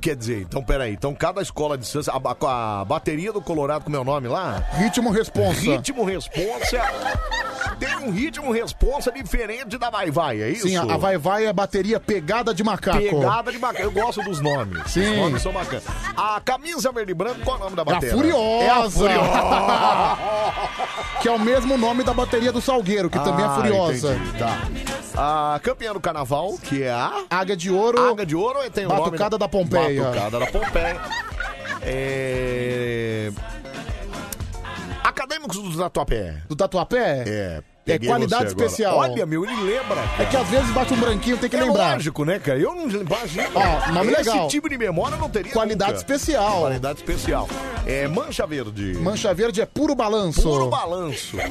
Speaker 1: Quer dizer, então peraí, então cada escola de dança, a, ba- com a bateria do Colorado, como é o nome lá?
Speaker 2: Ritmo responsa.
Speaker 1: Ritmo responsa. Tem um ritmo responsa diferente da Vai Vai, é isso?
Speaker 2: Sim, a, a vai vai é bateria pegada de macaco.
Speaker 1: Pegada de bacana. Eu gosto dos nomes.
Speaker 2: Sim.
Speaker 1: Os nomes são bacanas. A camisa verde e branco, qual é o nome da
Speaker 2: É a
Speaker 1: bateria?
Speaker 2: Furiosa.
Speaker 1: É a Furiosa.
Speaker 2: que é o mesmo nome da bateria do Salgueiro, que também é
Speaker 1: Ah,
Speaker 2: Furiosa.
Speaker 1: entendi, tá. A campeã do carnaval, que é a.
Speaker 2: Águia de Ouro.
Speaker 1: Águia de Ouro tem o nome,
Speaker 2: Batucada
Speaker 1: né?
Speaker 2: da Pompeia.
Speaker 1: Batucada da Pompeia. É. Acadêmicos do Tatuapé.
Speaker 2: Do Tatuapé?
Speaker 1: É.
Speaker 2: É
Speaker 1: peguei
Speaker 2: qualidade
Speaker 1: você agora.
Speaker 2: especial.
Speaker 1: Olha, meu, ele lembra.
Speaker 2: É que às vezes bate um branquinho, tem que
Speaker 1: É
Speaker 2: lembrar.
Speaker 1: lógico, né, cara? Eu não imagino.
Speaker 2: Ó, nome
Speaker 1: Esse
Speaker 2: legal.
Speaker 1: tipo de memória eu não teria
Speaker 2: Qualidade
Speaker 1: nunca.
Speaker 2: especial.
Speaker 1: Qualidade especial. É Mancha Verde.
Speaker 2: Mancha Verde é puro balanço.
Speaker 1: Puro balanço, cara.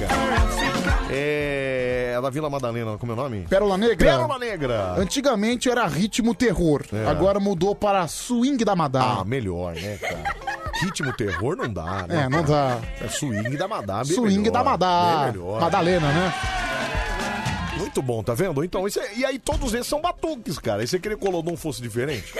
Speaker 1: É. é Da Vila Madalena, como é o nome?
Speaker 2: Pérola Negra?
Speaker 1: Pérola Negra. É.
Speaker 2: Antigamente era ritmo terror. Agora mudou para swing da Madá.
Speaker 1: Ah, melhor, né, cara? Ritmo terror não dá, né?
Speaker 2: É, não
Speaker 1: cara? É swing da Madá, bem
Speaker 2: swing
Speaker 1: melhor,
Speaker 2: da Madá.
Speaker 1: bem melhor.
Speaker 2: Madalena, né?
Speaker 1: Muito bom, tá vendo? Então, isso é- e aí todos esses são batuques, cara. E você queria que o Olodum fosse diferente?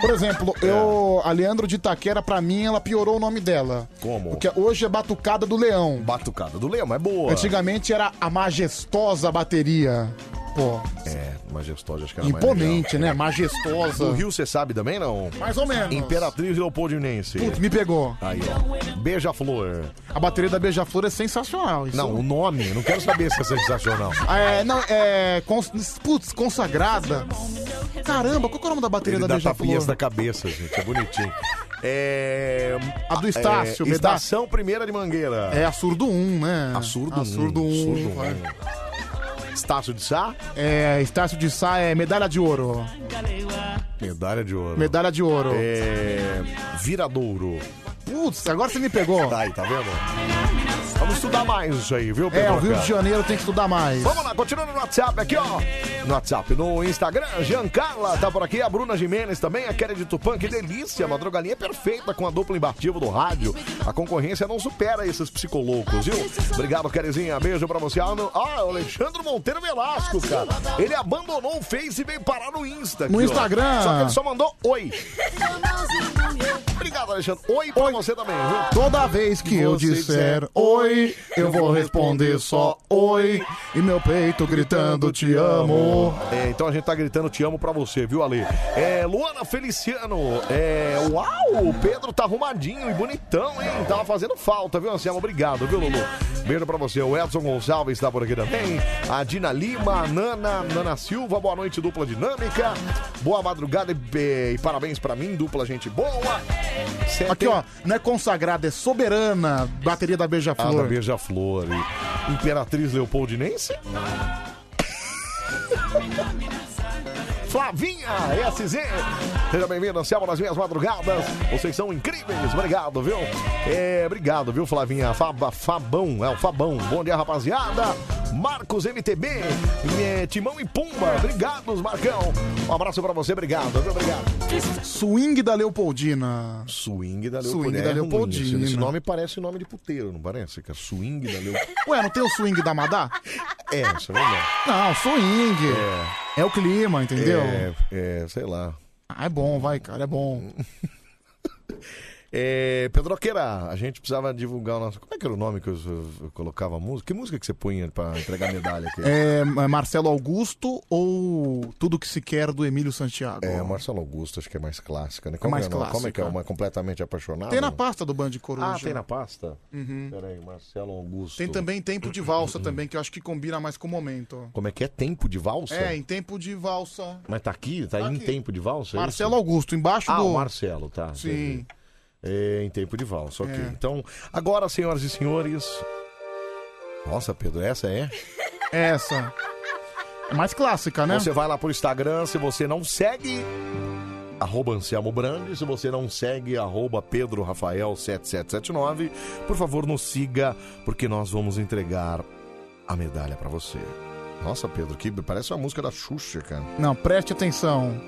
Speaker 2: Por exemplo,
Speaker 1: É.
Speaker 2: eu, a Leandro de Itaquera, pra mim, ela piorou o nome dela.
Speaker 1: Como?
Speaker 2: Porque hoje é Batucada do Leão.
Speaker 1: Batucada do Leão, é boa.
Speaker 2: Antigamente era a majestosa bateria. Pô,
Speaker 1: É, majestosa, acho que era mais
Speaker 2: imponente,
Speaker 1: legal.
Speaker 2: né? Majestosa.
Speaker 1: Do Rio você sabe também, não?
Speaker 2: Mais ou menos.
Speaker 1: Imperatriz Leopoldinense.
Speaker 2: Putz, me pegou.
Speaker 1: Aí, ó. Beija-flor.
Speaker 2: A bateria da Beija-Flor é sensacional. Isso. um-
Speaker 1: Não, o nome, não quero saber se é sensacional.
Speaker 2: Ah, É, não, é. cons- Putz, consagrada. Caramba, qual que é o nome da bateria
Speaker 1: Ele
Speaker 2: da
Speaker 1: dá tapinhas
Speaker 2: Beija-Flor?
Speaker 1: na cabeça, gente. É bonitinho. É...
Speaker 2: A do Estácio,
Speaker 1: é,
Speaker 2: Medá-
Speaker 1: Estação Primeira de Mangueira.
Speaker 2: É a Surdo 1, né?
Speaker 1: A Surdo
Speaker 2: A
Speaker 1: 1,
Speaker 2: Surdo 1.
Speaker 1: Surdo
Speaker 2: vai.
Speaker 1: 1. Estácio de Sá?
Speaker 2: É, Estácio de Sá é medalha de ouro.
Speaker 1: Medalha de ouro.
Speaker 2: Medalha de ouro.
Speaker 1: É... Viradouro.
Speaker 2: Putz, agora você me pegou.
Speaker 1: Tá aí, tá vendo? Vamos estudar mais isso aí, viu,
Speaker 2: É,
Speaker 1: Pedro?
Speaker 2: o Rio de Janeiro tem que estudar mais.
Speaker 1: Vamos lá, continuando no WhatsApp aqui, ó. No WhatsApp, no Instagram, Giancarla tá por aqui, a Bruna Jimenez também, a Kelly de Tupã, que delícia, madrugalinha perfeita com a dupla imbatível do rádio. A concorrência não supera esses psicolocos, viu? Obrigado, Kellyzinha, beijo pra você. Ah, no- ah, o Alexandre Monteiro Velasco, cara. Ele abandonou o Face e veio parar no Insta. aqui,
Speaker 2: No
Speaker 1: ó.
Speaker 2: Instagram.
Speaker 1: Só que ele só mandou oi. Obrigado, Alexandre. Oi pra você também, viu?
Speaker 2: Toda vez que eu
Speaker 1: Você
Speaker 2: disser
Speaker 1: disser
Speaker 2: oi, eu vou responder só oi. E meu peito gritando te amo.
Speaker 1: É, então a gente tá gritando te amo pra você, viu, Ale? É, Luana Feliciano, é, uau, o Pedro tá arrumadinho e bonitão, hein? Tava fazendo falta, viu, Anselmo? Obrigado, viu, Lulu? Beijo pra você. O Edson Gonçalves tá por aqui também. A Dina Lima, a Nana, Nana Silva, boa noite, dupla dinâmica. Boa madrugada e, eh, e parabéns pra mim, dupla gente boa. Cê
Speaker 2: Aqui,
Speaker 1: tem-
Speaker 2: ó, não é consagrada, é soberana. Bateria da
Speaker 1: Ah, da
Speaker 2: Beija-Flor.
Speaker 1: Beija-Flor. e Imperatriz Leopoldinense? Flavinha SZ, seja bem-vindo, Anselmo, nas minhas madrugadas. Vocês são incríveis, obrigado, viu? É, obrigado, viu, Flavinha? Faba, Fabão, é o Fabão. Bom dia, rapaziada. Marcos MTB, é, Timão e Pumba, obrigados, Marcão. Um abraço pra você, obrigado, viu? Obrigado.
Speaker 2: Swing da Leopoldina.
Speaker 1: Swing da É
Speaker 2: Swing da Leopoldina.
Speaker 1: Esse nome parece nome de puteiro, não parece? Que é swing da Leopoldina.
Speaker 2: Ué, não tem o swing da Madá?
Speaker 1: É, isso é verdade.
Speaker 2: Não, swing. É, o clima, entendeu?
Speaker 1: É, é, sei lá.
Speaker 2: Ah, é bom, vai, cara, é bom.
Speaker 1: É, Pedroqueira, a gente precisava divulgar o nosso. Como é que era o nome que eu, eu colocava a música? Que música que você punha pra entregar medalha aqui?
Speaker 2: É é Marcelo Augusto ou Tudo Que Se Quer do Emílio Santiago?
Speaker 1: É, Marcelo Augusto, acho que é mais clássica, né?
Speaker 2: É mais
Speaker 1: é, não? Como é que é?
Speaker 2: clássica.
Speaker 1: Uma completamente apaixonada?
Speaker 2: Tem na pasta do Band de Coruja.
Speaker 1: Ah, tem na pasta?
Speaker 2: Uhum.
Speaker 1: Peraí, Marcelo Augusto.
Speaker 2: Tem também Tempo de Valsa também, que eu acho que combina mais com o momento.
Speaker 1: Como é que é? Tempo de valsa?
Speaker 2: É, em Tempo de Valsa.
Speaker 1: Mas tá aqui? Tá, em tempo de valsa? é
Speaker 2: Marcelo
Speaker 1: isso?
Speaker 2: Augusto, embaixo
Speaker 1: ah,
Speaker 2: do-
Speaker 1: o Marcelo, tá.
Speaker 2: Sim.
Speaker 1: entendi. É, em tempo de valsa, ok.
Speaker 2: É.
Speaker 1: Então, agora, senhoras e senhores. Nossa, Pedro, essa é?
Speaker 2: Essa. É mais clássica, né?
Speaker 1: Você vai lá pro Instagram, se você não segue, arroba Anselmo Brandi, se você não segue, arroba Pedro Rafael 7779, por favor nos siga, porque nós vamos entregar a medalha pra você. Nossa, Pedro, que parece uma música da Xuxa, cara.
Speaker 2: Não, preste atenção.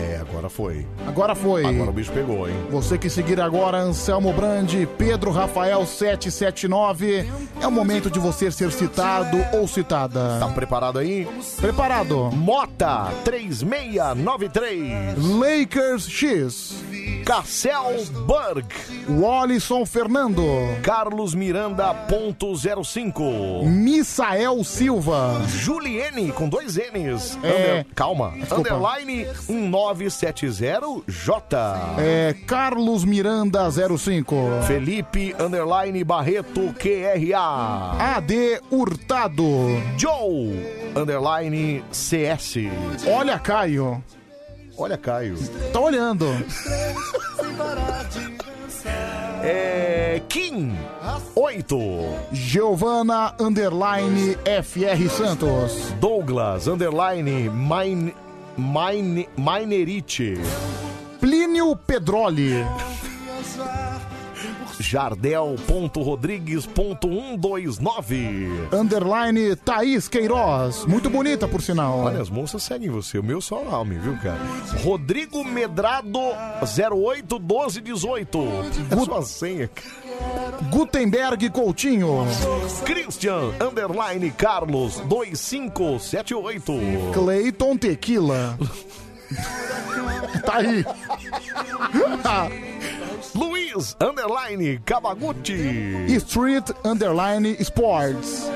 Speaker 1: É, agora foi.
Speaker 2: Agora foi.
Speaker 1: Agora o bicho pegou, hein?
Speaker 2: Você que seguir agora, Anselmo Brandi, Pedro Rafael 779. É o momento de você ser citado ou citada.
Speaker 1: Tá preparado aí?
Speaker 2: Preparado.
Speaker 1: Mota 3693.
Speaker 2: Lakers X.
Speaker 1: Cassel Burg.
Speaker 2: Wallison Fernando.
Speaker 1: Carlos Miranda ponto 05.
Speaker 2: Misael Silva.
Speaker 1: Juliene com dois N's.
Speaker 2: É.
Speaker 1: Calma.
Speaker 2: Desculpa.
Speaker 1: Underline 1970J.
Speaker 2: É, Carlos Miranda 05.
Speaker 1: Felipe Underline Barreto QRA.
Speaker 2: AD Hurtado.
Speaker 1: Joe Underline CS.
Speaker 2: Olha, Caio.
Speaker 1: Olha, Caio.
Speaker 2: Tá olhando.
Speaker 1: É. Kim 8.
Speaker 2: Giovana Underline FR Santos.
Speaker 1: Douglas, underline, mine, mine, Minerite,
Speaker 2: Plínio Pedroli.
Speaker 1: Jardel.rodrigues.129.
Speaker 2: Underline Thaís Queiroz. Muito bonita, por sinal.
Speaker 1: Olha, as moças seguem você, o meu só o nome, viu, cara? Rodrigo Medrado 081218. É sua senha, cara.
Speaker 2: Gutenberg Coutinho.
Speaker 1: Christian, underline, Carlos 2578.
Speaker 2: Clayton Tequila. tá aí.
Speaker 1: Luiz, underline, Cabaguti.
Speaker 2: Street Underline Sports.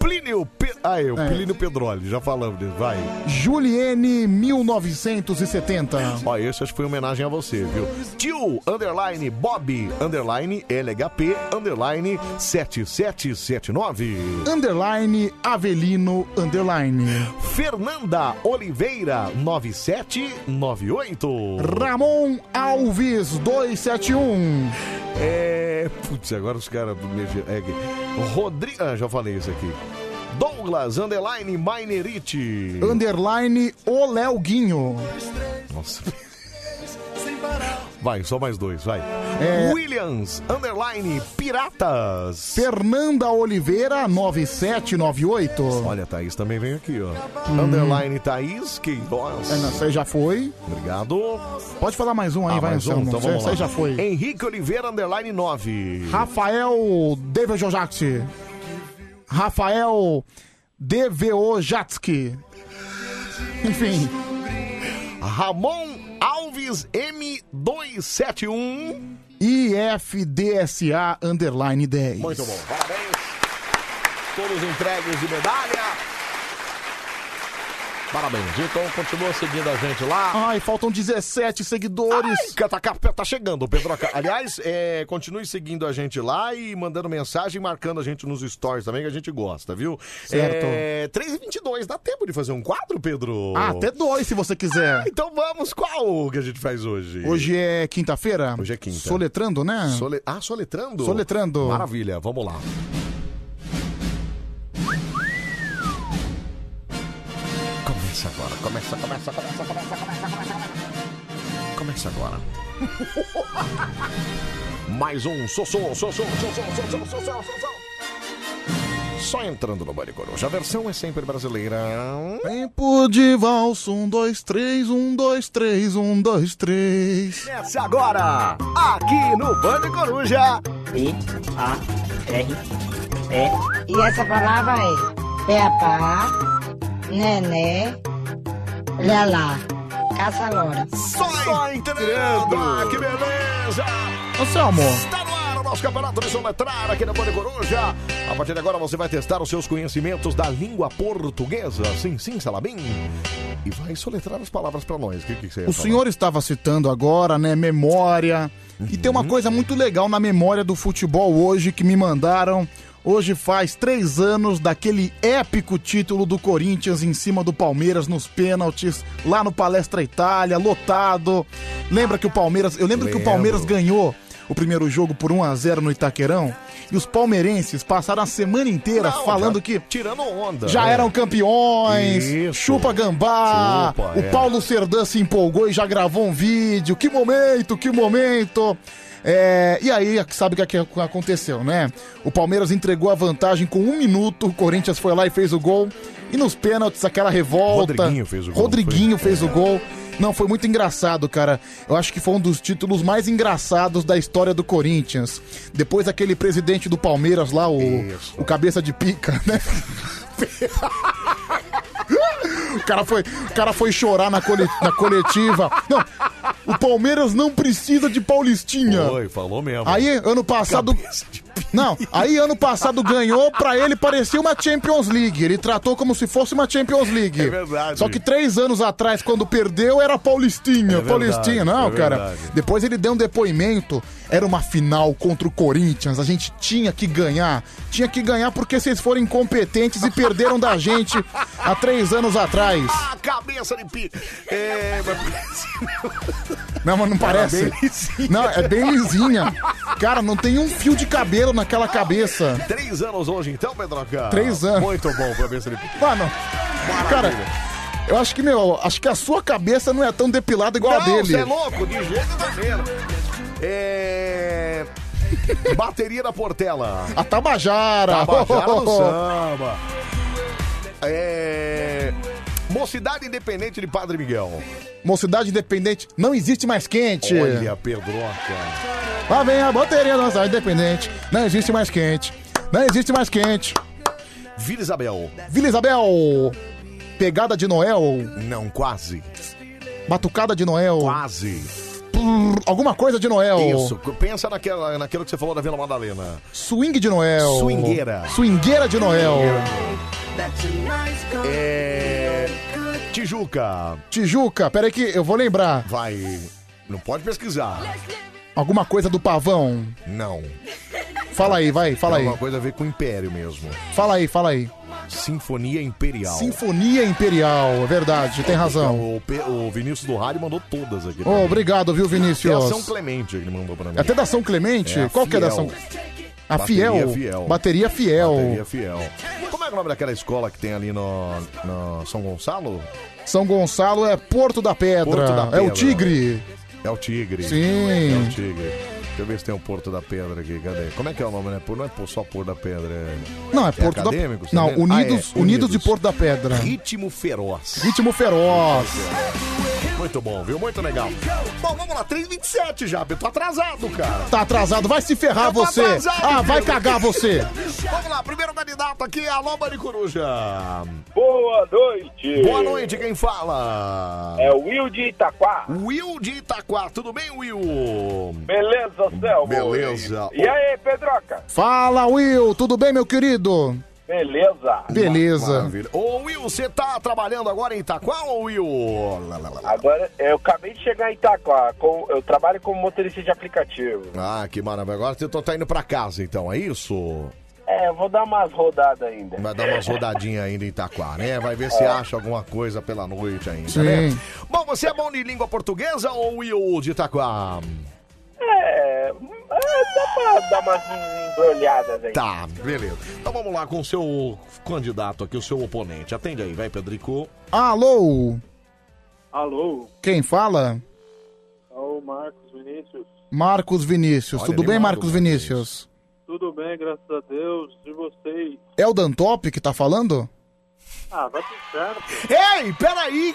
Speaker 1: Plínio Pe- Aí, o Pilino Pedroli, já falamos disso, vai.
Speaker 2: Juliene 1970.
Speaker 1: Ó, esse acho que foi em homenagem a você, viu? Tio, underline, Bob, underline, LHP, underline, 7779.
Speaker 2: Underline Avelino Underline.
Speaker 1: Fernanda Oliveira, 9798.
Speaker 2: Ramon Alves 271.
Speaker 1: É. Putz, agora os caras do meu. É, Rodrigo. Ah, já falei isso aqui. Douglas Underline Minerite.
Speaker 2: Underline O Léoguinho.
Speaker 1: Nossa. Vai, só mais dois, vai.
Speaker 2: É.
Speaker 1: Williams Underline Piratas.
Speaker 2: Fernanda Oliveira 9798.
Speaker 1: Olha, Thaís também vem aqui, ó. Underline Thaís Queiroz.
Speaker 2: Uhum. É, não, você já foi.
Speaker 1: Obrigado.
Speaker 2: Pode falar mais um aí,
Speaker 1: Ah,
Speaker 2: vai,
Speaker 1: mais um,
Speaker 2: Anselmo.
Speaker 1: então
Speaker 2: Você-
Speaker 1: vamos lá.
Speaker 2: você já foi.
Speaker 1: Henrique Oliveira Underline 9.
Speaker 2: Rafael Devejojaxi. Rafael Deveojatsky. Enfim.
Speaker 1: Ramon Alves M271.
Speaker 2: IFDSA underline 10.
Speaker 1: Muito bom, parabéns. Todos entregues de medalha. Parabéns. Então continua seguindo a gente lá.
Speaker 2: Ai, faltam 17 seguidores.
Speaker 1: Catacapé tá chegando, Pedroca. Aliás, é, continue seguindo a gente lá e mandando mensagem, marcando a gente nos stories também, que a gente gosta, viu?
Speaker 2: Certo.
Speaker 1: É, 3h22, dá tempo de fazer um quadro, Pedro?
Speaker 2: Ah, até dois se você quiser.
Speaker 1: Ah, então vamos, qual que a gente faz hoje?
Speaker 2: Hoje é quinta-feira? Hoje
Speaker 1: é quinta.
Speaker 2: Soletrando, né?
Speaker 1: Sole- Ah, soletrando?
Speaker 2: Soletrando.
Speaker 1: Maravilha, vamos lá. Começa agora, começa, começa, começa, começa, começa, começa. Começa agora. Mais um Sossô, Sossô, Sossô, Sossô, Sossô, Sossô. Só entrando no Bande Coruja. A versão é sempre brasileira.
Speaker 2: Tempo de valso, um, dois, três, um, dois, três, um, dois, três.
Speaker 1: Começa agora, aqui no Bande Coruja.
Speaker 16: E essa palavra é Beapá, Nené, Lelá, Caçalora.
Speaker 1: Só entrando. Ah, que beleza.
Speaker 2: Anselmo.
Speaker 1: Está no ar o nosso campeonato de soletrar aqui na Bande Coruja. A partir de agora você vai testar os seus conhecimentos da língua portuguesa. Sim, sim, Salabim. E vai soletrar as palavras para nós. O que, que você ia
Speaker 2: O
Speaker 1: falar?
Speaker 2: senhor estava citando agora, né, memória. E tem uma
Speaker 1: Uhum.
Speaker 2: coisa muito legal na memória do futebol hoje que me mandaram. Hoje faz três anos daquele épico título do Corinthians em cima do Palmeiras nos pênaltis, lá no Palestra Itália, lotado. Lembra que o Palmeiras. Eu lembro, que o
Speaker 1: Lembro.
Speaker 2: Palmeiras ganhou o primeiro jogo por 1 a 0 no Itaquerão. E os palmeirenses passaram a semana inteira
Speaker 1: Não,
Speaker 2: falando
Speaker 1: já-
Speaker 2: que
Speaker 1: Tirando onda.
Speaker 2: já um
Speaker 1: é.
Speaker 2: eram campeões,
Speaker 1: Isso.
Speaker 2: chupa gambá.
Speaker 1: Chupa,
Speaker 2: o
Speaker 1: é.
Speaker 2: Paulo Serdã se empolgou e já gravou um vídeo. Que momento, que momento. É, e aí, sabe o que que aconteceu, né? O Palmeiras entregou a vantagem com um minuto, o Corinthians foi lá e fez o gol. E nos pênaltis, aquela revolta.
Speaker 1: Rodriguinho fez o gol,
Speaker 2: Rodriguinho
Speaker 1: foi?
Speaker 2: fez o gol. Não, foi muito engraçado, cara. Eu acho que foi um dos títulos mais engraçados da história do Corinthians. Depois aquele presidente do Palmeiras lá, o, o cabeça de pica, né? O cara foi, o cara foi chorar na, cole- na coletiva. Não, o Palmeiras não precisa de Paulistinha.
Speaker 1: Foi, falou mesmo.
Speaker 2: Aí, ano passado. Não, aí ano passado ganhou, pra ele parecia uma Champions League. Ele tratou como se fosse uma Champions League.
Speaker 1: É verdade.
Speaker 2: Só que três anos atrás, quando perdeu, era Paulistinha.
Speaker 1: É verdade,
Speaker 2: Paulistinha, não,
Speaker 1: é
Speaker 2: cara.
Speaker 1: verdade.
Speaker 2: Depois ele deu um depoimento. Era uma final contra o Corinthians. A gente tinha que ganhar. Tinha que ganhar porque vocês foram incompetentes e perderam da gente há três anos atrás.
Speaker 1: A cabeça de pi. É, mas...
Speaker 2: Não, mas não
Speaker 1: Era
Speaker 2: parece.
Speaker 1: bem lisinha.
Speaker 2: não, é bem lisinha. Cara, não tem um fio de cabelo naquela cabeça.
Speaker 1: Três anos hoje, então, Pedroca?
Speaker 2: Três anos.
Speaker 1: Muito bom, cabeça de pi.
Speaker 2: Mano, cara, eu acho que, meu, acho que a sua cabeça não é tão depilada igual a
Speaker 1: Não,
Speaker 2: dele.
Speaker 1: Você é louco, de jeito maneiro. É. Bateria da Portela.
Speaker 2: A Tabajara.
Speaker 1: Tabajara do samba. É. Mocidade Independente de Padre Miguel.
Speaker 2: Mocidade independente não existe mais quente.
Speaker 1: Olha, Pedroca.
Speaker 2: Lá vem a bateria da nossa independente. Não existe mais quente. Não existe mais quente.
Speaker 1: Vila Isabel.
Speaker 2: Vila Isabel. Pegada de Noel.
Speaker 1: Não, quase.
Speaker 2: Batucada de Noel.
Speaker 1: Quase.
Speaker 2: alguma coisa de Noel.
Speaker 1: Isso, pensa naquela, naquilo que você falou da Vila Madalena.
Speaker 2: Swing de Noel.
Speaker 1: Swingueira.
Speaker 2: Swingueira de Noel.
Speaker 1: É. Tijuca.
Speaker 2: Tijuca, peraí que eu vou lembrar.
Speaker 1: Vai. Não pode pesquisar.
Speaker 2: Alguma coisa do pavão.
Speaker 1: Não.
Speaker 2: Fala aí, vai, fala
Speaker 1: Tem
Speaker 2: aí.
Speaker 1: Alguma coisa a ver com o Império mesmo.
Speaker 2: Fala aí, fala aí.
Speaker 1: Sinfonia Imperial.
Speaker 2: Sinfonia Imperial, é verdade, tem razão.
Speaker 1: O, Pe- o Vinícius do Rádio mandou todas aqui. pra
Speaker 2: Ô,
Speaker 1: mim.
Speaker 2: obrigado, viu, Vinícius?
Speaker 1: Até a São Clemente ele mandou pra mim.
Speaker 2: Até da São Clemente?
Speaker 1: É, a
Speaker 2: Qual que é da São
Speaker 1: Fiel.
Speaker 2: A
Speaker 1: Bateria
Speaker 2: Fiel.
Speaker 1: Fiel.
Speaker 2: Bateria Fiel.
Speaker 1: Bateria Fiel. Como é o nome daquela escola que tem ali no, no São Gonçalo?
Speaker 2: São Gonçalo é Porto da Pedra.
Speaker 1: Porto da
Speaker 2: É o
Speaker 1: Pedra.
Speaker 2: Tigre.
Speaker 1: É o Tigre.
Speaker 2: Sim.
Speaker 1: É o Tigre. Deixa eu ver se tem o Porto da Pedra aqui, cadê? Como é que é o nome, né? Por- Não é por- só Porto da Pedra, é...
Speaker 2: Não, é
Speaker 1: é
Speaker 2: Porto da
Speaker 1: acadêmicos
Speaker 2: Não,
Speaker 1: também?
Speaker 2: Unidos,
Speaker 1: Ah, é,
Speaker 2: Unidos, de Porto da Pedra.
Speaker 1: Ritmo Feroz.
Speaker 2: Ritmo feroz.
Speaker 1: Muito bom, viu? Muito legal. Bom, vamos lá, 3h27 já, eu tô atrasado, cara.
Speaker 2: Tá atrasado, vai se ferrar
Speaker 1: Eu tô
Speaker 2: você.
Speaker 1: atrasado,
Speaker 2: ah, vai
Speaker 1: Pedro.
Speaker 2: cagar você.
Speaker 1: Vamos lá, primeiro candidato aqui, alô, Maricoruja.
Speaker 21: Boa noite.
Speaker 1: Boa noite, quem fala?
Speaker 21: É o Will de Itaquá.
Speaker 1: Will de Itaquá, tudo bem, Will?
Speaker 21: Beleza, Selmo?
Speaker 1: Beleza.
Speaker 21: E aí, Pedroca?
Speaker 2: Fala, Will, tudo bem, meu querido?
Speaker 21: Beleza.
Speaker 2: Beleza.
Speaker 1: Maravilha. Ô, Will, você tá trabalhando agora em Itaquá ou Will? Lá, lá, lá, lá.
Speaker 21: Agora, eu acabei de chegar em Itaquá. com- eu trabalho como motorista de aplicativo.
Speaker 1: Ah, que maravilha. Agora você tá indo pra casa, então, é isso?
Speaker 21: É, eu vou dar umas rodadas ainda.
Speaker 1: Vai dar umas rodadinhas ainda em Itaquá, né? Vai ver se acha alguma coisa pela noite ainda,
Speaker 21: Sim.
Speaker 1: né? Bom, você é bom de língua portuguesa ou Will de Itaquá?
Speaker 21: É, é, dá pra dar umas embrulhadas aí.
Speaker 1: Tá, beleza. Então vamos lá com o seu candidato aqui, o seu oponente. Atende aí, vai, Pedrico.
Speaker 2: Alô?
Speaker 22: Alô,
Speaker 2: Quem fala?
Speaker 22: é o Marcos Vinícius.
Speaker 2: Marcos Vinícius.
Speaker 22: Olha,
Speaker 2: tudo bem,
Speaker 22: animado,
Speaker 2: Marcos Vinícius?
Speaker 22: Tudo bem, graças a Deus. E vocês?
Speaker 2: É o Dantop que tá falando?
Speaker 22: Ah, vai pro inferno.
Speaker 1: Ei, peraí!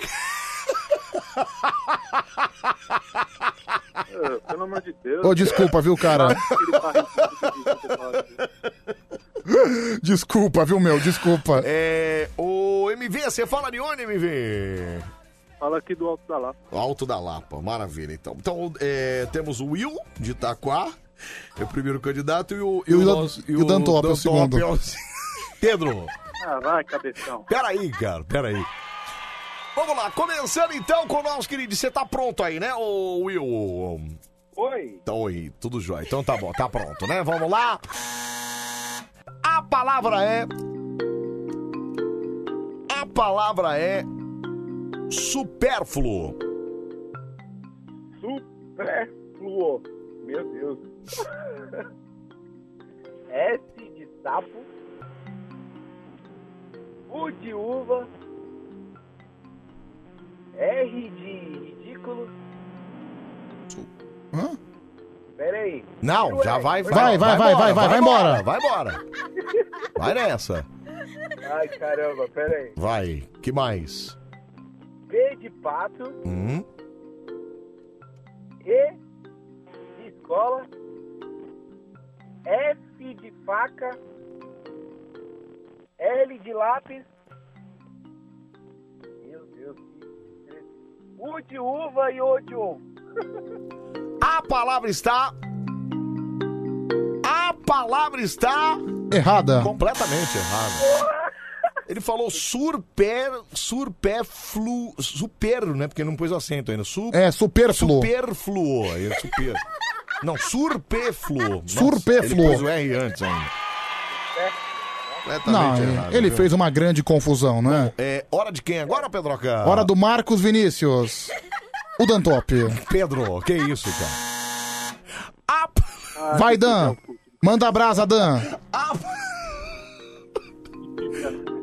Speaker 22: pô. É, Pelo amor de Deus. tá
Speaker 2: Ô, desculpa, viu, cara?
Speaker 22: Aquele barrigudo que você fala assim.
Speaker 2: Desculpa, viu, meu? Desculpa.
Speaker 1: É. Ô, MV, você fala de onde, MV?
Speaker 22: Fala aqui do Alto da Lapa.
Speaker 1: Alto da Lapa, maravilha. Então, então é, temos o Will de Itaquá, é o primeiro candidato, e o,
Speaker 2: E o Dan-
Speaker 1: nosso-
Speaker 2: e o Dantop é o segundo.
Speaker 1: é o se- Pedro,
Speaker 22: Ah, vai, cabeção.
Speaker 1: peraí, cara, peraí. Vamos lá, começando então com o nosso querido. Você tá pronto aí, né, ô Will?
Speaker 22: Oi.
Speaker 1: Então, oi, tudo jóia. Então tá bom, tá pronto, né? Vamos lá. A palavra é. A palavra é. Supérfluo.
Speaker 22: Superfluo. Meu Deus. S de sapo. U de uva. R de ridículo.
Speaker 2: Hã?
Speaker 22: Pera aí.
Speaker 1: Não, já vai,
Speaker 2: Vai, vai, vai, vai, vai, vai embora.
Speaker 1: Vai embora. Vai nessa.
Speaker 22: Ai, caramba, pera aí.
Speaker 1: Vai. Que mais?
Speaker 22: P de pato.
Speaker 1: Hum?
Speaker 22: E de escola. F de faca. L de lápis. Meu Deus. que- U de uva e O de ovo.
Speaker 1: A palavra está. A palavra está.
Speaker 2: Errada.
Speaker 1: Completamente errada. Ele falou surper. Superflu. Super, né? Porque não pôs o acento ainda. Su,
Speaker 2: É, superfluo.
Speaker 1: Superfluo. É, super. Não, surpefluo. Nossa,
Speaker 2: Surpefluo.
Speaker 1: Ele pôs o R antes ainda.
Speaker 2: Não,
Speaker 1: Completamente
Speaker 2: ele-
Speaker 1: errado,
Speaker 2: ele
Speaker 1: viu?
Speaker 2: fez uma né? grande confusão, né?
Speaker 1: É, hora de quem agora, Pedroca?
Speaker 2: Hora do Marcos Vinícius. O Dantop.
Speaker 1: Pedro, que isso, cara?
Speaker 2: Vai, Dan. Manda a brasa, Dan.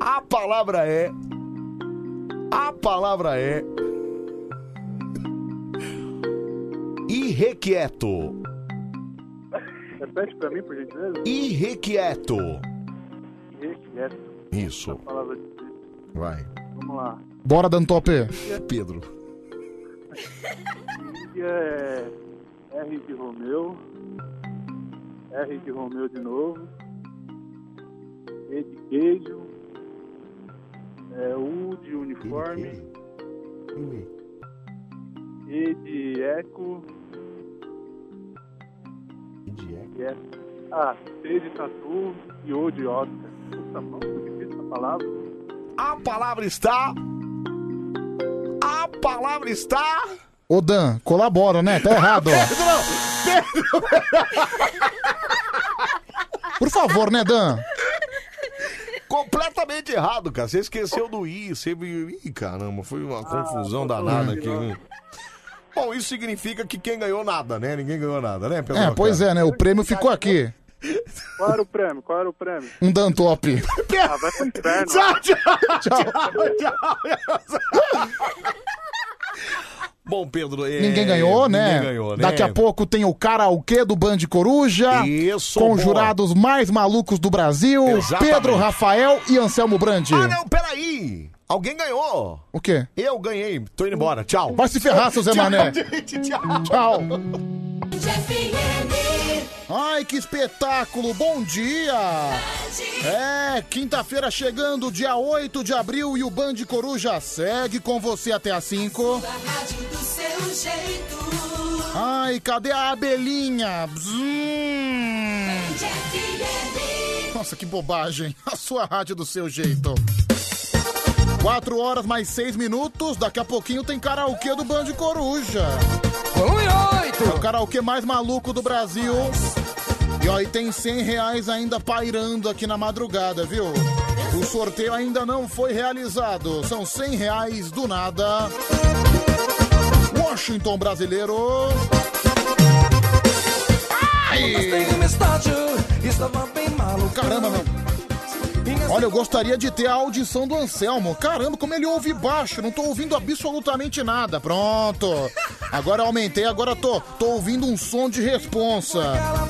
Speaker 1: A palavra é. A palavra é. Irrequieto.
Speaker 22: Repete É pra mim, por gentileza.
Speaker 1: Irrequieto.
Speaker 22: Requieto.
Speaker 1: Isso,
Speaker 22: né? Palavra difícil.
Speaker 1: vai.
Speaker 22: Vamos lá.
Speaker 2: Bora, Dantop.
Speaker 1: Pedro.
Speaker 22: Ilha é R de Romeu. R de Romeu de novo. E de queijo. É U de uniforme. E de eco. E é de eco? Ah, T de tatu e O de Oscar. Puta mão, que difícil essa palavra.
Speaker 1: A palavra está. A palavra está.
Speaker 2: Ô Dan, colabora, né? Tá errado, ó.
Speaker 1: Pedro!
Speaker 2: Por favor, né, Dan?
Speaker 1: Completamente errado, cara. Você esqueceu do I. Você... Ih, caramba, foi uma confusão danada aqui. hein? Bom, isso significa que quem ganhou nada, né? Ninguém ganhou nada, né, Pedro?
Speaker 2: É, pois é, né? O prêmio ficou aqui.
Speaker 1: Qual era o prêmio? Qual era o prêmio?
Speaker 2: Um Dan Top.
Speaker 1: Ah, vai pro inferno. Tchau, tchau, tchau, tchau. Bom, Pedro. é,
Speaker 2: Ninguém ganhou, né?
Speaker 1: Ninguém ganhou, né?
Speaker 2: Daqui a pouco tem o karaokê do Band Coruja.
Speaker 1: Isso,
Speaker 2: Com os jurados mais malucos do Brasil.
Speaker 1: Exatamente.
Speaker 2: Pedro Rafael e Anselmo Brandi.
Speaker 1: Ah, não, peraí. Alguém ganhou.
Speaker 2: O quê?
Speaker 1: Eu ganhei. Tô indo embora. Tchau.
Speaker 2: Vai se ferrar, seu Zé
Speaker 1: Tchau,
Speaker 2: Mané.
Speaker 1: gente, tchau.
Speaker 2: Tchau. Ai, que espetáculo! Bom dia! É, quinta-feira chegando, dia 8 de abril, e o Band Coruja segue com você até às 5. Ai, cadê a abelhinha? Hum. Bzum. Nossa, que bobagem! A sua rádio do seu jeito. 4 horas mais 6 minutos, daqui a pouquinho tem karaokê do Band Coruja. 1 e 8! É o karaokê mais maluco do Brasil. E ó, e tem 100 reais ainda pairando aqui na madrugada, viu? O sorteio ainda não foi realizado. São 100 reais do nada. Washington brasileiro. Caramba, meu. Olha, eu gostaria de ter a audição do Anselmo. Caramba, como ele ouve baixo, não tô ouvindo absolutamente nada. Pronto. Agora eu aumentei, agora tô, tô ouvindo um som de responsa.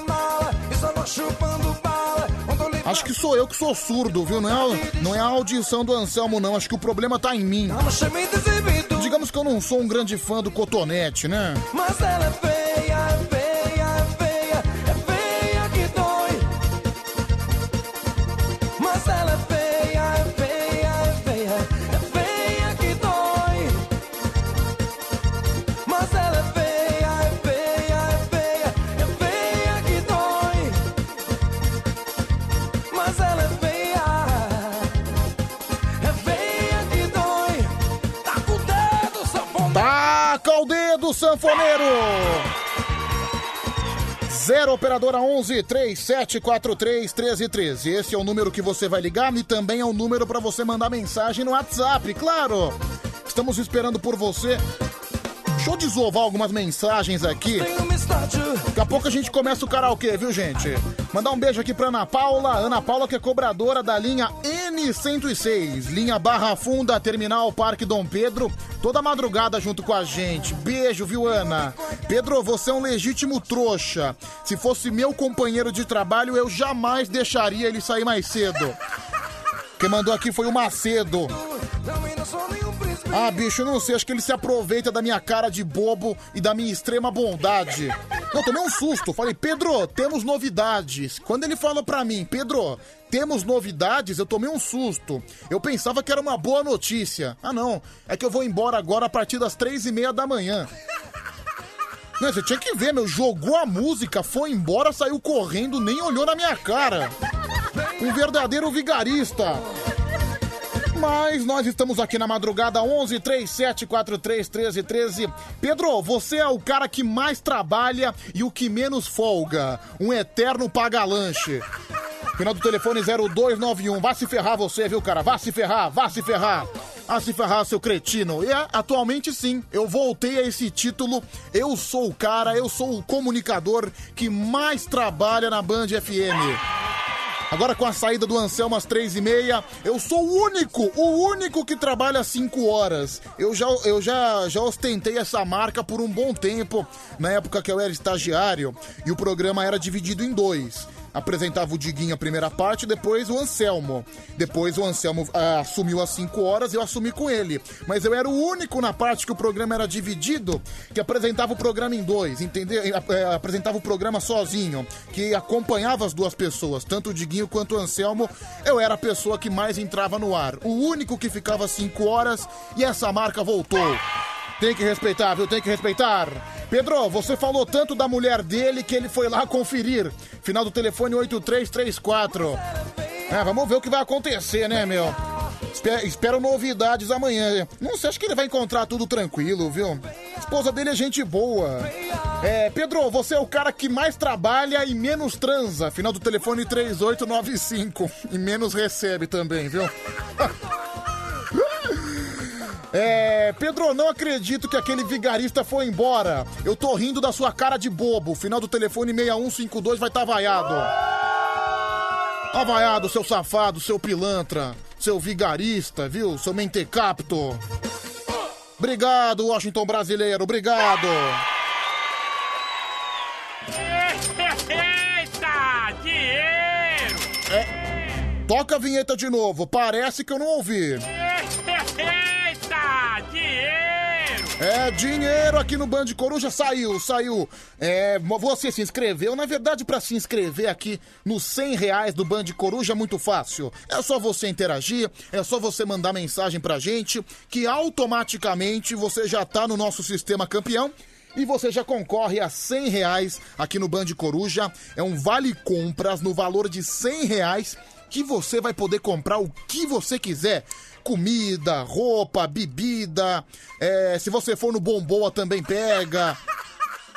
Speaker 3: tá
Speaker 2: Acho que sou eu que sou surdo, viu? Não é, a- não é a audição do Anselmo, não. Acho que o problema tá em mim. Digamos que eu não sou um grande fã do cotonete, né?
Speaker 12: Mas ela é feia, é feia, é feia, é feia que dói. Mas ela é feia, é feia, é feia, é feia que dói. Mas ela é feia, é feia, é feia, é feia que dói. Mas ela é feia, é feia que dói. Taca o dedo, sanfona.
Speaker 2: Taca Tá o dedo, sanfoneiro! 0 operadora 11 3743 1313. Esse é o número que você vai ligar e também é o número para você mandar mensagem no WhatsApp, claro. Estamos esperando por você. Deixa eu desovar algumas mensagens aqui. Daqui a pouco a gente começa o karaokê, viu, gente? Mandar um beijo aqui pra Ana Paula. Ana Paula que é cobradora da linha N106, linha Barra Funda, Terminal Parque Dom Pedro, toda madrugada junto com a gente. Beijo, viu, Ana? Pedro, você é um legítimo trouxa. Se fosse meu companheiro de trabalho, eu jamais deixaria ele sair mais cedo. Quem mandou aqui foi o Macedo. Ah, bicho, eu não sei. Acho que ele se aproveita da minha cara de bobo e da minha extrema bondade. Eu tomei um susto. Falei, Pedro, temos novidades. Quando ele falou pra mim, Pedro, temos novidades, eu tomei um susto. Eu pensava que era uma boa notícia. Ah, não. É que eu vou embora agora a partir das três e meia da manhã. Não, você tinha que ver, meu. Jogou a música, foi embora, saiu correndo, nem olhou na minha cara. Um verdadeiro vigarista. Mas nós estamos aqui na madrugada 11 3743 1313. Pedro, você é o cara que mais trabalha e o que menos folga. Um eterno paga-lanche. Final do telefone 0291. Vá se ferrar você, viu, cara? Vá se ferrar, vá se ferrar. Vá se ferrar, seu cretino. E é, atualmente sim, eu voltei a esse título. Eu sou o cara, eu sou o comunicador que mais trabalha na Band FM. Agora com a saída do Anselmo às três e meia, eu sou o único, o único que trabalha cinco horas. Eu já, eu já, já ostentei essa marca por um bom tempo, na época que eu era estagiário, e o programa era dividido em dois. Apresentava o Diguinho a primeira parte, depois o Anselmo. Depois o Anselmo ah, assumiu às cinco horas, eu assumi com ele. Mas eu era o único na parte que o programa era dividido, que apresentava o programa em dois, entendeu? E, ap- eh, Apresentava o programa sozinho, que acompanhava as duas pessoas, tanto o Diguinho quanto o Anselmo. Eu era a pessoa que mais entrava no ar, o único que ficava às cinco horas e essa marca voltou. Tem que respeitar, viu? Tem que respeitar. Pedro, você falou tanto da mulher dele que ele foi lá conferir. Final do telefone 8334. É, vamos ver o que vai acontecer, né, meu? Espe- espero novidades amanhã. Não sei, acho que ele vai encontrar tudo tranquilo, viu? A esposa dele é gente boa. É, Pedro, você é o cara que mais trabalha e menos transa. Final do telefone 3895. E menos recebe também, viu? É, Pedro, não acredito que aquele vigarista foi embora. Eu tô rindo da sua cara de bobo. Final do telefone 6152 vai estar tá vaiado. Tá vaiado, seu safado, seu pilantra, seu vigarista, viu? Seu mentecapto. Obrigado, Washington brasileiro, obrigado.
Speaker 12: Eita, dinheiro!
Speaker 2: É. Toca a vinheta de novo, parece que eu não ouvi.
Speaker 12: Eita, dinheiro!
Speaker 2: É dinheiro aqui no Band Coruja, saiu, saiu. É, você se inscreveu, na verdade, pra se inscrever aqui nos 100 reais do Band Coruja é muito fácil. É só você interagir, é só você mandar mensagem pra gente, que automaticamente você já tá no nosso sistema campeão. E você já concorre a 100 reais aqui no Band Coruja. É um vale compras no valor de 100 reais que você vai poder comprar o que você quiser. Comida, roupa, bebida. é, se você for no Bomboa também pega.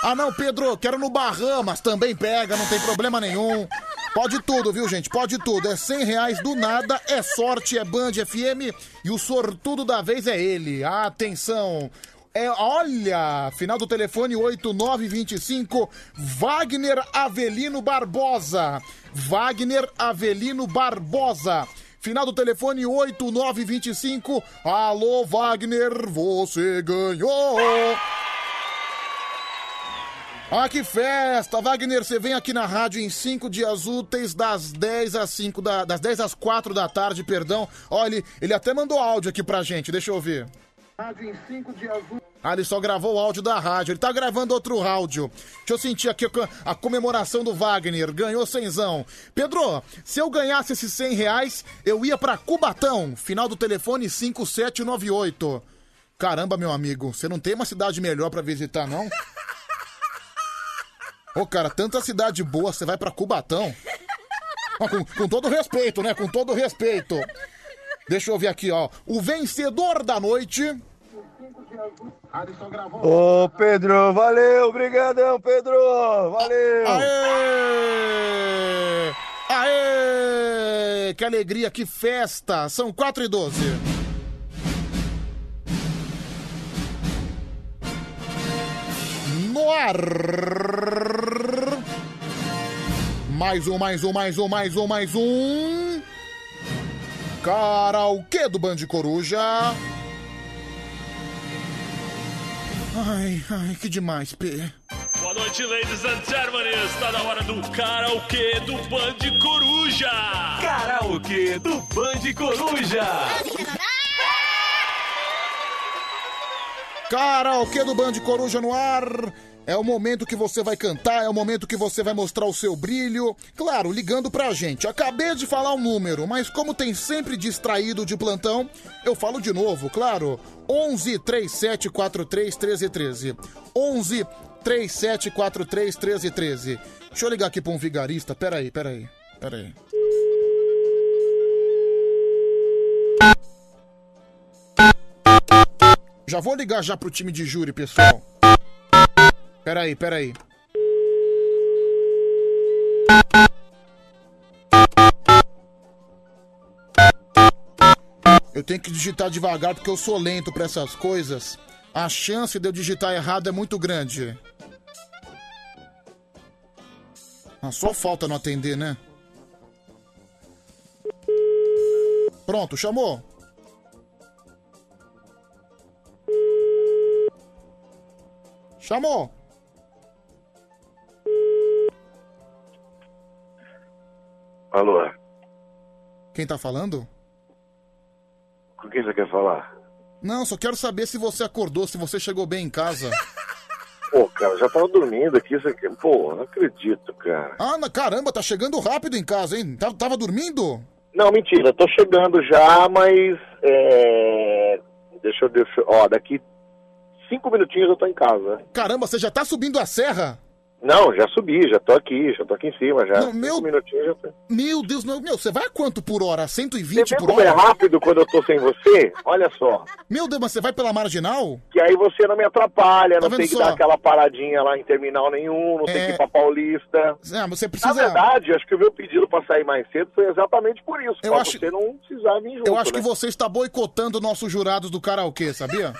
Speaker 2: Ah não, Pedro, quero no Bahamas também pega, não tem problema nenhum. Pode tudo, viu, gente? Pode tudo. É 100 reais do nada, é sorte, é Band FM e o sortudo da vez é ele. Atenção! É, olha, final do telefone 8925, Wagner Avelino Barbosa. Wagner Avelino Barbosa. Final do telefone 8925. Alô, Wagner, você ganhou! Ah, que festa! Wagner, você vem aqui na rádio em cinco dias úteis, das 10 às 5 da, das 10 às 4 da tarde, perdão. Olha, ele, ele até mandou áudio aqui pra gente, deixa eu ouvir.
Speaker 12: Rádio em 5 de azul.
Speaker 2: Ah, ele só gravou o áudio da rádio. Ele tá gravando outro áudio. Deixa eu sentir aqui a comemoração do Wagner. Ganhou cenzão. Pedro, se eu ganhasse esses 100 reais, eu ia pra Cubatão. Final do telefone 5798. Caramba, meu amigo, você não tem uma cidade melhor pra visitar, não? Ô, cara, tanta cidade boa, você vai pra Cubatão? Ó, com, com todo respeito, né? Com todo respeito. Deixa eu ver aqui, ó. O vencedor da noite...
Speaker 10: Ô Pedro, valeu, obrigadão Pedro, valeu.
Speaker 2: Aê! Aê! Que alegria, que festa! São 4 e 12. No ar! Mais um, mais um, mais um, mais um, mais um. Karaokê do Band Coruja. Ai, ai, que demais, P.
Speaker 11: Boa noite, ladies and gentlemen. Está na hora do karaokê do Band Coruja. Karaokê do Band Coruja.
Speaker 2: Karaokê do Band Coruja no ar. É o momento que você vai cantar, é o momento que você vai mostrar o seu brilho. Claro, ligando pra gente. Acabei de falar um número, mas como tem sempre distraído de plantão, eu falo de novo, claro. 11 3743 1313. 11 3743 1313. Deixa eu ligar aqui pra um vigarista. Peraí, peraí, peraí. Já vou ligar já pro time de júri, pessoal. Peraí, peraí. Eu tenho que digitar devagar porque eu sou lento pra essas coisas. A chance de eu digitar errado é muito grande. Ah, só falta não atender, né? Pronto, chamou? Chamou?
Speaker 23: Alô,
Speaker 2: Quem tá falando?
Speaker 23: com quem você quer falar?
Speaker 2: Não, só quero saber se você acordou, se você chegou bem em casa.
Speaker 23: Pô, cara, já tava dormindo aqui, você quer... Pô, não acredito, cara.
Speaker 2: Ah, na- caramba, tá chegando rápido em casa, hein? Tava, tava dormindo?
Speaker 23: Não, mentira, tô chegando já, mas... É... Deixa eu... Deixa... eu- Ó, daqui cinco minutinhos eu tô em casa.
Speaker 2: Caramba, você já tá subindo a serra?
Speaker 23: Não, já subi, já tô aqui, já tô aqui em cima já.
Speaker 2: Não, meu-
Speaker 23: É, Cinco minutinhos já tô.
Speaker 2: Meu Deus, meu, meu, você vai a quanto por hora? 120
Speaker 23: Você vê
Speaker 2: por
Speaker 23: como é
Speaker 2: hora?
Speaker 23: rápido quando eu tô sem você? Olha só.
Speaker 2: Meu Deus, mas você vai pela marginal?
Speaker 23: Que aí você não me atrapalha, não
Speaker 2: Tá
Speaker 23: tem
Speaker 2: vendo
Speaker 23: que
Speaker 2: só?
Speaker 23: dar aquela paradinha lá em terminal nenhum, não tem que ir pra Paulista.
Speaker 2: Ah, você precisa-
Speaker 23: Na verdade, acho que o meu pedido pra sair mais cedo foi exatamente por isso.
Speaker 2: Eu
Speaker 23: pra
Speaker 2: acho-
Speaker 23: você não precisar vir junto,
Speaker 2: Eu acho que
Speaker 23: né?
Speaker 2: você está boicotando nossos jurados do karaokê, sabia?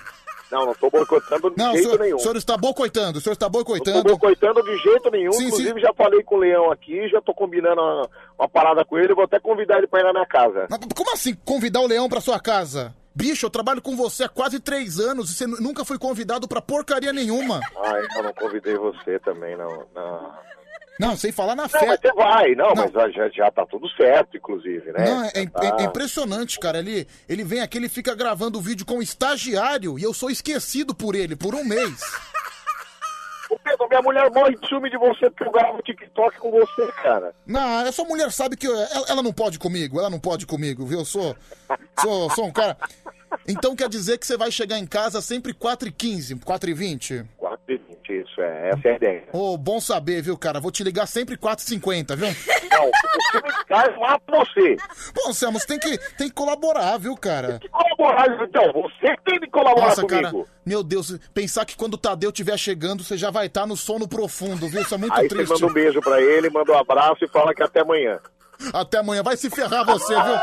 Speaker 23: Não, não tô boicotando de
Speaker 2: Não, o
Speaker 23: jeito
Speaker 2: senhor,
Speaker 23: nenhum.
Speaker 2: o senhor está boicotando, o senhor está
Speaker 23: Não tô
Speaker 2: boicotando.
Speaker 23: boicotando de jeito nenhum.
Speaker 2: Sim,
Speaker 23: Inclusive, já falei com o Leão aqui, já tô combinando uma, uma parada com ele, vou até convidar ele pra ir na minha casa.
Speaker 2: Mas Como assim convidar o leão pra sua casa? Bicho, eu trabalho com você há quase três anos e você nu- nunca foi convidado pra porcaria nenhuma.
Speaker 23: Ai, eu não convidei você também, não. Não,
Speaker 2: Não, sem falar na
Speaker 23: não mas
Speaker 2: festa.
Speaker 23: você vai, não, mas ó, já, já tá tudo certo, inclusive, né?
Speaker 2: Não, é, é-
Speaker 23: Já tá.
Speaker 2: é- é impressionante, cara. Ele, ele vem aqui, ele fica gravando o vídeo com o estagiário e eu sou esquecido por ele por um mês.
Speaker 23: Pedro, minha mulher morre de ciúme de você porque eu gravo TikTok com você, cara.
Speaker 2: Não, essa mulher sabe que eu- ela, ela não pode comigo, ela não pode comigo, viu? Eu sou, sou, sou um cara. Então quer dizer que você vai chegar em casa sempre 4h15, 4h20?
Speaker 23: 4h20, isso é, essa é a ideia.
Speaker 2: Ô, bom saber, viu, cara? Vou te ligar sempre 4h50, viu?
Speaker 23: Não, se você me ligar, eu mato você.
Speaker 2: Bom, Selma, você tem que, tem que colaborar, viu, cara? Tem que
Speaker 23: colaborar, então. Você tem que colaborar
Speaker 2: Nossa,
Speaker 23: comigo.
Speaker 2: Cara, meu Deus, pensar que quando o Tadeu estiver chegando, você já vai estar no sono profundo, viu? Isso é muito
Speaker 23: Aí você
Speaker 2: triste.
Speaker 23: manda um beijo pra ele, manda um abraço e fala que até amanhã.
Speaker 2: Até amanhã. Vai se ferrar você, viu?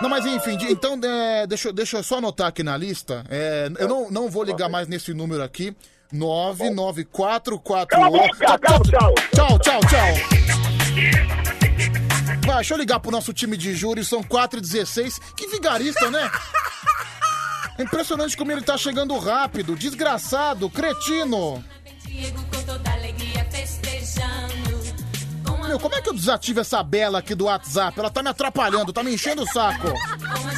Speaker 2: Não, mas enfim, de- então é, deixa, eu- deixa eu só anotar aqui na lista. É, eu não, não vou ligar mais nesse número aqui. 99448. Tchau,
Speaker 23: tchau.
Speaker 2: um. Tchau, tchau, tchau. Vai, deixa eu ligar pro nosso time de júri, são 4 e 16. Que vigarista, né? É Impressionante como ele tá chegando rápido, desgraçado, cretino.
Speaker 17: Diego com toda alegria festejando.
Speaker 2: Meu, como é que eu desativo essa bela aqui do WhatsApp? Ela tá me atrapalhando, tá me enchendo o saco.
Speaker 17: Com a por alma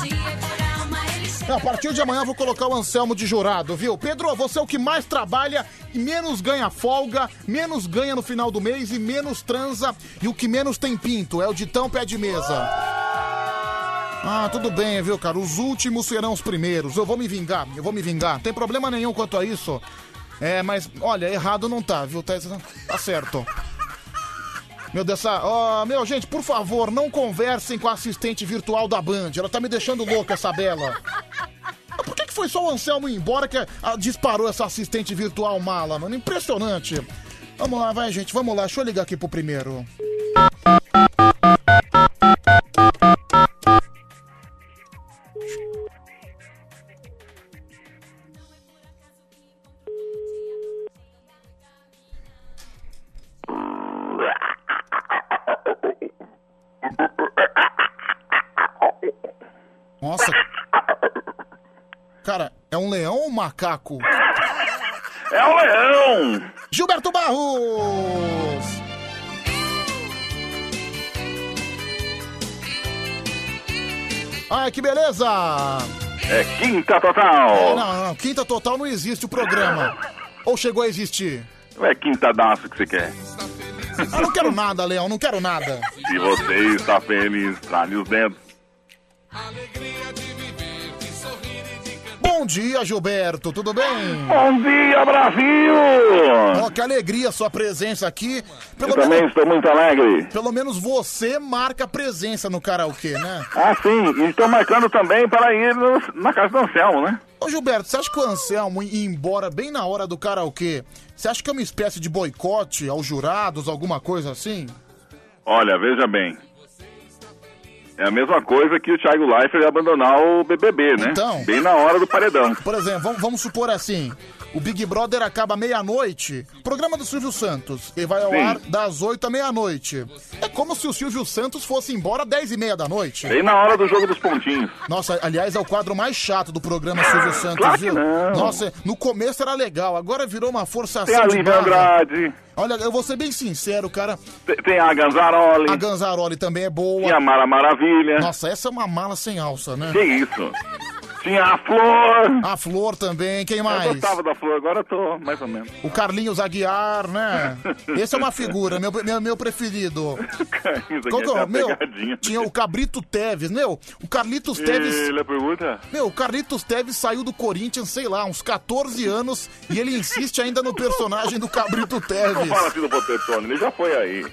Speaker 17: ele chega.
Speaker 2: Não, a partir de amanhã eu vou colocar o Anselmo de jurado, viu? Pedro, você é o que mais trabalha e menos ganha folga, menos ganha no final do mês e menos transa. E o que menos tem pinto é o ditão pé de mesa. Ah, tudo bem, viu, cara? Os últimos serão os primeiros. Eu vou me vingar, eu vou me vingar. Tem problema nenhum quanto a isso. É, mas, olha, errado não tá, viu? Tá, tá certo. Meu Deus, essa... ó, meu, gente, por favor, não conversem com a assistente virtual da Band. Ela tá me deixando louco, essa bela. Mas por que, que foi só o Anselmo ir embora que ah, disparou essa assistente virtual mala, mano? Impressionante. Vamos lá, vai, gente, vamos lá. Deixa eu ligar aqui pro primeiro. Nossa. Cara, é um leão ou um macaco?
Speaker 18: É o leão!
Speaker 2: Gilberto Barros! Ai, que beleza!
Speaker 18: É quinta total!
Speaker 2: É, não, não, não, quinta total não existe o programa. Ou chegou a existir?
Speaker 18: Não é quinta dança que você quer.
Speaker 2: Eu não quero nada, Leão, não quero nada.
Speaker 18: Se você está feliz, trale os dedos.
Speaker 2: Bom dia, Gilberto, tudo bem?
Speaker 18: Bom dia, Brasil!
Speaker 2: Ó, que alegria sua presença aqui.
Speaker 18: Eu também estou muito alegre.
Speaker 2: Pelo menos você marca presença no karaokê, né?
Speaker 18: Ah, sim, e estou marcando também para ir no- na casa do Anselmo, né?
Speaker 2: Ô Gilberto, você acha que o Anselmo ir embora bem na hora do karaokê, você acha que é uma espécie de boicote aos jurados, alguma coisa assim?
Speaker 18: Olha, veja bem. É a mesma coisa que o Thiago Leifert abandonar o BBB, né?
Speaker 2: Então.
Speaker 18: Bem na hora do paredão.
Speaker 2: Por exemplo, vamos, vamos supor assim, o Big Brother acaba meia-noite, programa do Silvio Santos, e vai ao
Speaker 18: Sim.
Speaker 2: ar das 8 à meia-noite. É como se o Silvio Santos fosse embora às 10 e meia da noite.
Speaker 18: Bem na hora do jogo dos pontinhos.
Speaker 2: Nossa, aliás, é o quadro mais chato do programa Silvio Santos,
Speaker 18: Ah, claro que
Speaker 2: viu?
Speaker 18: não.
Speaker 2: Nossa, no começo era legal, agora virou uma forçação
Speaker 18: Tem a
Speaker 2: de
Speaker 18: Lívia
Speaker 2: barra.
Speaker 18: Andrade,
Speaker 2: Olha, eu vou ser bem sincero, cara.
Speaker 18: te- tem a Ganzaroli,
Speaker 2: A Ganzaroli também é boa.
Speaker 18: tem a Mara Maravilha.
Speaker 2: Nossa, essa é uma mala sem alça, né?
Speaker 18: Que isso? Tinha a Flor.
Speaker 2: A Flor também, quem mais?
Speaker 18: Eu gostava da Flor, agora eu tô mais ou menos.
Speaker 2: O Carlinhos Aguiar, né? Esse é uma figura, meu, meu, meu preferido.
Speaker 18: Isso aqui
Speaker 2: Qual que é?
Speaker 18: uma
Speaker 2: o Meu,
Speaker 18: tá pegadinha.
Speaker 2: tinha o Cabrito Teves, meu, o Carlitos Teves...
Speaker 18: E ele pergunta?
Speaker 2: Meu, o Carlitos Teves saiu do Corinthians, sei lá, uns 14 anos, e ele insiste ainda no personagem do Cabrito
Speaker 18: Não fala
Speaker 2: Teves.
Speaker 18: assim do Potetone, ele já foi aí.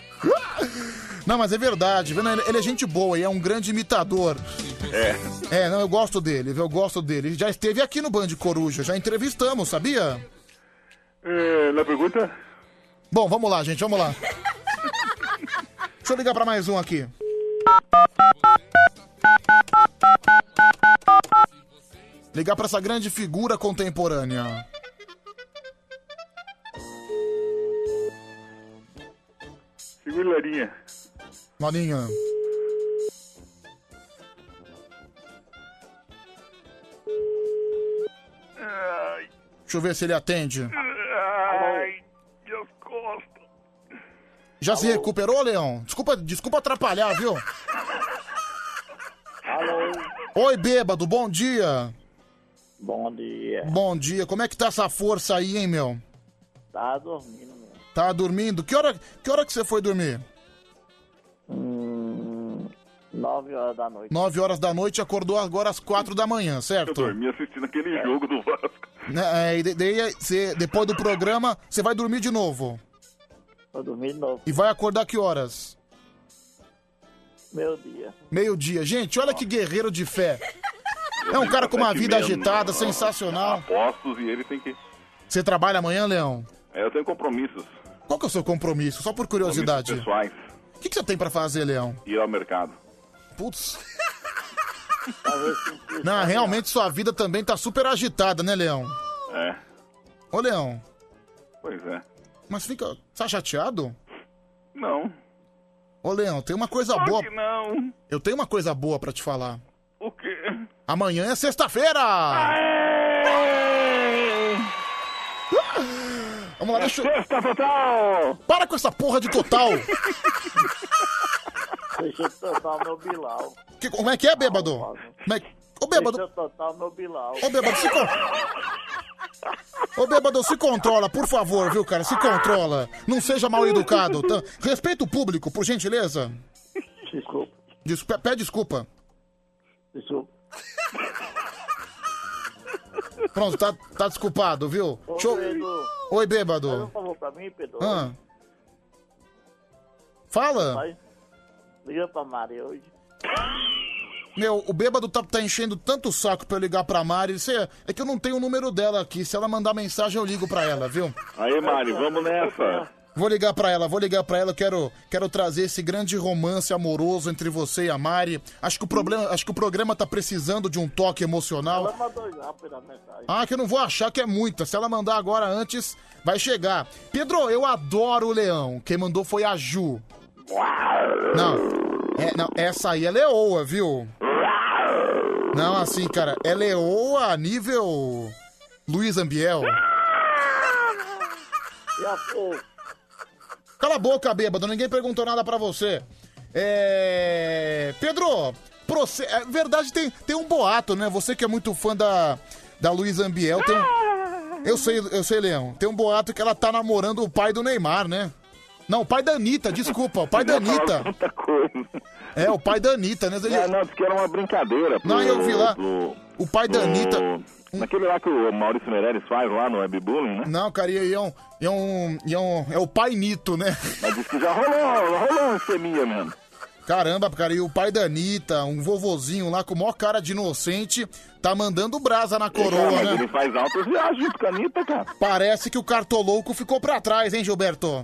Speaker 2: Não, mas é verdade, viu? Ele, ele é gente boa e é um grande imitador.
Speaker 18: É.
Speaker 2: É, não, eu gosto dele, viu? eu gosto dele. Ele já esteve aqui no Band Coruja, já entrevistamos, sabia?
Speaker 18: E ele pergunta?
Speaker 2: Bom, vamos lá, gente, vamos lá. Deixa eu ligar pra mais um aqui. Ligar pra essa grande figura contemporânea.
Speaker 18: Segura Larinha.
Speaker 2: Maninha. Deixa eu ver se ele atende.
Speaker 23: Ai, minhas costas.
Speaker 2: Já se recuperou, Leão? Desculpa, desculpa atrapalhar, viu?
Speaker 23: Alô,
Speaker 2: Oi, bêbado, bom dia.
Speaker 23: bom dia.
Speaker 2: Bom dia. Como é que tá essa força aí, hein, meu?
Speaker 23: Tá dormindo, meu.
Speaker 2: Tá dormindo? Que hora que, hora que você foi dormir?
Speaker 18: Hum.
Speaker 23: Nove horas da noite.
Speaker 2: 9 horas da noite, acordou agora às 4 da manhã, certo?
Speaker 18: Eu dormi assistindo
Speaker 23: É.
Speaker 18: aquele jogo do Vasco.
Speaker 2: Né, é, e de- daí você- depois do programa, você vai dormir de novo.
Speaker 23: Vou dormir de novo.
Speaker 2: E vai acordar que horas?
Speaker 23: Meu dia.
Speaker 2: Meio-dia. Gente, olha que guerreiro de fé. É um cara com uma vida agitada, sensacional.
Speaker 18: Apostos e ele tem que.
Speaker 2: Você trabalha amanhã, Leão?
Speaker 18: É, eu tenho compromissos.
Speaker 2: Qual que é o seu compromisso? Só por curiosidade.
Speaker 18: compromissos pessoais.
Speaker 2: O que, que você tem pra fazer, Leão?
Speaker 18: Ir ao mercado.
Speaker 2: Putz. Não, realmente sua vida também tá super agitada, né, Leão?
Speaker 18: É,
Speaker 2: Ô, Leão,
Speaker 18: pois é.
Speaker 2: mas fica. Você tá chateado?
Speaker 18: Não.
Speaker 2: Ô, Leão, tem uma coisa
Speaker 18: Claro
Speaker 2: boa.
Speaker 18: que não.
Speaker 2: Eu tenho uma coisa boa pra te falar.
Speaker 18: O quê?
Speaker 2: Amanhã é sexta-feira! Vamos lá, deixa eu...
Speaker 23: É Sexta total!
Speaker 2: Para com essa porra de total!
Speaker 23: Deixa eu
Speaker 4: Então,
Speaker 23: total meu Bilal.
Speaker 2: Que- como é que é, bêbado? Como é que- Ô, bêbado,
Speaker 23: Deixa eu total meu Bilal.
Speaker 2: ô, bêbado, se con... Ô, bêbado, se controla, por favor, viu, cara? Se controla. Não seja mal educado. tá? Respeita o público, por gentileza.
Speaker 23: Desculpa.
Speaker 2: Des... pe- Pede desculpa.
Speaker 23: Desculpa.
Speaker 2: Pronto, tá, tá desculpado, viu?
Speaker 23: Ô,
Speaker 2: Deixa eu-
Speaker 23: Pedro,
Speaker 2: Oi,
Speaker 23: faz um
Speaker 2: bêbado.
Speaker 23: favor pra mim, Pedro.
Speaker 31: Ah,
Speaker 2: Hã? Fala.
Speaker 23: Faz. Liga pra Mari hoje.
Speaker 2: Meu, o bêbado tá, tá enchendo tanto o saco pra eu ligar pra Mari. Cê, é que eu não tenho o número dela aqui. Se ela mandar mensagem, eu ligo pra ela, viu?
Speaker 18: Aí, Mari, vamos nessa.
Speaker 2: Vou ligar pra ela, vou ligar pra ela. eu Quero, quero trazer esse grande romance amoroso entre você e a Mari. Acho que o problema, acho que o programa tá precisando de um toque emocional.
Speaker 23: Ela mandou já pela mensagem.
Speaker 2: Ah, que eu não vou achar que é muita. Se ela mandar agora antes, vai chegar. Pedro, eu adoro o leão. Quem mandou foi a Ju. Não, é- não, essa aí é leoa, viu? Não, assim, cara, é leoa nível Luiz Ambiel.
Speaker 23: Já foi.
Speaker 2: Cala a boca, bêbado, ninguém perguntou nada pra você. É... Pedro, proce... é verdade, tem, tem um boato, né? Você que é muito fã da, da Luiz Ambiel, tem um- Eu sei, eu sei, Leão. Tem um boato que ela tá namorando o pai do Neymar, né? Não, o pai da Anitta, desculpa, o pai da Anitta. É, o pai da Anitta, né?
Speaker 18: É, Não, não, porque era uma brincadeira. Pro,
Speaker 2: Não, eu vi lá.
Speaker 18: pro-
Speaker 2: O pai da
Speaker 18: pro-
Speaker 2: Anitta.
Speaker 18: Naquele lá que o Maurício Meirelles faz lá no webbullying, né?
Speaker 2: Não, cara, e é um, e é um, e é um. É o pai Nito, né?
Speaker 18: Mas disse que já rolou, rolou um esqueminha mesmo.
Speaker 2: Caramba, cara, e o pai da Anitta, um vovozinho lá com maior cara de inocente, tá mandando brasa na
Speaker 18: Cara,
Speaker 2: coroa,
Speaker 18: mas
Speaker 2: né?
Speaker 18: ele faz altas viagens junto com a Anitta, cara.
Speaker 2: Parece que o cartolouco ficou pra trás, hein, Gilberto?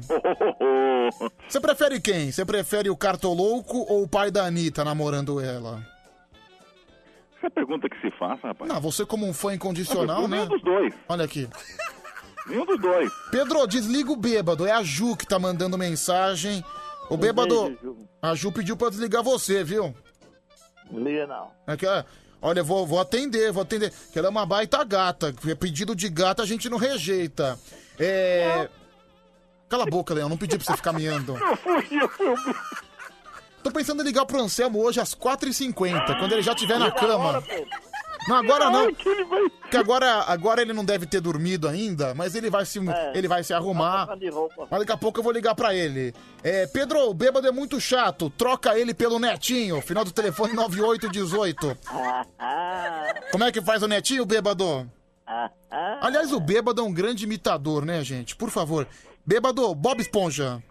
Speaker 2: Você prefere quem? Você prefere o cartolouco ou o pai da Anitta namorando ela?
Speaker 18: Essa é a pergunta que se faça, rapaz.
Speaker 2: Não, você como um fã incondicional,
Speaker 18: Não,
Speaker 2: né?
Speaker 18: Ah, nenhum dos dois.
Speaker 2: Olha aqui.
Speaker 18: Nenhum dos dois.
Speaker 2: Pedro, desliga o bêbado. É a Ju que tá mandando mensagem. O
Speaker 23: Um
Speaker 2: bêbado...
Speaker 23: beijo, Ju.
Speaker 2: A Ju pediu pra desligar você, viu?
Speaker 23: Liga não.
Speaker 2: É que, ah, olha, vou, vou atender, vou atender. Que ela é uma baita gata. que é Pedido de gata a gente não rejeita. É. Cala a boca, Leão. Não pedi pra você ficar miando. Tô pensando em ligar pro Anselmo hoje às 4h50, quando ele já estiver na
Speaker 23: Liga
Speaker 3: tá
Speaker 2: cama.
Speaker 23: agora, Pedro.
Speaker 2: Não, agora não. Porque agora, agora ele não deve ter dormido ainda, mas ele vai se, ele vai se arrumar.
Speaker 23: É. tá de roupa.
Speaker 2: Mas daqui a pouco eu vou ligar pra ele. É, Pedro, o bêbado é muito chato. Troca ele pelo netinho. Final do telefone 9818. Como é que faz o netinho, bêbado? Aliás, o bêbado é um grande imitador, né, gente? Por favor. Bêbado, Bob Esponja.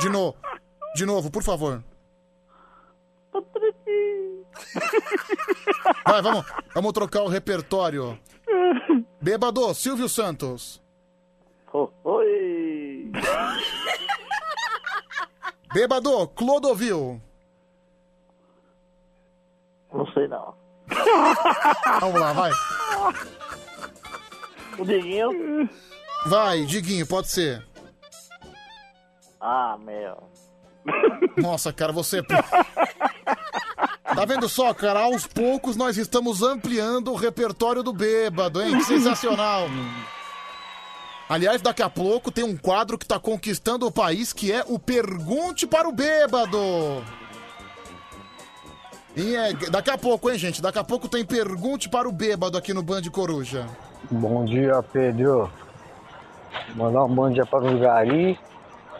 Speaker 2: De novo. De novo, por favor. Vai, vamos, vamos trocar o repertório. Bêbado, Silvio Santos.
Speaker 23: Oi!
Speaker 2: Bêbado, Clodovil.
Speaker 23: Não sei não.
Speaker 2: Vamos lá, vai.
Speaker 23: O Diguinho?
Speaker 2: Vai, Diguinho, pode ser.
Speaker 23: Ah, meu.
Speaker 2: Nossa, cara, você. é Tá vendo só, cara? Aos poucos nós estamos ampliando o repertório do bêbado, hein? Que sensacional. Aliás, daqui a pouco tem um quadro que tá conquistando o país que é o Pergunte para o Bêbado. E é, daqui a pouco, hein, gente? Daqui a pouco tem Pergunte para o Bêbado aqui no Band Coruja.
Speaker 5: Bom dia, Pedro. Mandar um bom dia para o Gari,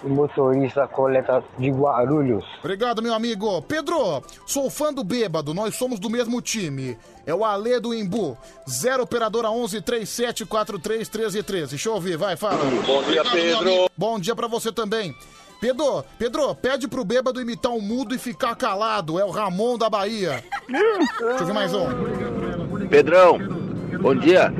Speaker 5: o motorista coleta de Guarulhos.
Speaker 2: Obrigado, meu amigo. Pedro, sou fã do Bêbado, nós somos do mesmo time. É o Alê do Imbu, 0 operadora 11 37 43 13 13. Deixa eu ouvir, vai, fala.
Speaker 23: Bom dia,
Speaker 2: meu
Speaker 23: Pedro.
Speaker 2: amigo. Bom dia pra você também. Pedro, Pedro, pede pro Bêbado imitar um mudo e ficar calado. É o Ramon da Bahia. Deixa eu ouvir mais um.
Speaker 23: Pedrão, bom dia.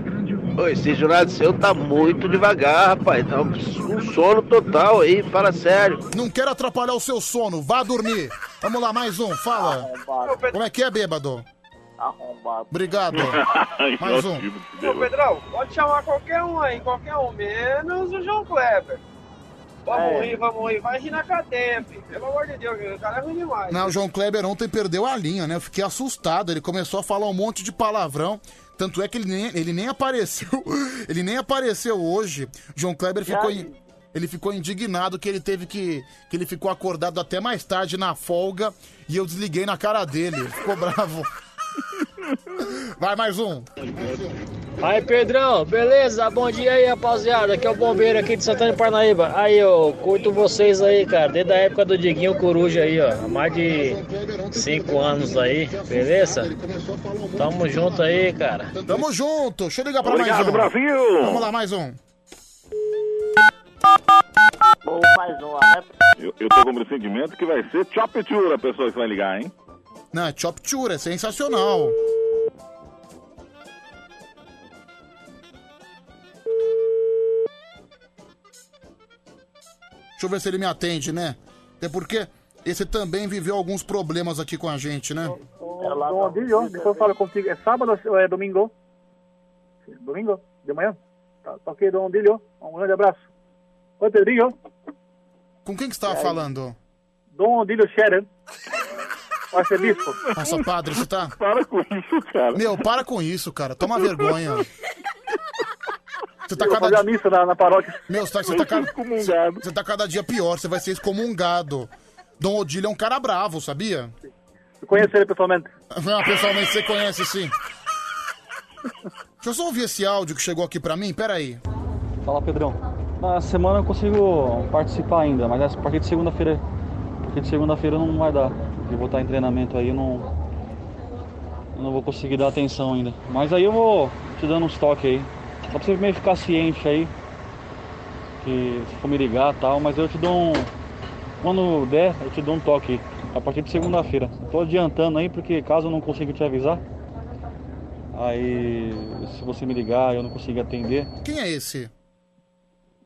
Speaker 23: Ô, esse jurado seu tá muito devagar, rapaz. Tá um sono total aí, fala sério.
Speaker 2: Não quero atrapalhar o seu sono, vá dormir. Vamos lá, mais um, fala.
Speaker 23: Ah,
Speaker 2: Como é que é, Bêbado?
Speaker 23: Arrombado.
Speaker 2: Obrigado. Mais um.
Speaker 23: Ô, Pedrão, pode chamar qualquer um aí, qualquer um, menos o João Kleber. Vamos
Speaker 2: É.
Speaker 23: rir, vamos rir. Vai rir na cadeia, filho. Pelo amor de Deus, o cara é ruim demais.
Speaker 2: Não, o João Kleber ontem perdeu a linha, né? Eu fiquei assustado. Ele começou a falar um monte de palavrão. Tanto é que ele nem, ele nem apareceu. Ele nem apareceu hoje. João Kleber ficou,
Speaker 23: aí?
Speaker 2: in- ele ficou indignado que ele teve que. que ele ficou acordado até mais tarde na folga e eu desliguei na cara dele. Ficou bravo. Vai mais um.
Speaker 19: Aí, Pedrão, beleza? Bom dia aí, rapaziada. Aqui é o bombeiro aqui de Santana de Parnaíba. Aí, eu curto vocês aí, cara, desde a época do Diguinho Coruja aí, ó. Há mais de cinco anos aí, beleza? Tamo junto aí, cara.
Speaker 2: Tamo junto. Deixa eu ligar pra mais
Speaker 19: Obrigado,
Speaker 2: um.
Speaker 19: Brasil.
Speaker 2: Vamos lá, mais um.
Speaker 18: Ou mais uma, né? Eu, eu tô com o pressentimento que vai ser Choptura a pessoa que vai ligar, hein?
Speaker 2: Não, é Chop Chura, é sensacional. Deixa eu ver se ele me atende, né? Até porque esse também viveu alguns problemas aqui com a gente, né?
Speaker 20: Bom dia, depois eu falo contigo. É sábado ou é domingo? Domingo? De manhã? Tá, tá ok, Dom Dilho. Um grande abraço. Oi, Pedrinho.
Speaker 2: Com quem que você tava
Speaker 20: É.
Speaker 2: Tá falando?
Speaker 20: Dom Dilho Scherer. Arcebispo.
Speaker 2: Nossa, padre, você tá...
Speaker 20: Para com isso, cara.
Speaker 2: Meu, para com isso, cara. Toma vergonha. Você tá
Speaker 20: Eu vou fazer
Speaker 2: cada
Speaker 20: a missa na, na paróquia.
Speaker 2: Meu, você tá, você
Speaker 20: Eu
Speaker 2: tá,
Speaker 20: fui
Speaker 2: cada... você tá cada dia pior, você vai ser excomungado. Dom Odílio é um cara bravo, sabia?
Speaker 20: Eu conheço ele pessoalmente.
Speaker 2: Ah, pessoalmente você conhece sim. Deixa eu só ouvir esse áudio que chegou aqui pra mim, peraí.
Speaker 24: Fala, Pedrão. Na semana eu consigo participar ainda, mas a partir de segunda-feira. A partir de segunda-feira não vai dar. Eu vou estar em treinamento aí, eu não. eu não vou conseguir dar atenção ainda. Mas aí eu vou te dando uns toques aí. Só pra você meio ficar ciente aí. Que se for me ligar e tal, mas eu te dou um. Quando der, eu te dou um toque aí. A partir de segunda-feira. Tô adiantando aí, porque caso eu não consiga te avisar. Aí, se você me ligar e eu não conseguir atender,
Speaker 2: Quem é esse?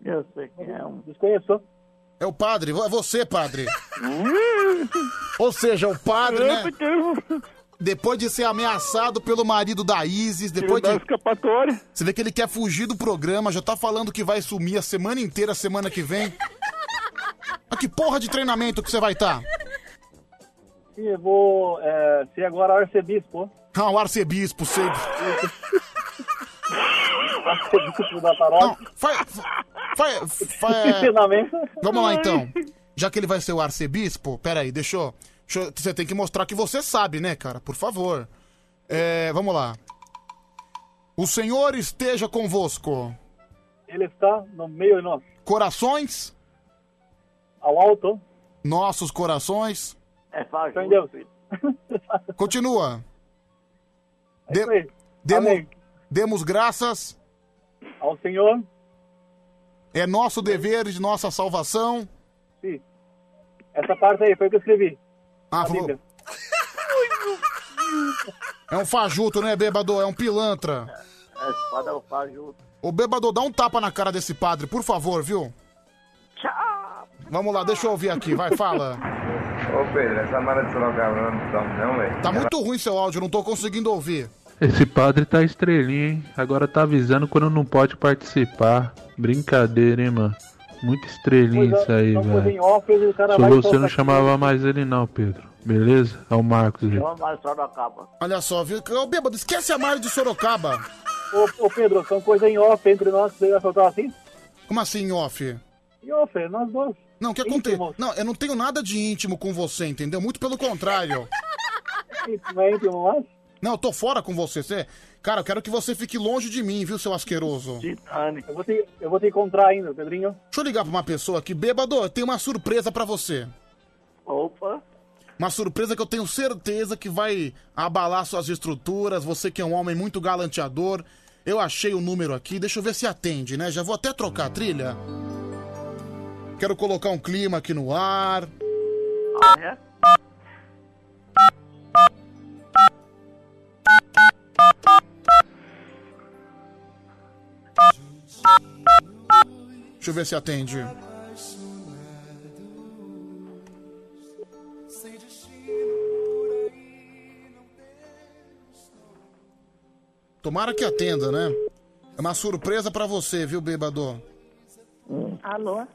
Speaker 20: Eu sei quem é um. Desconheço.
Speaker 2: É o padre, é você, padre. Ou seja, o padre, né?
Speaker 20: um.
Speaker 2: Depois de ser ameaçado pelo marido da Isis, depois de... Você vê que ele quer fugir do programa, já tá falando que vai sumir a semana inteira, semana que vem. Mas que porra de treinamento que você vai tá? estar?
Speaker 20: E eu vou é, ser agora arcebispo.
Speaker 2: Ah, o arcebispo, sei.
Speaker 20: Arcebispo da paróquia.
Speaker 2: Faz. Faz. Fa-
Speaker 20: Treinamento.
Speaker 2: então. Vamos lá então. Já que ele vai ser o arcebispo, peraí, deixa eu, Deixa eu- Você tem que mostrar que você sabe, né, cara? Por favor. É, vamos lá. O Senhor esteja convosco.
Speaker 24: Ele está no meio de nós.
Speaker 2: Corações?
Speaker 24: Ao alto.
Speaker 2: Nossos corações.
Speaker 24: É fácil. Então, Deus, filho.
Speaker 2: Continua.
Speaker 24: É
Speaker 2: De- demo- demos graças
Speaker 24: ao Senhor.
Speaker 2: É nosso dever e de nossa salvação.
Speaker 24: Sim. Essa parte aí foi o que eu escrevi.
Speaker 2: Ah, falou. É um fajuto, né, bêbado? É um pilantra.
Speaker 4: É, espada eu faço junto.
Speaker 2: Ô, bêbado, dá um tapa na cara desse padre, por favor, viu? Vamos lá, deixa eu ouvir aqui, vai, fala.
Speaker 1: Ô Pedro, essa mara de Sorocaba não tá não, velho.
Speaker 2: Tá muito ruim seu áudio, não tô conseguindo ouvir.
Speaker 8: Esse padre tá estrelinha, hein? Agora tá avisando quando não pode participar. Brincadeira, hein, mano? Muito estrelinha
Speaker 24: é,
Speaker 8: isso aí,
Speaker 24: Coisa em
Speaker 8: velho.
Speaker 24: off, o cara
Speaker 8: Só
Speaker 24: vai...
Speaker 8: você
Speaker 24: soltar
Speaker 8: não chamava mais ele não, Pedro. Beleza? É o Marcos aí.
Speaker 2: Olha só, viu? Ô, bêbado, esquece a Mário de Sorocaba.
Speaker 24: Ô, ô, Pedro, são coisas em off entre nós que você vai soltar assim?
Speaker 2: Como assim, off?
Speaker 24: Em off, é nós dois.
Speaker 2: Não, o que acontece? Não, eu não tenho nada de íntimo com você, entendeu? Muito pelo contrário.
Speaker 24: Íntimo é íntimo, mas...
Speaker 2: Não, eu tô fora com você. você... Cara, eu quero que você fique longe de mim, viu, seu asqueroso?
Speaker 24: Eu vou, te, eu vou te encontrar ainda, Pedrinho.
Speaker 2: Deixa eu ligar pra uma pessoa aqui. Bêbado, eu tenho uma surpresa pra você.
Speaker 4: Opa.
Speaker 2: Uma surpresa que eu tenho certeza que vai abalar suas estruturas. Você que é um homem muito galanteador. Eu achei o número aqui. Deixa eu ver se atende, né? Já vou até trocar a trilha. Quero colocar um clima aqui no ar. Deixa eu ver se atende. Tomara que atenda, né? É uma surpresa pra você, viu, bêbado?
Speaker 32: Alô?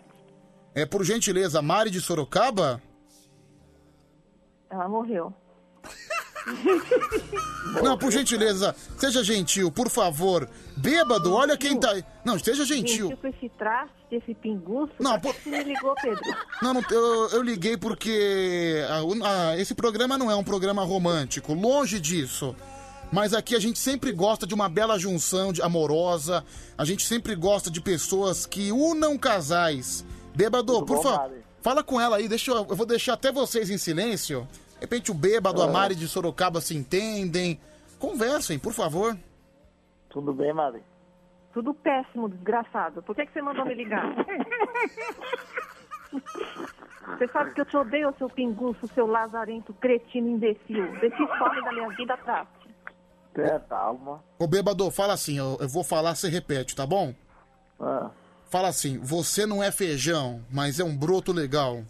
Speaker 2: É por gentileza, Mari de Sorocaba?
Speaker 32: Ela morreu.
Speaker 2: Não, por gentileza, seja gentil, por favor. Bêbado, olha quem tá. aí. Não, seja gentil.
Speaker 32: Gente, com esse traste, esse pinguço.
Speaker 2: Não,
Speaker 32: por que você me ligou, Pedro?
Speaker 2: Não, não, eu, eu liguei porque ah, o- ah, esse programa não é um programa romântico, longe disso. Mas aqui a gente sempre gosta de uma bela junção de amorosa, a gente sempre gosta de pessoas que unam casais. Bêbado, por
Speaker 4: bom,
Speaker 2: favor,
Speaker 4: Mari?
Speaker 2: fala com ela aí, deixa eu, eu vou deixar até vocês em silêncio. De repente o bêbado, a
Speaker 4: Ah.
Speaker 2: Mari de Sorocaba se entendem. Conversem, por favor.
Speaker 4: Tudo bem, Mari?
Speaker 32: Tudo péssimo, desgraçado. Por que, que você mandou me ligar? Você sabe que eu te odeio, seu pinguço, seu lazarento, cretino, imbecil. Deixa o fome da minha vida atrás. É,
Speaker 4: Tenha
Speaker 32: tá,
Speaker 4: calma.
Speaker 2: Ô bêbado, fala assim, eu, eu vou falar, você repete, tá bom?
Speaker 32: É.
Speaker 2: Fala assim, você não é feijão, mas é um broto legal.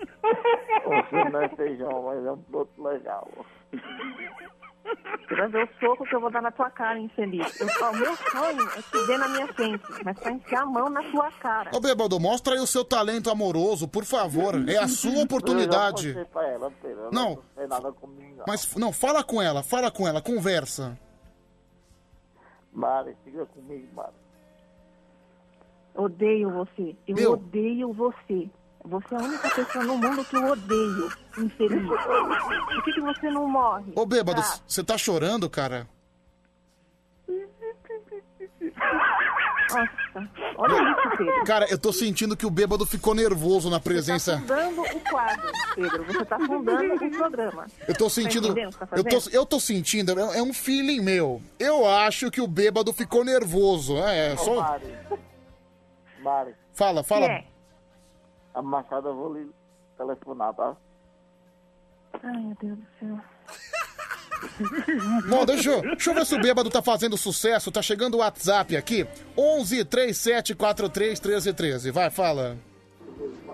Speaker 4: Você não é feijão, mas é um produto legal.
Speaker 32: Você vai ver o soco que eu vou dar na tua cara, infeliz. Eu, ó, o meu sonho é te ver na minha frente, mas pra enfiar a mão na tua cara.
Speaker 2: Ô bêbado, mostra aí o seu talento amoroso, por favor. É a sua
Speaker 4: Eu já
Speaker 2: oportunidade.
Speaker 4: mostrei pra ela, Pedro. Ela
Speaker 2: Não.
Speaker 4: Não tem nada comigo, não.
Speaker 2: Mas não, fala com ela, fala com ela, conversa.
Speaker 4: Mari, fica comigo, Mari.
Speaker 32: Odeio você. Eu
Speaker 2: Meu.
Speaker 32: odeio você. Você é a única pessoa no mundo que eu odeio, infeliz. Por que, que você não morre?
Speaker 2: Ô bêbado,
Speaker 32: tá?
Speaker 2: você tá chorando, cara?
Speaker 32: Nossa, olha isso, Pedro. tá
Speaker 2: Cara, eu tô sentindo que o bêbado ficou nervoso na presença.
Speaker 32: Fundando o quadro, Pedro. Você tá fundando o programa.
Speaker 2: Eu tô
Speaker 32: Tá
Speaker 2: sentindo.
Speaker 32: entendendo o que tá
Speaker 2: Eu tô,
Speaker 32: fazendo?
Speaker 2: eu tô sentindo, é é um feeling meu. Eu acho que o bêbado ficou nervoso. É, é
Speaker 4: Ô,
Speaker 2: só.
Speaker 4: Mari. Mari.
Speaker 2: Fala, fala.
Speaker 4: É. A Machada eu vou lhe telefonar, tá?
Speaker 32: Ai, meu Deus do céu.
Speaker 2: Bom, deixa eu, deixa eu ver se o bêbado tá fazendo sucesso. Tá chegando o WhatsApp aqui. 11 37 43 13 13. Vai, fala.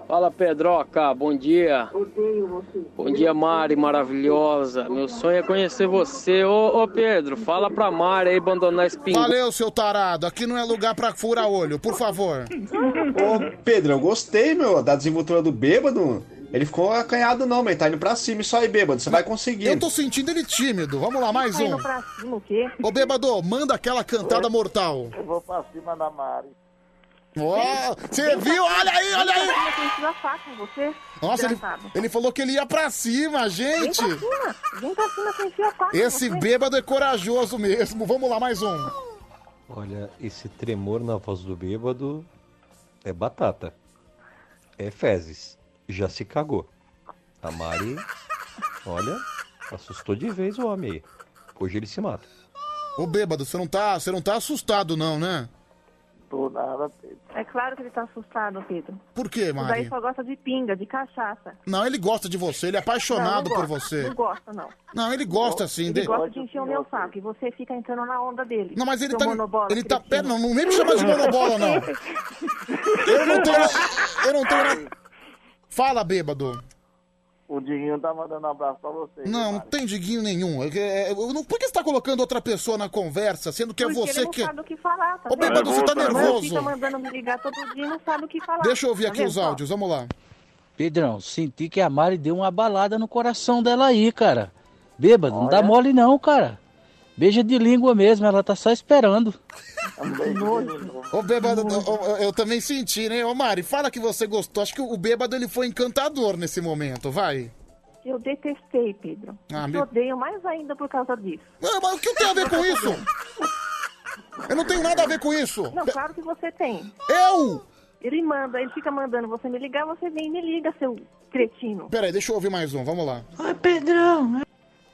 Speaker 15: Fala Pedroca, bom dia.
Speaker 32: Odeio você.
Speaker 15: Bom dia, Mari, maravilhosa. Meu sonho é conhecer você. Ô, ô Pedro, fala pra Mari aí abandonar esse pingo.
Speaker 2: Valeu, seu tarado. Aqui não é lugar pra furar olho, por favor.
Speaker 7: Ô, Pedro, eu gostei, meu, da desenvoltura do bêbado. Ele ficou acanhado, não, mas ele tá indo pra cima. Isso aí, bêbado, você vai conseguir.
Speaker 2: Eu tô sentindo ele tímido. Vamos lá, mais
Speaker 32: Tá
Speaker 2: um.
Speaker 32: indo pra cima o quê?
Speaker 2: Ô, bêbado, manda aquela cantada mortal.
Speaker 4: Eu vou pra cima da Mari.
Speaker 2: Ó,
Speaker 32: tá
Speaker 2: Você viu? Olha aí, olha aí!
Speaker 32: Eu preciso afar com você.
Speaker 2: Nossa, ele,
Speaker 32: desgraçado.
Speaker 2: ele falou que ele ia pra cima,
Speaker 32: Vem
Speaker 2: gente!
Speaker 32: pra cima, vem pra cima que eu enfio a faca. em
Speaker 2: Esse
Speaker 32: você.
Speaker 2: bêbado é corajoso mesmo. Vamos lá, mais um.
Speaker 5: Olha, esse tremor na voz do bêbado é batata. É fezes. Já se cagou. A Mari, olha, assustou de vez o homem aí. Hoje ele se mata.
Speaker 2: Ô bêbado, você não tá, você não tá assustado não, né?
Speaker 4: Tô nada, Pedro.
Speaker 32: É claro que ele tá assustado, Pedro.
Speaker 2: Por quê,
Speaker 32: Mas Daí
Speaker 2: Mari?
Speaker 32: só gosta de pinga, de cachaça.
Speaker 2: Não, ele gosta de você, ele é apaixonado
Speaker 32: Não, não
Speaker 2: por
Speaker 32: gosta,
Speaker 2: você.
Speaker 32: Não gosta, não.
Speaker 2: Não, ele gosta sim.
Speaker 32: Ele
Speaker 2: de-
Speaker 32: gosta de encher o meu saco e você fica entrando na onda dele.
Speaker 2: Não, mas ele
Speaker 32: Seu
Speaker 2: tá.
Speaker 32: monobola,
Speaker 2: ele tá.
Speaker 32: cretino.
Speaker 2: Pera, não, não nem me chama de monobola, não. Eu não tenho. Eu não tenho. nada- Fala, bêbado.
Speaker 4: O Diguinho tá mandando um abraço pra você.
Speaker 2: Não, não tem diguinho nenhum. Eu- eu- eu não- por que você tá colocando outra pessoa na conversa, sendo que é
Speaker 32: Porque
Speaker 2: você
Speaker 32: ele não
Speaker 2: que.
Speaker 32: sabe o que falar, tá
Speaker 2: Ô,
Speaker 32: vendo?
Speaker 2: bêbado, você tá nervoso?
Speaker 32: Fica mandando me ligar todo dia e não sabe o que falar.
Speaker 2: Deixa eu ouvir
Speaker 32: Tá
Speaker 2: aqui
Speaker 32: vendo
Speaker 2: os
Speaker 32: só?
Speaker 2: áudios, vamos lá.
Speaker 31: Pedrão, senti que a Mari deu uma balada no coração dela aí, cara. Bêbado, não dá mole não, cara. Beija de língua mesmo, ela tá só esperando.
Speaker 2: Ô, bêbado, ô, ô, eu também senti, né? Ô, Mari, fala que você gostou. Acho que o bêbado ele foi encantador nesse momento, vai.
Speaker 32: Eu detestei, Pedro.
Speaker 2: Ah,
Speaker 32: Eu
Speaker 2: me-
Speaker 32: odeio mais ainda por causa disso.
Speaker 2: Não, mas o que eu tenho a ver com isso? Eu não tenho nada a ver com isso.
Speaker 32: Não, claro que você tem.
Speaker 2: Eu?
Speaker 32: Ele manda, ele fica mandando você me ligar, você vem e me liga, seu cretino.
Speaker 2: Peraí, deixa eu ouvir mais um, vamos lá.
Speaker 32: Ai, Pedrão.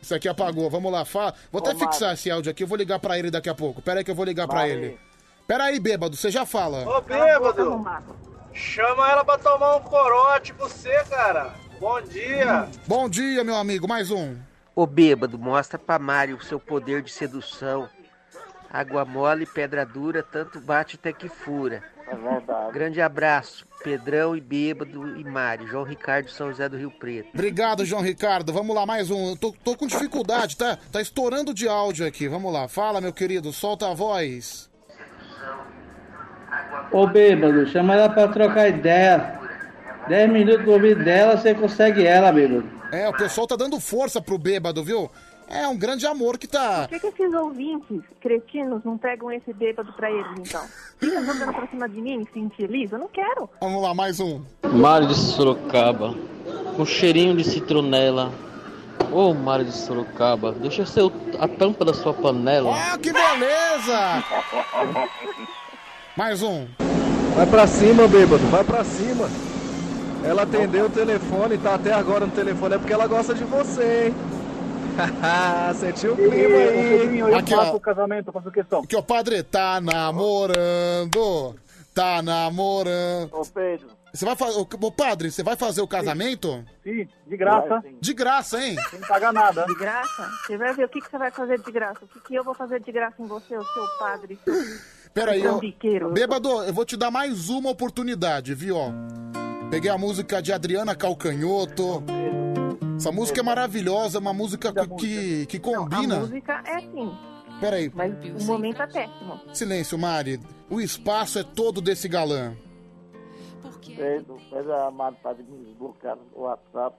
Speaker 2: Isso aqui apagou, vamos lá. Fala. Vou até fixar esse áudio aqui, eu vou ligar pra ele daqui a pouco. Peraí que eu vou ligar pra ele. Peraí, bêbado, você já fala.
Speaker 8: Ô, bêbado! Chama ela pra tomar um corote pra você, cara! Bom dia!
Speaker 2: Bom dia, meu amigo, mais um.
Speaker 3: Ô bêbado, mostra pra Mário o seu poder de sedução. Água mole, pedra dura, tanto bate até que fura.
Speaker 4: É verdade.
Speaker 3: Grande abraço, Pedrão e Bêbado e Mário. João Ricardo, São José do Rio Preto.
Speaker 2: Obrigado, João Ricardo. Vamos lá, mais um. Eu tô, tô com dificuldade, tá? Tá estourando de áudio aqui. Vamos lá. Fala, meu querido, solta a voz.
Speaker 15: Ô bêbado, chama ela pra trocar ideia. 10 minutos do ouvido dela, você consegue ela, bêbado.
Speaker 2: É, o pessoal tá dando força pro bêbado, viu? É um grande amor que tá.
Speaker 32: Por que, que esses ouvintes cretinos não pegam esse bêbado pra eles, então? Fica mandando pra cima de mim, me infeliza? Eu não quero.
Speaker 2: Vamos lá, mais um.
Speaker 15: Mário de Sorocaba, com cheirinho de citronela. Ô Mário de Sorocaba, deixa seu, a tampa da sua panela.
Speaker 2: Ah, que beleza! Mais um.
Speaker 33: Vai pra cima, bêbado, vai pra cima. Ela atendeu o telefone, tá até agora no telefone, é porque ela gosta de você, hein? Sentiu o clima aí.
Speaker 34: Eu
Speaker 2: Aqui,
Speaker 34: faço
Speaker 2: ó.
Speaker 34: o casamento, eu faço questão.
Speaker 2: Aqui, ó, padre, tá namorando. Tá namorando.
Speaker 4: Ô, Pedro.
Speaker 2: Você vai fazer. Ô, padre, você vai fazer o casamento?
Speaker 32: Sim, de
Speaker 2: graça. De graça, hein?
Speaker 32: Sem pagar nada. De graça? Você vai ver o que, que você vai fazer de graça. O que, que eu vou fazer de graça em você, o seu padre?
Speaker 2: Peraí,
Speaker 32: Seu
Speaker 2: ó. Bêbado, eu vou te dar mais uma oportunidade, viu, ó. Peguei a música de Adriana Calcanhoto. Essa música é maravilhosa, é uma música que, que, que
Speaker 32: A
Speaker 2: combina.
Speaker 32: música é assim,
Speaker 2: Peraí.
Speaker 32: mas o momento é péssimo.
Speaker 2: Silêncio, Mari. O espaço é todo desse galã.
Speaker 4: Pedro, Pedro, a Mari tá de me desbloquear no WhatsApp.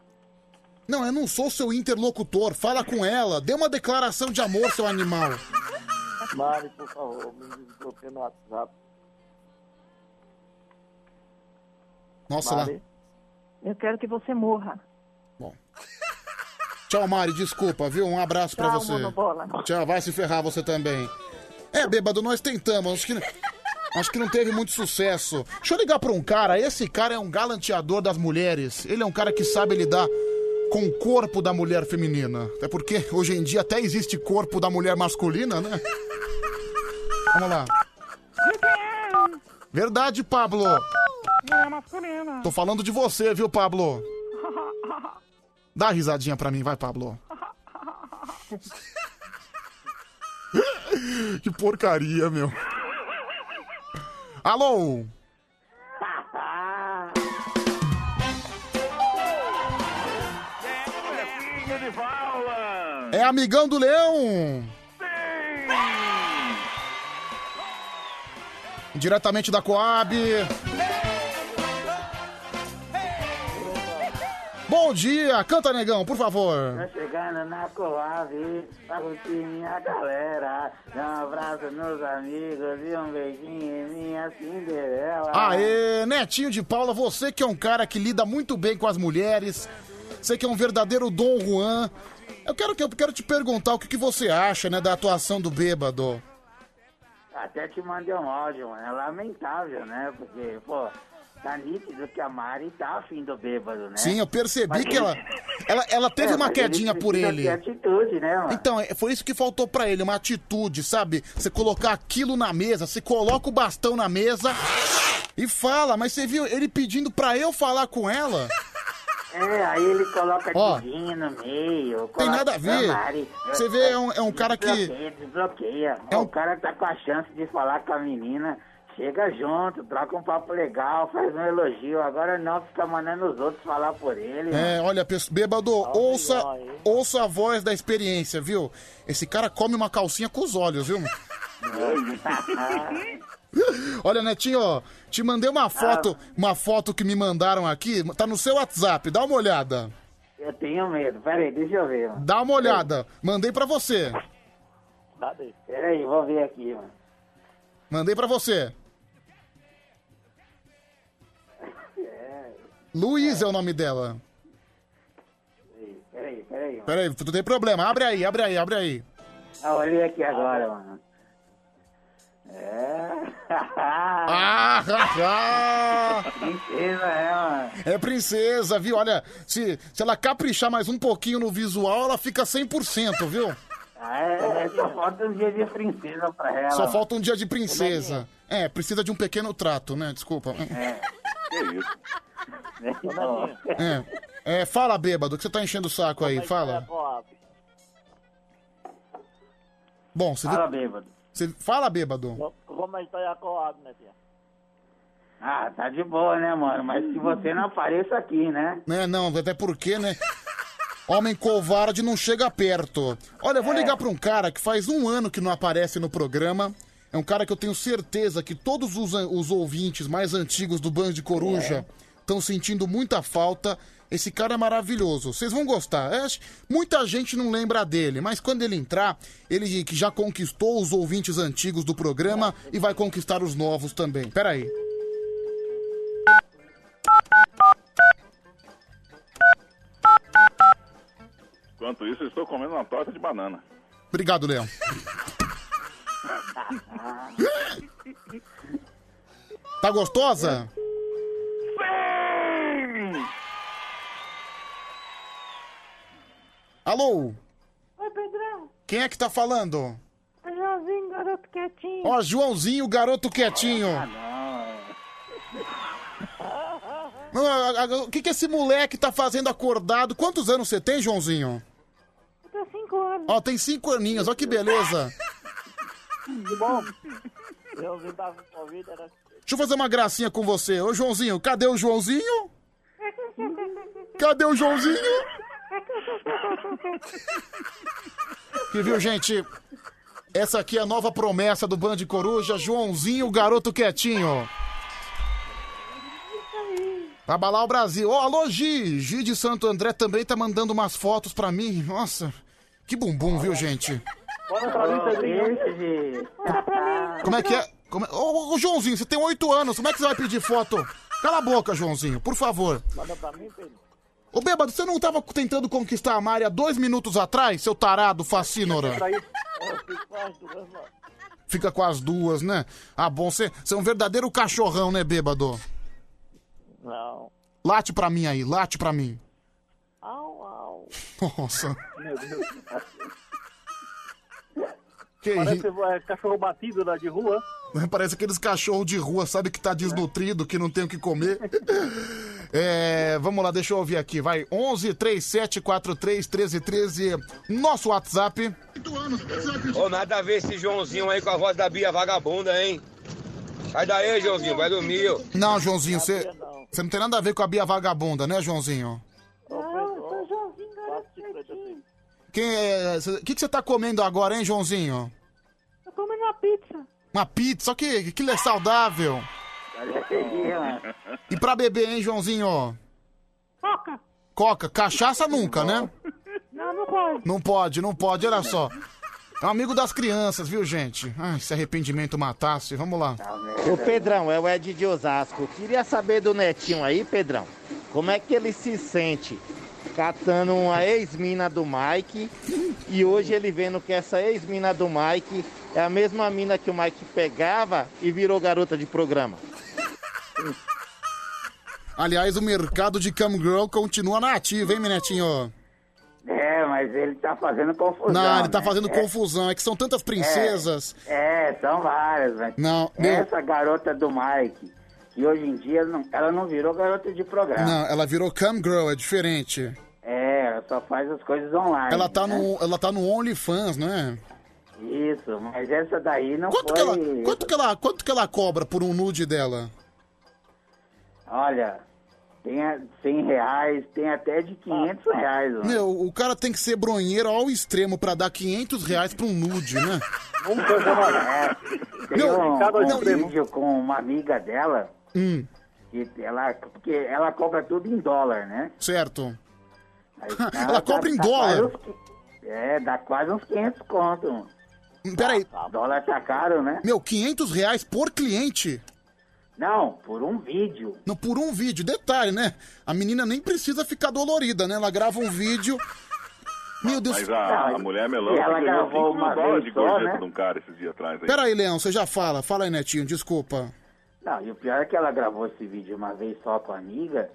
Speaker 2: Não, eu não sou seu interlocutor. Fala com ela. Dê uma declaração de amor, seu animal.
Speaker 4: Mari, por favor, me desbloqueia no WhatsApp.
Speaker 2: Nossa, lá.
Speaker 4: Mari.
Speaker 32: Eu quero que você morra.
Speaker 2: Tchau, Mari. Desculpa, viu? Um abraço pra
Speaker 32: Tchau,
Speaker 2: você.
Speaker 32: monobola.
Speaker 2: Tchau, vai se ferrar você também. É, bêbado, nós tentamos. Acho que, acho que não teve muito sucesso. Deixa eu ligar pra um cara. Esse cara é um galanteador das mulheres. Ele é um cara que sabe lidar com o corpo da mulher feminina. Até porque hoje em dia até existe corpo da mulher masculina, né? Vamos lá. Verdade, Pablo.
Speaker 18: Mulher masculina.
Speaker 2: Tô falando de você, viu, Pablo? Dá risadinha pra mim, vai, Pablo. que porcaria, meu. Alô?
Speaker 35: Filho de Paula.
Speaker 2: É amigão do leão? Diretamente da Coab. Bom dia, canta negão, por favor.
Speaker 4: Tô Tá chegando na Coave pra curtir minha galera. Dá um abraço nos amigos e um beijinho em minha Cinderela.
Speaker 2: Aê, Netinho de Paula, você que é um cara que lida muito bem com as mulheres, você que é um verdadeiro Dom Juan. Eu quero, que- eu quero te perguntar o que, que você acha, né, da atuação do bêbado.
Speaker 4: Até te mandei um áudio, mano. É lamentável, né? Porque, pô, tá nítido que a Mari tá afim do bêbado, né?
Speaker 2: Sim, eu percebi
Speaker 4: Mas
Speaker 2: que ela, ela, ela teve
Speaker 4: É,
Speaker 2: uma
Speaker 4: mas ele
Speaker 2: quedinha por
Speaker 4: precisa
Speaker 2: ele.
Speaker 4: ter atitude, né, mano?
Speaker 2: Então, é- foi isso que faltou pra ele, uma atitude, sabe? Você colocar aquilo na mesa, você coloca o bastão na mesa e fala, mas você viu ele pedindo pra eu falar com ela?
Speaker 4: É, aí ele coloca
Speaker 2: Ó,
Speaker 4: Diguinho no meio.
Speaker 2: tem nada a ver. Você vê, é um- é um cara que- É um
Speaker 4: Desbloqueia, desbloqueia. O cara tá com a chance de falar com a menina. Chega junto, troca um papo legal, faz um elogio. Agora não fica mandando os outros falar por ele.
Speaker 2: É, olha, pesso- bêbado, ouça, ouça a voz da experiência, viu? Esse cara come uma calcinha com os olhos, viu? Olha, Netinho, ó, te mandei uma foto, uma foto que me mandaram aqui, tá no seu WhatsApp, dá uma olhada.
Speaker 4: eu tenho medo. Pera aí, deixa eu ver, mano.
Speaker 2: Dá uma olhada, mandei pra você.
Speaker 4: Pera aí, vou ver aqui, mano.
Speaker 2: Mandei pra você. Luiz é o nome dela.
Speaker 4: Pera aí, pera aí, mano.
Speaker 2: Peraí, tu tem problema. Abre aí, abre aí, abre aí.
Speaker 4: Ah, olhei aqui agora, mano. É.
Speaker 2: Ah, ah, ah.
Speaker 4: Princesa, é, mano.
Speaker 2: É princesa, viu? Olha, se, se ela caprichar mais um pouquinho no visual, ela fica 100%, viu?
Speaker 4: Ah, é, é, só falta um dia de princesa pra ela.
Speaker 2: Só
Speaker 4: É, mano.
Speaker 2: falta um dia de princesa. É, precisa de um pequeno trato, né? Desculpa.
Speaker 4: É. Que isso?
Speaker 2: É. É, fala, bêbado, que você tá enchendo o saco aí,
Speaker 4: é
Speaker 2: fala. Bom, você
Speaker 4: Fala, bêbado.
Speaker 2: Você... Fala, bêbado.
Speaker 36: Como é que tá a Coab, né, tia?
Speaker 4: Ah, tá de boa, né, mano? Mas que você não apareça aqui, né?
Speaker 2: Né, não, até porque, né? Homem covarde não chega perto. Olha, eu vou ligar pra um cara que faz um ano que não aparece no programa. É um cara que eu tenho certeza que todos os, an- os ouvintes mais antigos do Band de Coruja estão sentindo muita falta. Esse cara é maravilhoso, vocês vão gostar. É, acho- muita gente não lembra dele, mas quando ele entrar, ele que já conquistou os ouvintes antigos do programa e vai conquistar os novos também. Peraí.
Speaker 18: Enquanto isso, eu estou comendo uma torta de banana.
Speaker 2: Obrigado, Leão. Tá gostosa? Alô,
Speaker 3: Oi, Pedrão.
Speaker 2: quem é que tá falando?
Speaker 3: É Joãozinho, garoto quietinho.
Speaker 2: Ó, Joãozinho, garoto quietinho. Não, a- a- O que que esse moleque tá fazendo acordado? Quantos anos você tem, Joãozinho?
Speaker 3: Eu tô cinco anos.
Speaker 2: Ó, tem cinco aninhos, ó que beleza.
Speaker 36: Que bom. Eu vim da Covid, era...
Speaker 2: Deixa eu fazer uma gracinha com você. Ô, Joãozinho, cadê o Joãozinho? Cadê o Joãozinho? Que viu, gente? Essa aqui é a nova promessa do Band Coruja, Joãozinho, o garoto quietinho. Pra abalar o Brasil. Ô, alô, Gi! Gi de Santo André também tá mandando umas fotos pra mim. Nossa, que bumbum, viu, gente?
Speaker 4: Bora pra mim, Pedrinho.
Speaker 2: Como é que é? Como é- Ô, ô, Joãozinho, você tem oito anos, como é que você vai pedir foto? Cala a boca, Joãozinho, por favor.
Speaker 36: Manda pra mim, Pedro.
Speaker 2: Ô, Bêbado, você não tava tentando conquistar a Mari há dois minutos atrás, seu tarado facínora?
Speaker 36: Pra isso. Eu fico com as duas, mano.
Speaker 2: Fica com as duas, né? Ah, bom, você você é um verdadeiro cachorrão, né, bêbado?
Speaker 36: Não.
Speaker 2: Late pra mim aí, late pra mim.
Speaker 36: Au, au.
Speaker 2: Nossa.
Speaker 36: Meu Deus.
Speaker 2: Que
Speaker 24: Parece é, cachorro batido lá de rua.
Speaker 2: Né, Parece aqueles cachorros de rua, sabe, que tá desnutrido, que não tem o que comer. É, vamos lá, deixa eu ouvir aqui, vai. 11 3743 1313, nosso WhatsApp.
Speaker 5: Ô, nada a ver esse Joãozinho aí com a voz da Bia vagabunda, hein? Sai daí, Joãozinho, vai dormir, ô.
Speaker 2: Não, Joãozinho, você você não tem nada a ver com a Bia Vagabunda, né, Joãozinho?
Speaker 3: Não, Ah, eu sou Joãozinho, garoto quietinho.
Speaker 2: Quem é- cê- O que, que você tá comendo agora, hein, Joãozinho?
Speaker 3: Tô comendo uma pizza.
Speaker 2: Uma pizza, só que aquilo é saudável.
Speaker 3: é
Speaker 4: Olha aí, mano.
Speaker 2: E pra beber, hein, Joãozinho?
Speaker 3: Coca.
Speaker 2: Coca, cachaça nunca, né?
Speaker 3: Não, não pode.
Speaker 2: Não pode, não pode, olha só. É um amigo das crianças, viu, gente? Ai, se arrependimento matasse, vamos lá.
Speaker 7: Ô Pedrão, é o Ed de Osasco. Queria saber do netinho aí, Pedrão. Como é que ele se sente catando uma ex-mina do Mike e hoje ele vendo que essa ex-mina do Mike é a mesma mina que o Mike pegava e virou garota de programa?
Speaker 2: Aliás, o mercado de Cam Girl continua na ativa, hein, Minetinho?
Speaker 4: É, mas ele tá fazendo confusão.
Speaker 2: Não, ele tá
Speaker 4: né?
Speaker 2: fazendo
Speaker 4: É.
Speaker 2: confusão. É que são tantas princesas.
Speaker 4: É, é, são várias, mas
Speaker 2: Não, meu-
Speaker 4: É. essa garota do Mike, que hoje em dia não- ela não virou garota de programa.
Speaker 2: Não, ela virou Cam Girl, é diferente.
Speaker 4: É, ela só faz as coisas online.
Speaker 2: Ela tá
Speaker 4: né?
Speaker 2: no, ela tá no OnlyFans, né?
Speaker 4: Isso, mas essa daí não
Speaker 2: Quanto que,
Speaker 4: foi.
Speaker 2: ela, quanto, que ela, quanto que ela cobra por um nude dela?
Speaker 4: Olha, tem a- 100 reais, tem até de 500 reais. Mano.
Speaker 2: Meu, o cara tem que ser bronheiro ao extremo pra dar 500 reais pra um nude, né?
Speaker 4: Nunca jamais. É, Tem
Speaker 2: Não,
Speaker 4: um,
Speaker 2: cada
Speaker 4: um
Speaker 2: extremo.
Speaker 4: vídeo com uma amiga dela,
Speaker 2: Hum,
Speaker 4: que ela, porque ela cobra tudo em dólar, né?
Speaker 2: certo.
Speaker 4: Aí,
Speaker 2: Ela cobra em
Speaker 4: quase
Speaker 2: dólar.
Speaker 4: uns qui- é, dá quase uns 500 conto, mano.
Speaker 2: Peraí.
Speaker 4: O dólar tá caro, né?
Speaker 2: Meu, 500 reais por cliente?
Speaker 4: Não, por um vídeo.
Speaker 2: Não, por um vídeo. Detalhe, né? A menina nem precisa ficar dolorida, né? Ela grava um vídeo. Meu Deus.
Speaker 18: Mas a, a mulher melão
Speaker 2: E ela
Speaker 18: ganhou
Speaker 2: gravou
Speaker 18: 5 mil
Speaker 2: uma
Speaker 18: dólares
Speaker 2: vez
Speaker 18: de
Speaker 2: só,
Speaker 18: gorjeta
Speaker 2: né?
Speaker 18: de um cara esses dias atrás, hein?
Speaker 2: Peraí, Leão, você já fala. Fala aí, Netinho, desculpa.
Speaker 4: Não, e o pior é que ela gravou esse vídeo uma vez só com a amiga.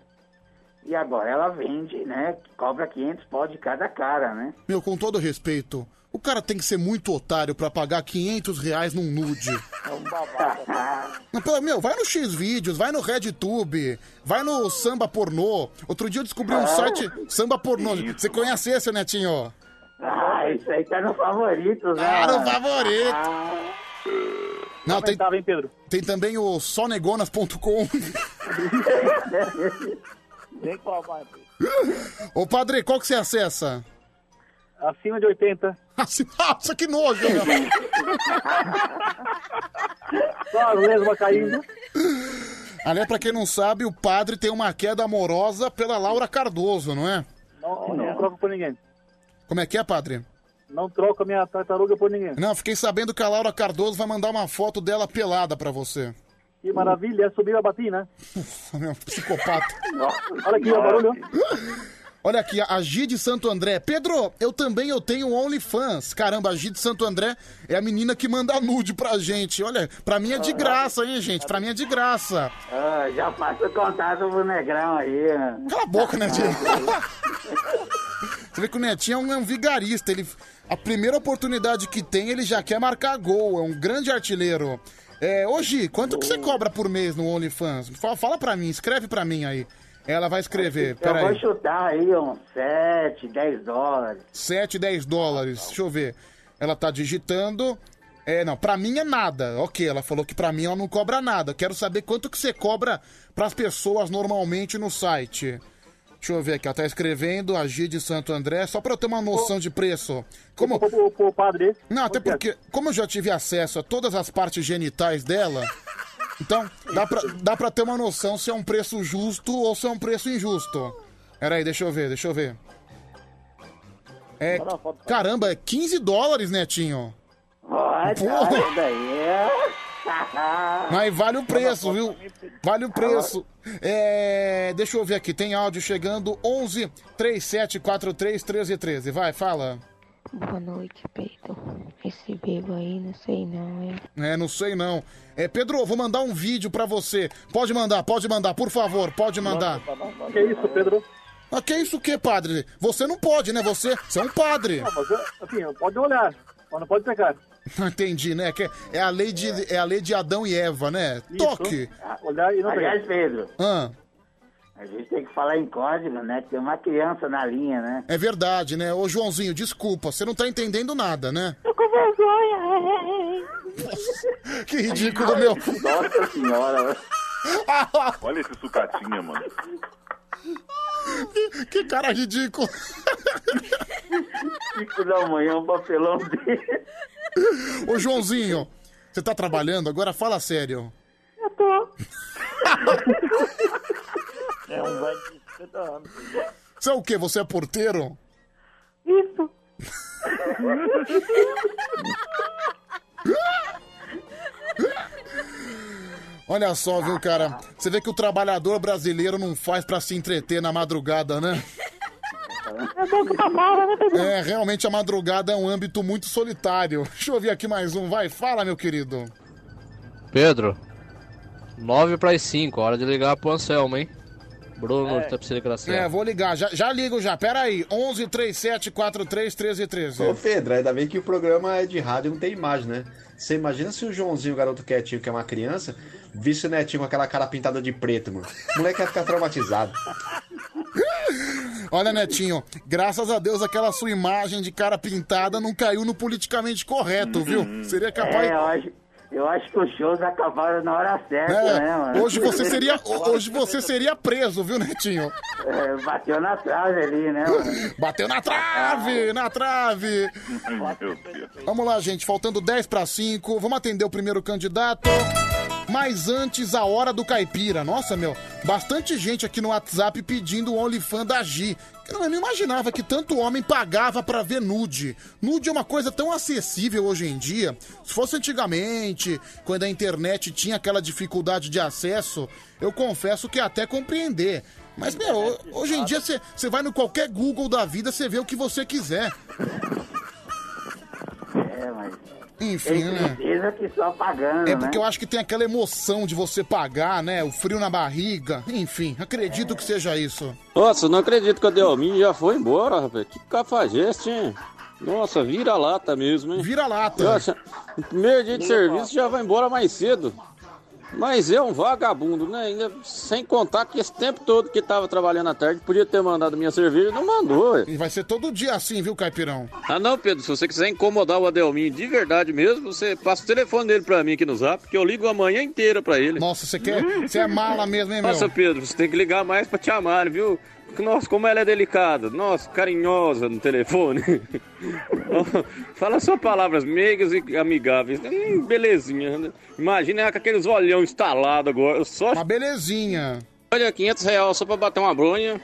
Speaker 4: E agora ela vende, né? Cobra 500 pau de cada cara, né?
Speaker 2: Meu, com todo respeito, o cara tem que ser muito otário pra pagar 500 reais num nude. Não, pelo- Meu, vai no X Vídeos, vai no RedTube, vai no Samba Pornô. Outro dia eu descobri um
Speaker 4: Ah.
Speaker 2: site Samba Pornô. Você conhece esse, Netinho?
Speaker 4: Ah, isso aí tá no favorito, né?
Speaker 2: Ah, no favorito.
Speaker 4: Ah,
Speaker 2: Não, tem, tem também o sonegonas.com.
Speaker 24: Nem qual mais.
Speaker 2: Ô, padre, qual que você acessa?
Speaker 24: Acima de 80.
Speaker 2: Nossa, que nojo! meu.
Speaker 24: Só as lesmas caindo.
Speaker 2: Aliás, pra quem não sabe, o padre tem uma queda amorosa pela Laura Cardoso, não é?
Speaker 24: Não, não troco por ninguém.
Speaker 2: Como é que é, padre?
Speaker 24: Não troco a minha tartaruga por ninguém.
Speaker 2: Não, fiquei sabendo que a Laura Cardoso vai mandar uma foto dela pelada pra você.
Speaker 24: Que maravilha, é subiu a batina.
Speaker 2: Puxa, meu, psicopata.
Speaker 24: né? Olha aqui, ó, barulho.
Speaker 2: Olha aqui, a Gi de Santo André. Pedro, eu também eu tenho OnlyFans. Caramba, a Gi de Santo André é a menina que manda nude pra gente. Olha, pra mim é de graça, hein, gente? Pra mim é de graça.
Speaker 4: ah, já faço o contato pro negrão aí, né? mano.
Speaker 2: Cala a boca, Netinho. Você vê que o Netinho é um, é um vigarista. Ele, a primeira oportunidade que tem, ele já quer marcar gol. É um grande artilheiro. É, ô Gi, quanto que você cobra por mês no OnlyFans? Fala, fala pra mim, escreve pra mim aí. Ela vai escrever,
Speaker 4: Eu vou
Speaker 2: peraí.
Speaker 4: chutar aí um. uns 7, 10 dólares.
Speaker 2: 7, 10 dólares. Deixa eu ver. Ela tá digitando. É, não, pra mim é nada. Ok, ela falou que pra mim ela não cobra nada. Quero saber quanto que você cobra pras pessoas normalmente no site. Deixa eu ver aqui, ela tá escrevendo a G de Santo André, só pra eu ter uma noção de preço. Como...
Speaker 24: O padre.
Speaker 2: Não, até porque, como eu já tive acesso a todas as partes genitais dela, então dá pra, dá pra ter uma noção se é um preço justo ou se é um preço injusto. Peraí, deixa eu ver, deixa eu ver. É, caramba, é 15 dólares, Netinho.
Speaker 4: Pode,
Speaker 2: Porra.
Speaker 4: tá, isso daí. é.
Speaker 2: Mas vale o preço, viu? Vale o preço. É, deixa eu ver aqui, tem áudio chegando, 11 3743 1313. Vai, fala.
Speaker 13: Boa noite, Pedro. Esse bebo aí, não sei não, hein?
Speaker 2: É, não sei não. É, Pedro, eu vou mandar um vídeo pra você. Pode mandar, pode mandar, por favor, pode mandar.
Speaker 24: Que isso, Pedro?
Speaker 2: Ah, que isso o quê, padre? Você não pode, né? Você, você é um padre.
Speaker 24: Não, mas eu- assim, pode olhar, mas não pode pegar.
Speaker 2: Entendi, né? Que é- é a lei de, é a lei de Adão e Eva, né? Toque.
Speaker 24: Olhar e não
Speaker 4: Aliás,
Speaker 24: pegar.
Speaker 4: Pedro,
Speaker 2: Ah,
Speaker 4: a gente tem que falar em código, né? Tem uma criança na linha, né?
Speaker 2: é verdade, né? Ô, Joãozinho, desculpa, você não tá entendendo nada, né?
Speaker 3: Tô com vergonha.
Speaker 2: Que ridículo, meu.
Speaker 4: Nossa senhora.
Speaker 18: Olha esse sucatinha, mano.
Speaker 2: Que, que cara ridículo.
Speaker 4: Cinco da manhã, um papelão dele.
Speaker 2: Ô, Joãozinho, você tá trabalhando? Agora fala sério.
Speaker 3: Eu tô.
Speaker 32: É um velho de 50 anos.
Speaker 2: Você é o quê? Você é porteiro?
Speaker 32: Isso.
Speaker 2: Olha só, viu, cara? Você vê que o trabalhador brasileiro não faz pra se entreter na madrugada, né? É, realmente a madrugada é um âmbito muito solitário. Deixa eu ouvir aqui mais um, vai, fala, meu querido.
Speaker 37: Pedro, 9 para as 5, hora de ligar pro Anselmo, hein? Bruno,
Speaker 2: É.
Speaker 37: é. tá precisando graça.
Speaker 15: assim,
Speaker 2: É, vou ligar, já, já ligo já, pera aí, 11 37 43 13 13.
Speaker 7: Ô Pedro, ainda bem que o programa é de rádio e não tem imagem, né? Você imagina se o Joãozinho, o garoto quietinho, que é uma criança, visse o netinho com aquela cara pintada de preto, mano. O moleque ia ficar traumatizado.
Speaker 2: Olha, Netinho, graças a Deus aquela sua imagem de cara pintada não caiu no politicamente correto, viu? Seria capaz...
Speaker 4: É, eu acho, eu acho que os shows acabaram na hora certa,
Speaker 2: É,
Speaker 4: né, mano?
Speaker 2: hoje você seria hoje você seria preso, viu, Netinho?
Speaker 4: É, bateu na trave ali, né, mano?
Speaker 2: Bateu na trave, na trave. Vamos lá, gente, faltando 10 para 5. Vamos atender o primeiro candidato. Mas antes, a hora do caipira. Nossa, meu, bastante gente aqui no WhatsApp pedindo o OnlyFans da Gi. Eu não eu não imaginava que tanto homem pagava pra ver nude. Nude é uma coisa tão acessível hoje em dia. Se fosse antigamente, quando a internet tinha aquela dificuldade de acesso, eu confesso que ia até compreender. Mas, meu, hoje em dia você vai no qualquer Google da vida, você vê o que você quiser.
Speaker 4: É, mas.
Speaker 2: Enfim,
Speaker 4: Tem
Speaker 2: né?
Speaker 4: certeza que só pagando,
Speaker 2: É
Speaker 4: né?
Speaker 2: porque eu acho que tem aquela emoção de você pagar, né? O frio na barriga. Enfim, acredito que seja isso.
Speaker 15: Nossa, não acredito que a Delmin já foi embora, rapaz. Que cafajeste, hein? Nossa, vira lata mesmo, hein?
Speaker 2: Vira lata.
Speaker 15: Nossa, no primeiro dia de serviço já vai embora mais cedo. Mas é um vagabundo, né? Ainda sem contar que esse tempo todo que tava trabalhando à tarde podia ter mandado minha cerveja, não mandou.
Speaker 2: E vai ser todo dia assim, viu, Caipirão?
Speaker 15: Ah não, Pedro, se você quiser incomodar o Adelmin de verdade mesmo, você passa o telefone dele pra mim aqui no zap, que eu ligo a manhã inteira pra ele. Hum?
Speaker 2: Nossa, você quer. Você é mala mesmo, hein, meu?
Speaker 15: Nossa, Pedro, você tem que ligar mais pra te amar, viu? Nossa, como ela é delicada. Nossa, carinhosa no telefone. Fala só palavras meigas e amigáveis. Hum, belezinha. né? Imagina ela com aqueles olhão instalado agora. Só... Uma
Speaker 2: belezinha.
Speaker 15: Olha, 500 reais só pra bater uma bronha.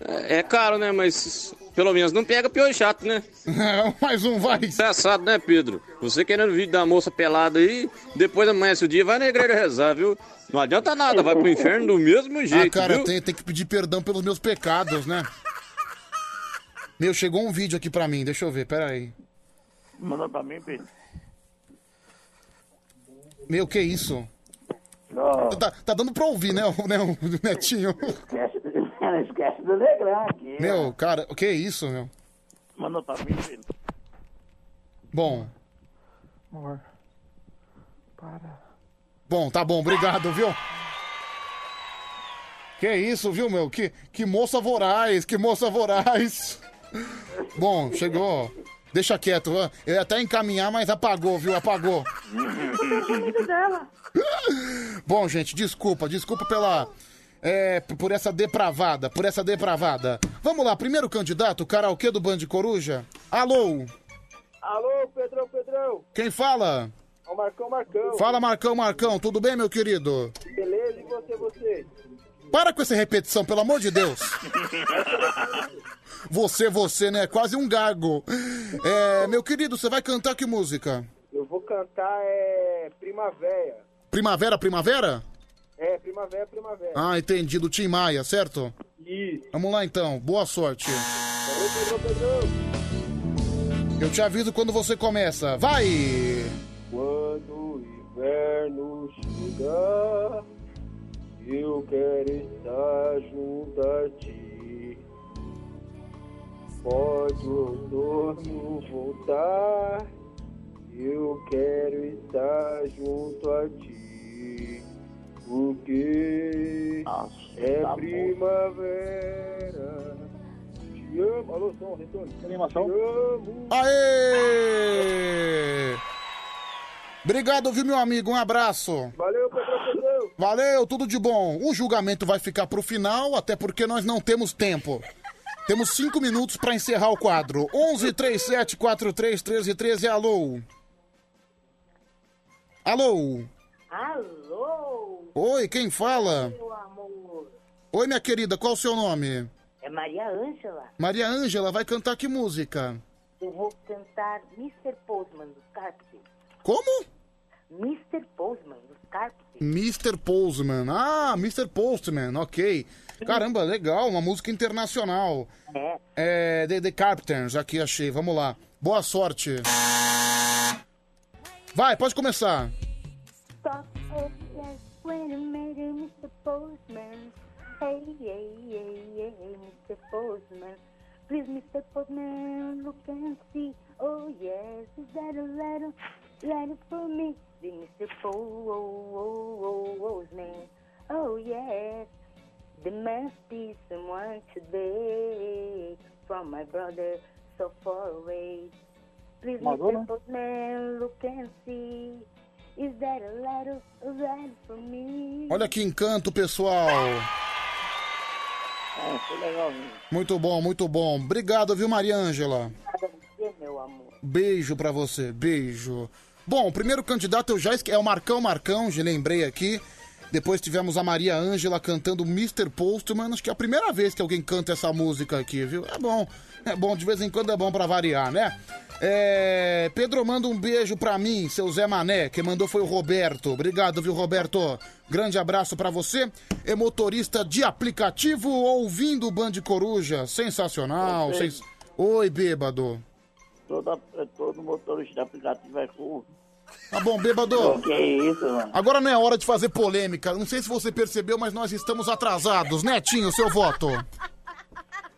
Speaker 15: É é caro, né? Mas pelo menos não pega pior chato, né?
Speaker 2: Mais um, vai.
Speaker 15: Engraçado, né, Pedro? Você querendo vídeo da moça pelada aí, depois amanhece o dia, vai na igreja rezar, viu? Não adianta nada, vai pro inferno do mesmo jeito,
Speaker 2: ah, cara,
Speaker 15: viu?
Speaker 2: tem, tem que pedir perdão pelos meus pecados, né? Meu, chegou um vídeo aqui pra mim, deixa eu ver, pera aí.
Speaker 38: Manda pra mim, Pedro.
Speaker 2: Meu, que isso?
Speaker 4: Não.
Speaker 2: Tá, tá dando pra ouvir, né, o, né, o Netinho?
Speaker 4: Esquece, não esquece do Negrão aqui. né?
Speaker 2: Meu, cara, o que é isso, meu?
Speaker 38: Manda pra mim, Pedro.
Speaker 2: Bom,
Speaker 38: Amor. Para.
Speaker 2: bom, tá bom, obrigado, viu? Que isso, viu, meu? Que, que moça voraz, que moça voraz. Bom, chegou. Deixa quieto, ó. eu ia até encaminhar, mas apagou, viu? Apagou.
Speaker 32: dela.
Speaker 2: Bom, gente, desculpa, desculpa pela. é, p- por essa depravada, por essa depravada. Vamos lá, primeiro candidato, karaokê do Band Coruja. Alô,
Speaker 3: Alô, Pedrão, Pedrão.
Speaker 2: quem fala?
Speaker 3: É o Marcão, Marcão.
Speaker 2: Fala, Marcão, Marcão, tudo bem, meu querido?
Speaker 3: Beleza, e você, você?
Speaker 2: Para com essa repetição, pelo amor de Deus. Você, você, né? Quase um gago. É, meu querido, você vai cantar que música?
Speaker 3: Eu vou cantar é Primavera.
Speaker 2: Primavera, primavera?
Speaker 3: É, Primavera, Primavera.
Speaker 2: Ah, entendi, do Tim Maia, certo?
Speaker 3: Isso.
Speaker 2: Vamos lá então, boa sorte.
Speaker 3: Alô, Pedrão, Pedrão.
Speaker 2: Eu te aviso quando você começa. Vai!
Speaker 3: Quando o inverno chegar, eu quero estar junto a ti. Pode o outono voltar, eu quero estar junto a ti. Porque é
Speaker 18: tá
Speaker 3: primavera. Te amo. Alô, som, retorno. Animação. Te amo.
Speaker 2: Aê! Obrigado, viu, meu amigo? Um abraço.
Speaker 3: Valeu, Pedro Pedrão.
Speaker 2: Valeu, tudo de bom. O julgamento vai ficar pro final, até porque nós não temos tempo. Temos cinco minutos pra encerrar o quadro. 11 37 43 13 13, alô. Alô.
Speaker 39: Alô,
Speaker 2: Oi, quem fala?
Speaker 39: meu amor.
Speaker 2: Oi, minha querida, qual o seu nome?
Speaker 40: É Maria Ângela.
Speaker 2: Maria Ângela vai cantar que música?
Speaker 40: Eu vou cantar Mr. Postman dos Carpenters.
Speaker 2: Como?
Speaker 40: Mr. Postman dos Carpenters.
Speaker 2: Mr. Postman. Ah, Mr. Postman, ok. Caramba, legal, uma música internacional.
Speaker 40: É.
Speaker 2: É, The, The Carpenters, aqui achei, vamos lá. Boa sorte. Vai, pode começar.
Speaker 4: Tá.
Speaker 32: Stop, oh yes, wait a minute, Mr. Postman. Hey, hey, hey, hey, Mr. Postman. Please, Mr. Postman, look and see. Oh yes, is that a letter? Letter for me, the oh, Mr. Postman. Oh yes, there must be someone today from my brother so far away. Please,
Speaker 21: Madonna.
Speaker 32: Mr. Postman, look and see. Is that a letter, a letter for me?
Speaker 2: Olha que encanto, pessoal.
Speaker 3: Ah,
Speaker 41: Ah,
Speaker 40: É, foi legal. né?
Speaker 2: Muito bom, muito bom. Obrigado, viu, Maria Ângela?
Speaker 40: Nada a
Speaker 3: é
Speaker 40: dizer, meu amor.
Speaker 2: Beijo pra você, beijo. Bom, o primeiro candidato eu já esque... é o Marcão Marcão, já lembrei aqui. Depois tivemos a Maria Ângela cantando Mr. Postman. Acho que é a primeira vez que alguém canta essa música aqui, viu? É bom, é bom, de vez em quando é bom pra variar, né? É, Pedro, manda um beijo pra mim, seu Zé Mané. Quem mandou foi o Roberto. Obrigado, viu, Roberto? Grande abraço pra você. É motorista de aplicativo ouvindo o Band Coruja. Sensacional.
Speaker 4: Oi,
Speaker 2: sens- Oi, bêbado.
Speaker 4: Todo, é, todo motorista de aplicativo é curvo.
Speaker 2: Tá bom, bêbado.
Speaker 4: Ô, que isso, mano?
Speaker 2: Agora não é hora de fazer polêmica. Não sei se você percebeu, mas nós estamos atrasados. Netinho, seu voto.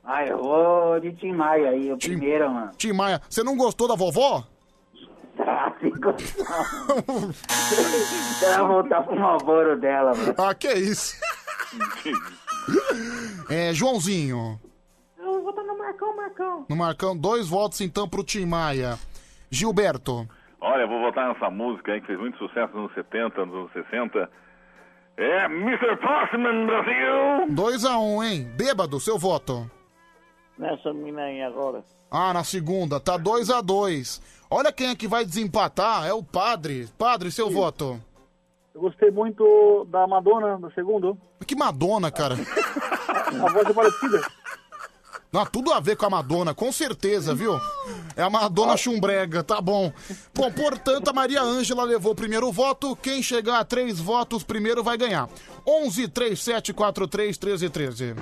Speaker 42: Ah, eu vou de Tim Maia aí, o primeiro, mano.
Speaker 2: Tim Maia, você não gostou da vovó?
Speaker 4: Ah, Então
Speaker 42: Ela voltar pro malboro Um dela, mano.
Speaker 2: Ah, que isso. É, Joãozinho.
Speaker 41: Eu vou estar no Marcão, Marcão.
Speaker 2: No Marcão, dois votos então pro Tim Maia. Gilberto.
Speaker 18: Olha, eu vou voltar nessa música aí que fez muito sucesso nos anos 70, nos anos 60. É Mr. Postman Brasil!
Speaker 42: Ah.
Speaker 2: 2 a 1 um, hein? Bêbado, seu voto.
Speaker 4: Nessa mina aí agora.
Speaker 2: Ah, na segunda, tá 2 a 2 Olha quem é que vai desempatar, é o padre. Padre, seu voto.
Speaker 21: Eu gostei muito da Madonna, do segundo.
Speaker 2: Que Madonna, cara.
Speaker 21: A voz é parecida.
Speaker 2: Não, tudo a ver com a Madonna, com certeza, viu? É a Madonna chumbrega, tá bom. Bom, portanto, a Maria Ângela levou o primeiro voto. Quem chegar a três votos primeiro vai ganhar. 11 37 43 13 13.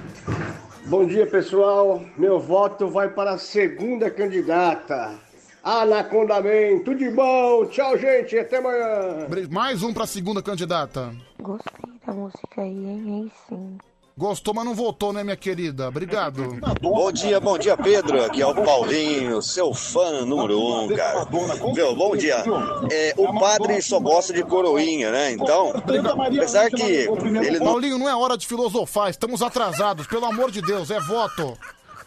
Speaker 7: Bom dia, pessoal. Meu voto vai para a segunda candidata. Anaconda Man. Tudo de bom. Tchau, gente. Até amanhã.
Speaker 2: Bre- Mais um pra segunda candidata.
Speaker 43: Gostei da música aí, hein? Aí sim.
Speaker 2: Gostou, mas não votou, né, minha querida? Obrigado.
Speaker 7: Bom dia, bom dia, Pedro. Aqui é o Paulinho, seu fã número um, cara. Meu, bom dia. É, o padre só gosta de coroinha, né? Então, apesar que ele não
Speaker 2: Paulinho, não é hora de filosofar, estamos atrasados, pelo amor de Deus, é voto.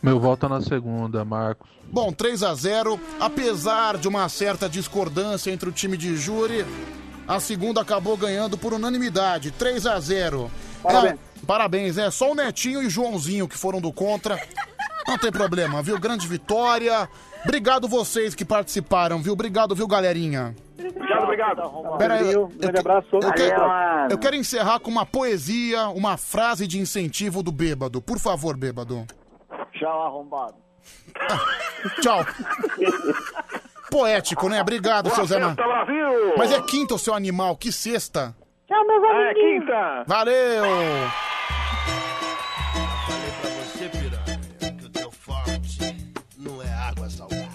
Speaker 8: Meu voto é na segunda, Marcos.
Speaker 2: Bom, 3 a 0 apesar de uma certa discordância entre o time de júri, a segunda acabou ganhando por unanimidade, 3 a 0 Parabéns. parabéns, é só o Netinho e o Joãozinho que foram do contra. Não tem problema, viu? Grande vitória. Obrigado vocês que participaram, viu? Obrigado, viu, galerinha?
Speaker 42: Obrigado, obrigado.
Speaker 2: Pera aí, eu, eu, abraço. Eu quero,
Speaker 42: Valeu, mano.
Speaker 2: eu quero encerrar com uma poesia, uma frase de incentivo do bêbado. Por favor, bêbado.
Speaker 4: Tchau, arrombado.
Speaker 2: Tchau. Poético, né? Obrigado, seu Zé Ma- Mas é quinta o seu animal, que sexta.
Speaker 41: Tchau, meus
Speaker 2: É,
Speaker 4: Ah, é
Speaker 41: amigos.
Speaker 2: Valeu!
Speaker 3: Falei pra você, piranha, que o teu forte não é água salgada,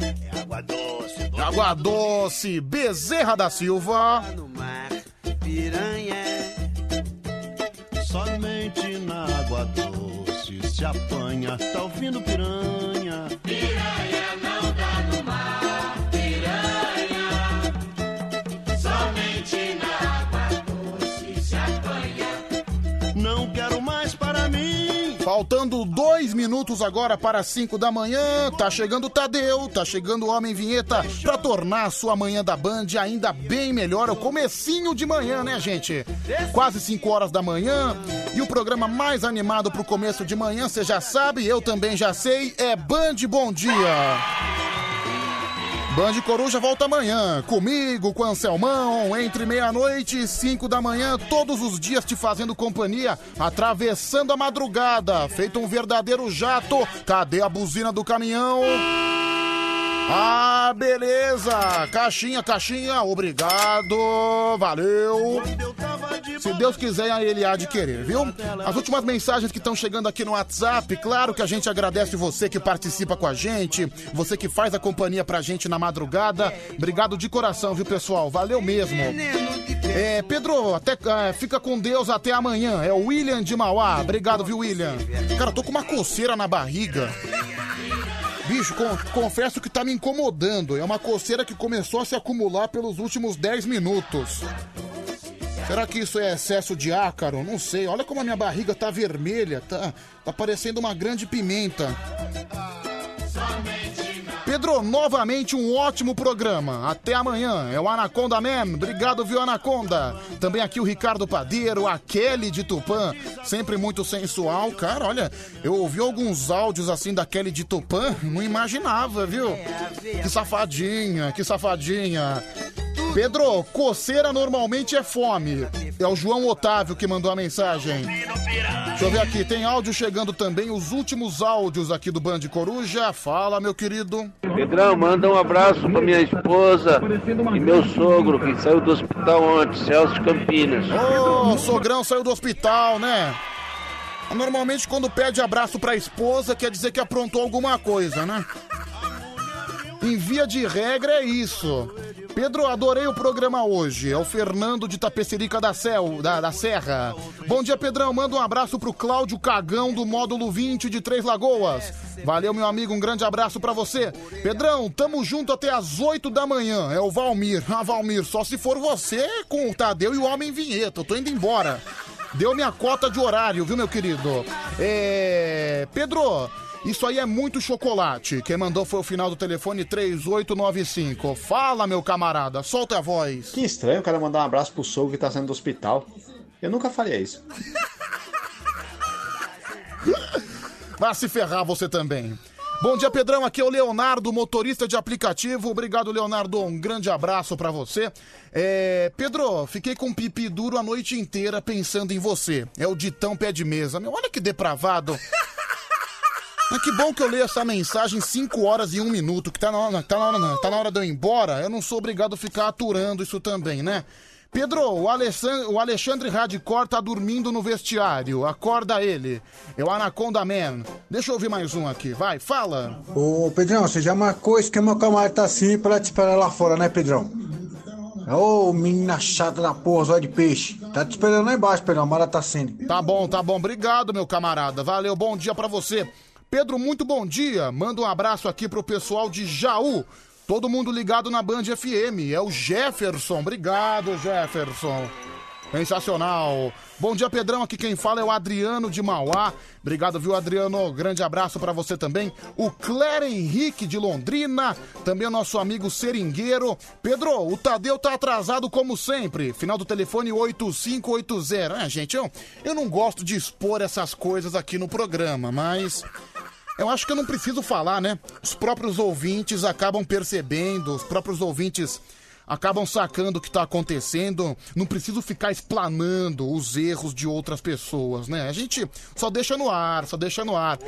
Speaker 3: é água doce. doce
Speaker 2: Água doce, Bezerra da Silva.
Speaker 3: no mar, piranha. Somente na água doce se apanha, tá ouvindo piranha? Piranha não dá no mar, piranha. Somente na água doce se apanha. Não quero mais para mim.
Speaker 2: Faltando dois minutos agora para as cinco da manhã, tá chegando o Tadeu, tá chegando o Homem Vinheta pra tornar a sua manhã da Band ainda bem melhor. É o comecinho de manhã, né, gente? Quase cinco horas da manhã e o programa mais animado pro começo de manhã, você já sabe, eu também já sei, é Band Bom Dia. Band Coruja volta amanhã, comigo, com Anselmão, entre meia-noite e cinco da manhã, todos os dias te fazendo companhia, atravessando a madrugada, feito um verdadeiro jato. Cadê a buzina do caminhão? Ah, beleza! Caixinha, caixinha, obrigado, valeu! Se Deus quiser, ele há de querer, viu? As últimas mensagens que estão chegando aqui no WhatsApp, claro que a gente agradece você que participa com a gente, você que faz a companhia pra gente na madrugada. Obrigado de coração, viu, pessoal? Valeu mesmo. É, Pedro, até, é, fica com Deus até amanhã. É o William de Mauá. Obrigado, viu, William? Cara, eu tô com uma coceira na barriga. Bicho, con- confesso que tá me incomodando. É uma coceira que começou a se acumular pelos últimos 10 minutos. Será que isso é excesso de ácaro? Não sei. Olha como a minha barriga tá vermelha, tá, tá parecendo uma grande pimenta. Pedro, novamente um ótimo programa. Até amanhã. É o Anaconda Man. Obrigado, viu, Anaconda? Também aqui o Ricardo Padeiro, a Kelly de Tupã. Sempre muito sensual. Cara, olha, eu ouvi alguns áudios assim da Kelly de Tupã. Não imaginava, viu? Que safadinha, que safadinha. Pedro, coceira normalmente é fome. É o João Otávio que mandou a mensagem. Deixa eu ver aqui, tem áudio chegando também, os últimos áudios aqui do Band Coruja. Fala, meu querido.
Speaker 15: Pedrão, manda um abraço pra minha esposa e meu sogro que saiu do hospital ontem, Celso de Campinas.
Speaker 2: Ô, Um sogrão saiu do hospital, né? Normalmente quando pede abraço pra esposa, quer dizer que aprontou alguma coisa, né? Em via de regra é isso. Pedro, adorei o programa hoje. É o Fernando de Tapecerica da, Cel, da, da Serra. Bom dia, Pedrão. Manda um abraço pro Cláudio Cagão do módulo 20 de Três Lagoas. Valeu, meu amigo. Um grande abraço pra você. Pedrão, tamo junto até às 8 da manhã. É o Valmir. Ah, Valmir, só se for você com o Tadeu e o Homem Vinheta. Eu tô indo embora. Deu minha cota de horário, viu, meu querido? É. Pedro. Isso aí é muito chocolate. Quem mandou foi o final do telefone 3895. Fala, meu camarada, solta a voz.
Speaker 44: Que estranho o cara mandar um abraço pro sogro que tá saindo do hospital. Eu nunca faria isso.
Speaker 2: Vai Ah, se ferrar você também. Bom dia, Pedrão. Aqui é o Leonardo, motorista de aplicativo. Obrigado, Leonardo. Um grande abraço pra você. É, Pedro, fiquei com pipi duro a noite inteira pensando em você. É o ditão pé de mesa. Meu, olha que depravado. Mas que bom que eu leio essa mensagem 5 horas e 1 um minuto, que tá na, hora, tá, na hora, tá na hora de eu ir embora. Eu não sou obrigado a ficar aturando isso também, né? Pedro, o Alexandre, o Alexandre Radicor tá dormindo no vestiário. Acorda ele. É o Anaconda Man. Deixa eu ouvir mais um aqui, vai, fala.
Speaker 8: Ô, Pedrão, você já marcou isso que meu camarada tá assim pra te esperar lá fora, né, Pedrão? Ô, menina chata da porra, zóio de peixe. Tá te esperando lá embaixo, Pedrão, Maratacine.
Speaker 2: Tá bom, tá bom. Obrigado, meu camarada. Valeu, bom dia pra você. Pedro, muito bom dia. Manda um abraço aqui pro pessoal de Jaú. Todo mundo ligado na Band FM. É o Jefferson. Obrigado, Jefferson. Sensacional. Bom dia, Pedrão. Aqui quem fala é o Adriano de Mauá. Obrigado, viu, Adriano? Grande abraço pra você também. O Clér Henrique de Londrina. Também o nosso amigo Seringueiro. Pedro, o Tadeu tá atrasado como sempre. Final do telefone 8580. Ah, gente, eu, eu não gosto de expor essas coisas aqui no programa, mas. Eu acho que eu não preciso falar, né? Os próprios ouvintes acabam percebendo, os próprios ouvintes acabam sacando o que tá acontecendo. Não preciso ficar explanando os erros de outras pessoas, né? A gente só deixa no ar, só deixa no ar.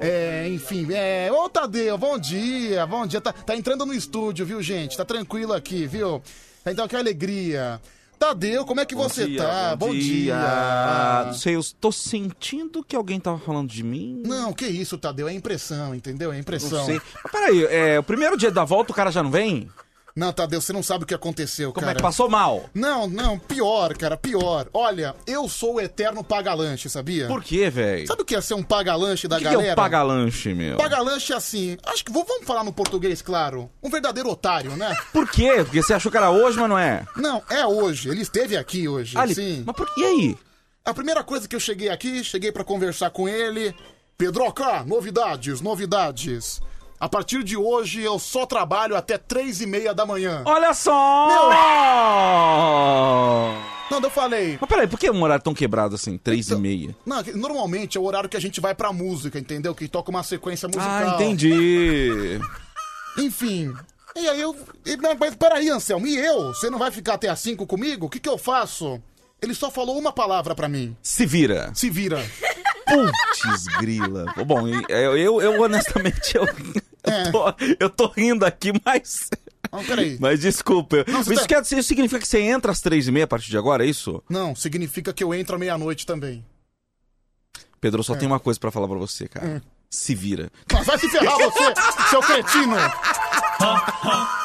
Speaker 2: É, enfim, é. Ô Tadeu, bom dia, bom dia. Tá, tá entrando no estúdio, viu, gente? Tá tranquilo aqui, viu? Então, que alegria. Tadeu, como é que você tá? Bom, dia.
Speaker 3: Não sei, eu tô sentindo que alguém tava falando de mim.
Speaker 2: Não, que isso, Tadeu, é impressão, entendeu? É impressão.
Speaker 3: Não sei. Mas peraí, é, o primeiro dia da volta o cara já não vem?
Speaker 2: Não, Tadeu, você não sabe o que aconteceu,
Speaker 3: Como
Speaker 2: cara.
Speaker 3: é que passou mal?
Speaker 2: Não, não, pior, cara, pior. Olha, eu sou o eterno pagalanche, sabia?
Speaker 3: Por quê, velho?
Speaker 2: Sabe o que é ser um pagalanche é. da
Speaker 3: O que, que
Speaker 2: galera?
Speaker 3: é o pagalanche, meu?
Speaker 2: Pagalanche é assim, acho que vou- vamos falar no português, claro. Um verdadeiro otário, né?
Speaker 3: Por quê? Porque você achou que era hoje, mas não é?
Speaker 2: Não, é hoje. Ele esteve aqui hoje.
Speaker 3: Ah, ele-
Speaker 2: Sim.
Speaker 3: Mas por que aí?
Speaker 2: A primeira coisa que eu cheguei aqui, cheguei pra conversar com ele. Pedroca, novidades, novidades. A partir de hoje eu só trabalho até três e meia da manhã.
Speaker 3: Olha só! Meu...
Speaker 2: Não, eu falei.
Speaker 3: Oh!
Speaker 2: Então-
Speaker 3: Mas peraí, por que um horário tão quebrado assim? Três e meia.
Speaker 2: Não, que- normalmente é o horário que a gente vai pra música, entendeu? Que toca uma sequência musical.
Speaker 3: Ah, entendi.
Speaker 2: Enfim, E aí eu. e, não, mas peraí, Anselmo, e eu? Você não vai ficar até as 5 comigo? O que, que eu faço? Ele só falou uma palavra pra mim.
Speaker 3: Se vira.
Speaker 2: Se vira.
Speaker 3: Putz, grila. Bom, eu, eu, eu honestamente, eu, eu, tô, eu tô rindo aqui, mas.
Speaker 2: É. Não, peraí.
Speaker 3: Mas desculpa. eu-
Speaker 2: Não, você
Speaker 3: isso,
Speaker 2: tá-
Speaker 3: quer dizer- isso significa que você entra às três e meia a partir de agora, é isso?
Speaker 2: Não, significa que eu entro à meia-noite também.
Speaker 3: Pedro, eu só tenho uma coisa pra falar pra você, cara.
Speaker 2: Hum.
Speaker 3: Se vira.
Speaker 2: Mas vai se ferrar você, seu cretino!